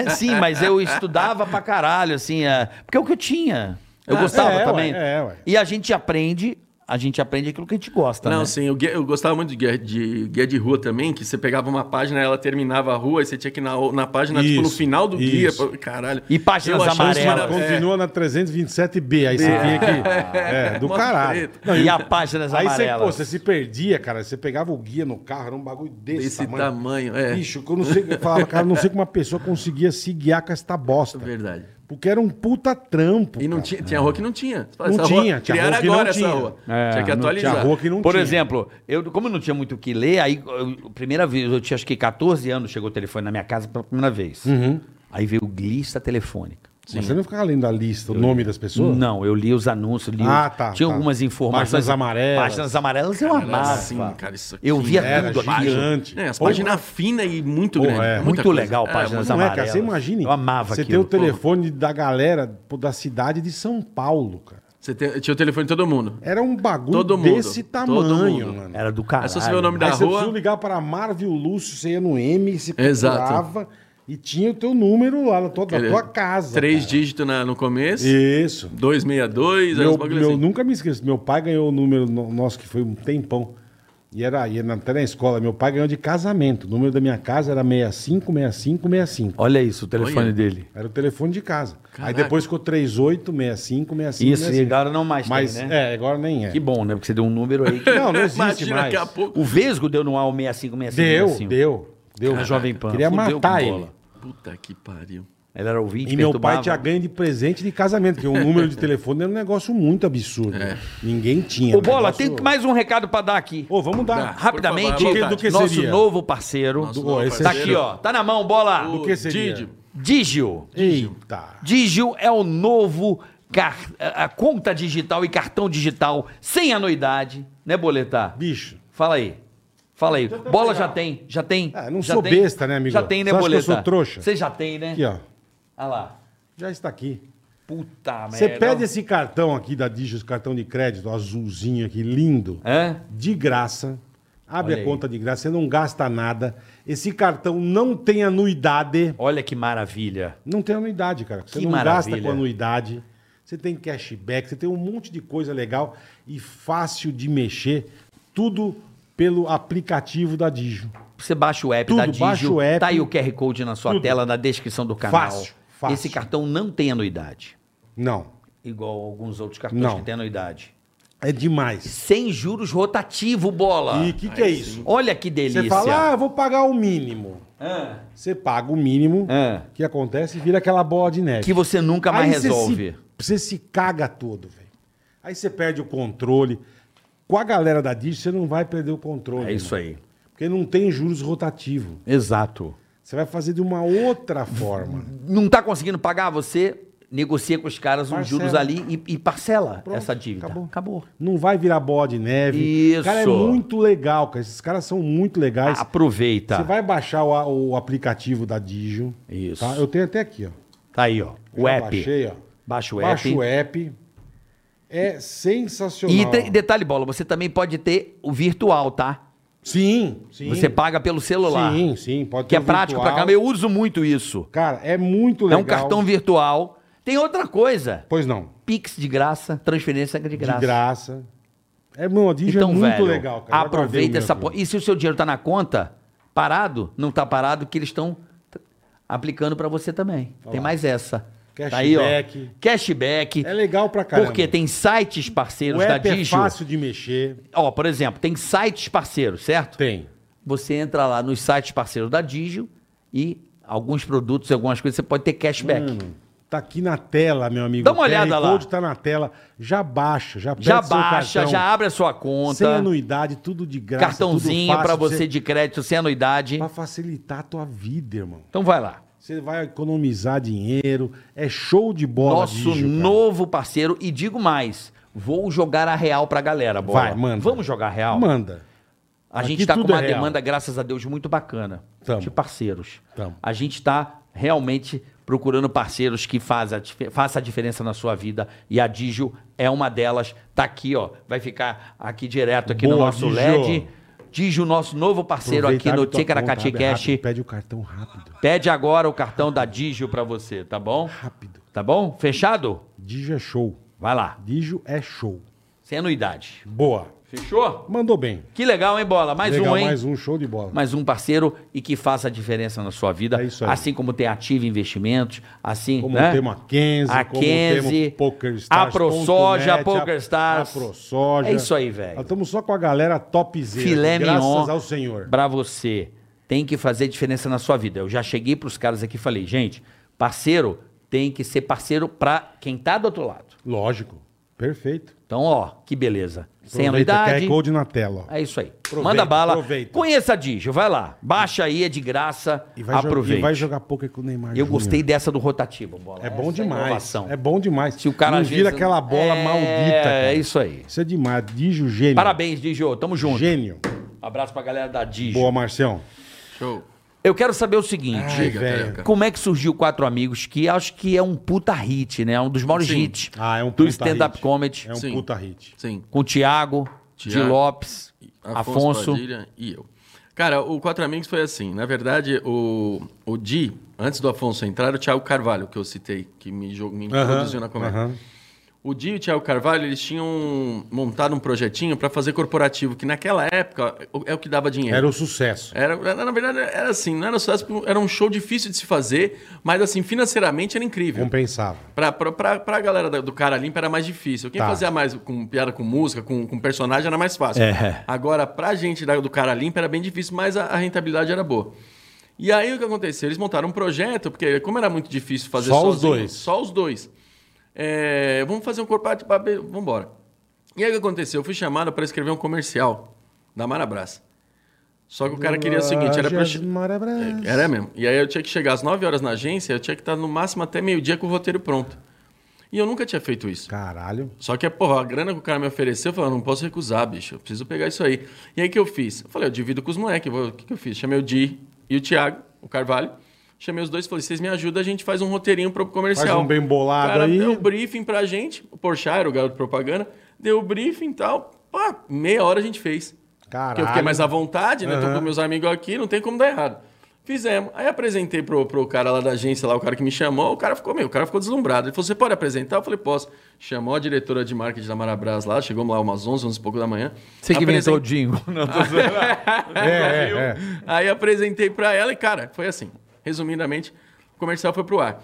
[SPEAKER 3] é- é- sim, mas eu estudava pra caralho, assim, é, porque é o que eu tinha. Eu
[SPEAKER 4] Ah,
[SPEAKER 3] gostava
[SPEAKER 2] é, ué,
[SPEAKER 3] também.
[SPEAKER 2] é, ué.
[SPEAKER 3] E a gente aprende, a gente aprende aquilo que a gente gosta,
[SPEAKER 4] Não,
[SPEAKER 3] né?
[SPEAKER 4] sim, o guia- eu gostava muito de guia, de guia de rua também, que você pegava uma página, ela terminava a rua, e você tinha que ir na, o- na página, tipo, no
[SPEAKER 2] Isso,
[SPEAKER 4] final do
[SPEAKER 2] isso.
[SPEAKER 4] guia. pô, Caralho.
[SPEAKER 3] E páginas
[SPEAKER 4] Eu achava isso
[SPEAKER 3] amarelas.
[SPEAKER 4] maravilhoso.
[SPEAKER 2] Continua na 327B, aí você tinha que. É, do
[SPEAKER 4] Mó
[SPEAKER 2] caralho.
[SPEAKER 4] treta.
[SPEAKER 2] Não,
[SPEAKER 3] E a páginas
[SPEAKER 2] Aí você, pô,
[SPEAKER 3] amarelas.
[SPEAKER 2] você se perdia, cara. Você pegava o guia no carro, era um bagulho desse,
[SPEAKER 4] Desse
[SPEAKER 2] tamanho.
[SPEAKER 4] tamanho, é.
[SPEAKER 2] Bicho, que eu não sei. Eu falava, cara, eu não sei como uma pessoa conseguia se guiar com esta bosta.
[SPEAKER 4] É, Verdade.
[SPEAKER 2] Porque era um puta trampo.
[SPEAKER 4] E não
[SPEAKER 2] cara.
[SPEAKER 4] tinha, tinha rua que não tinha. Você fala,
[SPEAKER 2] Não
[SPEAKER 4] essa
[SPEAKER 2] tinha, tinha
[SPEAKER 4] criaram
[SPEAKER 2] rua que não
[SPEAKER 4] agora essa
[SPEAKER 2] tinha.
[SPEAKER 4] rua.
[SPEAKER 3] É,
[SPEAKER 4] tinha que
[SPEAKER 3] não
[SPEAKER 4] atualizar.
[SPEAKER 2] Tinha rua que não
[SPEAKER 3] Por
[SPEAKER 2] tinha.
[SPEAKER 3] exemplo, eu, como eu não tinha muito o que ler, aí, eu- a primeira vez, eu tinha acho que 14 anos, chegou o telefone na minha casa pela primeira vez.
[SPEAKER 2] Uhum.
[SPEAKER 3] Aí veio lista telefônica.
[SPEAKER 2] Mas você não ficava lendo a lista, o nome das pessoas?
[SPEAKER 3] Não, eu li os anúncios, li
[SPEAKER 2] Ah,
[SPEAKER 3] os-
[SPEAKER 2] tá,
[SPEAKER 3] tinha
[SPEAKER 2] tá.
[SPEAKER 3] algumas informações.
[SPEAKER 2] Páginas amarelas.
[SPEAKER 3] Páginas amarelas eu
[SPEAKER 4] Era
[SPEAKER 3] amava.
[SPEAKER 4] assim, cara, isso aqui.
[SPEAKER 3] eu via
[SPEAKER 2] Era
[SPEAKER 3] tudo aquilo.
[SPEAKER 2] gigante.
[SPEAKER 4] É, as
[SPEAKER 2] Porra.
[SPEAKER 4] páginas finas e muito
[SPEAKER 2] Porra,
[SPEAKER 4] grandes.
[SPEAKER 2] é.
[SPEAKER 4] muita
[SPEAKER 3] Muito
[SPEAKER 4] coisa.
[SPEAKER 3] legal,
[SPEAKER 4] É,
[SPEAKER 3] páginas
[SPEAKER 4] muito-
[SPEAKER 2] Não é,
[SPEAKER 3] amarelas.
[SPEAKER 2] cara, você imagine.
[SPEAKER 3] Eu amava
[SPEAKER 2] Você tem
[SPEAKER 3] aquilo.
[SPEAKER 2] o telefone da galera pô, da cidade de São Paulo, cara.
[SPEAKER 4] Você tem- tinha o telefone de todo mundo.
[SPEAKER 2] Era um bagulho
[SPEAKER 4] Todo mundo.
[SPEAKER 2] desse
[SPEAKER 4] Todo
[SPEAKER 2] tamanho,
[SPEAKER 4] mundo.
[SPEAKER 2] mano.
[SPEAKER 3] Era do
[SPEAKER 4] Aí
[SPEAKER 3] caralho.
[SPEAKER 4] se É você vê o nome
[SPEAKER 2] Aí
[SPEAKER 4] da
[SPEAKER 2] você
[SPEAKER 4] rua.
[SPEAKER 2] precisou ligar para Marvel Lúcio, você ia no M, você
[SPEAKER 4] Exato.
[SPEAKER 2] procurava e tinha o teu número lá na tua, na
[SPEAKER 4] Ele-
[SPEAKER 2] tua casa.
[SPEAKER 4] Três
[SPEAKER 2] cara.
[SPEAKER 4] dígitos na- no começo,
[SPEAKER 2] Isso.
[SPEAKER 4] 262, aí
[SPEAKER 2] Meu,
[SPEAKER 4] uns bagulho
[SPEAKER 2] meu-
[SPEAKER 4] assim.
[SPEAKER 2] Nunca me esqueço. Meu pai ganhou o número no- nosso, que foi um tempão. E era, e era até na escola. Meu pai ganhou de casamento. O número da minha casa era 65, 65, 65.
[SPEAKER 3] Olha isso, o telefone
[SPEAKER 4] Olha.
[SPEAKER 3] dele.
[SPEAKER 2] Era o telefone de casa. Aí
[SPEAKER 4] Caraca.
[SPEAKER 2] depois ficou 38, 65, 65.
[SPEAKER 3] Isso, e agora não mais tem,
[SPEAKER 2] Mas,
[SPEAKER 3] né?
[SPEAKER 2] É, agora nem é.
[SPEAKER 3] Que bom, né? Porque você deu um número aí. que-
[SPEAKER 2] Não, não existe
[SPEAKER 4] Imagina
[SPEAKER 2] mais.
[SPEAKER 4] daqui a pouco.
[SPEAKER 3] O Vesgo deu no ar o 65, 65.
[SPEAKER 2] Deu,
[SPEAKER 3] 65.
[SPEAKER 2] deu, deu.
[SPEAKER 3] No Jovem Pan.
[SPEAKER 2] Queria
[SPEAKER 3] Fudeu
[SPEAKER 2] matar
[SPEAKER 3] com
[SPEAKER 2] ele.
[SPEAKER 3] bola.
[SPEAKER 4] Puta que pariu.
[SPEAKER 3] Ele era ouvinte,
[SPEAKER 2] E meu pai
[SPEAKER 3] perturbava.
[SPEAKER 2] tinha ganho de presente de casamento, porque o número de telefone era um negócio muito absurdo. né? Ninguém tinha.
[SPEAKER 3] É. Ô, Bola,
[SPEAKER 2] negócio-
[SPEAKER 3] tem mais Ah, um recado pra dar aqui.
[SPEAKER 2] Ô, vamos dar.
[SPEAKER 4] Dá.
[SPEAKER 3] Rapidamente,
[SPEAKER 4] por favor, à
[SPEAKER 2] do que- do que
[SPEAKER 3] nosso
[SPEAKER 2] seria?
[SPEAKER 3] novo parceiro.
[SPEAKER 4] Nosso
[SPEAKER 2] Do-
[SPEAKER 4] novo
[SPEAKER 2] ó, esse é
[SPEAKER 3] Tá
[SPEAKER 4] parceiro.
[SPEAKER 3] aqui, ó. Tá na mão, bola.
[SPEAKER 4] O
[SPEAKER 2] que seria?
[SPEAKER 4] Didi.
[SPEAKER 3] Digio.
[SPEAKER 2] Eita.
[SPEAKER 3] Digio é o novo car- a a conta digital e cartão digital sem anuidade, né, Boletar?
[SPEAKER 2] Bicho.
[SPEAKER 3] Fala aí. Fala aí. Bola já tem, já tem.
[SPEAKER 2] Ah, não
[SPEAKER 3] já
[SPEAKER 2] sou besta, né, amigo?
[SPEAKER 3] Já tem, né,
[SPEAKER 2] Você acha que eu
[SPEAKER 3] Boletar?
[SPEAKER 2] sou trouxa?
[SPEAKER 3] Você já tem, né?
[SPEAKER 2] Aqui, ó.
[SPEAKER 3] Olha lá.
[SPEAKER 2] Já está aqui.
[SPEAKER 3] Puta merda.
[SPEAKER 2] Você pede esse
[SPEAKER 3] É?
[SPEAKER 2] cartão aqui da Digis, cartão de crédito azulzinho aqui, lindo,
[SPEAKER 3] Hã?
[SPEAKER 2] de graça. Abre
[SPEAKER 3] Olha aí.
[SPEAKER 2] a conta de graça, você não gasta nada. Esse cartão não tem anuidade.
[SPEAKER 3] Olha que maravilha.
[SPEAKER 2] Não tem anuidade, cara. Você
[SPEAKER 3] Que
[SPEAKER 2] não gasta
[SPEAKER 3] maravilha.
[SPEAKER 2] com anuidade. Você tem cashback, você tem um monte de coisa legal e fácil de mexer. Tudo pelo aplicativo da Digio.
[SPEAKER 3] Você baixa o app
[SPEAKER 2] Tudo,
[SPEAKER 3] da Digio,
[SPEAKER 2] baixa o app.
[SPEAKER 3] tá aí o QR Code na sua
[SPEAKER 2] Tudo.
[SPEAKER 3] tela, na descrição do canal.
[SPEAKER 2] Fácil, fácil.
[SPEAKER 3] Esse cartão não tem anuidade,
[SPEAKER 2] Não,
[SPEAKER 3] igual alguns outros cartões
[SPEAKER 2] Não.
[SPEAKER 3] que têm anuidade.
[SPEAKER 2] é demais.
[SPEAKER 3] Sem juros rotativo, bola.
[SPEAKER 2] E o que, que é isso?
[SPEAKER 3] Olha que delícia.
[SPEAKER 2] Você fala, ah, eu vou pagar o mínimo. Você paga o mínimo,
[SPEAKER 3] Ah.
[SPEAKER 2] o que acontece vira aquela bola de neve.
[SPEAKER 3] Que você nunca mais
[SPEAKER 2] você
[SPEAKER 3] resolve.
[SPEAKER 2] se- Você se, caga todo, velho. Aí você perde o controle. Com a galera da Digio, você não vai perder o controle.
[SPEAKER 3] É isso
[SPEAKER 2] irmão.
[SPEAKER 3] aí.
[SPEAKER 2] Porque não tem juros rotativo.
[SPEAKER 3] Exato.
[SPEAKER 2] Você vai fazer de uma outra forma.
[SPEAKER 3] Não tá conseguindo pagar, você negocia com os caras uns
[SPEAKER 2] Parcela.
[SPEAKER 3] juros ali e, e parcela
[SPEAKER 2] Pronto,
[SPEAKER 3] essa dívida.
[SPEAKER 2] acabou.
[SPEAKER 3] acabou.
[SPEAKER 2] Não vai virar bola de neve.
[SPEAKER 3] Isso. Ah,
[SPEAKER 2] Cara, é muito legal, cara. Esses caras são muito legais.
[SPEAKER 3] Aproveita.
[SPEAKER 2] Você vai baixar o, a- o aplicativo da Digio.
[SPEAKER 3] Isso.
[SPEAKER 2] tá? Eu tenho até aqui, ó.
[SPEAKER 3] Tá aí, ó. O
[SPEAKER 2] Já
[SPEAKER 3] app.
[SPEAKER 2] Baixei, ó.
[SPEAKER 3] Baixa o
[SPEAKER 2] Baixa
[SPEAKER 3] app.
[SPEAKER 2] o app. É sensacional.
[SPEAKER 3] E tem- detalhe, bola, você também pode ter o virtual, tá?
[SPEAKER 2] Sim, sim.
[SPEAKER 3] Você paga pelo celular.
[SPEAKER 2] Sim, sim. Pode
[SPEAKER 3] Que é
[SPEAKER 2] o
[SPEAKER 3] prático pra
[SPEAKER 2] virtual.
[SPEAKER 3] caramba. Eu uso muito isso.
[SPEAKER 2] Cara, é muito legal.
[SPEAKER 3] É um cartão virtual. Tem outra coisa.
[SPEAKER 2] Pois não.
[SPEAKER 3] Pix de graça, transferência de graça.
[SPEAKER 2] De graça. É, mano, a Digio é
[SPEAKER 3] Então,
[SPEAKER 2] muito
[SPEAKER 3] velho,
[SPEAKER 2] legal, cara. Eu um guardei o
[SPEAKER 3] aproveita
[SPEAKER 2] meu
[SPEAKER 3] essa
[SPEAKER 2] aqui.
[SPEAKER 3] porra. E se o seu dinheiro tá na conta, parado, não tá parado, que eles estão t- aplicando pra você também. Tem mais essa. Tá aí, ó.
[SPEAKER 2] Cashback.
[SPEAKER 3] Cashback.
[SPEAKER 2] É legal pra caramba.
[SPEAKER 3] Porque tem sites
[SPEAKER 2] O
[SPEAKER 3] parceiros da
[SPEAKER 2] app é
[SPEAKER 3] Digio.
[SPEAKER 2] fácil de mexer.
[SPEAKER 3] Ó, por exemplo, tem sites parceiros, certo?
[SPEAKER 2] Tem.
[SPEAKER 3] Você entra lá nos sites parceiros da Digio e alguns produtos, algumas coisas, você pode ter cashback.
[SPEAKER 2] Mano, tá aqui na tela, meu amigo.
[SPEAKER 3] Dá uma
[SPEAKER 2] O
[SPEAKER 3] olhada
[SPEAKER 2] QR
[SPEAKER 3] lá.
[SPEAKER 2] Code tá na tela. Já baixa, já pega
[SPEAKER 3] já baixa, já abre a sua
[SPEAKER 2] Sem
[SPEAKER 3] conta.
[SPEAKER 2] anuidade, tudo de graça.
[SPEAKER 3] cartãozinho
[SPEAKER 2] tudo
[SPEAKER 3] pra
[SPEAKER 2] fácil
[SPEAKER 3] você de crédito sem anuidade.
[SPEAKER 2] Pra facilitar a tua vida, irmão.
[SPEAKER 3] Então vai lá.
[SPEAKER 2] Você vai economizar dinheiro. É show de bola,
[SPEAKER 3] Nosso
[SPEAKER 2] Digio, cara.
[SPEAKER 3] novo parceiro. E digo mais, vou jogar a real pra galera, bola.
[SPEAKER 2] Vai, manda.
[SPEAKER 3] Vamos jogar a real?
[SPEAKER 2] Manda.
[SPEAKER 3] a
[SPEAKER 2] aqui
[SPEAKER 3] gente tá com
[SPEAKER 2] tudo é
[SPEAKER 3] uma
[SPEAKER 2] real.
[SPEAKER 3] demanda, graças a Deus, muito bacana
[SPEAKER 2] Tamo.
[SPEAKER 3] de parceiros.
[SPEAKER 2] Tamo.
[SPEAKER 3] A gente tá realmente procurando parceiros que faz a dif- faça a diferença na sua vida. E a Digio é uma delas. Tá aqui, ó. Vai ficar aqui direto, aqui no
[SPEAKER 2] Boa,
[SPEAKER 3] nosso
[SPEAKER 2] Digio.
[SPEAKER 3] LED. Digio, nosso novo parceiro
[SPEAKER 2] Aproveita,
[SPEAKER 3] aqui no
[SPEAKER 2] abre tua
[SPEAKER 3] Ticaracati
[SPEAKER 2] conta, abre
[SPEAKER 3] Cash.
[SPEAKER 2] rápido, Pede o cartão rápido.
[SPEAKER 3] Pede agora o cartão da Digio pra você, tá bom?
[SPEAKER 2] Rápido.
[SPEAKER 3] Tá bom? Fechado?
[SPEAKER 2] Digio é show.
[SPEAKER 3] Vai lá.
[SPEAKER 2] Digio é show.
[SPEAKER 3] Sem anuidade.
[SPEAKER 2] Boa.
[SPEAKER 3] Fechou?
[SPEAKER 2] Mandou bem.
[SPEAKER 3] Que legal, hein, Bola? Mais
[SPEAKER 2] Legal,
[SPEAKER 3] um, hein? Mais
[SPEAKER 2] mais
[SPEAKER 3] um.
[SPEAKER 2] um show de bola.
[SPEAKER 3] parceiro e que faça a diferença na sua vida.
[SPEAKER 2] É isso aí.
[SPEAKER 3] Assim como tem Ativo Investimentos, assim
[SPEAKER 2] Como
[SPEAKER 3] né?
[SPEAKER 2] o tema 15,
[SPEAKER 3] a
[SPEAKER 2] como o
[SPEAKER 3] Kenzie,
[SPEAKER 2] tema PokerStars.
[SPEAKER 3] a ProSoja,
[SPEAKER 2] ponto net, a-
[SPEAKER 3] PokerStars.
[SPEAKER 2] A ProSoja.
[SPEAKER 3] É isso aí, velho.
[SPEAKER 2] Nós estamos só com a galera topzera.
[SPEAKER 3] filé
[SPEAKER 2] graças
[SPEAKER 3] mignon
[SPEAKER 2] ao Senhor.
[SPEAKER 3] Pra você. Tem que fazer diferença na sua vida. Eu já cheguei pros caras aqui e falei, gente, parceiro tem que ser parceiro pra quem tá do outro lado.
[SPEAKER 2] Lógico. Perfeito.
[SPEAKER 3] Então, ó, que beleza. Sem
[SPEAKER 2] Aproveita,
[SPEAKER 3] anuidade.
[SPEAKER 2] QR Code na tela. ó.
[SPEAKER 3] É isso aí.
[SPEAKER 2] Aproveita,
[SPEAKER 3] Manda bala.
[SPEAKER 2] aproveita.
[SPEAKER 3] Conheça a Digio, vai lá. Baixa aí, é de graça.
[SPEAKER 2] E vai, jo-
[SPEAKER 3] Aproveita.
[SPEAKER 2] e vai jogar poker com o Neymar
[SPEAKER 3] Eu
[SPEAKER 2] Júnior.
[SPEAKER 3] gostei dessa do rotativo, bola.
[SPEAKER 2] É bom
[SPEAKER 3] Essa
[SPEAKER 2] demais.
[SPEAKER 3] inovação.
[SPEAKER 2] É bom demais.
[SPEAKER 3] Se o cara
[SPEAKER 2] Não
[SPEAKER 3] às
[SPEAKER 2] vira
[SPEAKER 3] vezes-
[SPEAKER 2] aquela bola
[SPEAKER 3] É,
[SPEAKER 2] maldita. cara.
[SPEAKER 3] é isso aí.
[SPEAKER 2] Isso é demais. Digio gênio.
[SPEAKER 3] Parabéns, Digio. Tamo junto.
[SPEAKER 2] Gênio.
[SPEAKER 3] Abraço pra galera da Digio.
[SPEAKER 2] Boa, Marcião.
[SPEAKER 4] Show.
[SPEAKER 3] Eu quero saber o seguinte.
[SPEAKER 2] Ai,
[SPEAKER 4] Diga,
[SPEAKER 2] velho.
[SPEAKER 4] Tareca.
[SPEAKER 3] Como é que surgiu Quatro Amigos, que acho que é um puta hit, né? Um dos maiores
[SPEAKER 4] Sim.
[SPEAKER 3] hits
[SPEAKER 2] Ah, é um
[SPEAKER 3] do
[SPEAKER 2] puta
[SPEAKER 3] stand-up
[SPEAKER 2] hit.
[SPEAKER 3] comedy.
[SPEAKER 2] É um
[SPEAKER 4] Sim.
[SPEAKER 2] puta hit.
[SPEAKER 4] Sim.
[SPEAKER 3] Com o Thiago, Di
[SPEAKER 4] Thiago,
[SPEAKER 3] Lopes, Afonso.
[SPEAKER 4] Padilha e eu. Cara, o Quatro Amigos foi assim. Na verdade, o, o Di, antes do Afonso entrar, o Thiago Carvalho, que eu citei, que me, jo- me introduziu na comédia.
[SPEAKER 2] aham.
[SPEAKER 4] O Di e o Thiago Carvalho, eles tinham montado um projetinho para fazer corporativo, que naquela época o- é o que dava dinheiro.
[SPEAKER 2] Era o sucesso.
[SPEAKER 4] Era, era- na verdade, era assim, não era sucesso, porque era um show difícil de se fazer, mas assim, financeiramente era incrível.
[SPEAKER 2] Compensava.
[SPEAKER 4] Pra, pra, pra, pra galera da- do cara limpa era mais difícil. Quem
[SPEAKER 2] Tá.
[SPEAKER 4] fazia mais com piada com música, com, com personagem, era mais fácil.
[SPEAKER 3] É.
[SPEAKER 4] Agora, pra gente da- do cara limpa era bem difícil, mas a, a rentabilidade era boa. E aí o que aconteceu? Eles montaram um projeto, porque como era muito difícil fazer
[SPEAKER 2] Só os
[SPEAKER 4] sozinho,
[SPEAKER 2] dois.
[SPEAKER 4] Só os dois. É, vamos fazer um corporativo, vamos embora. E aí o que aconteceu? Eu fui chamado pra escrever um comercial da Marabras. Só que o cara queria o seguinte, era pra... eu che- É, era mesmo. E aí eu tinha que chegar às 9 horas na agência, eu tinha que estar no máximo até meio-dia com o roteiro pronto. E eu nunca tinha feito isso.
[SPEAKER 2] Caralho.
[SPEAKER 4] Só que, porra, a grana que o cara me ofereceu, eu falei, "Ah, não posso recusar, bicho, eu preciso pegar isso aí. E aí o que eu fiz? Eu falei, eu divido com os moleques, vou- o que, que eu fiz? Chamei o Di e o Thiago, o Carvalho. Chamei os dois e falei, vocês me ajudam, a gente faz um roteirinho pro comercial.
[SPEAKER 2] Faz um bem bolado
[SPEAKER 4] o cara
[SPEAKER 2] aí.
[SPEAKER 4] Deu o briefing pra gente, o Porchat era o garoto de propaganda, deu o briefing e tal, pá, meia hora a gente fez. Porque eu fiquei mais à vontade, né? Tô com meus amigos aqui, não tem como dar errado. Fizemos. Aí apresentei pro, pro cara lá da agência, lá, o cara que me chamou, o cara ficou meio, o cara ficou deslumbrado. Ele falou: você pode apresentar? Eu falei, posso. Chamou a diretora de marketing da Marabras lá, chegamos lá umas 11, 11 e pouco da manhã.
[SPEAKER 3] Você que inventou o
[SPEAKER 4] Apresentei-
[SPEAKER 3] Dingo. Não, tô zoando.
[SPEAKER 2] É, é, é.
[SPEAKER 4] Aí apresentei pra ela e, cara, foi assim. Resumidamente, o comercial foi pro ar.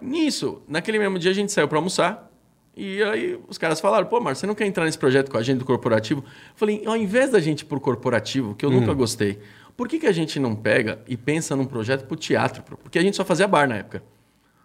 [SPEAKER 4] Nisso, naquele mesmo dia a gente saiu pra almoçar. E aí os caras falaram, pô, Marcio, você não quer entrar nesse projeto com a gente do corporativo? Eu falei, ao invés da gente ir pro corporativo, que eu
[SPEAKER 2] Hum.
[SPEAKER 4] nunca gostei, por que, que a gente não pega e pensa num projeto pro teatro? pro- Porque a gente só fazia bar na época.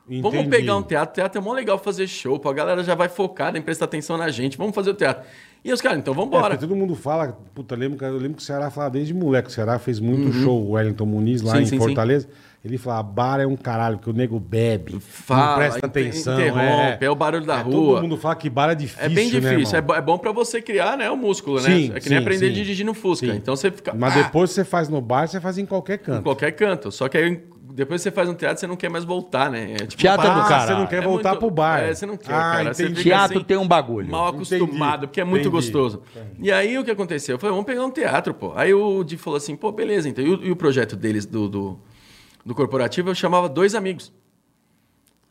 [SPEAKER 4] Vamos
[SPEAKER 2] Entendi.
[SPEAKER 4] pegar um teatro. Teatro é mó legal fazer show, pô. A galera já vai focada em prestar atenção na gente. Vamos fazer o teatro. E os caras, então vamos
[SPEAKER 2] É,
[SPEAKER 4] embora.
[SPEAKER 2] porque todo mundo fala, puta, eu lembro, que- eu lembro que o Ceará falava desde moleque. O Ceará fez muito show, o Wellington Muniz, lá
[SPEAKER 4] Uhum. Sim,
[SPEAKER 2] em
[SPEAKER 4] sim, sim.
[SPEAKER 2] Fortaleza. Ele fala, bar é um caralho, porque o nego bebe, não
[SPEAKER 4] Fala,
[SPEAKER 2] presta
[SPEAKER 4] inter-
[SPEAKER 2] atenção.
[SPEAKER 4] interrompe, é o barulho da
[SPEAKER 2] Todo
[SPEAKER 4] rua.
[SPEAKER 2] mundo fala que bar é difícil,
[SPEAKER 4] É bem
[SPEAKER 2] né,
[SPEAKER 4] difícil.
[SPEAKER 2] irmão?
[SPEAKER 4] é, bo- é bom pra você criar né, o músculo, né?
[SPEAKER 2] Sim,
[SPEAKER 4] é que nem
[SPEAKER 2] sim,
[SPEAKER 4] aprender
[SPEAKER 2] sim.
[SPEAKER 4] a dirigir no Fusca.
[SPEAKER 2] Sim.
[SPEAKER 4] Então você fica
[SPEAKER 2] Mas
[SPEAKER 4] "Ah",
[SPEAKER 2] depois você faz no bar, você faz em qualquer
[SPEAKER 4] em
[SPEAKER 2] canto.
[SPEAKER 4] qualquer canto. Só que aí depois você faz um teatro, você não quer mais voltar, né? É tipo,
[SPEAKER 3] Teatro
[SPEAKER 4] uma
[SPEAKER 3] do
[SPEAKER 4] parada-
[SPEAKER 2] Ah,
[SPEAKER 3] caralho.
[SPEAKER 2] você não quer
[SPEAKER 4] É
[SPEAKER 2] voltar
[SPEAKER 4] muito-
[SPEAKER 2] pro bar.
[SPEAKER 4] É, você não quer,
[SPEAKER 2] ah,
[SPEAKER 4] cara. Você
[SPEAKER 2] entendi.
[SPEAKER 4] fica-
[SPEAKER 3] Teatro
[SPEAKER 4] assim,
[SPEAKER 3] tem um bagulho.
[SPEAKER 4] Mal
[SPEAKER 2] Entendi.
[SPEAKER 4] acostumado, porque é muito
[SPEAKER 2] Entendi.
[SPEAKER 4] gostoso. E aí o que aconteceu? Foi, vamos pegar um teatro, pô. Aí o Di falou assim, pô, beleza, então. E o, e o projeto deles do, do, do corporativo, eu chamava dois amigos.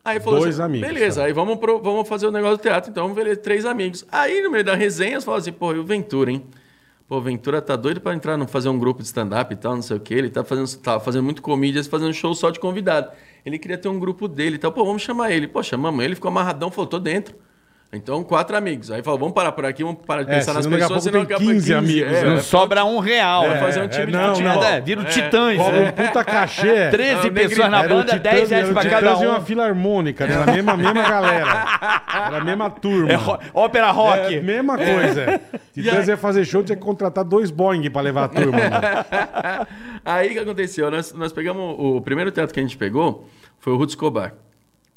[SPEAKER 4] Aí falou
[SPEAKER 2] Dois
[SPEAKER 4] assim,
[SPEAKER 2] amigos,
[SPEAKER 4] beleza,
[SPEAKER 2] tá.
[SPEAKER 4] aí vamos, pro- vamos fazer o negócio do teatro, então, beleza, três amigos. Aí no meio da resenha, eles falaram assim, pô, e o Ventura, hein? Pô, o Ventura tá doido pra entrar, não fazer um grupo de stand-up e tal, não sei o quê. Ele tá fazendo, tá fazendo muito comédia, fazendo show só de convidado. Ele queria ter um grupo dele e tal. Pô, vamos chamar ele. Pô, chamamos ele, ficou amarradão, falou, tô dentro. Então, quatro amigos. Aí falou, vamos parar por aqui, vamos parar de
[SPEAKER 2] É,
[SPEAKER 4] pensar nas
[SPEAKER 2] senão daqui a
[SPEAKER 4] pessoas,
[SPEAKER 2] pouco tem 15 amigos,
[SPEAKER 4] É,
[SPEAKER 2] né?
[SPEAKER 3] Não sobra um real.
[SPEAKER 4] vai
[SPEAKER 3] É,
[SPEAKER 4] fazer um
[SPEAKER 2] é,
[SPEAKER 4] time de
[SPEAKER 2] não,
[SPEAKER 4] futebol.
[SPEAKER 2] não.
[SPEAKER 3] é, vira o Titãs.
[SPEAKER 2] Cobra um
[SPEAKER 3] É.
[SPEAKER 2] puta cachê.
[SPEAKER 3] 13 pessoas na
[SPEAKER 2] Era o
[SPEAKER 3] banda,
[SPEAKER 2] Titãs-
[SPEAKER 3] 10
[SPEAKER 2] era
[SPEAKER 3] reais
[SPEAKER 2] o
[SPEAKER 3] pra cada
[SPEAKER 2] Titãs e
[SPEAKER 3] um.
[SPEAKER 2] uma filarmônica, né? Era a mesma, a mesma galera. Era a mesma turma.
[SPEAKER 3] É ro- ópera rock.
[SPEAKER 2] É, mesma coisa. Titãs ia fazer show, tinha que contratar dois Boeing pra levar a turma. né?
[SPEAKER 4] Aí o que aconteceu? Nós, nós pegamos. O primeiro teatro que a gente pegou foi o Ruth Escobar.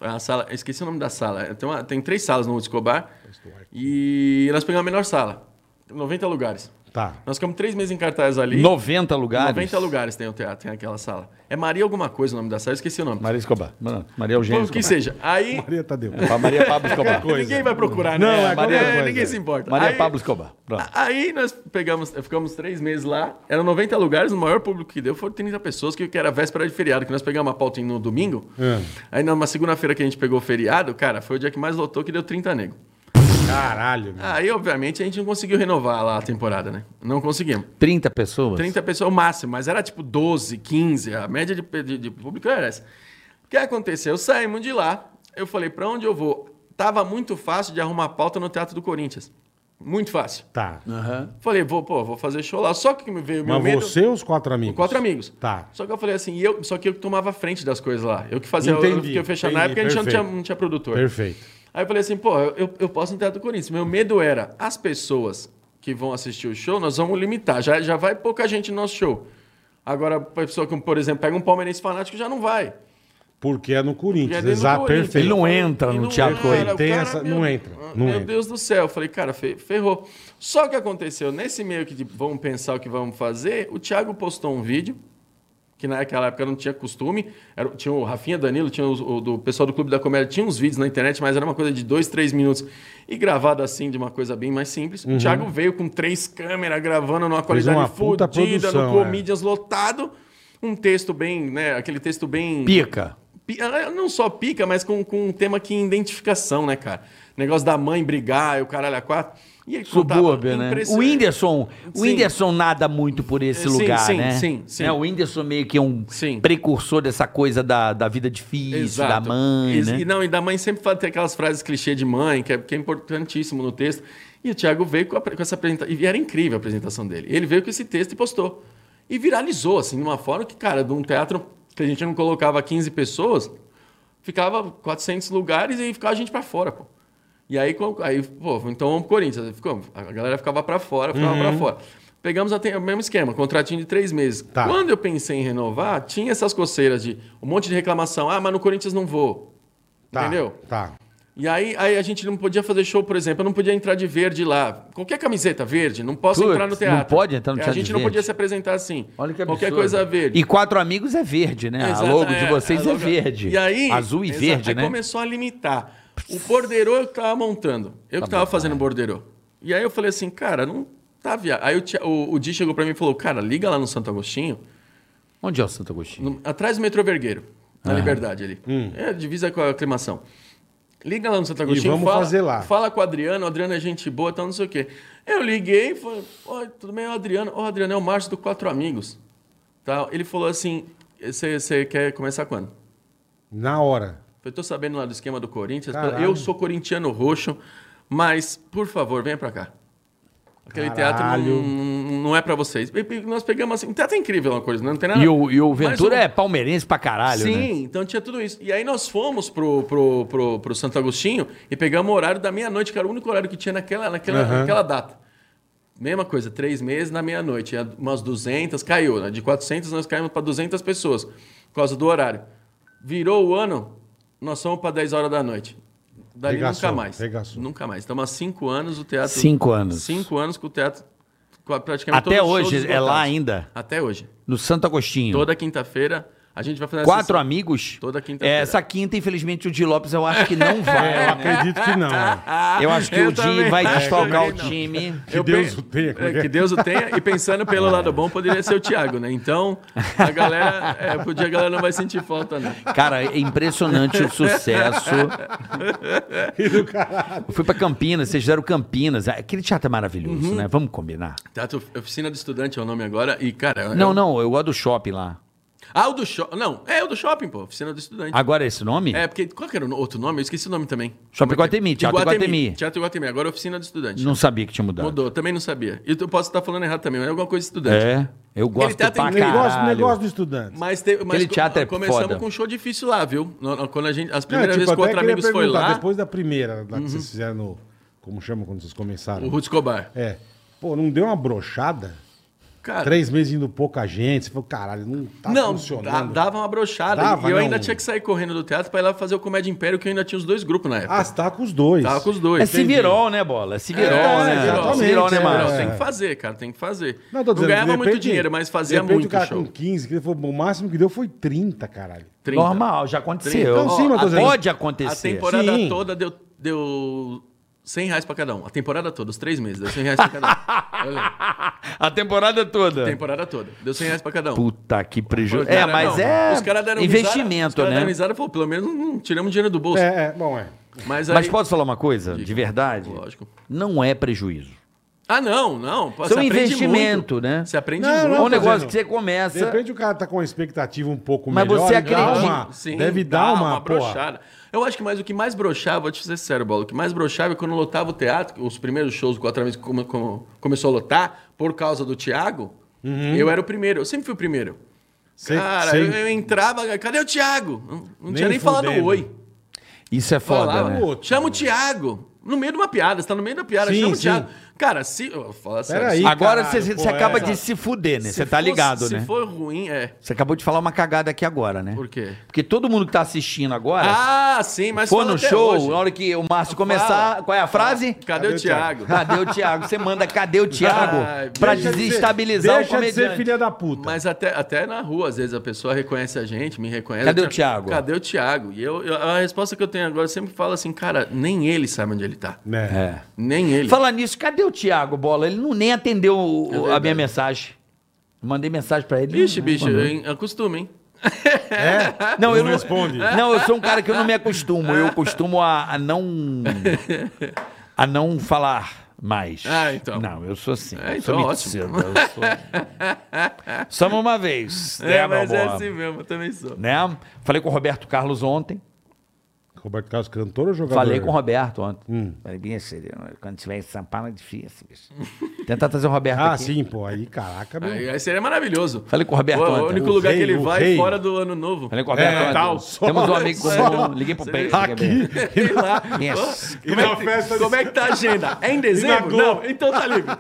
[SPEAKER 4] A sala, eu esqueci o nome da sala. Tem, uma- tem três salas no Ruth Escobar. E nós pegamos a menor sala. 90 lugares.
[SPEAKER 2] Tá.
[SPEAKER 4] Nós ficamos três meses em cartaz ali.
[SPEAKER 3] 90 lugares.
[SPEAKER 4] 90 lugares tem o teatro, tem aquela sala. É Maria alguma coisa o nome da sala, eu esqueci o nome.
[SPEAKER 3] Maria Escobar. Mano, Maria Eugênia
[SPEAKER 4] Bom, que
[SPEAKER 3] Escobar.
[SPEAKER 4] seja. Aí
[SPEAKER 2] Maria Tadeu.
[SPEAKER 3] Pa- Maria Pablo Escobar.
[SPEAKER 2] coisa.
[SPEAKER 4] ninguém vai procurar,
[SPEAKER 2] Não,
[SPEAKER 4] né?
[SPEAKER 2] é qualquer
[SPEAKER 4] É,
[SPEAKER 2] coisa.
[SPEAKER 4] ninguém se importa.
[SPEAKER 3] Maria
[SPEAKER 4] Aí-
[SPEAKER 3] Pablo Escobar. Pronto.
[SPEAKER 4] Aí nós pegamos, ficamos três meses lá, eram 90 lugares, o maior público que deu foram 30 pessoas, que que era véspera de feriado, que nós pegamos uma pauta no domingo.
[SPEAKER 2] É.
[SPEAKER 4] Aí numa segunda-feira que a gente pegou o feriado, cara, foi o dia que mais lotou, que deu 30 nego.
[SPEAKER 2] Caralho, meu.
[SPEAKER 4] Aí, obviamente, a gente não conseguiu renovar lá a temporada, né? Não conseguimos.
[SPEAKER 3] 30 pessoas?
[SPEAKER 4] 30 pessoas o máximo, mas era tipo 12, 15, a média de, de- de público era essa. O que aconteceu? Saímos de lá, eu falei, pra onde eu vou? Tava muito fácil de arrumar pauta no Teatro do Corinthians. Muito fácil.
[SPEAKER 2] Tá.
[SPEAKER 4] Falei, vou, pô, vou fazer show lá. Só que me veio o meu
[SPEAKER 2] Mas
[SPEAKER 4] medo.
[SPEAKER 2] você ou os quatro amigos?
[SPEAKER 4] Quatro amigos.
[SPEAKER 2] Tá.
[SPEAKER 4] Só que eu falei assim, e eu, só que eu que tomava a frente das coisas lá. Eu que fazia, eu- eu
[SPEAKER 2] Entendi,
[SPEAKER 4] fiquei fechado na
[SPEAKER 2] entendi,
[SPEAKER 4] época, a gente não tinha,
[SPEAKER 2] perfeito.
[SPEAKER 4] não tinha produtor.
[SPEAKER 2] Perfeito.
[SPEAKER 4] Aí eu falei assim, pô, eu, eu posso entrar do Corinthians. Meu medo era as pessoas que vão assistir o show, nós vamos limitar. Já, já vai pouca gente no nosso show. Agora, a pessoa que, por exemplo, pega um palmeirense fanático, já não vai.
[SPEAKER 2] Porque é no
[SPEAKER 4] E é
[SPEAKER 2] Corinthians.
[SPEAKER 4] dentro do
[SPEAKER 2] Exato,
[SPEAKER 4] Corinthians.
[SPEAKER 2] perfeito.
[SPEAKER 3] Ele não entra
[SPEAKER 4] E
[SPEAKER 3] no
[SPEAKER 4] não
[SPEAKER 3] Teatro
[SPEAKER 4] era,
[SPEAKER 3] Corinthians.
[SPEAKER 4] o
[SPEAKER 2] Tem
[SPEAKER 4] cara,
[SPEAKER 2] essa-
[SPEAKER 4] meu-
[SPEAKER 2] não entra, não
[SPEAKER 4] meu
[SPEAKER 2] entra.
[SPEAKER 4] Deus do céu. Eu falei, cara, fe- ferrou. Só que aconteceu, nesse meio que de vamos pensar o que vamos fazer, o Thiago postou um vídeo, que naquela época não tinha costume. Era, tinha o Rafinha Danilo, tinha os- o, do pessoal do Clube da Comédia, tinha uns vídeos na internet, mas era uma coisa de dois, três minutos. E gravado assim, de uma coisa bem mais simples. O Thiago veio com três câmeras, gravando numa qualidade
[SPEAKER 2] Uhum. uma puta
[SPEAKER 4] fodida, no
[SPEAKER 2] produção, é.
[SPEAKER 4] Comedians lotado. Um texto bem, né? Aquele texto bem.
[SPEAKER 3] Pica.
[SPEAKER 4] Pi- ah, Não só pica, mas com, com um tema que identificação, né, cara? Negócio da mãe brigar, e o caralho a quatro. E ele contava
[SPEAKER 3] Subúrbio, né?
[SPEAKER 4] impression-
[SPEAKER 3] O Whindersson, o
[SPEAKER 4] Sim.
[SPEAKER 3] Whindersson nada muito por esse
[SPEAKER 4] Sim,
[SPEAKER 3] lugar,
[SPEAKER 4] sim,
[SPEAKER 3] né?
[SPEAKER 4] sim, sim.
[SPEAKER 3] Né? O Whindersson meio que é um
[SPEAKER 4] Sim.
[SPEAKER 3] precursor dessa coisa da, da vida difícil, da mãe,
[SPEAKER 4] e,
[SPEAKER 3] né?
[SPEAKER 4] e não, e da mãe sempre fala, tem aquelas frases clichê de mãe, que é, que é importantíssimo no texto. E o Thiago veio com, a pre- com essa apresentação. E era incrível a apresentação dele. Ele veio com esse texto e postou. E viralizou, assim, de uma forma que, cara, de um teatro que a gente não colocava 15 pessoas, ficava 400 lugares e ficava a gente pra fora, pô. E aí, com- aí pô, então vamos pro Corinthians. Aí Ficou, a galera ficava pra fora, ficava pra fora. Pegamos até o mesmo esquema, contratinho de três meses.
[SPEAKER 2] Tá.
[SPEAKER 4] Quando eu pensei em renovar, tinha essas coceiras de um monte de reclamação. Ah, mas no Corinthians não vou.
[SPEAKER 2] Tá,
[SPEAKER 4] Entendeu?
[SPEAKER 2] Tá.
[SPEAKER 4] E aí, aí a gente não podia fazer show, por exemplo. Eu não podia entrar de verde lá. Qualquer camiseta verde, não posso
[SPEAKER 3] Putz,
[SPEAKER 4] entrar no teatro.
[SPEAKER 3] não pode entrar no
[SPEAKER 4] É,
[SPEAKER 3] teatro
[SPEAKER 4] A gente
[SPEAKER 3] de
[SPEAKER 4] não
[SPEAKER 3] verde.
[SPEAKER 4] podia se apresentar assim.
[SPEAKER 3] Olha que absurdo.
[SPEAKER 4] Qualquer coisa verde.
[SPEAKER 3] E quatro amigos é verde, né?
[SPEAKER 4] Exato,
[SPEAKER 3] a logo de
[SPEAKER 4] é,
[SPEAKER 3] vocês
[SPEAKER 4] a
[SPEAKER 3] é
[SPEAKER 4] logo-
[SPEAKER 3] verde.
[SPEAKER 4] E aí,
[SPEAKER 3] Azul e
[SPEAKER 4] exato,
[SPEAKER 3] verde,
[SPEAKER 4] aí
[SPEAKER 3] né?
[SPEAKER 4] começou a limitar.
[SPEAKER 3] Tá
[SPEAKER 4] O borderô eu que tava montando. Eu que tava fazendo borderô. E aí eu falei assim, cara, não, tá, viado. Aí o, tia- o, o Di chegou pra mim e falou, cara, liga lá no Santo Agostinho,
[SPEAKER 3] Onde é o Santo Agostinho?
[SPEAKER 4] no- atrás do metrô Vergueiro,
[SPEAKER 3] Ah.
[SPEAKER 4] na Liberdade ali.
[SPEAKER 2] Hum.
[SPEAKER 4] É, divisa com a aclimação. Liga lá no Santo Agostinho.
[SPEAKER 2] vamos
[SPEAKER 4] fala,
[SPEAKER 2] fazer lá.
[SPEAKER 4] Fala com o Adriano, o Adriano é gente boa, tal, não sei o quê. Eu liguei, falei, oi, tudo bem, é o Adriano? Ó, Adriano, é o Márcio do Quatro Amigos. Tal. Ele falou assim, você quer começar quando?
[SPEAKER 2] Na hora.
[SPEAKER 4] Eu tô sabendo lá do esquema do Corinthians.
[SPEAKER 2] Caralho.
[SPEAKER 4] Eu sou corintiano roxo, mas, por favor, venha pra cá. Aquele teatro
[SPEAKER 2] Caralho.
[SPEAKER 4] não, não é pra vocês. E- e Nós pegamos assim. Um teatro é incrível, uma coisa, né? não tem nada.
[SPEAKER 3] E o, e o
[SPEAKER 4] Mas
[SPEAKER 3] Ventura
[SPEAKER 4] o-
[SPEAKER 3] é palmeirense pra caralho,
[SPEAKER 4] Sim,
[SPEAKER 3] né?
[SPEAKER 4] então tinha tudo isso. E aí nós fomos pro, pro, pro, pro Santo Agostinho e pegamos o horário da meia-noite, que era o único horário que tinha naquela, naquela, naquela data. Mesma coisa, três meses na meia-noite. Tinha Umas 200, caiu. Né? De 400, nós caímos para 200 pessoas, por causa do horário. Virou o ano, nós fomos para 10 horas da noite. Dali
[SPEAKER 2] Regaçou,
[SPEAKER 4] nunca mais.
[SPEAKER 2] regaçou.
[SPEAKER 4] Nunca mais. Estamos há cinco anos o teatro.
[SPEAKER 3] Cinco anos.
[SPEAKER 4] Cinco anos com o teatro com a- praticamente
[SPEAKER 3] Até
[SPEAKER 4] todos os
[SPEAKER 3] hoje
[SPEAKER 4] shows
[SPEAKER 3] é lá
[SPEAKER 4] esgotados.
[SPEAKER 3] ainda,
[SPEAKER 4] Até hoje.
[SPEAKER 3] no Santo Agostinho.
[SPEAKER 4] Toda quinta-feira a gente vai fazer essa
[SPEAKER 3] Quatro amigos.
[SPEAKER 4] Toda quinta-feira.
[SPEAKER 3] É, Essa quinta, infelizmente, o Di Lopes eu acho que não vai.
[SPEAKER 2] É, eu
[SPEAKER 3] né?
[SPEAKER 2] acredito que não. né?
[SPEAKER 3] Eu acho que
[SPEAKER 4] Eu
[SPEAKER 3] o Di
[SPEAKER 4] também
[SPEAKER 3] vai
[SPEAKER 2] É,
[SPEAKER 4] acho,
[SPEAKER 3] desfalcar o
[SPEAKER 4] também não.
[SPEAKER 3] time.
[SPEAKER 2] Que
[SPEAKER 4] Eu
[SPEAKER 2] Deus
[SPEAKER 4] pe-
[SPEAKER 2] o tenha. como é que
[SPEAKER 4] É,
[SPEAKER 2] é?
[SPEAKER 4] que Deus o tenha. E pensando pelo lado bom, poderia ser o Thiago, né? Então, a galera, é, podia, a galera não vai sentir falta, não.
[SPEAKER 3] Cara, é impressionante o sucesso. Eu fui pra Campinas, vocês fizeram Campinas. Aquele teatro é maravilhoso,
[SPEAKER 4] Uhum.
[SPEAKER 3] né? Vamos combinar.
[SPEAKER 4] Teatro Tá, Oficina do Estudante é o nome agora. E, cara. eu-
[SPEAKER 3] Não, não, eu gosto do shopping lá.
[SPEAKER 4] Ah, o do shopping. Não, é o do shopping, pô. Oficina do Estudante.
[SPEAKER 3] Agora é esse nome?
[SPEAKER 4] É, porque. Qual que era o outro nome? Eu esqueci o nome também.
[SPEAKER 3] Shopping
[SPEAKER 4] Como é que é?
[SPEAKER 3] Iguatemi, Teatro Iguatemi.
[SPEAKER 4] Teatro Iguatemi. Agora é Oficina do Estudante.
[SPEAKER 3] Não sabia que tinha mudado.
[SPEAKER 4] Mudou, também não sabia. E eu posso estar falando errado também, mas é alguma coisa de estudante.
[SPEAKER 3] É, eu gosto pra
[SPEAKER 4] teatro é
[SPEAKER 2] O
[SPEAKER 3] Ah, caralho.
[SPEAKER 4] incrível.
[SPEAKER 2] negócio, o negócio do estudante.
[SPEAKER 4] Mas, teve, mas
[SPEAKER 3] Aquele teatro é
[SPEAKER 4] começamos
[SPEAKER 3] foda.
[SPEAKER 4] com um show difícil lá, viu? No- no- Quando a gente, as
[SPEAKER 2] Não,
[SPEAKER 4] primeiras vezes que o
[SPEAKER 2] É, tipo, até
[SPEAKER 4] Outro
[SPEAKER 2] queria
[SPEAKER 4] Amigos foi
[SPEAKER 2] perguntar,
[SPEAKER 4] lá, Uhum.
[SPEAKER 2] Depois da primeira, lá que vocês fizeram no... Como chama quando vocês começaram?
[SPEAKER 4] o Ruth Escobar.
[SPEAKER 2] É. Pô, não deu uma brochada?
[SPEAKER 4] Cara,
[SPEAKER 2] Três meses indo pouca gente. Você falou, caralho, não tá
[SPEAKER 4] não, dá-
[SPEAKER 2] funcionando.
[SPEAKER 4] dava uma brochada.
[SPEAKER 2] Dava,
[SPEAKER 4] e eu
[SPEAKER 2] não.
[SPEAKER 4] ainda tinha que sair correndo do teatro pra ir lá fazer o Comédia Império, que eu ainda tinha os dois grupos na época.
[SPEAKER 2] Ah, você tava com os dois.
[SPEAKER 4] Tava com os dois.
[SPEAKER 3] É Civirol, né, Bola? É Civirol,
[SPEAKER 2] É,
[SPEAKER 3] né?
[SPEAKER 2] exatamente,
[SPEAKER 3] Civirol, né,
[SPEAKER 2] é.
[SPEAKER 3] Márcio?
[SPEAKER 4] Tem que fazer, cara, tem que fazer.
[SPEAKER 2] Não,
[SPEAKER 4] Não,
[SPEAKER 2] tô dizendo, de
[SPEAKER 4] ganhava muito
[SPEAKER 2] repente-
[SPEAKER 4] dinheiro, mas
[SPEAKER 2] de
[SPEAKER 4] fazia
[SPEAKER 2] repente
[SPEAKER 4] muito
[SPEAKER 2] o cara
[SPEAKER 4] show.
[SPEAKER 2] com 15, que ele falou, o máximo que deu foi 30, caralho.
[SPEAKER 4] 30.
[SPEAKER 3] Normal, já aconteceu.
[SPEAKER 2] Então, sim, mas tô
[SPEAKER 3] Ó,
[SPEAKER 2] dizendo-
[SPEAKER 3] pode
[SPEAKER 4] A
[SPEAKER 3] acontecer.
[SPEAKER 4] temporada
[SPEAKER 2] Sim.
[SPEAKER 4] toda deu, deu 100 reais pra cada um. A temporada toda, os três meses, deu 100 reais pra cada um. Eu lembro.
[SPEAKER 3] A temporada toda.
[SPEAKER 4] A temporada toda, deu 100 reais pra cada um.
[SPEAKER 3] Puta que
[SPEAKER 4] Os
[SPEAKER 3] prejuízo. É,
[SPEAKER 4] cara-
[SPEAKER 3] mas
[SPEAKER 4] não,
[SPEAKER 3] é
[SPEAKER 4] os cara deram risada, os
[SPEAKER 3] investimento,
[SPEAKER 4] cara deram
[SPEAKER 3] né?
[SPEAKER 4] risada e falou, pelo menos não tiramos dinheiro do bolso.
[SPEAKER 2] É, é, bom, é.
[SPEAKER 4] Mas, aí,
[SPEAKER 3] Mas posso falar uma coisa? De verdade?
[SPEAKER 4] Lógico.
[SPEAKER 3] Não é prejuízo.
[SPEAKER 4] Ah, não, não. pô,
[SPEAKER 3] Isso é um
[SPEAKER 4] você aprende
[SPEAKER 3] investimento,
[SPEAKER 4] muito.
[SPEAKER 3] né?
[SPEAKER 4] Você aprende
[SPEAKER 2] Não,
[SPEAKER 4] muito.
[SPEAKER 3] É um
[SPEAKER 2] tô
[SPEAKER 3] negócio
[SPEAKER 2] dizendo.
[SPEAKER 3] que você
[SPEAKER 2] De
[SPEAKER 3] começa.
[SPEAKER 2] repente o cara tá com uma expectativa um pouco
[SPEAKER 3] Mas
[SPEAKER 2] melhor.
[SPEAKER 3] você
[SPEAKER 2] ele dá
[SPEAKER 3] acredita-
[SPEAKER 2] uma- deve
[SPEAKER 4] dá
[SPEAKER 2] dar uma, porra.
[SPEAKER 4] brochada. Eu acho que mais o que mais brochava, vou te ser sério, Bola, o que mais brochava é quando lotava o teatro, os primeiros shows do Quatro Amigos que come- come- começou a lotar por causa do Thiago,
[SPEAKER 2] Uhum.
[SPEAKER 4] eu era o primeiro, eu sempre fui o primeiro.
[SPEAKER 2] Cê-
[SPEAKER 4] Cara,
[SPEAKER 2] cê-
[SPEAKER 4] eu, eu entrava, cadê o Thiago? Não, não
[SPEAKER 2] Nem
[SPEAKER 4] tinha nem falado
[SPEAKER 2] fudendo.
[SPEAKER 4] oi.
[SPEAKER 3] Isso é foda,
[SPEAKER 4] Falava,
[SPEAKER 3] né?
[SPEAKER 2] pô.
[SPEAKER 4] chama o Thiago. No meio de uma piada, você tá no meio da piada,
[SPEAKER 2] Sim,
[SPEAKER 4] chama o
[SPEAKER 2] sim.
[SPEAKER 4] Thiago. Cara, se. eu vou falar sério,
[SPEAKER 2] Peraí,
[SPEAKER 4] se-
[SPEAKER 3] Agora
[SPEAKER 2] caralho,
[SPEAKER 3] você,
[SPEAKER 2] pô,
[SPEAKER 3] você
[SPEAKER 2] é,
[SPEAKER 3] acaba
[SPEAKER 2] exato.
[SPEAKER 3] de se fuder, né?
[SPEAKER 4] se
[SPEAKER 3] Você tá
[SPEAKER 4] fosse-
[SPEAKER 3] ligado,
[SPEAKER 4] se
[SPEAKER 3] né?
[SPEAKER 4] for ruim, é.
[SPEAKER 3] Você acabou de falar uma cagada aqui agora, né?
[SPEAKER 4] Por quê?
[SPEAKER 3] Porque todo mundo que tá assistindo agora,
[SPEAKER 4] Ah, sim, mas.
[SPEAKER 3] for
[SPEAKER 4] fala
[SPEAKER 3] no
[SPEAKER 4] até
[SPEAKER 3] show,
[SPEAKER 4] hoje.
[SPEAKER 3] na hora que o Márcio começar,
[SPEAKER 4] Fala.
[SPEAKER 3] qual é a frase?
[SPEAKER 4] Cadê, o Thiago?
[SPEAKER 3] Cadê o Thiago? Você manda cadê o Thiago
[SPEAKER 4] Ai,
[SPEAKER 3] pra
[SPEAKER 4] deixa
[SPEAKER 2] de ser-
[SPEAKER 3] desestabilizar o
[SPEAKER 2] deixa de
[SPEAKER 3] comediante.
[SPEAKER 2] ser filha da puta.
[SPEAKER 4] Mas até, até na rua, às vezes, a pessoa reconhece a gente, me reconhece.
[SPEAKER 3] Cadê o
[SPEAKER 4] Cara,
[SPEAKER 3] Thiago?
[SPEAKER 4] Cadê o Thiago? E eu, eu- a resposta que eu tenho agora, eu sempre falo assim, cara, nem ele sabe onde ele tá.
[SPEAKER 2] Né?
[SPEAKER 3] É.
[SPEAKER 4] Nem ele.
[SPEAKER 3] Falar nisso, cadê o Thiago Bola? Ele não nem atendeu o-
[SPEAKER 4] É
[SPEAKER 3] a
[SPEAKER 4] verdade.
[SPEAKER 3] minha mensagem. Mandei mensagem pra ele.
[SPEAKER 4] Bicho,
[SPEAKER 3] não
[SPEAKER 4] bicho,
[SPEAKER 3] respondeu.
[SPEAKER 4] eu acostumo, hein?
[SPEAKER 2] É?
[SPEAKER 3] Não, eu não
[SPEAKER 2] responde.
[SPEAKER 3] Não, eu sou um cara que eu não me acostumo. Eu costumo a, a não a não falar mais.
[SPEAKER 4] Ah, então.
[SPEAKER 3] Não, eu sou assim.
[SPEAKER 4] É,
[SPEAKER 3] eu sou
[SPEAKER 4] então,
[SPEAKER 3] metido, eu sou- Só uma vez, né,
[SPEAKER 4] é, mas
[SPEAKER 3] meu
[SPEAKER 4] é
[SPEAKER 3] amor?
[SPEAKER 4] assim mesmo, eu também sou.
[SPEAKER 3] Né? Falei com o Roberto Carlos ontem.
[SPEAKER 2] Roberto Carlos, cantor ou jogador? Hum.
[SPEAKER 3] Falei com o Roberto ontem. Falei, bicho, quando estiver em São Paulo é difícil, bicho. Tentar trazer o Roberto
[SPEAKER 2] Ah,
[SPEAKER 3] aqui.
[SPEAKER 2] sim, pô. Aí, caraca, meu.
[SPEAKER 4] Aí, aí seria maravilhoso.
[SPEAKER 3] Falei com o Roberto
[SPEAKER 4] Pô, o
[SPEAKER 3] ontem.
[SPEAKER 4] único
[SPEAKER 2] O
[SPEAKER 4] lugar
[SPEAKER 2] rei,
[SPEAKER 4] que ele
[SPEAKER 2] o
[SPEAKER 4] vai
[SPEAKER 2] rei.
[SPEAKER 4] é fora do ano novo.
[SPEAKER 3] Falei Tá com o Roberto
[SPEAKER 2] É,
[SPEAKER 4] tá,
[SPEAKER 3] ontem.
[SPEAKER 2] tal,
[SPEAKER 3] Temos um
[SPEAKER 2] só-
[SPEAKER 3] amigo
[SPEAKER 2] só-
[SPEAKER 3] comum. Liguei pro
[SPEAKER 4] Sei
[SPEAKER 3] Peito.
[SPEAKER 4] lá.
[SPEAKER 3] liguei pra ele.
[SPEAKER 4] Sei lá.
[SPEAKER 3] Yes.
[SPEAKER 4] Ó, Como, é
[SPEAKER 2] Tá na
[SPEAKER 4] que,
[SPEAKER 2] festa de-
[SPEAKER 4] como é que tá a agenda? É em dezembro?
[SPEAKER 2] Globo?
[SPEAKER 4] Não, então tá livre.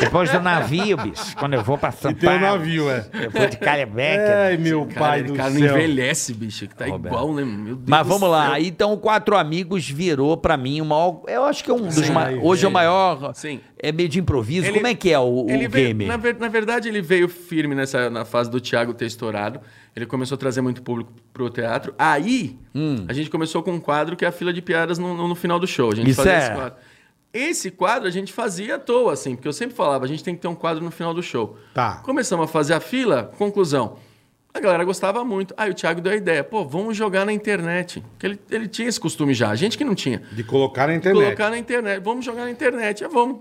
[SPEAKER 3] Depois do navio, bicho. Quando eu vou pra
[SPEAKER 4] um
[SPEAKER 3] São
[SPEAKER 2] E tem o
[SPEAKER 3] Paulo,
[SPEAKER 2] navio, é.
[SPEAKER 3] Eu vou de Calhebeck.
[SPEAKER 2] Ai, meu pai
[SPEAKER 4] é, cara,
[SPEAKER 2] do
[SPEAKER 4] o cara não
[SPEAKER 2] céu.
[SPEAKER 4] envelhece, bicho. Que tá igual, né? Meu Deus
[SPEAKER 3] Mas
[SPEAKER 4] do
[SPEAKER 3] vamos lá,
[SPEAKER 4] céu.
[SPEAKER 3] aí, então o Quatro Amigos virou pra mim o maior. Eu acho que é um dos
[SPEAKER 4] Sim.
[SPEAKER 3] maiores. Hoje é o maior.
[SPEAKER 4] Sim.
[SPEAKER 3] É meio de improviso.
[SPEAKER 4] Ele-
[SPEAKER 3] Como é que é o, o
[SPEAKER 4] ele veio-
[SPEAKER 3] game?
[SPEAKER 4] na, ver- na verdade, ele veio firme nessa na fase do Thiago ter estourado. Ele começou a trazer muito público pro teatro.
[SPEAKER 3] Hum.
[SPEAKER 4] Aí, a gente começou com um quadro que é a fila de piadas no, no- no final do show. A gente
[SPEAKER 3] Isso
[SPEAKER 4] fazia
[SPEAKER 3] é-
[SPEAKER 4] esse quadro. Esse quadro a gente fazia à toa, assim, porque eu sempre falava, a gente tem que ter um quadro no final do show.
[SPEAKER 2] Tá.
[SPEAKER 4] Começamos a fazer a fila, conclusão. A galera gostava muito. Aí o Thiago deu a ideia, pô, vamos jogar na internet. Porque ele, ele tinha esse costume já, a gente que não tinha.
[SPEAKER 2] De colocar na internet.
[SPEAKER 4] Colocar na internet, vamos jogar na internet, é vamos.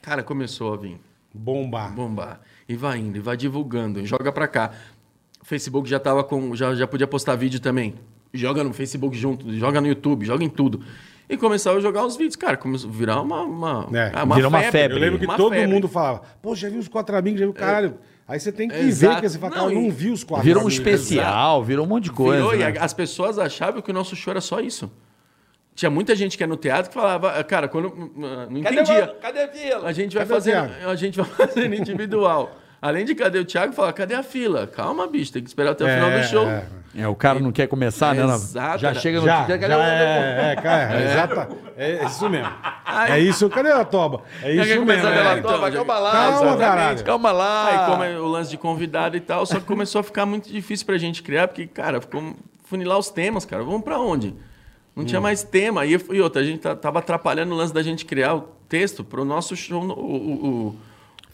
[SPEAKER 4] Cara, começou a vir
[SPEAKER 2] Bombar.
[SPEAKER 4] bombar. E vai indo, e vai divulgando, e joga pra cá. O Facebook já tava com. Já, já podia postar vídeo também. Joga no Facebook junto, joga no YouTube, joga em tudo. E começava a jogar os vídeos, cara. Começou a virar uma. uma,
[SPEAKER 2] É,
[SPEAKER 4] ah,
[SPEAKER 3] virou uma febre.
[SPEAKER 2] Eu lembro que
[SPEAKER 4] uma
[SPEAKER 2] todo
[SPEAKER 4] febre. É.
[SPEAKER 2] mundo falava, pô, já vi os quatro amigos, já vi o caralho. Aí você tem que ver
[SPEAKER 4] Exato.
[SPEAKER 2] que você fala,
[SPEAKER 4] Não,
[SPEAKER 2] cara, eu não
[SPEAKER 4] e-
[SPEAKER 2] vi os quatro
[SPEAKER 3] Virou um
[SPEAKER 2] amigos.
[SPEAKER 3] especial, virou um monte de coisa.
[SPEAKER 4] Virou,
[SPEAKER 3] né?
[SPEAKER 4] e a- as pessoas achavam que o nosso show era só isso. Tinha muita gente que ia no teatro que falava, cara, quando. ah, Não entendia.
[SPEAKER 3] Cadê a
[SPEAKER 4] A gente vai
[SPEAKER 2] Cadê o
[SPEAKER 4] fazer,
[SPEAKER 2] Thiago?
[SPEAKER 4] a gente vai fazendo individual. Além de cadê o Thiago, fala, cadê a fila? Calma, bicho, tem que esperar até o final
[SPEAKER 2] É,
[SPEAKER 4] do show.
[SPEAKER 2] é.
[SPEAKER 3] É, o cara não quer começar, né?
[SPEAKER 4] Exato,
[SPEAKER 3] Já
[SPEAKER 4] cara.
[SPEAKER 3] chega no
[SPEAKER 2] Já,
[SPEAKER 3] dia, cadê
[SPEAKER 2] já
[SPEAKER 3] o-
[SPEAKER 2] é, é, cara, é, exata, é isso mesmo. É isso, cadê a toba? É
[SPEAKER 4] Quer
[SPEAKER 2] isso mesmo.
[SPEAKER 4] começar pela
[SPEAKER 2] é.
[SPEAKER 4] toba?
[SPEAKER 3] Calma, calma lá,
[SPEAKER 2] Calma,
[SPEAKER 3] exatamente,
[SPEAKER 2] caralho.
[SPEAKER 3] calma lá.
[SPEAKER 4] Aí como é o lance de convidado e tal, só que começou a ficar muito difícil pra gente criar, porque, cara, ficou um funilar os temas, cara. Vamos pra onde? Não
[SPEAKER 3] Hum.
[SPEAKER 4] tinha mais tema. E, e outra, a gente tá- tava atrapalhando o lance da gente criar o texto pro nosso show. no- o, o- o-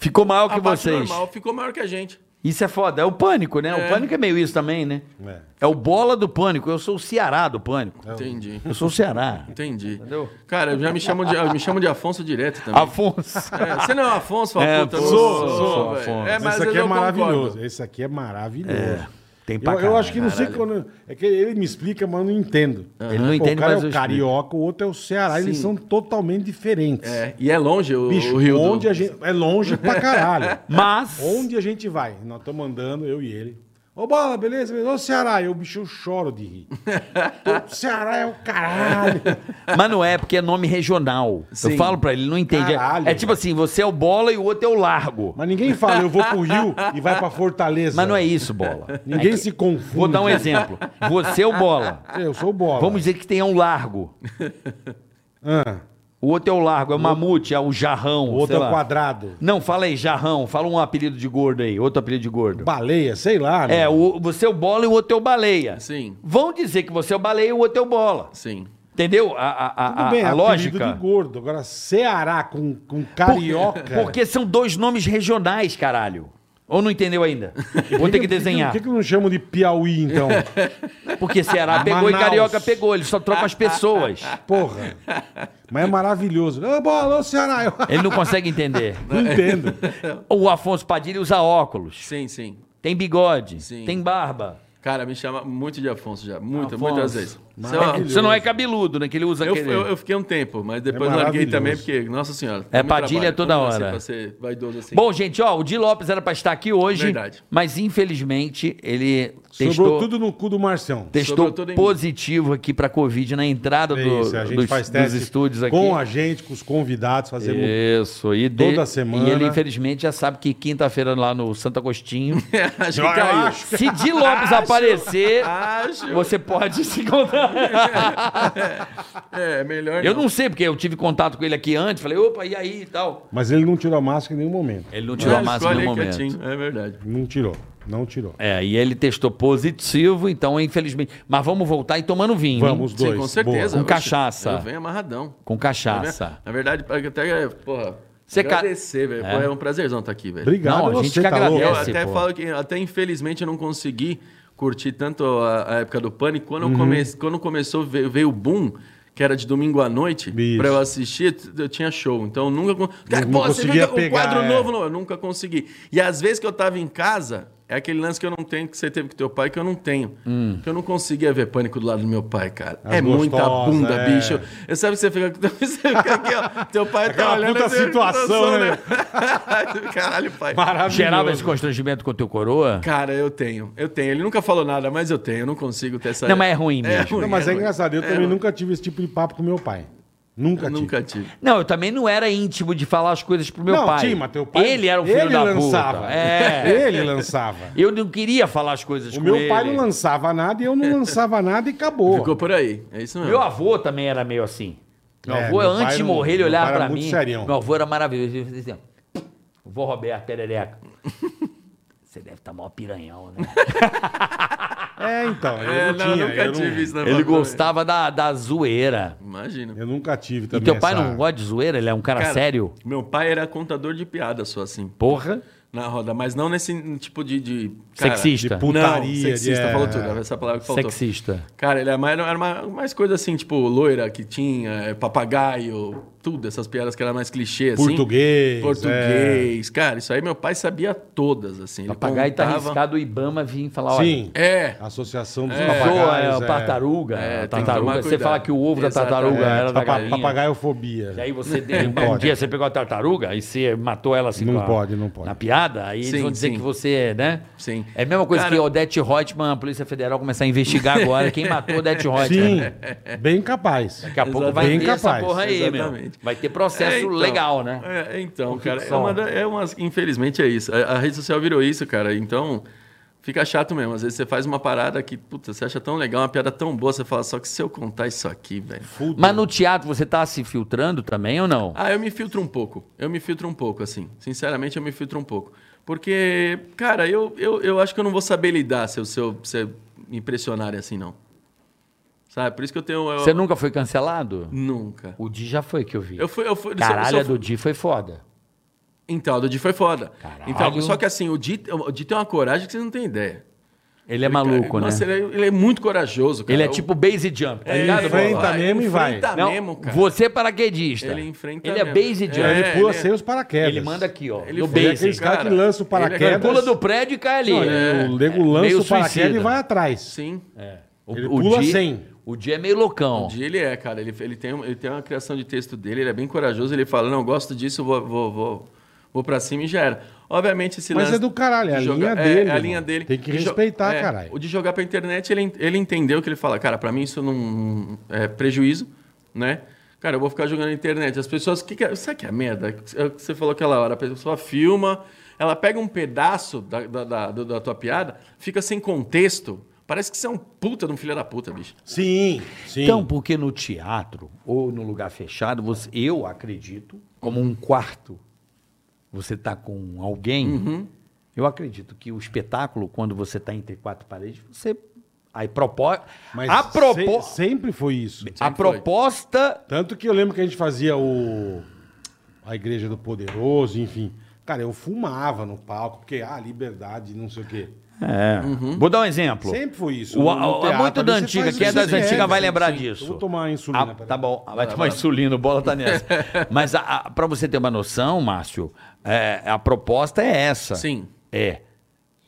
[SPEAKER 3] Ficou maior que
[SPEAKER 4] a parte
[SPEAKER 3] vocês.
[SPEAKER 4] normal ficou maior que a gente.
[SPEAKER 3] Isso é foda. É o pânico, né? O pânico é meio isso também, né?
[SPEAKER 2] É.
[SPEAKER 3] É o bola do pânico. Eu sou o Ceará do pânico.
[SPEAKER 4] Entendi.
[SPEAKER 3] Eu sou o Ceará.
[SPEAKER 4] Entendi.
[SPEAKER 3] É. Entendeu?
[SPEAKER 4] Cara, já me chamam de, ah, me chamam de Afonso direto também.
[SPEAKER 3] Afonso.
[SPEAKER 4] É, você não é o Afonso, fala,
[SPEAKER 3] É,
[SPEAKER 4] puta, não
[SPEAKER 3] sou, sou,
[SPEAKER 4] velho.
[SPEAKER 3] Afonso.
[SPEAKER 4] É,
[SPEAKER 2] Mas
[SPEAKER 4] mas
[SPEAKER 2] Esse aqui é
[SPEAKER 4] eu
[SPEAKER 2] maravilhoso.
[SPEAKER 4] concordo.
[SPEAKER 2] Esse aqui é maravilhoso.
[SPEAKER 3] Tem
[SPEAKER 2] Eu,
[SPEAKER 3] pra
[SPEAKER 2] eu
[SPEAKER 3] caralho.
[SPEAKER 2] acho que não sei quando. É que ele me explica, mas eu não entendo.
[SPEAKER 3] Ele não
[SPEAKER 2] Pô,
[SPEAKER 3] entende,
[SPEAKER 2] O cara
[SPEAKER 3] mas
[SPEAKER 2] é
[SPEAKER 3] eu
[SPEAKER 2] o
[SPEAKER 3] explico.
[SPEAKER 2] carioca, o outro é o Ceará. Eles
[SPEAKER 4] Sim.
[SPEAKER 2] são totalmente diferentes.
[SPEAKER 4] É, e é longe o,
[SPEAKER 2] Bicho,
[SPEAKER 4] o Rio
[SPEAKER 2] onde
[SPEAKER 4] do...
[SPEAKER 2] a gente. É longe pra caralho.
[SPEAKER 3] Mas.
[SPEAKER 2] Onde a gente vai? Nós estamos andando, eu e ele. Ô, bola, beleza? Beleza? Ô, Ceará. Eu, bicho, eu choro de rir. Tô- Ceará é o caralho.
[SPEAKER 3] Mas não é, porque é nome regional. Eu
[SPEAKER 4] Sim.
[SPEAKER 3] falo pra ele, ele não entende. É-
[SPEAKER 2] Caralho,
[SPEAKER 3] é tipo
[SPEAKER 2] velho.
[SPEAKER 3] assim, você é o bola e o outro é o largo. Mas,
[SPEAKER 2] Mas ninguém fala, eu vou pro Rio e vai pra Fortaleza.
[SPEAKER 3] não é isso, bola.
[SPEAKER 2] Ninguém
[SPEAKER 3] É que-
[SPEAKER 2] se confunde.
[SPEAKER 3] Vou dar um exemplo. Você é o bola.
[SPEAKER 2] Eu sou bola.
[SPEAKER 3] Vamos dizer que tem um largo.
[SPEAKER 2] Ah,
[SPEAKER 3] O outro é o largo, é o mamute, é o jarrão.
[SPEAKER 2] o outro
[SPEAKER 3] sei
[SPEAKER 2] é o
[SPEAKER 3] lá.
[SPEAKER 2] quadrado.
[SPEAKER 3] Não, fala aí, jarrão. Fala um apelido de gordo aí, outro apelido de gordo.
[SPEAKER 2] Baleia, sei lá.
[SPEAKER 3] É,
[SPEAKER 2] né?
[SPEAKER 3] o, você é o bola e o outro é o baleia.
[SPEAKER 4] Sim,
[SPEAKER 3] Vão dizer que você é o baleia e o outro é o bola.
[SPEAKER 4] sim.
[SPEAKER 3] Entendeu? A, a- a-
[SPEAKER 2] Tudo
[SPEAKER 3] a-
[SPEAKER 2] bem,
[SPEAKER 3] a
[SPEAKER 2] é apelido
[SPEAKER 3] lógica.
[SPEAKER 2] de gordo. Agora, Ceará com, com
[SPEAKER 3] Por-
[SPEAKER 2] carioca.
[SPEAKER 3] Porque são dois nomes regionais, caralho. Ou não entendeu ainda? Vou ter que desenhar.
[SPEAKER 2] Por que, que eu não chamo de Piauí, então?
[SPEAKER 3] Porque Ceará pegou e
[SPEAKER 2] Ah, Manaus.
[SPEAKER 3] Carioca pegou. Ele só troca as pessoas.
[SPEAKER 2] Porra. Mas é maravilhoso. Ô, bola, ô, Ceará. Eu
[SPEAKER 3] Ele não consegue entender.
[SPEAKER 2] não entendo.
[SPEAKER 3] O Afonso Padilha usa óculos.
[SPEAKER 4] Sim, sim.
[SPEAKER 3] Tem bigode.
[SPEAKER 4] Sim.
[SPEAKER 3] Tem barba.
[SPEAKER 4] Cara, me chama muito de Afonso já. Muito,
[SPEAKER 3] Afonso.
[SPEAKER 4] muitas vezes.
[SPEAKER 2] Maravilhoso.
[SPEAKER 3] Você não é cabeludo, né? Que ele usa
[SPEAKER 4] Eu,
[SPEAKER 3] aquele...
[SPEAKER 4] eu, eu fiquei um tempo, mas depois
[SPEAKER 2] É
[SPEAKER 4] larguei
[SPEAKER 2] maravilhoso.
[SPEAKER 4] também, porque, nossa senhora.
[SPEAKER 3] É
[SPEAKER 4] muito
[SPEAKER 3] padilha
[SPEAKER 4] trabalho.
[SPEAKER 3] toda
[SPEAKER 4] Como
[SPEAKER 3] hora.
[SPEAKER 4] Você, pra ser vaidoso assim.
[SPEAKER 3] Bom, gente, ó, o Di Lopes era pra estar aqui hoje.
[SPEAKER 4] Verdade.
[SPEAKER 3] Mas, infelizmente, ele
[SPEAKER 2] Sobrou
[SPEAKER 3] testou,
[SPEAKER 2] tudo no cu do Marcião.
[SPEAKER 3] testou
[SPEAKER 4] Sobrou tudo em mim.
[SPEAKER 3] positivo aqui pra Covid na entrada
[SPEAKER 2] É
[SPEAKER 3] do-
[SPEAKER 2] isso, a gente
[SPEAKER 3] dos,
[SPEAKER 2] faz
[SPEAKER 3] dos
[SPEAKER 2] teste
[SPEAKER 3] estúdios aqui. É.
[SPEAKER 2] com a gente, com os convidados, fazemos
[SPEAKER 3] Isso, e
[SPEAKER 2] Toda semana.
[SPEAKER 3] E ele, infelizmente, já sabe que quinta-feira lá no Santo Agostinho.
[SPEAKER 4] acho
[SPEAKER 2] Eu
[SPEAKER 4] que caiu.
[SPEAKER 2] acho.
[SPEAKER 3] se Di Lopes aparecer,
[SPEAKER 4] Acho.
[SPEAKER 3] você pode se encontrar.
[SPEAKER 4] É, melhor
[SPEAKER 3] eu não sei, porque eu tive contato com ele aqui antes, falei, opa, e aí e tal.
[SPEAKER 2] Mas ele não tirou a máscara em nenhum momento.
[SPEAKER 3] Ele não
[SPEAKER 4] É,
[SPEAKER 3] tirou a
[SPEAKER 4] escolhe
[SPEAKER 3] máscara no
[SPEAKER 4] aí
[SPEAKER 3] momento.
[SPEAKER 4] quietinho, É verdade.
[SPEAKER 2] Não tirou. Não tirou.
[SPEAKER 3] É, e ele testou positivo, então, infelizmente. Mas vamos voltar e tomando vinho. hein?
[SPEAKER 2] Vamos, os dois.
[SPEAKER 4] Sim, com
[SPEAKER 2] Boa.
[SPEAKER 4] certeza.
[SPEAKER 3] Com
[SPEAKER 4] Oxe,
[SPEAKER 3] cachaça.
[SPEAKER 4] Eu venho amarradão.
[SPEAKER 3] Com cachaça.
[SPEAKER 4] Na verdade, até, porra,
[SPEAKER 3] Você ca-
[SPEAKER 4] agradecer, velho. Pô, É um prazerzão estar aqui, velho.
[SPEAKER 2] Obrigado,
[SPEAKER 3] Não, a
[SPEAKER 2] você,
[SPEAKER 3] gente que
[SPEAKER 2] tá louco?
[SPEAKER 4] Eu
[SPEAKER 3] agradece.
[SPEAKER 4] até
[SPEAKER 3] pô.
[SPEAKER 4] falo que, até infelizmente, eu não consegui curtir tanto a, a época do Pânico. Quando,
[SPEAKER 2] Uhum.
[SPEAKER 4] eu come- quando começou, veio, veio o boom, que era de domingo à noite,
[SPEAKER 2] Isso.
[SPEAKER 4] pra eu assistir, t- eu tinha show. Então, eu nunca... con- Cara,
[SPEAKER 2] não
[SPEAKER 4] pô, você
[SPEAKER 2] conseguia
[SPEAKER 4] viu o
[SPEAKER 2] pegar,
[SPEAKER 4] quadro
[SPEAKER 2] é.
[SPEAKER 4] novo? Não, eu nunca consegui. E às vezes que eu tava em casa... É aquele lance que eu não tenho, que você teve com teu pai, que eu não tenho. Que eu não conseguia ver pânico do lado do meu pai, cara.
[SPEAKER 2] Hum. As
[SPEAKER 4] é muita
[SPEAKER 2] gostosas,
[SPEAKER 4] bunda,
[SPEAKER 2] é.
[SPEAKER 4] bicho. Eu sabe que você fica, você fica aqui, ó. Teu pai
[SPEAKER 2] Aquela
[SPEAKER 4] tá olhando.
[SPEAKER 2] puta
[SPEAKER 4] assim,
[SPEAKER 2] situação, né?
[SPEAKER 4] Caralho, pai.
[SPEAKER 2] Maravilhoso.
[SPEAKER 3] Gerava esse constrangimento com o teu coroa?
[SPEAKER 4] Cara, eu tenho. Eu tenho. Ele nunca falou nada, mas eu tenho. Eu não consigo ter essa.
[SPEAKER 3] Não, mas é ruim mesmo.
[SPEAKER 2] Não, mas é
[SPEAKER 4] ruim.
[SPEAKER 2] engraçado. Eu
[SPEAKER 4] É
[SPEAKER 2] também
[SPEAKER 4] ruim.
[SPEAKER 2] nunca tive esse tipo de papo com meu pai. Nunca
[SPEAKER 4] Eu
[SPEAKER 2] tive.
[SPEAKER 4] Nunca tive.
[SPEAKER 3] Não, eu também não era íntimo de falar as coisas pro meu
[SPEAKER 2] não,
[SPEAKER 3] pai.
[SPEAKER 2] tinha, mas teu pai...
[SPEAKER 3] Ele era um filho
[SPEAKER 2] ele
[SPEAKER 3] da
[SPEAKER 2] lançava.
[SPEAKER 3] puta. É.
[SPEAKER 2] Ele lançava.
[SPEAKER 3] Eu não queria falar as coisas
[SPEAKER 2] O
[SPEAKER 3] com
[SPEAKER 2] meu
[SPEAKER 3] ele.
[SPEAKER 2] pai não lançava nada e eu não lançava nada e acabou.
[SPEAKER 4] Ficou por aí. É isso mesmo.
[SPEAKER 3] Meu avô também era meio assim. Meu
[SPEAKER 2] É,
[SPEAKER 3] avô,
[SPEAKER 2] meu pai
[SPEAKER 3] antes de
[SPEAKER 2] não-
[SPEAKER 3] morrer, ele
[SPEAKER 2] meu pai
[SPEAKER 3] olhava
[SPEAKER 2] era
[SPEAKER 3] pra
[SPEAKER 2] muito
[SPEAKER 3] mim.
[SPEAKER 2] serião.
[SPEAKER 3] Meu avô era maravilhoso. Ele dizia assim, ó, Vó Roberto, perereca. Você deve estar tá mó piranhão, né?
[SPEAKER 2] É, então. Eu
[SPEAKER 4] É,
[SPEAKER 2] não,
[SPEAKER 4] não,
[SPEAKER 2] tinha.
[SPEAKER 4] nunca
[SPEAKER 2] eu não-
[SPEAKER 4] tive isso na
[SPEAKER 3] Ele
[SPEAKER 4] faculdade.
[SPEAKER 3] gostava da, da zoeira.
[SPEAKER 4] Imagina.
[SPEAKER 2] Eu nunca tive
[SPEAKER 3] E
[SPEAKER 2] também.
[SPEAKER 3] teu pai
[SPEAKER 2] essa-
[SPEAKER 3] não gosta de zoeira? Ele é um cara,
[SPEAKER 4] Cara,
[SPEAKER 3] sério?
[SPEAKER 4] Meu pai era contador de piada só assim,
[SPEAKER 3] Porra.
[SPEAKER 4] na roda, mas não nesse tipo de. de cara,
[SPEAKER 3] Sexista.
[SPEAKER 2] De
[SPEAKER 4] Não,
[SPEAKER 2] putaria.
[SPEAKER 4] sexista,
[SPEAKER 2] de-
[SPEAKER 4] falou
[SPEAKER 2] é.
[SPEAKER 4] tudo, essa palavra que faltou.
[SPEAKER 3] Sexista.
[SPEAKER 4] Cara, ele era mais, era uma- mais coisa assim, tipo, loira que tinha, é, papagaio, tudo, essas piadas que era mais clichê, assim.
[SPEAKER 2] Português,
[SPEAKER 4] Português. Cara, isso aí meu pai sabia todas, assim. Ele
[SPEAKER 3] Papagaio tá
[SPEAKER 4] contava-
[SPEAKER 3] arriscado o Ibama vir falar, olha...
[SPEAKER 2] Sim.
[SPEAKER 4] É.
[SPEAKER 2] Associação dos
[SPEAKER 3] Zoa, é,
[SPEAKER 2] papagaios.
[SPEAKER 3] a tartaruga.
[SPEAKER 4] É,
[SPEAKER 3] a
[SPEAKER 4] tem que
[SPEAKER 3] tartaruga.
[SPEAKER 4] tomar
[SPEAKER 3] Você
[SPEAKER 4] cuidado.
[SPEAKER 3] fala que o ovo da tartaruga
[SPEAKER 4] Exatamente.
[SPEAKER 3] era da
[SPEAKER 2] É, papa-
[SPEAKER 3] galinha.
[SPEAKER 2] papagaiofobia.
[SPEAKER 3] E aí você deu,
[SPEAKER 2] Não
[SPEAKER 3] um
[SPEAKER 2] pode.
[SPEAKER 3] dia você pegou a tartaruga e você matou ela assim
[SPEAKER 2] Não
[SPEAKER 3] com a-
[SPEAKER 2] pode, não pode.
[SPEAKER 3] na piada, aí eles
[SPEAKER 4] Sim,
[SPEAKER 3] vão dizer
[SPEAKER 4] sim.
[SPEAKER 3] que você, né?
[SPEAKER 4] Sim.
[SPEAKER 3] É a mesma coisa
[SPEAKER 4] Cara-
[SPEAKER 3] que Odete Reutemann, a Polícia Federal, começar a investigar agora quem matou Odete
[SPEAKER 2] Sim,
[SPEAKER 3] Reutemann.
[SPEAKER 2] bem capaz.
[SPEAKER 3] Daqui a pouco vai
[SPEAKER 2] Bem
[SPEAKER 3] ter essa
[SPEAKER 2] capaz.
[SPEAKER 3] porra aí, meu.
[SPEAKER 4] Exatamente.
[SPEAKER 3] Vai ter processo
[SPEAKER 4] É, então.
[SPEAKER 3] legal, né?
[SPEAKER 4] É, então, cara, é
[SPEAKER 3] ficção.
[SPEAKER 4] uma, da- é uma- infelizmente é isso. A, a rede social virou isso, cara. Então, fica chato mesmo. Às vezes você faz uma parada que, puta, você acha tão legal, uma piada tão boa, você fala, só que se eu contar isso aqui, velho.
[SPEAKER 3] Mas no teatro você tá se filtrando também ou não?
[SPEAKER 4] Ah, eu me filtro um pouco. Eu me filtro um pouco, assim. Sinceramente, eu me filtro um pouco. Porque, cara, eu, eu, eu acho que eu não vou saber lidar se eu, se eu, se eu me impressionarem assim, não. Sabe? Por isso que eu tenho. eu-
[SPEAKER 3] Você nunca foi cancelado?
[SPEAKER 4] Nunca.
[SPEAKER 3] O Di já foi que eu vi.
[SPEAKER 4] Eu fui. Eu fui
[SPEAKER 3] Caralho, a
[SPEAKER 4] só- só-
[SPEAKER 3] do Di foi foda.
[SPEAKER 4] Então, a do Di foi foda.
[SPEAKER 3] Caralho.
[SPEAKER 4] Então, só que assim, o Di, o Di tem uma coragem que vocês não têm ideia.
[SPEAKER 3] Ele é maluco, né?
[SPEAKER 4] Nossa, ele é, ele é muito corajoso, cara.
[SPEAKER 3] Ele é
[SPEAKER 4] O-
[SPEAKER 3] tipo base jump, tá
[SPEAKER 4] É,
[SPEAKER 3] ligado?
[SPEAKER 2] enfrenta
[SPEAKER 3] Bola?
[SPEAKER 4] vai,
[SPEAKER 2] mesmo e vai.
[SPEAKER 4] Enfrenta
[SPEAKER 3] Não,
[SPEAKER 4] mesmo, cara.
[SPEAKER 3] Você é paraquedista.
[SPEAKER 4] Ele enfrenta
[SPEAKER 3] Ele é
[SPEAKER 4] mesmo.
[SPEAKER 3] base jump.
[SPEAKER 4] É,
[SPEAKER 2] Ele pula
[SPEAKER 4] ele-
[SPEAKER 2] sem os paraquedas.
[SPEAKER 3] Ele manda aqui, ó.
[SPEAKER 4] Ele
[SPEAKER 3] no
[SPEAKER 4] foi
[SPEAKER 2] Ele é
[SPEAKER 3] base.
[SPEAKER 2] aqueles caras que
[SPEAKER 4] cara.
[SPEAKER 2] lançam o
[SPEAKER 4] Ele é-
[SPEAKER 2] paraquedas.
[SPEAKER 4] Ele
[SPEAKER 3] Pula do prédio e cai ali.
[SPEAKER 2] Não,
[SPEAKER 4] é.
[SPEAKER 2] ele- O nego lança
[SPEAKER 3] É, meio
[SPEAKER 2] o paraquedas
[SPEAKER 3] suicida.
[SPEAKER 2] e vai atrás.
[SPEAKER 4] Sim.
[SPEAKER 3] O,
[SPEAKER 2] ele pula
[SPEAKER 3] Di-
[SPEAKER 2] sem.
[SPEAKER 3] O dia é meio loucão.
[SPEAKER 4] O Di, ele é, cara. Ele, ele, tem, um- ele tem uma criação de texto dele, ele é bem corajoso. Ele fala, não, gosto disso, vou, vou, vou, vou pra cima e já era. Obviamente, esse
[SPEAKER 2] Mas
[SPEAKER 4] lance
[SPEAKER 2] é do caralho, é
[SPEAKER 4] de
[SPEAKER 2] a
[SPEAKER 4] jogar-
[SPEAKER 2] linha
[SPEAKER 4] é,
[SPEAKER 2] dele,
[SPEAKER 4] É a
[SPEAKER 2] mano.
[SPEAKER 4] linha dele.
[SPEAKER 2] Tem que
[SPEAKER 4] De jo- é,
[SPEAKER 2] respeitar, caralho.
[SPEAKER 4] O de jogar pra internet, ele, en- ele entendeu que ele fala, cara, pra mim isso não é prejuízo, né? Cara, eu vou ficar jogando na internet. As pessoas, que que é- sabe que é a merda? É o que Você falou aquela hora, a pessoa filma, ela pega um pedaço da, da, da, do- da tua piada, fica sem contexto. Parece que você é um puta de um filho da puta, bicho.
[SPEAKER 2] Sim, sim.
[SPEAKER 3] Então, porque no teatro ou no lugar fechado, você- eu acredito, como um quarto, você tá com alguém,
[SPEAKER 4] Uhum.
[SPEAKER 3] eu acredito que o espetáculo, quando você tá entre quatro paredes, você. Aí propõe.
[SPEAKER 2] Mas
[SPEAKER 3] a propo...
[SPEAKER 2] se- sempre foi isso.
[SPEAKER 3] a
[SPEAKER 4] foi.
[SPEAKER 3] proposta.
[SPEAKER 2] Tanto que eu lembro que a gente fazia o. A Igreja do Poderoso, enfim. Cara, eu fumava no palco, porque, ah, liberdade, não sei o quê.
[SPEAKER 3] É.
[SPEAKER 4] Uhum.
[SPEAKER 3] Vou dar um exemplo.
[SPEAKER 2] Sempre foi isso.
[SPEAKER 3] O,
[SPEAKER 2] No
[SPEAKER 3] a- a-
[SPEAKER 2] teatro,
[SPEAKER 3] muito da
[SPEAKER 2] ali, você
[SPEAKER 3] antiga,
[SPEAKER 2] faz
[SPEAKER 3] quem é
[SPEAKER 2] isso,
[SPEAKER 3] das
[SPEAKER 2] você
[SPEAKER 3] antigas
[SPEAKER 2] é,
[SPEAKER 3] vai
[SPEAKER 2] sim,
[SPEAKER 3] lembrar
[SPEAKER 2] sim.
[SPEAKER 3] disso.
[SPEAKER 2] Eu vou tomar insulina.
[SPEAKER 3] Ah,
[SPEAKER 2] peraí.
[SPEAKER 3] tá bom, vai tomar insulina, o bola tá nessa. Mas a, a, pra você ter uma noção, Márcio, é, a proposta é essa.
[SPEAKER 4] Sim.
[SPEAKER 3] É.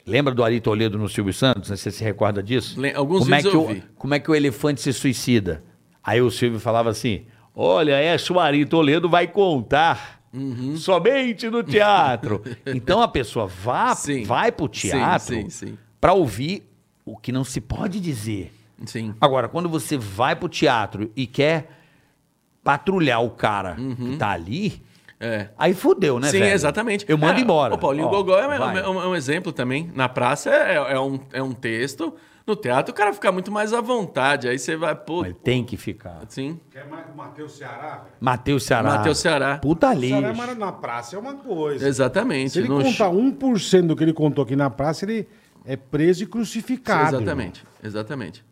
[SPEAKER 3] Lembra do Ari Toledo no Silvio Santos? Não sei se Você se recorda disso?
[SPEAKER 4] Lem- alguns
[SPEAKER 3] como é que
[SPEAKER 4] vídeos eu
[SPEAKER 3] o,
[SPEAKER 4] vi.
[SPEAKER 3] Como é que o elefante se suicida? Aí o Silvio falava assim: Olha, essa o Ari Toledo vai contar.
[SPEAKER 2] Uhum.
[SPEAKER 3] Somente no teatro. então a pessoa vá,
[SPEAKER 4] Sim.
[SPEAKER 3] vai pro
[SPEAKER 4] Sim,
[SPEAKER 3] teatro
[SPEAKER 4] sim, sim.
[SPEAKER 3] pra ouvir o que não se pode dizer.
[SPEAKER 4] Sim.
[SPEAKER 3] Agora, quando você vai pro teatro e quer patrulhar o cara que tá ali,
[SPEAKER 4] É.
[SPEAKER 3] aí fodeu, né,
[SPEAKER 4] Uhum. Sim,
[SPEAKER 3] velho?
[SPEAKER 4] exatamente.
[SPEAKER 3] Eu mando
[SPEAKER 4] É,
[SPEAKER 3] embora.
[SPEAKER 4] O Paulinho
[SPEAKER 3] Ó,
[SPEAKER 4] Gogol é,
[SPEAKER 3] vai.
[SPEAKER 4] é um, é um exemplo também. Na praça é, é um, é um texto. No teatro o cara fica muito mais à vontade. Aí você vai, pô.
[SPEAKER 3] Mas tem que ficar.
[SPEAKER 4] Sim.
[SPEAKER 2] Quer mais o Matheus Ceará? velho?
[SPEAKER 3] Matheus Ceará.
[SPEAKER 4] Matheus Ceará.
[SPEAKER 3] Puta
[SPEAKER 2] O
[SPEAKER 3] Tá lixo.
[SPEAKER 2] Ceará mora na praça, é uma coisa.
[SPEAKER 4] Exatamente.
[SPEAKER 2] Se ele
[SPEAKER 4] No
[SPEAKER 2] contar
[SPEAKER 4] show-
[SPEAKER 2] 1% do que ele contou aqui na praça, ele é preso e crucificado.
[SPEAKER 4] Exatamente. Exatamente.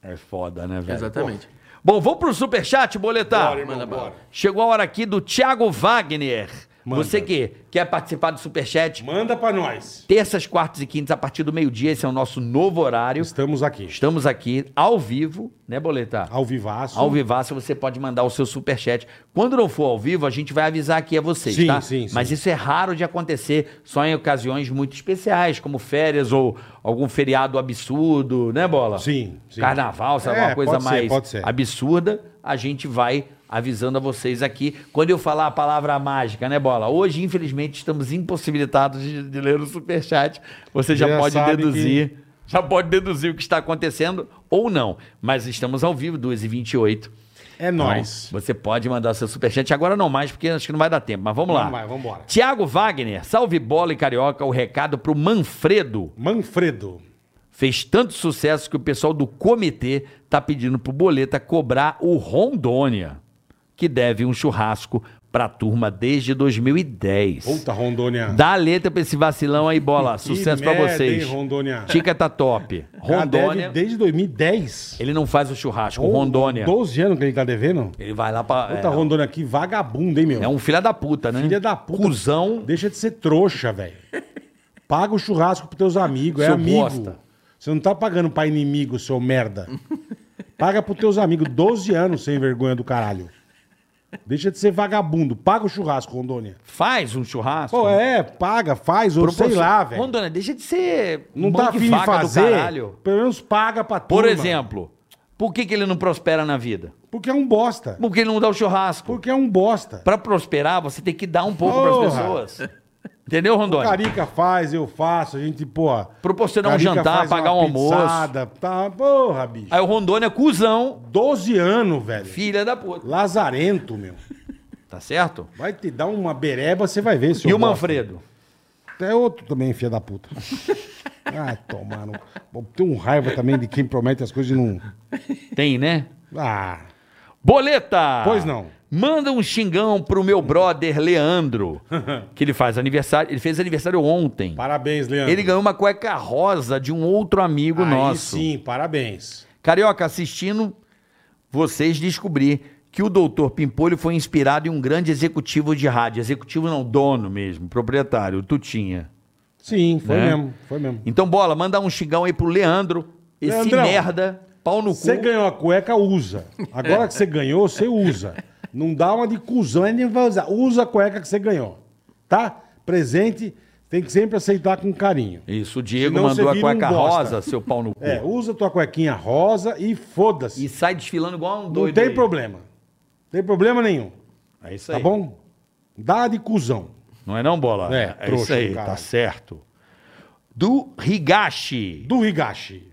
[SPEAKER 3] É foda, né, velho?
[SPEAKER 4] Exatamente.
[SPEAKER 3] Bom, vamos pro superchat, boletar.
[SPEAKER 2] Bora, irmão,
[SPEAKER 3] Manda
[SPEAKER 2] bora.
[SPEAKER 3] bala. Chegou a hora aqui do Thiago Wagner.
[SPEAKER 2] Manda.
[SPEAKER 3] Você que quer participar do superchat,
[SPEAKER 2] irmão. Manda pra nós.
[SPEAKER 3] terças, quartas e quintas, a partir do meio-dia, esse é o nosso novo horário.
[SPEAKER 2] Estamos aqui.
[SPEAKER 3] Estamos aqui ao vivo, né, Boletar?
[SPEAKER 2] Ao vivaço.
[SPEAKER 3] Ao vivaço você pode mandar o seu superchat. Quando não for ao vivo, a gente vai avisar aqui a vocês,
[SPEAKER 2] Sim,
[SPEAKER 3] tá?
[SPEAKER 2] sim, sim.
[SPEAKER 3] Mas isso é raro de acontecer, só em ocasiões muito especiais, como férias ou algum feriado absurdo, né, Bola?
[SPEAKER 2] Sim, sim.
[SPEAKER 3] Carnaval, sabe?
[SPEAKER 2] É,
[SPEAKER 3] uma coisa
[SPEAKER 2] pode ser,
[SPEAKER 3] mais
[SPEAKER 2] pode ser.
[SPEAKER 3] absurda, a gente vai avisando a vocês aqui. Quando eu falar a palavra mágica, né, Bola? Hoje, infelizmente, estamos impossibilitados de, de ler o superchat. Você já,
[SPEAKER 2] Já
[SPEAKER 3] pode
[SPEAKER 2] sabe
[SPEAKER 3] deduzir... Já pode deduzir o que está acontecendo ou não. Mas estamos ao vivo, 2h28.
[SPEAKER 2] É nós.
[SPEAKER 3] Então, você pode mandar seu superchat. Agora não mais, porque acho que não vai dar tempo. Mas vamos lá.
[SPEAKER 2] Não vai, vambora.
[SPEAKER 3] Tiago Wagner, salve bola e carioca. O recado pro Manfredo.
[SPEAKER 2] Manfredo.
[SPEAKER 3] Fez tanto sucesso que o pessoal do comitê tá pedindo pro Boleta cobrar o Rondônia, que deve um churrasco pra turma desde 2010.
[SPEAKER 2] Puta, Rondônia.
[SPEAKER 3] Dá a letra pra esse vacilão aí, bola. Sucesso pra
[SPEAKER 2] merda,
[SPEAKER 3] vocês.
[SPEAKER 2] hein, Rondônia?
[SPEAKER 3] Tica tá top.
[SPEAKER 2] Cara, deve
[SPEAKER 3] Rondônia.
[SPEAKER 2] Desde 2010.
[SPEAKER 3] Ele não faz o churrasco. Rondônia.
[SPEAKER 2] 12 anos que ele tá devendo.
[SPEAKER 3] Ele vai lá pra.
[SPEAKER 2] Puta,
[SPEAKER 3] é,
[SPEAKER 2] Rondônia aqui, vagabundo, hein, meu?
[SPEAKER 3] é um filho da puta, né?
[SPEAKER 2] Filha da puta.
[SPEAKER 3] Cusão.
[SPEAKER 2] Deixa de ser trouxa, velho. Paga o churrasco pros teus amigos, é
[SPEAKER 3] Seu
[SPEAKER 2] amigo.
[SPEAKER 3] bosta.
[SPEAKER 2] Você não tá pagando pra inimigo, seu merda. Paga pros teus amigos, 12 anos sem vergonha do caralho. Deixa de ser vagabundo, paga o churrasco, Rondônia.
[SPEAKER 3] Faz um churrasco.
[SPEAKER 2] Pô, é, paga, faz, ou sei lá, velho.
[SPEAKER 3] Rondônia, deixa de ser.
[SPEAKER 2] Não
[SPEAKER 3] mão
[SPEAKER 2] tá
[SPEAKER 3] de
[SPEAKER 2] afim de
[SPEAKER 3] vaca do
[SPEAKER 2] fazer,
[SPEAKER 3] caralho.
[SPEAKER 2] pelo menos paga pra
[SPEAKER 3] Por
[SPEAKER 2] turma.
[SPEAKER 3] exemplo, por que, que ele não prospera na vida?
[SPEAKER 2] Porque é um bosta.
[SPEAKER 3] Porque ele não dá o churrasco.
[SPEAKER 2] Porque é um bosta.
[SPEAKER 3] Pra prosperar, você tem que dar um pouco pras
[SPEAKER 2] Porra.
[SPEAKER 3] pessoas. Entendeu, Rondônia?
[SPEAKER 2] Carica faz, eu faço, a gente, pô...
[SPEAKER 3] Proporcionar um
[SPEAKER 2] Carica
[SPEAKER 3] jantar,
[SPEAKER 2] faz
[SPEAKER 3] pagar
[SPEAKER 2] uma
[SPEAKER 3] um almoço.
[SPEAKER 2] pizzada, Tá, porra, bicho.
[SPEAKER 3] Aí o Rondônia, cuzão,
[SPEAKER 2] 12 anos, velho.
[SPEAKER 3] filha da puta.
[SPEAKER 2] Lazarento, meu.
[SPEAKER 3] Tá certo?
[SPEAKER 2] Vai te dar uma bereba, você vai ver, seu
[SPEAKER 3] E o
[SPEAKER 2] bosta.
[SPEAKER 3] Manfredo?
[SPEAKER 2] É outro também, filha da puta. ah, tomaram. Tem um raiva também de quem promete as coisas e não...
[SPEAKER 3] Tem, né?
[SPEAKER 2] Ah,
[SPEAKER 3] Boleta!
[SPEAKER 2] Pois não.
[SPEAKER 3] Manda um xingão pro meu brother Leandro, que ele faz aniversário. Ele fez aniversário ontem.
[SPEAKER 2] parabéns, Leandro.
[SPEAKER 3] Ele ganhou uma cueca rosa de um outro amigo
[SPEAKER 2] Aí
[SPEAKER 3] nosso.
[SPEAKER 2] sim, parabéns.
[SPEAKER 3] Carioca, assistindo, vocês descobri que o doutor Pimpolho foi inspirado em um grande executivo de rádio. Executivo não, dono mesmo, proprietário, Tutinha.
[SPEAKER 2] Sim, foi
[SPEAKER 3] Né?
[SPEAKER 2] mesmo, foi mesmo.
[SPEAKER 3] Então, bola, manda um xingão aí pro Leandro, esse
[SPEAKER 2] Leandrão,
[SPEAKER 3] merda, pau no
[SPEAKER 2] Você
[SPEAKER 3] cu.
[SPEAKER 2] ganhou a cueca, usa. Agora que você ganhou, você usa. Não dá uma de cuzão, ele nem vai usar. Usa a cueca que você ganhou. Tá? Presente, tem que sempre aceitar com carinho.
[SPEAKER 3] Isso, o Diego
[SPEAKER 2] Senão
[SPEAKER 3] mandou
[SPEAKER 2] você
[SPEAKER 3] a
[SPEAKER 2] vira um
[SPEAKER 3] cueca
[SPEAKER 2] bosta.
[SPEAKER 3] rosa, seu pau no cu.
[SPEAKER 2] É, usa tua cuequinha rosa e
[SPEAKER 3] E
[SPEAKER 2] foda-se.
[SPEAKER 3] sai desfilando igual
[SPEAKER 4] é
[SPEAKER 3] um
[SPEAKER 2] Não
[SPEAKER 3] doido.
[SPEAKER 2] tem
[SPEAKER 3] aí.
[SPEAKER 2] problema. Não tem problema nenhum.
[SPEAKER 3] É isso
[SPEAKER 2] Tá
[SPEAKER 3] aí.
[SPEAKER 2] bom? Dá de cuzão.
[SPEAKER 3] Não é não, bola?
[SPEAKER 2] É, trouxa
[SPEAKER 3] isso aí,
[SPEAKER 2] do caralho.
[SPEAKER 3] tá certo. Do Higashi.
[SPEAKER 2] Do Higashi.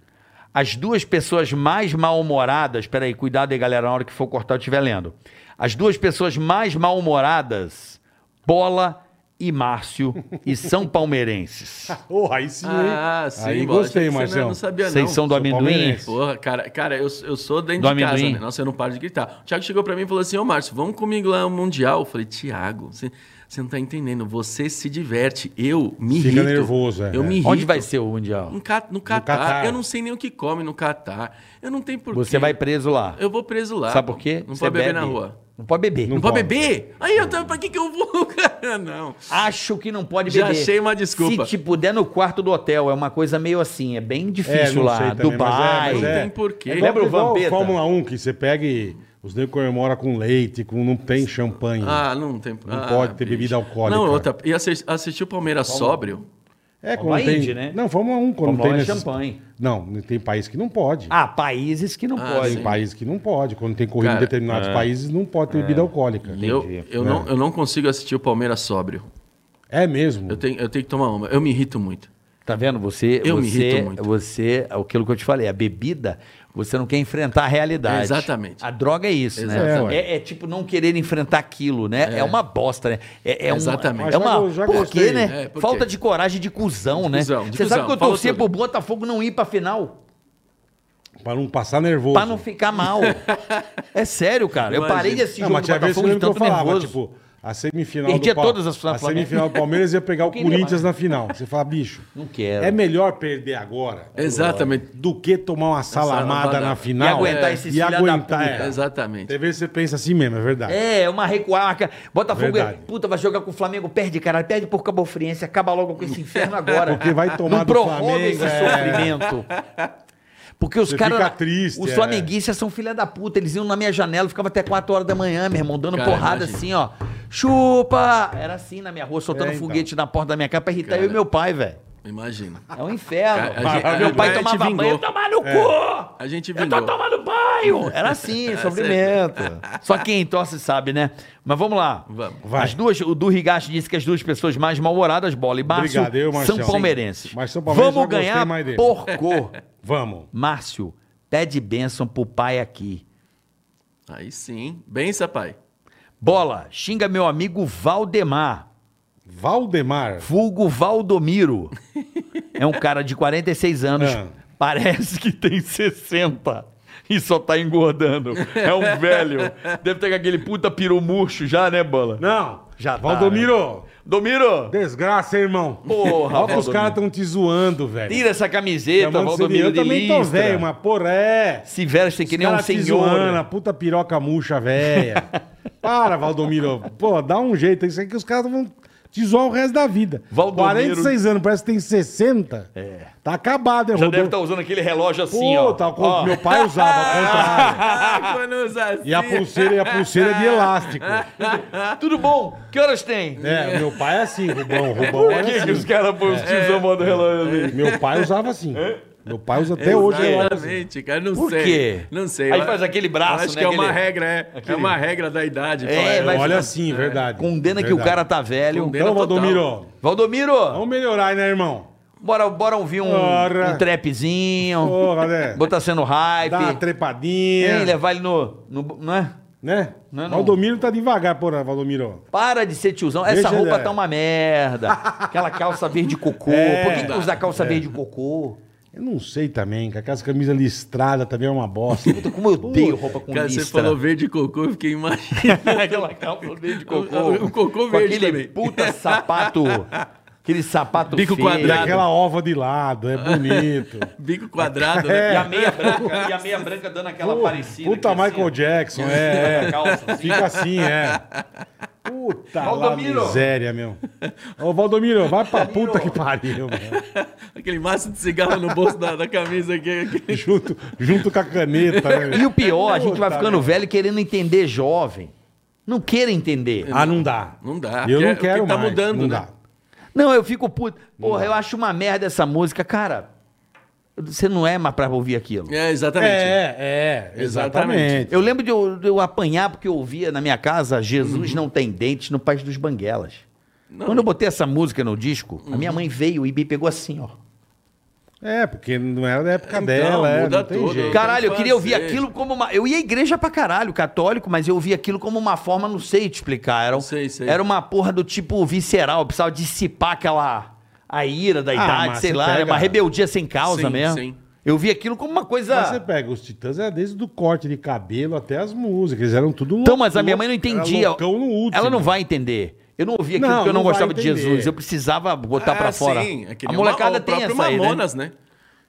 [SPEAKER 3] As duas pessoas mais mal-humoradas. Peraí, cuidado aí, galera, na hora que for cortar eu estiver lendo. As duas pessoas mais mal-humoradas, Bola e Márcio, e são palmeirenses.
[SPEAKER 2] Oh, aí sim, hein?
[SPEAKER 4] Ah, sim.
[SPEAKER 2] aí
[SPEAKER 4] bola.
[SPEAKER 2] gostei,
[SPEAKER 4] Achei que você
[SPEAKER 2] Marcelo.
[SPEAKER 4] Não, não sabia, não.
[SPEAKER 3] Vocês são do
[SPEAKER 2] sou
[SPEAKER 3] amendoim?
[SPEAKER 2] palmeirense.
[SPEAKER 4] Porra, cara, cara eu, eu sou dentro
[SPEAKER 3] Do
[SPEAKER 4] de casa,
[SPEAKER 3] amendoim?
[SPEAKER 4] né? Nossa, eu não paro de gritar. O Thiago chegou pra mim e falou assim, ô Márcio, vamos comigo lá no Mundial. Eu falei, Thiago, você, você não tá entendendo. Você se diverte. Eu me
[SPEAKER 2] Fica
[SPEAKER 4] irrito.
[SPEAKER 2] nervoso, é,
[SPEAKER 4] Eu
[SPEAKER 2] é.
[SPEAKER 4] me irrito.
[SPEAKER 3] Onde vai ser o Mundial?
[SPEAKER 4] No, Ca- no Catar.
[SPEAKER 2] Catar.
[SPEAKER 4] Eu não sei nem o que come no Catar. Eu não tenho porquê.
[SPEAKER 3] Você vai preso lá.
[SPEAKER 4] Eu vou preso lá.
[SPEAKER 3] Sabe por quê?
[SPEAKER 4] Não
[SPEAKER 3] Você
[SPEAKER 4] pode beber
[SPEAKER 3] bebe.
[SPEAKER 4] na rua.
[SPEAKER 3] Não pode beber.
[SPEAKER 4] Não,
[SPEAKER 2] Não
[SPEAKER 4] pode
[SPEAKER 2] pode. Hum.
[SPEAKER 4] beber? Aí eu tava, pra que que eu vou, cara? Não.
[SPEAKER 3] Acho que não pode
[SPEAKER 4] Já
[SPEAKER 3] beber.
[SPEAKER 4] achei uma desculpa.
[SPEAKER 3] Se te puder no quarto do hotel, é uma coisa meio assim, é bem
[SPEAKER 2] É,
[SPEAKER 3] difícil
[SPEAKER 2] não
[SPEAKER 3] lá.
[SPEAKER 2] sei também,
[SPEAKER 3] Dubai.
[SPEAKER 2] mas é, mas é.
[SPEAKER 4] Não tem porquê.
[SPEAKER 2] É
[SPEAKER 3] Lembra o
[SPEAKER 2] igual
[SPEAKER 3] Vampeta?
[SPEAKER 2] Fórmula 1 que você pega e os negros comemoram com leite, com não tem champanhe.
[SPEAKER 4] Ah, não tem...
[SPEAKER 2] Não
[SPEAKER 4] ah,
[SPEAKER 2] pode ter
[SPEAKER 4] bicho.
[SPEAKER 2] bebida alcoólica.
[SPEAKER 4] Não, outra. E assi- assistir o Palmeiras sóbrio?
[SPEAKER 2] É,
[SPEAKER 3] Fórmula
[SPEAKER 2] quando tem...
[SPEAKER 3] Indy, né?
[SPEAKER 2] Não, Fórmula 1, quando
[SPEAKER 3] Fórmula
[SPEAKER 2] tem...
[SPEAKER 3] 1 é champanhe.
[SPEAKER 2] Não, tem país que não pode.
[SPEAKER 3] Há países que não
[SPEAKER 4] Ah,
[SPEAKER 3] podem.
[SPEAKER 4] sim.
[SPEAKER 2] Tem país que não pode. Quando tem corrida
[SPEAKER 4] Cara, é.
[SPEAKER 2] em determinados países, não pode ter
[SPEAKER 3] É.
[SPEAKER 2] bebida alcoólica.
[SPEAKER 4] Eu, eu, não,
[SPEAKER 2] né?
[SPEAKER 4] eu não consigo assistir o Palmeiras sóbrio.
[SPEAKER 2] É mesmo.
[SPEAKER 4] Eu tenho, eu tenho que tomar uma. Eu me irrito muito.
[SPEAKER 3] Tá vendo? Você,
[SPEAKER 4] Eu me
[SPEAKER 3] você,
[SPEAKER 4] irrito muito.
[SPEAKER 3] você, aquilo que eu te falei, a bebida, você não quer enfrentar a realidade.
[SPEAKER 4] Exatamente.
[SPEAKER 3] A droga é isso,
[SPEAKER 4] Exatamente.
[SPEAKER 3] né? É, é tipo não querer enfrentar aquilo, né? É, uma bosta, né? É, é uma-
[SPEAKER 4] Exatamente.
[SPEAKER 3] É uma,
[SPEAKER 2] Mas já go- já
[SPEAKER 3] por quê,
[SPEAKER 2] gostei.
[SPEAKER 3] né?
[SPEAKER 4] É, por quê?
[SPEAKER 3] Falta de coragem de cuzão, né?
[SPEAKER 4] cuzão, de
[SPEAKER 3] você sabe
[SPEAKER 4] cuzão.
[SPEAKER 3] que eu
[SPEAKER 4] Fala
[SPEAKER 3] torcia
[SPEAKER 4] tudo.
[SPEAKER 3] pro Botafogo não ir pra final?
[SPEAKER 2] Pra não passar nervoso.
[SPEAKER 3] Pra não ficar mal. é sério, cara. Eu
[SPEAKER 4] Imagina.
[SPEAKER 3] parei de assistir
[SPEAKER 2] Não,
[SPEAKER 3] jogo
[SPEAKER 2] mas
[SPEAKER 3] do
[SPEAKER 2] tinha vezes que
[SPEAKER 3] Botafogo
[SPEAKER 2] eu
[SPEAKER 3] de
[SPEAKER 2] lembro que eu
[SPEAKER 3] tanto
[SPEAKER 2] falava,
[SPEAKER 3] nervoso.
[SPEAKER 2] tipo, a semifinal
[SPEAKER 3] Perdia
[SPEAKER 2] do Pal-
[SPEAKER 3] todas as pro
[SPEAKER 2] A
[SPEAKER 3] Flamengo.
[SPEAKER 2] semifinal do Palmeiras ia pegar o
[SPEAKER 3] queria,
[SPEAKER 2] Corinthians na final. Você fala, bicho,
[SPEAKER 3] Não quero.
[SPEAKER 2] é melhor perder agora
[SPEAKER 4] É, Exatamente.
[SPEAKER 2] do que tomar uma salamada
[SPEAKER 4] salamada.
[SPEAKER 2] na final.
[SPEAKER 3] E aguentar esse
[SPEAKER 2] e
[SPEAKER 3] filha da
[SPEAKER 2] aguentar,
[SPEAKER 3] puta.
[SPEAKER 2] é.
[SPEAKER 4] Exatamente.
[SPEAKER 2] Tem vezes que você pensa assim mesmo, é verdade.
[SPEAKER 3] É, uma recuaca. Botafogo, é,
[SPEAKER 2] Verdade.
[SPEAKER 3] puta, vai jogar com o Flamengo, perde, caralho. Perde por Cabo Friense, acaba logo com esse inferno agora.
[SPEAKER 2] Porque vai tomar
[SPEAKER 3] Não
[SPEAKER 2] do
[SPEAKER 3] prorroga
[SPEAKER 2] Flamengo,
[SPEAKER 3] esse
[SPEAKER 2] é.
[SPEAKER 3] sofrimento. Porque os
[SPEAKER 2] Você
[SPEAKER 3] caras.
[SPEAKER 2] fica triste,
[SPEAKER 3] Os
[SPEAKER 2] é.
[SPEAKER 3] flamenguistas são filha da puta. Eles iam na minha janela, ficava até 4 horas da manhã, meu irmão, dando
[SPEAKER 4] Cara,
[SPEAKER 3] porrada
[SPEAKER 4] imagina.
[SPEAKER 3] assim, ó. Chupa! Era assim na minha rua, soltando
[SPEAKER 2] É, então.
[SPEAKER 3] foguete na porta da minha casa pra irritar
[SPEAKER 4] Cara.
[SPEAKER 3] eu e meu pai, velho.
[SPEAKER 4] Imagina.
[SPEAKER 3] É um inferno.
[SPEAKER 4] Cara, a gente-
[SPEAKER 3] meu pai
[SPEAKER 4] a gente
[SPEAKER 3] tomava
[SPEAKER 4] vingou. É.
[SPEAKER 3] banho, tomar no cu!
[SPEAKER 4] A gente
[SPEAKER 3] Eu tô
[SPEAKER 4] vingou. É,
[SPEAKER 3] tomando banho! Era assim, sofrimento. Só quem torce sabe, né? Mas vamos lá.
[SPEAKER 4] Vamos.
[SPEAKER 2] Vai.
[SPEAKER 3] As duas, o do Higashi disse que as duas pessoas mais mal-humoradas, Bola e Márcio,
[SPEAKER 2] Obrigado, eu, Marcelo.
[SPEAKER 3] são palmeirenses.
[SPEAKER 2] Sim. Mas são palmeirenses,
[SPEAKER 3] vamos
[SPEAKER 2] eu gostei
[SPEAKER 3] ganhar
[SPEAKER 2] mais dele.
[SPEAKER 3] por cor.
[SPEAKER 2] Vamos.
[SPEAKER 3] Márcio, pede bênção pro pai aqui.
[SPEAKER 4] Aí sim. Bença, pai.
[SPEAKER 3] Bola, xinga meu amigo Valdemar.
[SPEAKER 2] Valdemar.
[SPEAKER 3] Vulgo Valdomiro. É um cara de 46 anos,
[SPEAKER 2] Ah.
[SPEAKER 3] parece que tem 60. e só tá engordando. É um velho. Deve ter aquele puta peru murcho já, né, Bola?
[SPEAKER 2] Não.
[SPEAKER 3] Já tá,
[SPEAKER 2] Valdomiro,
[SPEAKER 3] Domiro!
[SPEAKER 2] né? desgraça, hein, irmão.
[SPEAKER 3] Porra,
[SPEAKER 2] Olha que os
[SPEAKER 3] Valdomiro.
[SPEAKER 2] caras tão te zoando, velho.
[SPEAKER 3] Tira essa camiseta,
[SPEAKER 2] Chamando de seria-
[SPEAKER 3] Valdomiro
[SPEAKER 2] Eu
[SPEAKER 3] de
[SPEAKER 2] também tô velho,
[SPEAKER 3] listra.
[SPEAKER 2] mas porra, é.
[SPEAKER 3] Se veste que nem um
[SPEAKER 2] Cara te zoando, né? a
[SPEAKER 3] senhor.
[SPEAKER 2] puta piroca murcha, velha. Para, Valdomiro. Pô, dá um jeito. Isso aí que os caras vão te zoar o resto da vida.
[SPEAKER 3] Valdomiro-
[SPEAKER 2] 46 anos, parece que tem 60. É. Tá acabado, hein,
[SPEAKER 3] Já deve
[SPEAKER 2] Rodolfo?
[SPEAKER 3] estar usando aquele relógio assim, ó.
[SPEAKER 2] Pô, tá, com-
[SPEAKER 3] Ó.
[SPEAKER 2] meu pai usava ao contrário.
[SPEAKER 4] Ah, quando usa assim.
[SPEAKER 2] E a pulseira, e a pulseira de elástico.
[SPEAKER 3] Tudo bom? Que horas tem?
[SPEAKER 2] É, meu pai é assim, Rubão. Rubão
[SPEAKER 3] Por
[SPEAKER 2] era
[SPEAKER 3] que, que
[SPEAKER 2] assim.
[SPEAKER 3] os caras põem os tios amando relógio ali?
[SPEAKER 2] Meu pai usava assim.
[SPEAKER 3] É?
[SPEAKER 2] Meu pai usa até hoje. relógio assim.
[SPEAKER 4] Exatamente, cara, não
[SPEAKER 3] Por
[SPEAKER 4] sei.
[SPEAKER 3] quê?
[SPEAKER 4] Não sei.
[SPEAKER 3] Aí
[SPEAKER 4] eu-
[SPEAKER 3] faz aquele braço,
[SPEAKER 4] eu Acho
[SPEAKER 3] né,
[SPEAKER 4] que é uma
[SPEAKER 3] aquele-
[SPEAKER 4] regra, é. É uma regra da idade.
[SPEAKER 3] É,
[SPEAKER 4] fala,
[SPEAKER 3] vai-
[SPEAKER 2] Olha assim, verdade.
[SPEAKER 3] Condena que o
[SPEAKER 2] Verdade.
[SPEAKER 3] cara tá velho.
[SPEAKER 4] Condena.
[SPEAKER 2] Então,
[SPEAKER 4] total.
[SPEAKER 2] Valdomiro,
[SPEAKER 3] Valdomiro,
[SPEAKER 2] vamos melhorar, aí, né, irmão?
[SPEAKER 3] bora, bora ouvir um,
[SPEAKER 2] Ora.
[SPEAKER 3] um trapzinho.
[SPEAKER 2] Porra, né?
[SPEAKER 3] Botar sendo hype.
[SPEAKER 2] Dá uma
[SPEAKER 3] Hein,
[SPEAKER 2] trepadinha,
[SPEAKER 3] levar ele no. no não é?
[SPEAKER 2] né?
[SPEAKER 3] Não é não.
[SPEAKER 2] Valdomiro tá devagar, porra, Valdomiro.
[SPEAKER 3] Para de ser tiozão. Essa
[SPEAKER 2] Deixa ele,
[SPEAKER 3] roupa
[SPEAKER 2] é.
[SPEAKER 3] tá uma merda. Aquela calça verde cocô.
[SPEAKER 2] É.
[SPEAKER 3] Por que, que usa calça verde cocô?
[SPEAKER 2] Eu não sei também, que aquelas camisas listradas também é uma bosta.
[SPEAKER 3] Puta, como eu odeio roupa com
[SPEAKER 4] Cara,
[SPEAKER 3] listra.
[SPEAKER 4] você falou verde cocô, eu fiquei imaginando.
[SPEAKER 3] Aquela calça verde cocô.
[SPEAKER 4] O- o cocô
[SPEAKER 3] Com
[SPEAKER 4] verde
[SPEAKER 3] aquele
[SPEAKER 4] também.
[SPEAKER 3] puta sapato. Aquele sapato
[SPEAKER 4] Bico
[SPEAKER 3] feio.
[SPEAKER 2] e
[SPEAKER 4] quadrado.
[SPEAKER 2] aquela ova de lado, é bonito.
[SPEAKER 4] Bico quadrado,
[SPEAKER 3] E
[SPEAKER 4] né?
[SPEAKER 3] a meia branca. E a meia branca dando aquela
[SPEAKER 2] Pô,
[SPEAKER 3] parecida.
[SPEAKER 2] Puta
[SPEAKER 3] aqui, assim,
[SPEAKER 2] Michael
[SPEAKER 3] ó.
[SPEAKER 2] Jackson, é, é.
[SPEAKER 3] Calça, assim.
[SPEAKER 2] Fica assim, é. Puta lá,
[SPEAKER 3] Valdomiro.
[SPEAKER 2] miséria, meu. Ô, Valdomiro, vai pra puta que pariu, meu.
[SPEAKER 4] Aquele maço de cigarro no bolso da, da camisa aqui. aquele-
[SPEAKER 2] Junto, junto com a caneta, né?
[SPEAKER 3] E o pior, a gente vai
[SPEAKER 2] Puta
[SPEAKER 3] ficando velho querendo entender jovem. Não queira entender.
[SPEAKER 2] Ah, não dá.
[SPEAKER 4] Não dá,
[SPEAKER 2] Eu
[SPEAKER 4] porque é
[SPEAKER 2] não
[SPEAKER 4] o que
[SPEAKER 2] quero
[SPEAKER 4] tá
[SPEAKER 2] mais.
[SPEAKER 4] mudando,
[SPEAKER 2] não
[SPEAKER 4] né?
[SPEAKER 2] dá.
[SPEAKER 3] Não, eu fico puto. Porra, eu acho uma merda essa música. Cara, você não é mais pra ouvir aquilo.
[SPEAKER 4] É, exatamente.
[SPEAKER 2] É, é, exatamente.
[SPEAKER 3] Eu lembro de eu, de eu apanhar porque eu ouvia na minha casa Jesus não tem dentes no País dos Banguelas. Quando eu botei essa música no disco, a minha mãe veio e me pegou assim, ó.
[SPEAKER 2] É, porque não era da época
[SPEAKER 4] Então,
[SPEAKER 2] dela, é,
[SPEAKER 4] muda
[SPEAKER 2] não tem
[SPEAKER 4] tudo.
[SPEAKER 2] jeito.
[SPEAKER 3] Caralho, eu queria ouvir
[SPEAKER 4] fazer.
[SPEAKER 3] aquilo como uma. Eu ia à igreja pra caralho, católico, mas eu ouvia aquilo como uma forma, não sei te explicar. Era, um-
[SPEAKER 4] Sei, sei.
[SPEAKER 3] era uma porra do tipo visceral, eu precisava dissipar aquela. a ira da idade,
[SPEAKER 2] Ah, mas
[SPEAKER 3] sei
[SPEAKER 2] você
[SPEAKER 3] lá, era
[SPEAKER 2] pega-
[SPEAKER 3] uma rebeldia sem causa
[SPEAKER 4] Sim,
[SPEAKER 3] mesmo.
[SPEAKER 4] sim.
[SPEAKER 3] Eu vi aquilo como uma coisa.
[SPEAKER 2] Mas você pega, os Titãs é desde o corte de cabelo até as músicas, eles eram tudo
[SPEAKER 3] Então,
[SPEAKER 2] louco-
[SPEAKER 3] mas a minha mãe não
[SPEAKER 2] era
[SPEAKER 3] entendia.
[SPEAKER 2] loucão no último.
[SPEAKER 3] Ela não vai entender. Eu não ouvia aquilo
[SPEAKER 2] Não,
[SPEAKER 3] porque eu não,
[SPEAKER 2] não vai
[SPEAKER 3] gostava de
[SPEAKER 2] entender.
[SPEAKER 3] Jesus. Eu precisava botar
[SPEAKER 4] Ah,
[SPEAKER 3] pra fora.
[SPEAKER 4] sim, é que
[SPEAKER 3] a
[SPEAKER 4] nem
[SPEAKER 3] molecada
[SPEAKER 4] uma- o
[SPEAKER 3] tem
[SPEAKER 4] próprio
[SPEAKER 3] essa aí, né?
[SPEAKER 4] Mamonas, né?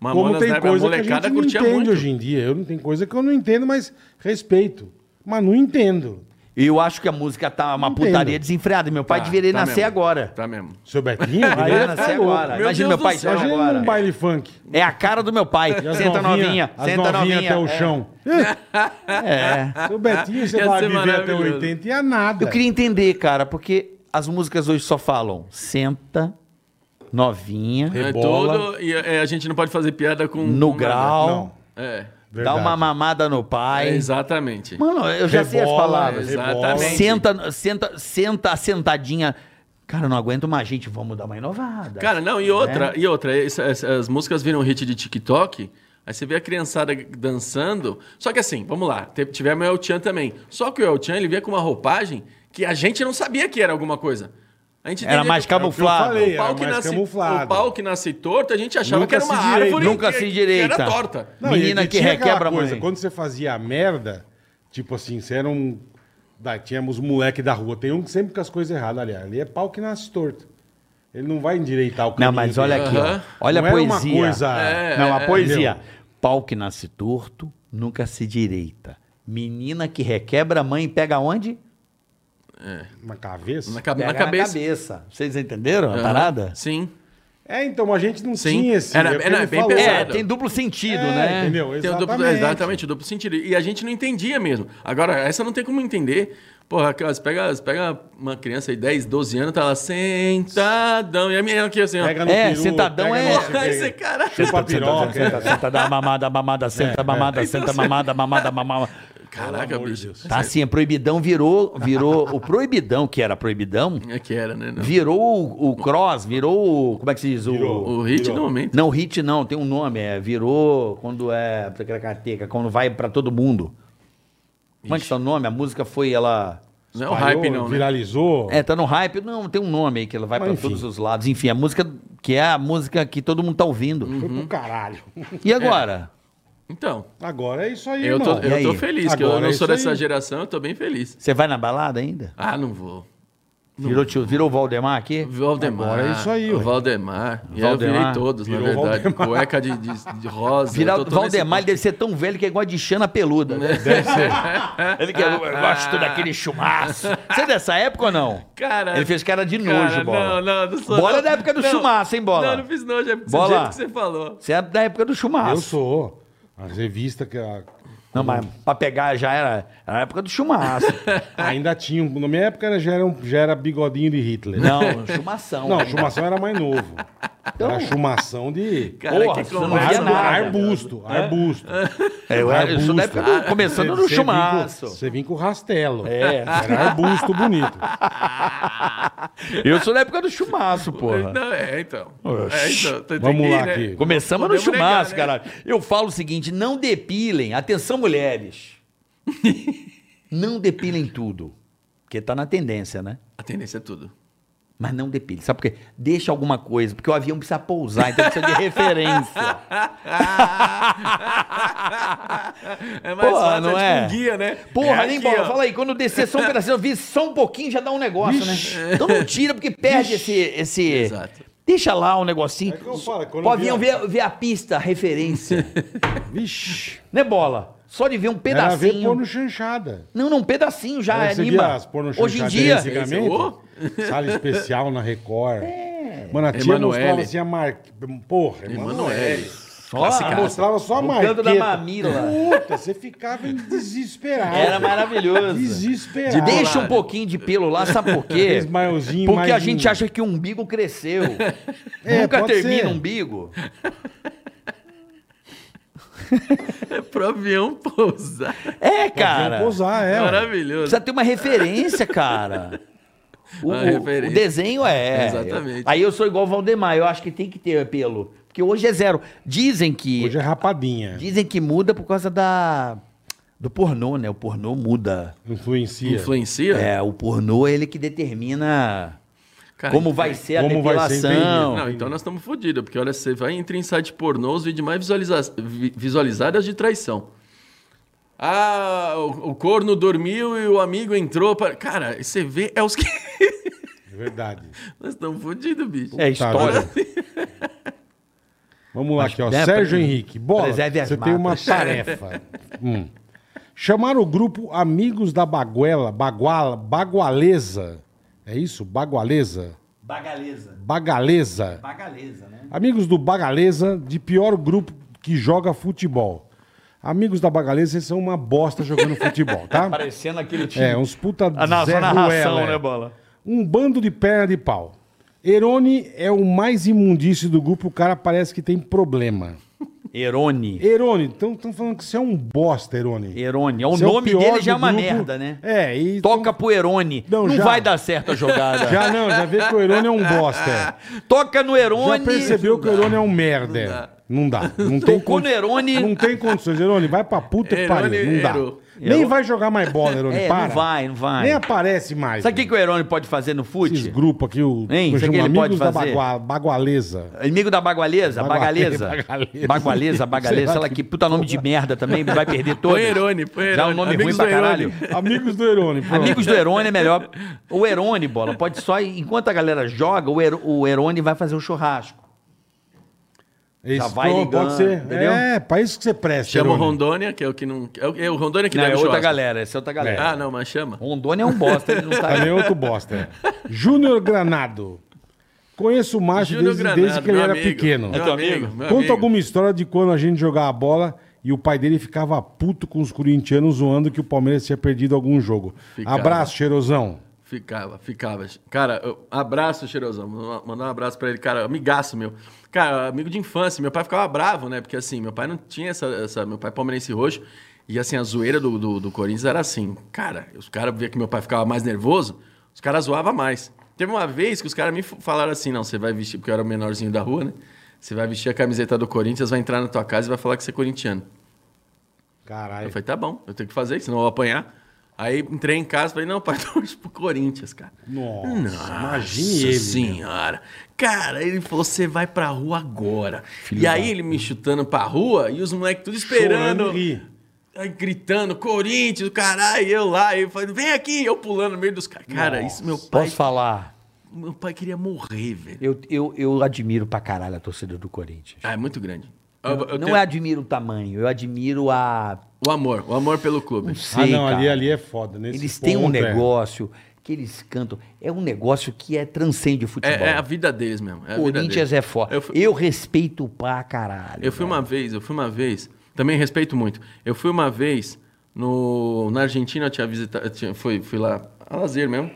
[SPEAKER 2] Como
[SPEAKER 4] Mamonas,
[SPEAKER 2] tem
[SPEAKER 4] né?
[SPEAKER 2] coisa
[SPEAKER 4] a
[SPEAKER 2] que a
[SPEAKER 4] molecada
[SPEAKER 2] gente não
[SPEAKER 4] curtia
[SPEAKER 2] entende
[SPEAKER 4] muito.
[SPEAKER 2] hoje em dia. Eu não tem coisa que eu não entendo, mas respeito. Mas não entendo.
[SPEAKER 3] E eu acho que a música tá uma
[SPEAKER 2] Entendo.
[SPEAKER 3] putaria desenfreada. Meu pai
[SPEAKER 4] Tá,
[SPEAKER 3] deveria
[SPEAKER 4] tá
[SPEAKER 3] nascer
[SPEAKER 4] mesmo.
[SPEAKER 3] agora.
[SPEAKER 4] Tá mesmo.
[SPEAKER 2] Seu Betinho, ele
[SPEAKER 3] Deveria
[SPEAKER 2] ia
[SPEAKER 3] nascer
[SPEAKER 2] ficar é louco.
[SPEAKER 3] agora.
[SPEAKER 4] Meu
[SPEAKER 3] Imagina meu
[SPEAKER 4] Deus
[SPEAKER 3] pai
[SPEAKER 4] do céu.
[SPEAKER 3] sendo
[SPEAKER 2] Imagina um
[SPEAKER 3] agora.
[SPEAKER 2] baile funk.
[SPEAKER 3] É a cara do meu pai.
[SPEAKER 2] E as
[SPEAKER 3] Senta novinha,
[SPEAKER 2] as
[SPEAKER 3] senta novinha.
[SPEAKER 2] até o
[SPEAKER 3] é.
[SPEAKER 2] chão.
[SPEAKER 3] É.
[SPEAKER 2] Seu Betinho, você
[SPEAKER 4] Ia
[SPEAKER 2] vai
[SPEAKER 4] ser
[SPEAKER 2] viver até
[SPEAKER 4] maravilhoso.
[SPEAKER 2] 80 e é nada.
[SPEAKER 3] Eu queria entender, cara, porque as músicas hoje só falam senta, novinha,
[SPEAKER 4] É
[SPEAKER 2] Rebola.
[SPEAKER 4] todo. E é, a gente não pode fazer piada com.
[SPEAKER 3] no
[SPEAKER 4] com nada.
[SPEAKER 3] grau,
[SPEAKER 4] É.
[SPEAKER 3] dá uma mamada no
[SPEAKER 4] é,
[SPEAKER 3] pai.
[SPEAKER 4] Exatamente.
[SPEAKER 3] Mano, eu já sei as
[SPEAKER 2] Rebola,
[SPEAKER 3] palavras.
[SPEAKER 2] rebola.
[SPEAKER 4] Exatamente.
[SPEAKER 3] Senta, senta, senta sentadinha. Cara, eu não aguento mais, gente. Vamos dar uma inovada.
[SPEAKER 4] Cara, não, e
[SPEAKER 3] né?
[SPEAKER 4] outra, e outra, essa- essa- as músicas viram hit de TikTok, aí você vê a criançada dançando. Só que assim, vamos lá, te- tivemos o El Chan também. Só que o El Chan, ele vinha com uma roupagem que a gente não sabia que era alguma coisa. A gente
[SPEAKER 3] Era
[SPEAKER 4] entendia
[SPEAKER 3] mais
[SPEAKER 4] que o-
[SPEAKER 3] camuflado.
[SPEAKER 2] falei,
[SPEAKER 4] O
[SPEAKER 2] era
[SPEAKER 4] pau, que
[SPEAKER 2] É, mais
[SPEAKER 4] nasce,
[SPEAKER 2] camuflado.
[SPEAKER 4] o pau que nasce torto, a gente achava
[SPEAKER 2] Nunca
[SPEAKER 4] que era
[SPEAKER 2] se
[SPEAKER 4] uma
[SPEAKER 2] direita.
[SPEAKER 4] árvore
[SPEAKER 3] Nunca
[SPEAKER 4] que,
[SPEAKER 3] se
[SPEAKER 4] que
[SPEAKER 3] direita.
[SPEAKER 4] era torta.
[SPEAKER 2] e-
[SPEAKER 3] Menina
[SPEAKER 2] e
[SPEAKER 3] que
[SPEAKER 2] tinha
[SPEAKER 3] requebra
[SPEAKER 2] aquela
[SPEAKER 3] a mãe.
[SPEAKER 2] Quando você fazia a merda, tipo assim, você era um. Da, tínhamos moleque da rua. Tem um que sempre com as coisas erradas. Ali, ali é pau que nasce torto. Ele não vai endireitar o
[SPEAKER 3] Não,
[SPEAKER 2] caminho.
[SPEAKER 3] mas olha
[SPEAKER 2] dele.
[SPEAKER 3] aqui, ó.
[SPEAKER 4] Aham.
[SPEAKER 3] Olha
[SPEAKER 2] Não
[SPEAKER 3] a
[SPEAKER 2] era uma
[SPEAKER 3] poesia.
[SPEAKER 2] coisa-
[SPEAKER 3] não, a
[SPEAKER 2] é,
[SPEAKER 3] poesia.
[SPEAKER 2] entendeu?
[SPEAKER 3] Pau que nasce torto, nunca se direita. Menina que requebra a mãe pega onde?
[SPEAKER 2] Uma cabeça?
[SPEAKER 4] Na, cabe-
[SPEAKER 3] Pega
[SPEAKER 4] na cabeça.
[SPEAKER 3] Vocês entenderam a
[SPEAKER 4] Aham,
[SPEAKER 3] parada?
[SPEAKER 4] Sim.
[SPEAKER 2] É, então a gente não
[SPEAKER 4] Sim.
[SPEAKER 2] tinha esse.
[SPEAKER 4] Era-
[SPEAKER 2] o que
[SPEAKER 4] era
[SPEAKER 2] ele
[SPEAKER 4] bem
[SPEAKER 2] falou.
[SPEAKER 3] É,
[SPEAKER 4] pesado.
[SPEAKER 3] tem duplo sentido,
[SPEAKER 2] É,
[SPEAKER 3] né?
[SPEAKER 2] Entendeu?
[SPEAKER 4] Tem o
[SPEAKER 2] Exatamente.
[SPEAKER 4] duplo- exatamente, o duplo sentido. E a gente não entendia mesmo. Agora, essa não tem como entender. Porra, aquelas- pega, pega uma criança aí, 10, 12 anos, tá lá sentadão. E a menina aqui assim, ó.
[SPEAKER 2] Pega no
[SPEAKER 3] É,
[SPEAKER 2] peru,
[SPEAKER 3] sentadão
[SPEAKER 2] pega
[SPEAKER 3] é-
[SPEAKER 2] no-
[SPEAKER 4] Aí você, cara.
[SPEAKER 2] Chupa a piroca. é.
[SPEAKER 3] Senta, senta, dá mamada, mamada, senta, mamada, senta, mamada, mamada, mamada.
[SPEAKER 4] Caraca,
[SPEAKER 2] amor de
[SPEAKER 4] bicho.
[SPEAKER 2] Deus.
[SPEAKER 3] Tá assim, é proibidão virou, virou o proibidão que era proibidão,
[SPEAKER 4] É que era, né? Não.
[SPEAKER 3] virou o, o cross, virou o, como é que se diz? O,
[SPEAKER 2] Virou.
[SPEAKER 4] O hit
[SPEAKER 2] Virou.
[SPEAKER 4] do momento.
[SPEAKER 3] Não, hit não, tem um nome, é virou quando é tecracateca, quando vai pra todo mundo. Como é que é o nome? A música foi ela
[SPEAKER 4] Não é o
[SPEAKER 2] Espalhou,
[SPEAKER 4] hype, não, né?
[SPEAKER 2] Viralizou.
[SPEAKER 3] é, tá no hype, não, tem um nome aí que ela vai
[SPEAKER 2] Mas
[SPEAKER 3] pra
[SPEAKER 2] enfim.
[SPEAKER 3] todos os lados. Enfim,
[SPEAKER 2] Uhum.
[SPEAKER 3] a música que é a música que todo mundo tá ouvindo.
[SPEAKER 2] Foi pro caralho.
[SPEAKER 3] E agora?
[SPEAKER 4] Então,
[SPEAKER 2] Agora é isso aí,
[SPEAKER 4] eu tô,
[SPEAKER 2] irmão.
[SPEAKER 3] E
[SPEAKER 4] eu tô
[SPEAKER 3] aí?
[SPEAKER 4] feliz, que eu
[SPEAKER 2] Agora é
[SPEAKER 4] não
[SPEAKER 2] isso
[SPEAKER 4] sou dessa
[SPEAKER 2] aí.
[SPEAKER 4] geração, eu tô bem feliz.
[SPEAKER 3] Você vai na balada ainda?
[SPEAKER 4] Ah, não vou.
[SPEAKER 3] Virou, tio, virou o Valdemar aqui?
[SPEAKER 4] Valdemar.
[SPEAKER 2] Agora é isso aí,
[SPEAKER 4] o
[SPEAKER 2] ué.
[SPEAKER 4] Valdemar. E aí eu
[SPEAKER 3] Valdemar.
[SPEAKER 4] virei todos, na
[SPEAKER 2] Virou
[SPEAKER 4] verdade.
[SPEAKER 2] Valdemar.
[SPEAKER 4] Cueca de, de, de rosa.
[SPEAKER 3] Virar,
[SPEAKER 4] eu tô- tô
[SPEAKER 3] Valdemar ele
[SPEAKER 4] nesse-
[SPEAKER 3] deve ser tão velho que é igual a de Xana Peluda. Né?
[SPEAKER 2] Deve ser.
[SPEAKER 3] Ele que é, eu gosto daquele chumaço. Você é dessa época ou não?
[SPEAKER 4] Cara,
[SPEAKER 3] Ele fez cara de nojo,
[SPEAKER 4] cara,
[SPEAKER 3] bola.
[SPEAKER 4] Não, não, não sou.
[SPEAKER 3] Bola
[SPEAKER 4] não,
[SPEAKER 3] é da época do
[SPEAKER 4] não.
[SPEAKER 3] Chumaço, hein, bola?
[SPEAKER 4] Não, não fiz nojo, é do
[SPEAKER 3] Bola.
[SPEAKER 4] jeito que você falou.
[SPEAKER 3] Você é da época do chumaço.
[SPEAKER 2] Eu sou. As revistas que a-
[SPEAKER 3] Não,
[SPEAKER 4] Hum.
[SPEAKER 3] mas pra pegar já era, era a época do chumaço.
[SPEAKER 2] ainda tinham. Na minha época né, já era, um- já era bigodinho de Hitler.
[SPEAKER 3] não, chumação.
[SPEAKER 2] Não, chumação era mais novo. Era chumação de.
[SPEAKER 4] Cara,
[SPEAKER 3] Porra,
[SPEAKER 4] que
[SPEAKER 3] você não
[SPEAKER 4] conversa.
[SPEAKER 3] via
[SPEAKER 2] Arbu-
[SPEAKER 3] nada.
[SPEAKER 2] arbusto, arbusto.
[SPEAKER 3] É, Eu, era- eu sou da
[SPEAKER 2] Arbusto.
[SPEAKER 3] época do, começando no chumaço.
[SPEAKER 2] Você vinha com rastelo.
[SPEAKER 3] É.
[SPEAKER 2] Era arbusto bonito.
[SPEAKER 3] Eu sou da época do chumaço, porra.
[SPEAKER 4] Não, é, então.
[SPEAKER 3] Oxi.
[SPEAKER 4] É, então. tem
[SPEAKER 2] Vamos
[SPEAKER 4] que ir,
[SPEAKER 2] lá
[SPEAKER 4] né?
[SPEAKER 2] aqui.
[SPEAKER 3] Começamos no
[SPEAKER 4] Podemos
[SPEAKER 3] chumaço,
[SPEAKER 4] negar, né?
[SPEAKER 3] caralho. Eu falo o seguinte: não depilem. Atenção, mulheres. não depilem tudo. Porque tá na tendência, né?
[SPEAKER 4] A tendência é tudo.
[SPEAKER 3] Mas não depile. Sabe por quê? Deixa alguma coisa, porque o avião precisa pousar, então precisa de referência.
[SPEAKER 4] É mais
[SPEAKER 3] Porra,
[SPEAKER 4] fácil,
[SPEAKER 3] não
[SPEAKER 4] é,
[SPEAKER 3] é?
[SPEAKER 4] tipo um guia, né?
[SPEAKER 3] Porra,
[SPEAKER 4] É
[SPEAKER 3] nem
[SPEAKER 4] aqui,
[SPEAKER 3] bola.
[SPEAKER 4] ó.
[SPEAKER 3] Fala aí, quando descer só um pedacinho, eu vi só um pouquinho, já dá um negócio, né? Então não tira, porque perde esse. esse...
[SPEAKER 4] Exato.
[SPEAKER 3] Deixa lá um negocinho.
[SPEAKER 2] É que eu falo, quando
[SPEAKER 3] o avião
[SPEAKER 2] vier-
[SPEAKER 3] vê, vê a pista, a referência.
[SPEAKER 2] Vixe.
[SPEAKER 3] né, bola? Só de ver um
[SPEAKER 2] Era ver
[SPEAKER 3] pedacinho.
[SPEAKER 2] porno chanchada.
[SPEAKER 3] Não, não, um pedacinho já
[SPEAKER 2] Era você via
[SPEAKER 3] anima.
[SPEAKER 2] as porno
[SPEAKER 3] Hoje em
[SPEAKER 2] chanchadas
[SPEAKER 3] dia.
[SPEAKER 2] antigamente? Sala especial na Record.
[SPEAKER 3] É.
[SPEAKER 2] Mano, a tia
[SPEAKER 4] Emanuele.
[SPEAKER 2] mostrava assim a marca. Porra, Emanuele.
[SPEAKER 4] Emanuele.
[SPEAKER 3] Ó,
[SPEAKER 2] Ela mostrava só a
[SPEAKER 3] No
[SPEAKER 2] marca.
[SPEAKER 3] canto da mamila.
[SPEAKER 2] Puta, você ficava em desesperado.
[SPEAKER 3] Era maravilhoso.
[SPEAKER 2] Desesperado.
[SPEAKER 3] Deixa um
[SPEAKER 4] lado.
[SPEAKER 3] pouquinho de pelo lá, sabe por quê?
[SPEAKER 2] Aqueles maiozinho,
[SPEAKER 3] Porque a
[SPEAKER 2] maiozinho.
[SPEAKER 3] gente acha que o umbigo cresceu.
[SPEAKER 2] É,
[SPEAKER 3] Nunca
[SPEAKER 2] pode
[SPEAKER 3] termina
[SPEAKER 2] ser.
[SPEAKER 3] o umbigo.
[SPEAKER 4] É pro avião pousar.
[SPEAKER 3] É,
[SPEAKER 2] Cara,
[SPEAKER 3] cara.
[SPEAKER 2] pousar, é. ué.
[SPEAKER 4] Maravilhoso.
[SPEAKER 3] Precisa ter uma referência, cara. O,
[SPEAKER 4] Uma
[SPEAKER 3] o-
[SPEAKER 4] referência.
[SPEAKER 3] o desenho é.
[SPEAKER 4] Exatamente.
[SPEAKER 3] Aí eu sou igual o Valdemar, eu acho que tem que ter pelo. Porque hoje é zero. Dizem que.
[SPEAKER 2] Hoje é rapadinha.
[SPEAKER 3] Dizem que muda por causa da. Do pornô, né? O pornô muda.
[SPEAKER 2] Influencia.
[SPEAKER 4] Influencia?
[SPEAKER 3] É, o pornô é ele que determina
[SPEAKER 4] Cara, é.
[SPEAKER 3] como vai ser a
[SPEAKER 2] como vai ser,
[SPEAKER 3] depilação.
[SPEAKER 4] Não, então nós estamos fodidos, porque olha, você vai entrar em site pornô, os vídeos mais visualiza vi- visualizados é os de traição. Ah, o, o corno dormiu e o amigo entrou para. Cara, você vê, é os que.
[SPEAKER 2] É verdade.
[SPEAKER 4] nós estamos fodidos, bicho.
[SPEAKER 3] É história.
[SPEAKER 2] Tá, Vamos lá aqui, ó.
[SPEAKER 3] né,
[SPEAKER 2] Sérgio
[SPEAKER 3] pre-
[SPEAKER 2] Henrique. Bola,
[SPEAKER 3] preserve as
[SPEAKER 2] você tem uma
[SPEAKER 3] matas.
[SPEAKER 2] tarefa. Hum. Chamar o grupo Amigos da Baguela, Baguala, Bagualeza. É isso? Bagualeza?
[SPEAKER 3] Bagaleza.
[SPEAKER 2] Bagaleza.
[SPEAKER 3] Bagaleza, né?
[SPEAKER 2] Amigos do Bagaleza, de pior grupo que joga futebol. Amigos da Bagaleza, vocês são uma bosta jogando futebol, tá?
[SPEAKER 3] Parecendo aquele time.
[SPEAKER 2] É, uns puta
[SPEAKER 3] Ah, na-
[SPEAKER 2] Zé
[SPEAKER 3] só narração,
[SPEAKER 2] Ruela, é.
[SPEAKER 3] né, Bola?
[SPEAKER 2] Um bando de perna de pau. Erone é o mais imundício do grupo, o cara parece que tem problema.
[SPEAKER 3] Erone.
[SPEAKER 2] Erone, estão falando que você é um bosta, Erone.
[SPEAKER 3] Erone. O
[SPEAKER 2] Você é
[SPEAKER 3] nome
[SPEAKER 2] pior
[SPEAKER 3] dele já é
[SPEAKER 2] do
[SPEAKER 3] uma
[SPEAKER 2] grupo.
[SPEAKER 3] merda, né?
[SPEAKER 2] É, e.
[SPEAKER 3] Toca pro Erone. Não,
[SPEAKER 2] Não, já.
[SPEAKER 3] vai dar certo a jogada.
[SPEAKER 2] Já não, já vê que o Erone é um bosta. é.
[SPEAKER 3] Toca no Erone.
[SPEAKER 2] Já percebeu que o Erone é um merda. é. Não dá. Não tem
[SPEAKER 3] Tocou
[SPEAKER 2] con-
[SPEAKER 3] no Erone.
[SPEAKER 2] Não tem condições, Erone. Vai pra puta que
[SPEAKER 4] Erone,
[SPEAKER 2] pariu. Não dá.
[SPEAKER 4] Ero.
[SPEAKER 2] Nem vai jogar mais bola, Erone.
[SPEAKER 3] É,
[SPEAKER 2] né? para.
[SPEAKER 3] não vai, não vai.
[SPEAKER 2] Nem aparece mais.
[SPEAKER 3] Sabe o que, que o Erone pode fazer no
[SPEAKER 2] Esses
[SPEAKER 3] fute?
[SPEAKER 2] grupos aqui, o
[SPEAKER 3] Hein, sabe
[SPEAKER 2] eu
[SPEAKER 3] o
[SPEAKER 2] chamo
[SPEAKER 3] que ele pode
[SPEAKER 2] Amigos da
[SPEAKER 3] fazer?
[SPEAKER 2] Bagua- Bagualeza.
[SPEAKER 3] Inimigo da bagualeza?
[SPEAKER 2] Bagua-
[SPEAKER 3] Bagaleza?
[SPEAKER 2] Bagaleza.
[SPEAKER 3] Bagualeza, bagaleza.
[SPEAKER 2] Sei lá
[SPEAKER 3] Ela que puta nome de merda também, vai perder todo.
[SPEAKER 4] Põe Erone, põe Erone.
[SPEAKER 3] Já um nome
[SPEAKER 4] Amigos
[SPEAKER 3] ruim pra
[SPEAKER 4] do Erone.
[SPEAKER 3] caralho.
[SPEAKER 2] Amigos do Erone. pronto.
[SPEAKER 3] Amigos do Erone é melhor. O Erone, bola, pode só. Enquanto a galera joga, o, Ero- o Erone vai fazer o churrasco.
[SPEAKER 2] Esse
[SPEAKER 3] Já vai
[SPEAKER 2] pô,
[SPEAKER 3] ligando,
[SPEAKER 2] Pode ser.
[SPEAKER 3] entendeu?
[SPEAKER 2] É, pra isso que você presta.
[SPEAKER 4] Chama o
[SPEAKER 2] Erone.
[SPEAKER 4] Rondônia, que é o que não. É, o- é o Rondônia que
[SPEAKER 3] Não,
[SPEAKER 4] dá
[SPEAKER 3] é
[SPEAKER 4] deve
[SPEAKER 3] outra
[SPEAKER 4] churrasco.
[SPEAKER 3] galera, essa é outra galera.
[SPEAKER 4] Ah, não, mas chama.
[SPEAKER 3] Rondônia é um bosta, ele não tá.
[SPEAKER 2] Também é outro bosta. é. Júnior Granado. Conheço o Márcio
[SPEAKER 4] Júnior
[SPEAKER 2] desde, desde que ele
[SPEAKER 4] meu
[SPEAKER 2] era
[SPEAKER 4] amigo,
[SPEAKER 2] pequeno.
[SPEAKER 4] Meu
[SPEAKER 3] teu
[SPEAKER 4] amigo,
[SPEAKER 3] amigo?
[SPEAKER 4] meu
[SPEAKER 2] Conta
[SPEAKER 4] amigo.
[SPEAKER 2] alguma história de quando a gente jogava a bola e o pai dele ficava puto com os corintianos zoando que o Palmeiras tinha perdido algum jogo.
[SPEAKER 4] Ficava.
[SPEAKER 2] Abraço, cheirosão.
[SPEAKER 4] Ficava, ficava. Cara, eu- abraço, Cheirosão. Mandar mandar um abraço pra ele, cara. Amigaço meu. Cara, amigo de infância. Meu pai ficava bravo, né? Porque assim, meu pai não tinha essa. essa- meu pai é palmeirense roxo. E assim, a zoeira do, do, do Corinthians era assim. Cara, os caras via que meu pai ficava mais nervoso, os caras zoavam mais. Teve uma vez que os caras me f- falaram assim: não, você vai vestir, porque eu era o menorzinho da rua, né? Você vai vestir a camiseta do Corinthians, vai entrar na tua casa e vai falar que você é corintiano. Eu
[SPEAKER 2] Caralho.
[SPEAKER 4] falei, tá bom, eu tenho que fazer, senão eu vou apanhar. Aí entrei em casa e falei, não, pai, torço pro Corinthians, cara.
[SPEAKER 2] Nossa,
[SPEAKER 4] Nossa
[SPEAKER 2] imagine ele.
[SPEAKER 4] senhora. Cara, ele falou, você vai pra rua agora. e aí ele me chutando pra rua e os moleques tudo
[SPEAKER 2] Chorando
[SPEAKER 4] esperando.
[SPEAKER 2] e ri.
[SPEAKER 4] Aí gritando, Corinthians, caralho, e eu lá, eu falando, vem aqui, eu pulando no meio dos caras. Cara, isso meu pai.
[SPEAKER 3] Posso falar?
[SPEAKER 4] Meu pai queria morrer, velho.
[SPEAKER 3] Eu, eu, eu admiro pra caralho a torcida do Corinthians.
[SPEAKER 4] Ah, é muito grande. Eu- eu
[SPEAKER 3] não é
[SPEAKER 4] tenho- Ah,
[SPEAKER 3] admiro o tamanho, eu admiro a.
[SPEAKER 4] O amor, o amor pelo clube.
[SPEAKER 3] Não sei,
[SPEAKER 2] ah, não,
[SPEAKER 3] cara.
[SPEAKER 2] ali, ali é foda. Nesse
[SPEAKER 3] Eles têm um
[SPEAKER 2] ponto, é.
[SPEAKER 3] negócio que eles cantam. É um negócio que é transcende o futebol.
[SPEAKER 4] É, é a vida deles mesmo. é a vida
[SPEAKER 3] Corinthians
[SPEAKER 4] deles.
[SPEAKER 3] é foda.
[SPEAKER 4] Eu
[SPEAKER 3] Eu,
[SPEAKER 4] fui-
[SPEAKER 3] respeito pra caralho.
[SPEAKER 4] Eu fui
[SPEAKER 3] velho.
[SPEAKER 4] uma vez, eu fui uma vez, também respeito muito. Eu fui uma vez no, na Argentina, eu tinha visitado, eu tinha- fui, fui lá a lazer mesmo.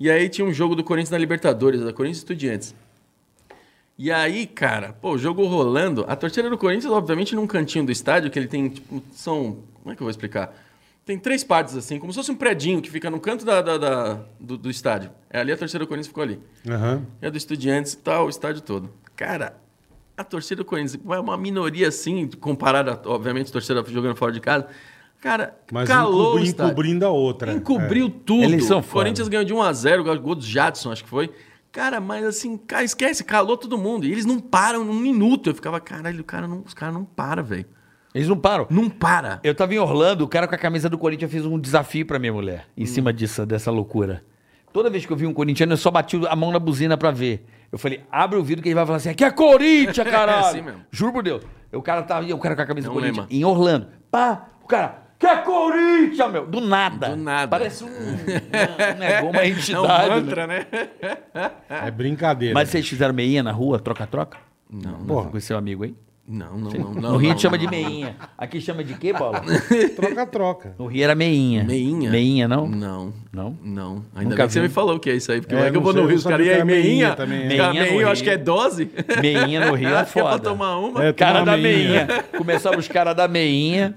[SPEAKER 4] E aí tinha um jogo do Corinthians na Libertadores, da Corinthians e Estudiantes. E aí, cara, pô, o jogo rolando, a torcida do Corinthians, obviamente, num cantinho do estádio, que ele tem, tipo, são. Como é que eu vou explicar? Tem três partes, assim, como se fosse um predinho que fica no canto da, da- da- do, do estádio. É ali a torcida do Corinthians ficou ali.
[SPEAKER 2] Aham.
[SPEAKER 4] É do Estudiantes e tal, o estádio todo. Cara, a torcida do Corinthians é uma minoria, assim, comparada, obviamente, a torcida jogando fora de casa. Cara,
[SPEAKER 2] Mas
[SPEAKER 4] calou
[SPEAKER 2] encobri-
[SPEAKER 4] o estádio.
[SPEAKER 2] encobrindo a outra. É.
[SPEAKER 4] Encobriu tudo.
[SPEAKER 3] Eles são
[SPEAKER 4] o Corinthians ganhou de 1 a 0 gol do Jadson, acho que foi. Cara, mas assim, cara, esquece, calou todo mundo. E eles não param num minuto. Eu ficava, caralho, o cara não, os caras não param, velho.
[SPEAKER 3] Eles não param.
[SPEAKER 4] Não para.
[SPEAKER 3] Eu tava em Orlando, o cara com a camisa do Corinthians fez um desafio pra minha mulher,
[SPEAKER 4] Hum.
[SPEAKER 3] em cima disso, dessa loucura. Toda vez que eu vi um corintiano, eu só bati a mão na buzina pra ver. Eu falei, abre o vidro que ele vai falar assim, aqui é Corinthians, caralho!
[SPEAKER 4] É assim mesmo. É um
[SPEAKER 3] Juro por Deus. O cara tava, o cara com a camisa
[SPEAKER 4] Não
[SPEAKER 3] do Corinthians,
[SPEAKER 4] lembra.
[SPEAKER 3] em Orlando. Pá, o cara, que é Corinthians, meu! Do nada.
[SPEAKER 4] Do nada.
[SPEAKER 3] Parece um, um negócio, uma
[SPEAKER 4] É
[SPEAKER 3] entidade.
[SPEAKER 4] um
[SPEAKER 3] né?
[SPEAKER 4] mantra, né?
[SPEAKER 2] É brincadeira.
[SPEAKER 3] Mas vocês fizeram meinha na rua, troca-troca?
[SPEAKER 4] Não, não,
[SPEAKER 2] Porra,
[SPEAKER 3] Com seu amigo aí?
[SPEAKER 4] não, não, não.
[SPEAKER 3] no
[SPEAKER 4] não,
[SPEAKER 3] Rio a
[SPEAKER 4] não,
[SPEAKER 3] gente chama
[SPEAKER 4] não.
[SPEAKER 3] de meinha. Aqui chama de quê, Paulo?
[SPEAKER 2] troca-troca.
[SPEAKER 3] No Rio era meinha.
[SPEAKER 4] Meinha?
[SPEAKER 3] Meinha, não?
[SPEAKER 4] Não.
[SPEAKER 3] Não?
[SPEAKER 4] Não. Ainda
[SPEAKER 3] Nunca
[SPEAKER 4] bem que você
[SPEAKER 3] vi.
[SPEAKER 4] me falou o que é isso aí, porque
[SPEAKER 2] É,
[SPEAKER 4] como é que eu
[SPEAKER 2] não
[SPEAKER 4] vou
[SPEAKER 2] sei,
[SPEAKER 4] no
[SPEAKER 2] eu
[SPEAKER 4] Rio, os
[SPEAKER 2] sabia
[SPEAKER 4] caras
[SPEAKER 2] que
[SPEAKER 4] e aí,
[SPEAKER 2] era meinha
[SPEAKER 4] meinha?
[SPEAKER 2] também, é.
[SPEAKER 4] Cara,
[SPEAKER 3] Meinha no
[SPEAKER 4] meinha, eu acho que
[SPEAKER 3] Rio.
[SPEAKER 4] é dose.
[SPEAKER 3] Meinha no Rio é
[SPEAKER 4] Acho que é pra
[SPEAKER 3] foda.
[SPEAKER 4] tomar uma.
[SPEAKER 2] É,
[SPEAKER 4] É,
[SPEAKER 3] Cara da
[SPEAKER 2] Toma meinha.
[SPEAKER 3] meinha. Começaram os caras da meinha.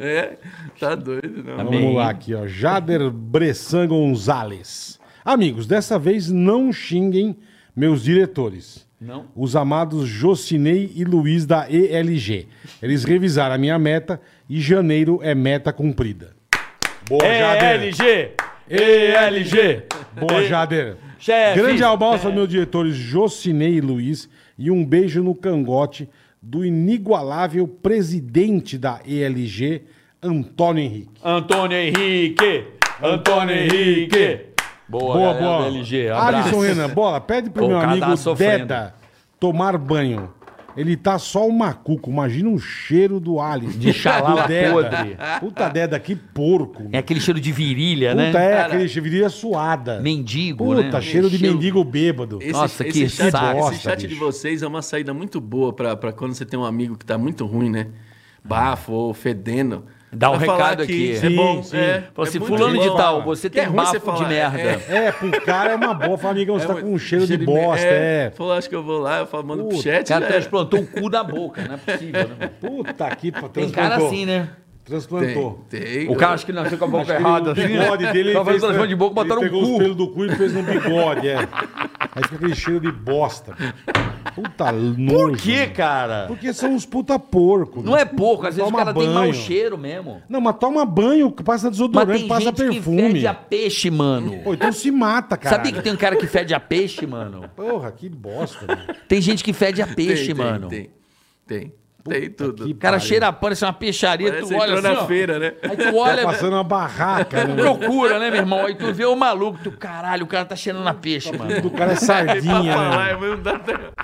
[SPEAKER 4] tá doido, não.
[SPEAKER 3] Tá
[SPEAKER 2] Vamos
[SPEAKER 3] Amém.
[SPEAKER 2] lá aqui, ó. Jader Bressan Gonzalez. Amigos, dessa vez não xinguem meus diretores.
[SPEAKER 3] Não.
[SPEAKER 2] Os amados Jocinei e Luiz da ELG. Eles revisaram a minha meta e janeiro é meta cumprida. Boa, Jader.
[SPEAKER 3] ELG!
[SPEAKER 2] É,
[SPEAKER 3] ELG!
[SPEAKER 2] Boa, Jader.
[SPEAKER 3] Chefe.
[SPEAKER 2] Grande abraço aos meus diretores Jocinei e Luiz e um beijo no cangote do inigualável presidente da ELG, Antônio Henrique.
[SPEAKER 3] Antônio Henrique! Antônio Henrique! Boa,
[SPEAKER 2] Boa,
[SPEAKER 3] galera
[SPEAKER 2] boa.
[SPEAKER 3] da LG.
[SPEAKER 4] um
[SPEAKER 3] Abraço.
[SPEAKER 2] Alisson Renan, bola, pede pro
[SPEAKER 3] Pô, o
[SPEAKER 2] meu
[SPEAKER 3] cara
[SPEAKER 2] amigo
[SPEAKER 3] tava sofrendo.
[SPEAKER 2] Deda tomar banho. Ele tá só o macuco, imagina o cheiro do Alisson.
[SPEAKER 3] De xalala
[SPEAKER 2] Do Deda.
[SPEAKER 3] podre.
[SPEAKER 2] Puta Deda, que porco.
[SPEAKER 3] É aquele cheiro de virilha,
[SPEAKER 2] Puta,
[SPEAKER 3] né?
[SPEAKER 2] é, aquele cheiro viria suada.
[SPEAKER 3] Mendigo,
[SPEAKER 2] Puta,
[SPEAKER 3] né?
[SPEAKER 2] cheiro de
[SPEAKER 3] Cheiro-
[SPEAKER 2] mendigo bêbado.
[SPEAKER 4] Esse,
[SPEAKER 3] Nossa,
[SPEAKER 4] esse
[SPEAKER 3] que
[SPEAKER 4] chat,
[SPEAKER 3] saco.
[SPEAKER 4] esse
[SPEAKER 2] Bosta,
[SPEAKER 4] chat de
[SPEAKER 2] bicho.
[SPEAKER 4] vocês é uma saída muito boa pra, pra quando você tem um amigo que tá muito ruim, né? Bafo ou fedendo.
[SPEAKER 3] Dá um
[SPEAKER 4] Pra falar
[SPEAKER 3] recado aqui.
[SPEAKER 4] isso
[SPEAKER 2] Sim,
[SPEAKER 4] É bom,
[SPEAKER 2] sim.
[SPEAKER 4] é,
[SPEAKER 3] Fala assim,
[SPEAKER 4] é muito
[SPEAKER 3] fulano de
[SPEAKER 4] bom.
[SPEAKER 3] tal, você
[SPEAKER 4] Que é
[SPEAKER 3] tem
[SPEAKER 4] ruim você
[SPEAKER 3] bafo de
[SPEAKER 4] falar,
[SPEAKER 3] merda.
[SPEAKER 4] é.
[SPEAKER 2] É, pro cara é uma boa. Fala, amigão, você tá com um cheiro, de
[SPEAKER 4] merda.
[SPEAKER 2] bosta, é.
[SPEAKER 4] Falou, acho que eu vou lá, eu falo, mando pro
[SPEAKER 2] Puta,
[SPEAKER 3] O
[SPEAKER 4] chat. é."
[SPEAKER 3] cara
[SPEAKER 4] já era.
[SPEAKER 3] transplantou o cu da boca, não é possível, né? mano?
[SPEAKER 2] Puta que pa-
[SPEAKER 3] Tem cara
[SPEAKER 2] transplantou.
[SPEAKER 3] assim, né? um
[SPEAKER 2] Transplantou.
[SPEAKER 4] Tem, tem.
[SPEAKER 3] O cara acho que nasceu com a boca errada.
[SPEAKER 2] o bigode dele. ele
[SPEAKER 3] assim, né? Tava fazendo
[SPEAKER 2] fez-
[SPEAKER 3] transplante de boca,
[SPEAKER 2] ele
[SPEAKER 3] botaram o
[SPEAKER 2] pegou os
[SPEAKER 3] cu.
[SPEAKER 2] pelos do cu e fez no bigode, é. Aí fica aquele cheiro de bosta. Puta nojo.
[SPEAKER 3] Por que, cara?
[SPEAKER 2] Porque são uns puta porco. né?
[SPEAKER 3] Não é pouco, às vezes
[SPEAKER 2] Toma
[SPEAKER 3] o cara tem mau
[SPEAKER 2] banho.
[SPEAKER 3] cheiro mesmo.
[SPEAKER 2] Não, mas toma banho, passa
[SPEAKER 3] Mas
[SPEAKER 2] desodorante,
[SPEAKER 3] tem
[SPEAKER 2] passa
[SPEAKER 3] gente que
[SPEAKER 2] perfume.
[SPEAKER 3] fede a peixe, mano.
[SPEAKER 2] Pô, então se mata, cara.
[SPEAKER 3] Sabia que tem um cara que fede a peixe, mano?
[SPEAKER 2] Porra, que bosta, mano.
[SPEAKER 3] Tem gente que fede a
[SPEAKER 4] Tem,
[SPEAKER 3] peixe,
[SPEAKER 4] tem,
[SPEAKER 3] mano.
[SPEAKER 4] Tem, tem. Tem
[SPEAKER 2] que
[SPEAKER 4] tudo.
[SPEAKER 3] O cara
[SPEAKER 2] Pariu.
[SPEAKER 3] cheira a parece uma peixaria,
[SPEAKER 4] Parece
[SPEAKER 3] tu olha
[SPEAKER 4] entrou
[SPEAKER 3] assim,
[SPEAKER 4] na
[SPEAKER 3] ó.
[SPEAKER 4] feira, né?
[SPEAKER 3] Aí tu
[SPEAKER 2] Tá
[SPEAKER 3] olha,
[SPEAKER 2] passando uma barraca, né? mano?
[SPEAKER 3] procura, né, meu irmão? Aí tu vê o maluco, tu, caralho, o cara tá cheirando a peixe,
[SPEAKER 2] O
[SPEAKER 3] mano.
[SPEAKER 2] cara é
[SPEAKER 4] Aí pra
[SPEAKER 2] sardinha, né?
[SPEAKER 4] falar,
[SPEAKER 2] mano?
[SPEAKER 4] eu vou dar-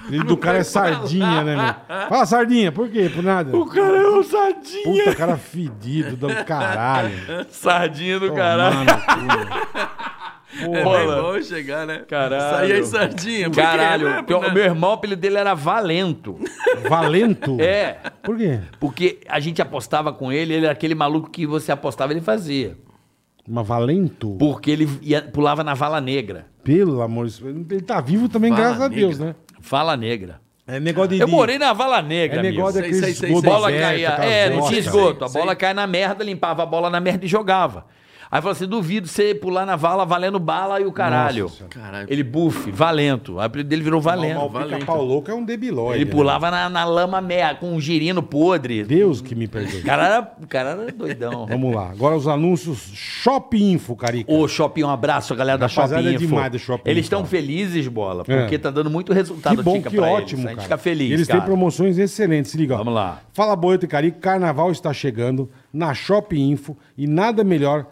[SPEAKER 2] O
[SPEAKER 4] não
[SPEAKER 2] do cara é
[SPEAKER 4] vai falar.
[SPEAKER 2] sardinha, né, meu? Fala sardinha, por quê? Por nada.
[SPEAKER 3] cara é um sardinha.
[SPEAKER 2] Puta cara fedido do caralho.
[SPEAKER 3] Sardinha do
[SPEAKER 2] Tomar
[SPEAKER 3] caralho.
[SPEAKER 2] no cu, meu.
[SPEAKER 4] É
[SPEAKER 2] Porra.
[SPEAKER 4] bem bom chegar, né?
[SPEAKER 3] Caralho.
[SPEAKER 4] Sair aí sardinha. por quê, né?
[SPEAKER 3] Caralho,
[SPEAKER 4] Por
[SPEAKER 3] pior-
[SPEAKER 4] nada.
[SPEAKER 3] meu irmão, o apelido dele era Valento.
[SPEAKER 2] Valento?
[SPEAKER 3] É.
[SPEAKER 2] Por quê?
[SPEAKER 3] Porque a gente apostava com ele, ele era aquele maluco que você apostava, ele fazia.
[SPEAKER 2] Mas Valento?
[SPEAKER 3] Porque ele ia- pulava na vala negra.
[SPEAKER 2] Pelo amor de Deus. Ele tá vivo também,
[SPEAKER 4] Fala,
[SPEAKER 2] graças a
[SPEAKER 4] nega.
[SPEAKER 2] Deus, né?
[SPEAKER 3] Vala negra.
[SPEAKER 2] É negócio de.
[SPEAKER 3] Eu morei na vala negra,
[SPEAKER 2] É
[SPEAKER 3] amigo.
[SPEAKER 2] negócio
[SPEAKER 4] Sei,
[SPEAKER 2] daquele
[SPEAKER 4] sei, sei,
[SPEAKER 2] esgoto
[SPEAKER 4] sei.
[SPEAKER 3] bola
[SPEAKER 2] aberto,
[SPEAKER 3] caía.
[SPEAKER 2] aquelas
[SPEAKER 3] É, não tinha
[SPEAKER 2] bostas.
[SPEAKER 3] esgoto. A
[SPEAKER 4] Sei,
[SPEAKER 3] bola
[SPEAKER 4] sei.
[SPEAKER 3] caía na merda, limpava a bola na merda e jogava. Aí falou assim: duvido você pular na vala valendo bala e o caralho.
[SPEAKER 2] Nossa Senhora.
[SPEAKER 4] Caralho.
[SPEAKER 3] ele buff, valento. O apelido dele virou
[SPEAKER 2] Mas
[SPEAKER 3] valento.
[SPEAKER 2] o pica-pau louco é um debilóide.
[SPEAKER 3] Ele
[SPEAKER 2] né?
[SPEAKER 3] pulava na, na lama meia, com um girino podre.
[SPEAKER 2] Deus que me
[SPEAKER 3] O
[SPEAKER 2] perdoe.
[SPEAKER 3] cara era, o cara era doidão.
[SPEAKER 2] Vamos lá. Agora os anúncios. Shop Info, Carica.
[SPEAKER 3] Ô, Shopping, um abraço, a galera da Shopping
[SPEAKER 2] Rapaziada, é
[SPEAKER 3] Info.
[SPEAKER 2] demais do Shopping
[SPEAKER 3] Eles
[SPEAKER 2] Info,
[SPEAKER 3] estão
[SPEAKER 2] cara.
[SPEAKER 3] felizes, bola, porque
[SPEAKER 2] É.
[SPEAKER 3] tá dando muito resultado
[SPEAKER 2] que bom,
[SPEAKER 3] Tica,
[SPEAKER 2] que
[SPEAKER 3] pra eles.
[SPEAKER 2] ótimo,
[SPEAKER 3] A gente
[SPEAKER 2] cara.
[SPEAKER 3] fica feliz,
[SPEAKER 2] Eles
[SPEAKER 3] cara.
[SPEAKER 2] têm promoções excelentes, se liga. ó.
[SPEAKER 3] Vamos lá.
[SPEAKER 2] Fala Boeto e Carico, Carnaval está chegando na Shop Info e nada melhor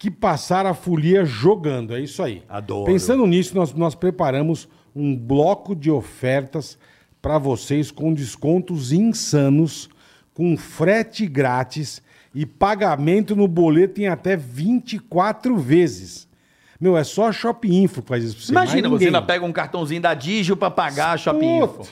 [SPEAKER 2] que passar a folia jogando. É isso aí.
[SPEAKER 3] Adoro.
[SPEAKER 2] Pensando nisso, nós, nós preparamos um bloco de ofertas para vocês com descontos insanos, com frete grátis e pagamento no boleto em até 24 vezes. Meu, é só a Shop Info que faz isso pra você.
[SPEAKER 3] Imagina,
[SPEAKER 2] mais
[SPEAKER 3] você
[SPEAKER 2] ninguém.
[SPEAKER 3] ainda pega um cartãozinho da Digio pra pagar a Shopping Info.
[SPEAKER 2] Puta.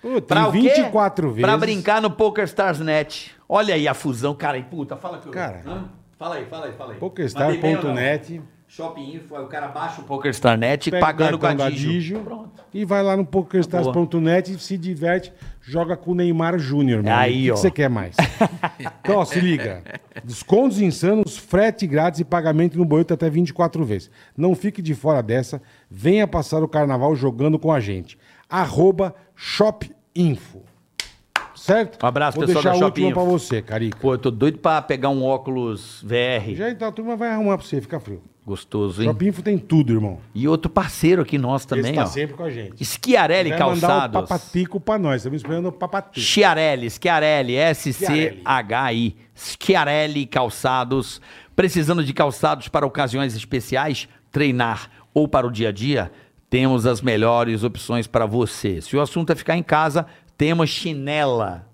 [SPEAKER 2] Puta,
[SPEAKER 3] Pra
[SPEAKER 2] em
[SPEAKER 3] o quê?
[SPEAKER 2] 24 vezes.
[SPEAKER 3] Pra brincar no Poker Stars Net. Olha aí a fusão, cara. E puta, fala que eu...
[SPEAKER 2] Cara.
[SPEAKER 3] Hã? Fala aí, fala aí, fala aí. Mandei bem ou não?
[SPEAKER 2] Pokerstar.net.
[SPEAKER 3] Shopping Info, aí o cara baixa o Poker Star Net
[SPEAKER 2] Pega
[SPEAKER 3] pagando
[SPEAKER 2] o
[SPEAKER 3] com a
[SPEAKER 2] cartão da
[SPEAKER 3] Digio.
[SPEAKER 2] Digio
[SPEAKER 3] Pronto.
[SPEAKER 2] e vai lá no pokerstars.net e se diverte, joga com o Neymar Júnior, meu.
[SPEAKER 3] Aí,
[SPEAKER 2] amigo. o que
[SPEAKER 3] ó.
[SPEAKER 2] que você quer mais? então, ó, se liga. Descontos insanos, frete grátis e pagamento no boleto até 24 vezes. Não fique de fora dessa. Venha passar o carnaval jogando com a gente. Arroba Shopinfo. Certo?
[SPEAKER 3] Um abraço,
[SPEAKER 2] Vou
[SPEAKER 3] pessoal
[SPEAKER 2] deixar
[SPEAKER 3] da
[SPEAKER 2] a
[SPEAKER 3] Shop
[SPEAKER 2] última
[SPEAKER 3] Info.
[SPEAKER 2] pra você, Carica.
[SPEAKER 3] Pô, eu tô doido pra pegar um óculos VR.
[SPEAKER 2] Já então a turma vai arrumar pra você, fica frio.
[SPEAKER 3] Gostoso, hein?
[SPEAKER 2] Shopinfo tem tudo, irmão.
[SPEAKER 3] E outro parceiro aqui nosso também,
[SPEAKER 2] Esse tá
[SPEAKER 3] ó.
[SPEAKER 2] sempre com a gente.
[SPEAKER 3] Schiarelli
[SPEAKER 2] Vai mandar o
[SPEAKER 3] Calçados.
[SPEAKER 2] papatico pra nós. Estamos esperando o papatico.
[SPEAKER 3] Schiarelli, Schiarelli, S-C-H-I. Schiarelli Calçados. Precisando de calçados para ocasiões especiais, treinar ou para o dia a dia? Temos as melhores opções para você. Se o assunto é ficar em casa, temos chinela.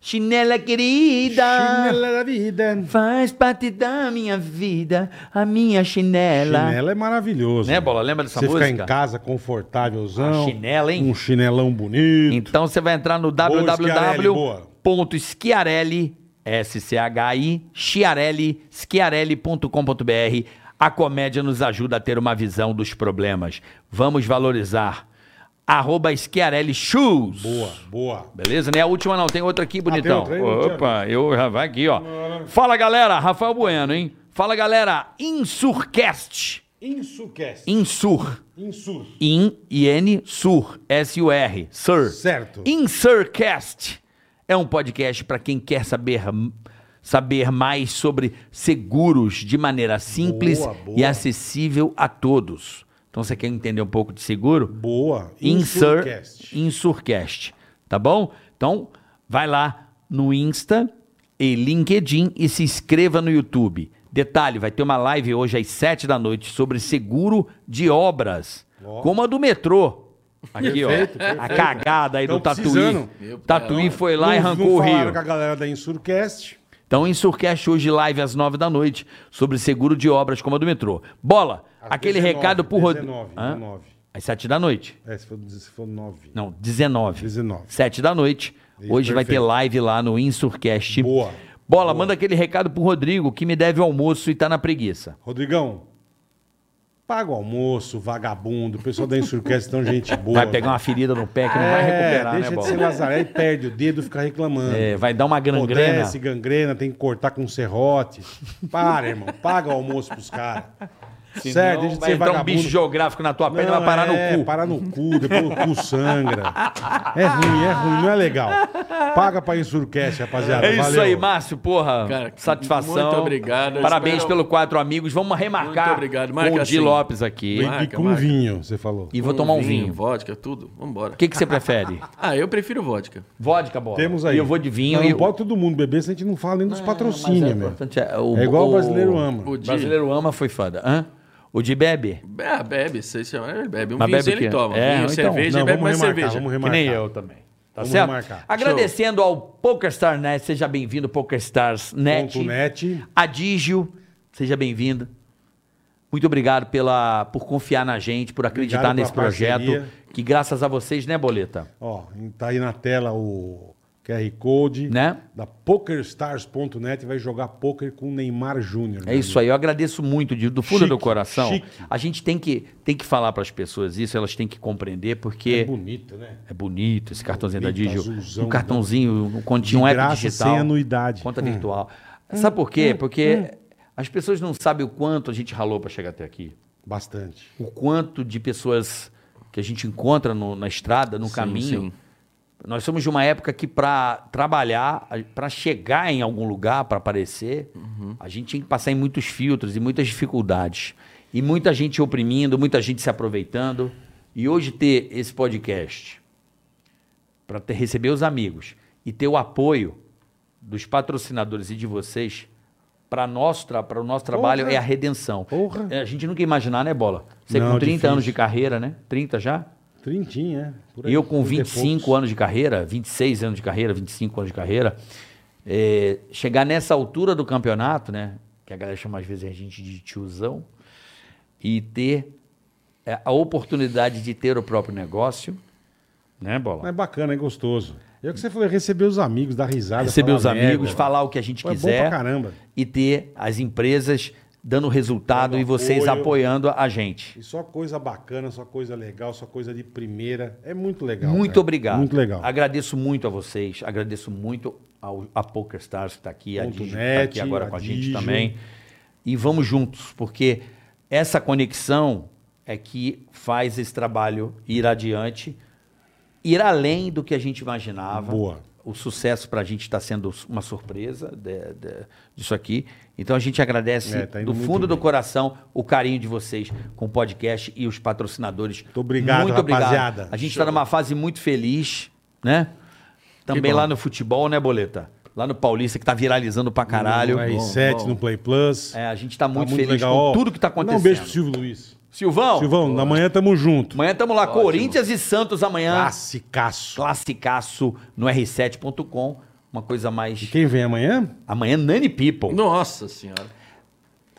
[SPEAKER 3] Chinela querida!
[SPEAKER 2] Chinela da vida.
[SPEAKER 3] Faz parte da minha vida, a minha chinela.
[SPEAKER 2] Chinela é maravilhoso.
[SPEAKER 3] Né, Bola? Lembra dessa
[SPEAKER 2] Você
[SPEAKER 3] música?
[SPEAKER 2] ficar em casa, confortávelzão.
[SPEAKER 3] Ah, chinela, hein?
[SPEAKER 2] Um chinelão bonito.
[SPEAKER 3] Então você vai entrar no
[SPEAKER 2] Schiarelli, boa.
[SPEAKER 3] www.schiarelli, S-C-H-I, Schiarelli, schiarelli.com.br. A comédia nos ajuda a ter uma visão dos problemas. Vamos valorizar. Arroba Schiarelli Shoes.
[SPEAKER 2] Boa, boa.
[SPEAKER 3] Beleza? Não é a última não, tem outra aqui, bonitão.
[SPEAKER 2] outra aí, não tinha
[SPEAKER 3] Opa, eu já vai aqui, ó. Fala, galera. Rafael Bueno, hein? Fala, galera. Insurcast.
[SPEAKER 2] Insucast.
[SPEAKER 3] Insur.
[SPEAKER 2] Insur.
[SPEAKER 3] In, IN, Sur, S-U-R, Sir.
[SPEAKER 2] Certo.
[SPEAKER 3] Insurcast é um podcast para quem quer saber, saber mais sobre seguros de maneira simples
[SPEAKER 2] Boa, boa.
[SPEAKER 3] e acessível a todos. Então você quer entender um pouco de seguro?
[SPEAKER 2] Boa.
[SPEAKER 3] Insur,
[SPEAKER 2] Insurcast.
[SPEAKER 3] Insurcast, tá bom? Então vai lá no Insta e LinkedIn e se inscreva no YouTube. Detalhe, vai ter uma live hoje às 7 da noite sobre seguro de obras,
[SPEAKER 2] Ó.
[SPEAKER 3] como a do metrô. Aqui, ó.
[SPEAKER 2] Perfeito,
[SPEAKER 3] A
[SPEAKER 2] perfeito.
[SPEAKER 3] cagada aí
[SPEAKER 2] Tão
[SPEAKER 3] do Tatuí.
[SPEAKER 2] precisando.
[SPEAKER 4] Meu pai,
[SPEAKER 3] Tatuí
[SPEAKER 4] não.
[SPEAKER 3] foi lá e
[SPEAKER 2] Não- não
[SPEAKER 3] arrancou o
[SPEAKER 2] falaram
[SPEAKER 3] Rio.
[SPEAKER 2] com a galera da Insurcast.
[SPEAKER 3] Então, em Surcast, hoje, live às 9 da noite, sobre seguro de obras como a do metrô. Bola,
[SPEAKER 2] Às
[SPEAKER 3] aquele
[SPEAKER 2] 19,
[SPEAKER 3] recado pro Rodrigo.
[SPEAKER 2] 19, 19.
[SPEAKER 3] Às 7 da noite.
[SPEAKER 2] É, se for, se for nove.
[SPEAKER 3] Não, 19.
[SPEAKER 2] 19.
[SPEAKER 3] 7 da noite.
[SPEAKER 2] Isso,
[SPEAKER 3] Hoje vai ter
[SPEAKER 2] perfeito.
[SPEAKER 3] live lá no Insurcast.
[SPEAKER 2] Boa.
[SPEAKER 3] Bola, manda aquele recado pro Rodrigo que me deve o almoço e tá na preguiça.
[SPEAKER 2] Rodrigão, paga o almoço, vagabundo. O pessoal da Insurcast é tão gente boa.
[SPEAKER 3] Vai pegar uma ferida no pé que não vai
[SPEAKER 2] É,
[SPEAKER 3] recuperar,
[SPEAKER 2] deixa
[SPEAKER 3] né,
[SPEAKER 2] de ser
[SPEAKER 3] Bola?
[SPEAKER 2] lazaré e perde o dedo e fica reclamando.
[SPEAKER 3] É, vai dar uma gangrena.
[SPEAKER 2] Acontece, gangrena, tem que cortar com serrote. Para, irmão, paga o almoço pros caras. Sério, deixa de
[SPEAKER 3] vai
[SPEAKER 2] ser
[SPEAKER 3] entrar
[SPEAKER 2] vagabundo.
[SPEAKER 3] um bicho geográfico na tua perna e vai parar
[SPEAKER 2] é,
[SPEAKER 3] no cu.
[SPEAKER 2] parar no cu, depois o cu sangra. É ruim, é ruim, não é legal. Paga pra Insurcast, rapaziada.
[SPEAKER 3] É isso
[SPEAKER 2] valeu.
[SPEAKER 3] aí, Márcio, porra.
[SPEAKER 4] Cara,
[SPEAKER 3] satisfação.
[SPEAKER 4] muito obrigado. Eu
[SPEAKER 3] Parabéns
[SPEAKER 4] espero-
[SPEAKER 3] pelo Quatro Amigos. Vamos remarcar
[SPEAKER 4] Muito obrigado. Marca
[SPEAKER 3] com o Di
[SPEAKER 4] assim.
[SPEAKER 3] Lopes aqui.
[SPEAKER 2] E,
[SPEAKER 4] Marca,
[SPEAKER 2] e com
[SPEAKER 4] marca.
[SPEAKER 2] vinho, você falou.
[SPEAKER 3] E vou tomar um vinho.
[SPEAKER 4] Vodka, tudo. Vambora.
[SPEAKER 3] O que, que você prefere?
[SPEAKER 4] Ah, eu prefiro vodka.
[SPEAKER 3] Vodka, bola.
[SPEAKER 2] Temos aí.
[SPEAKER 3] E eu vou de vinho.
[SPEAKER 2] Não,
[SPEAKER 3] e...
[SPEAKER 2] não pode todo mundo beber se a gente não fala nem dos patrocínios,
[SPEAKER 3] Mas é
[SPEAKER 2] meu.
[SPEAKER 3] importante, é, o-
[SPEAKER 2] É igual o
[SPEAKER 3] o-
[SPEAKER 2] brasileiro ama.
[SPEAKER 4] O
[SPEAKER 3] O
[SPEAKER 4] de...
[SPEAKER 3] brasileiro ama foi foda. Hã? O de bebe?
[SPEAKER 4] Ah, bebe. Se chama, ele bebe. Um
[SPEAKER 3] Mas
[SPEAKER 4] vinho
[SPEAKER 3] bebe o quê?
[SPEAKER 4] ele toma.
[SPEAKER 3] É,
[SPEAKER 4] vinho,
[SPEAKER 3] então.
[SPEAKER 4] cerveja,
[SPEAKER 2] Não,
[SPEAKER 4] ele bebe
[SPEAKER 2] vamos
[SPEAKER 4] mais
[SPEAKER 2] remarcar,
[SPEAKER 4] cerveja.
[SPEAKER 2] vamos
[SPEAKER 3] Que nem
[SPEAKER 2] remarcar.
[SPEAKER 3] eu também. Tá
[SPEAKER 2] Vamos
[SPEAKER 3] certo?
[SPEAKER 2] remarcar.
[SPEAKER 3] Agradecendo ao PokerStar Net, seja bem-vindo, PokerStars Net.
[SPEAKER 2] Ponto net.
[SPEAKER 3] Adígio, seja bem-vindo. Muito obrigado pela, por confiar na gente, por acreditar
[SPEAKER 2] Obrigado
[SPEAKER 3] nesse
[SPEAKER 2] pela
[SPEAKER 3] projeto.
[SPEAKER 2] parceria.
[SPEAKER 3] Que graças a vocês, né, Boleta?
[SPEAKER 2] Ó, tá aí na tela o QR Code
[SPEAKER 3] Né?
[SPEAKER 2] da PokerStars.net vai jogar poker com o Neymar Júnior.
[SPEAKER 3] É isso aí, eu agradeço muito de- do fundo
[SPEAKER 2] Chique,
[SPEAKER 3] do coração.
[SPEAKER 2] chique.
[SPEAKER 3] A gente tem que, tem que falar para as pessoas isso, elas têm que compreender,
[SPEAKER 2] É
[SPEAKER 3] porque
[SPEAKER 2] bonito, né?
[SPEAKER 3] é, bonito esse cartãozinho da
[SPEAKER 2] Bonito,
[SPEAKER 3] Digio.
[SPEAKER 2] azulzão, né?
[SPEAKER 3] um cartãozinho, um continho
[SPEAKER 2] De
[SPEAKER 3] app
[SPEAKER 2] graça,
[SPEAKER 3] digital.
[SPEAKER 2] sem anuidade. Hum.
[SPEAKER 3] Conta virtual. Sabe por quê? Porque As pessoas não sabem o quanto a gente ralou para chegar até aqui.
[SPEAKER 2] Bastante.
[SPEAKER 3] O quanto de pessoas que a gente encontra no- na estrada, no
[SPEAKER 4] Sim,
[SPEAKER 3] caminho.
[SPEAKER 4] sim.
[SPEAKER 3] Nós somos de uma época que para trabalhar, para chegar em algum lugar, para aparecer,
[SPEAKER 4] Uhum.
[SPEAKER 3] a gente tinha que passar em muitos filtros e muitas dificuldades. E muita gente oprimindo, muita gente se aproveitando. E hoje ter esse podcast para receber os amigos e ter o apoio dos patrocinadores e de vocês para nosso tra- para o nosso trabalho
[SPEAKER 2] Porra.
[SPEAKER 3] é a redenção.
[SPEAKER 2] Porra.
[SPEAKER 3] É, A gente nunca ia imaginar, né, Bola? Você
[SPEAKER 2] Não, é
[SPEAKER 3] com 30
[SPEAKER 2] difícil.
[SPEAKER 3] anos de carreira, né? 30 já?
[SPEAKER 2] Trintinha, é. Por
[SPEAKER 3] E eu com
[SPEAKER 2] trinta e
[SPEAKER 3] 25
[SPEAKER 2] poucos.
[SPEAKER 3] anos de carreira, 26 anos de carreira, 25 anos de carreira, é, chegar nessa altura do campeonato, né? Que a galera chama às vezes a gente de tiozão, e ter é, a oportunidade de ter o próprio negócio, né, Bola?
[SPEAKER 2] É bacana, é gostoso. É o que você falou, é receber os amigos, dar risada.
[SPEAKER 3] Receber
[SPEAKER 2] falar
[SPEAKER 3] os amigos,
[SPEAKER 2] merda.
[SPEAKER 3] falar o que a gente
[SPEAKER 2] Pô, é bom
[SPEAKER 3] quiser.
[SPEAKER 2] pra caramba.
[SPEAKER 3] E ter as empresas dando resultado
[SPEAKER 2] Dando
[SPEAKER 3] e vocês
[SPEAKER 2] apoio.
[SPEAKER 3] apoiando a gente.
[SPEAKER 2] E só coisa bacana, só coisa legal, só coisa de primeira. É muito legal.
[SPEAKER 3] Muito
[SPEAKER 2] cara.
[SPEAKER 3] obrigado.
[SPEAKER 2] Muito legal.
[SPEAKER 3] Agradeço muito a vocês, agradeço muito ao, a PokerStars que está aqui, a
[SPEAKER 2] Ponto
[SPEAKER 3] Digio que está
[SPEAKER 2] net,
[SPEAKER 3] aqui agora com a
[SPEAKER 2] a
[SPEAKER 3] gente
[SPEAKER 2] Digio.
[SPEAKER 3] também. E vamos juntos, porque essa conexão é que faz esse trabalho ir adiante, ir além do que a gente imaginava.
[SPEAKER 2] Boa.
[SPEAKER 3] O sucesso para a gente está sendo uma surpresa de- de- disso aqui. Então a gente agradece
[SPEAKER 2] É, tá indo
[SPEAKER 3] do
[SPEAKER 2] muito
[SPEAKER 3] fundo do
[SPEAKER 2] bem.
[SPEAKER 3] coração o carinho de vocês com o podcast e os patrocinadores. Muito
[SPEAKER 2] obrigado, rapaziada.
[SPEAKER 3] A gente está numa fase muito feliz, né? Também
[SPEAKER 4] bom.
[SPEAKER 3] lá no futebol, né, Boleta? Lá no Paulista, que tá viralizando pra caralho.
[SPEAKER 2] No R7,
[SPEAKER 4] bom.
[SPEAKER 2] no Play Plus.
[SPEAKER 3] É, a gente tá
[SPEAKER 2] é Tá
[SPEAKER 3] muito feliz com
[SPEAKER 2] Ó,
[SPEAKER 3] tudo que tá
[SPEAKER 2] Dá
[SPEAKER 3] acontecendo.
[SPEAKER 2] um beijo pro Silvio Luiz.
[SPEAKER 3] Silvão,
[SPEAKER 2] Silvão, na manhã tamo junto.
[SPEAKER 3] amanhã estamos lá, Corinthians e Santos amanhã.
[SPEAKER 2] Classicaço.
[SPEAKER 3] Classicaço no R7.com. Uma coisa mais.
[SPEAKER 2] E quem vem amanhã?
[SPEAKER 3] Amanhã, Nani People.
[SPEAKER 4] Nossa senhora.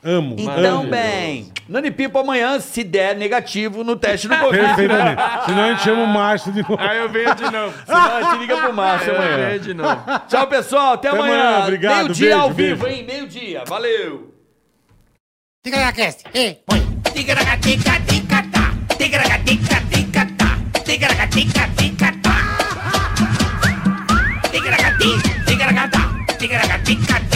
[SPEAKER 2] Amo.
[SPEAKER 3] Então,
[SPEAKER 2] amo.
[SPEAKER 3] bem, Nani People amanhã, se der negativo no teste do Covid.
[SPEAKER 2] Perfeitamente. Senão a gente chama o Márcio de novo.
[SPEAKER 5] Aí eu venho de novo.
[SPEAKER 3] Senão a gente liga pro Márcio
[SPEAKER 4] Eu
[SPEAKER 3] amanhã.
[SPEAKER 4] errei de novo.
[SPEAKER 3] Tchau, pessoal. Até,
[SPEAKER 2] É. Até
[SPEAKER 3] amanhã.
[SPEAKER 2] amanhã, obrigado,
[SPEAKER 3] Meio-dia
[SPEAKER 2] beijo,
[SPEAKER 3] ao
[SPEAKER 2] beijo.
[SPEAKER 3] vivo, hein? Meio-dia. Valeu.
[SPEAKER 6] Tica na cast, e põe. Tica na tica tica tá. Tica na tica tica tá. Tica na tica tica tá. Tica na tica tica tá. Tica na tica tica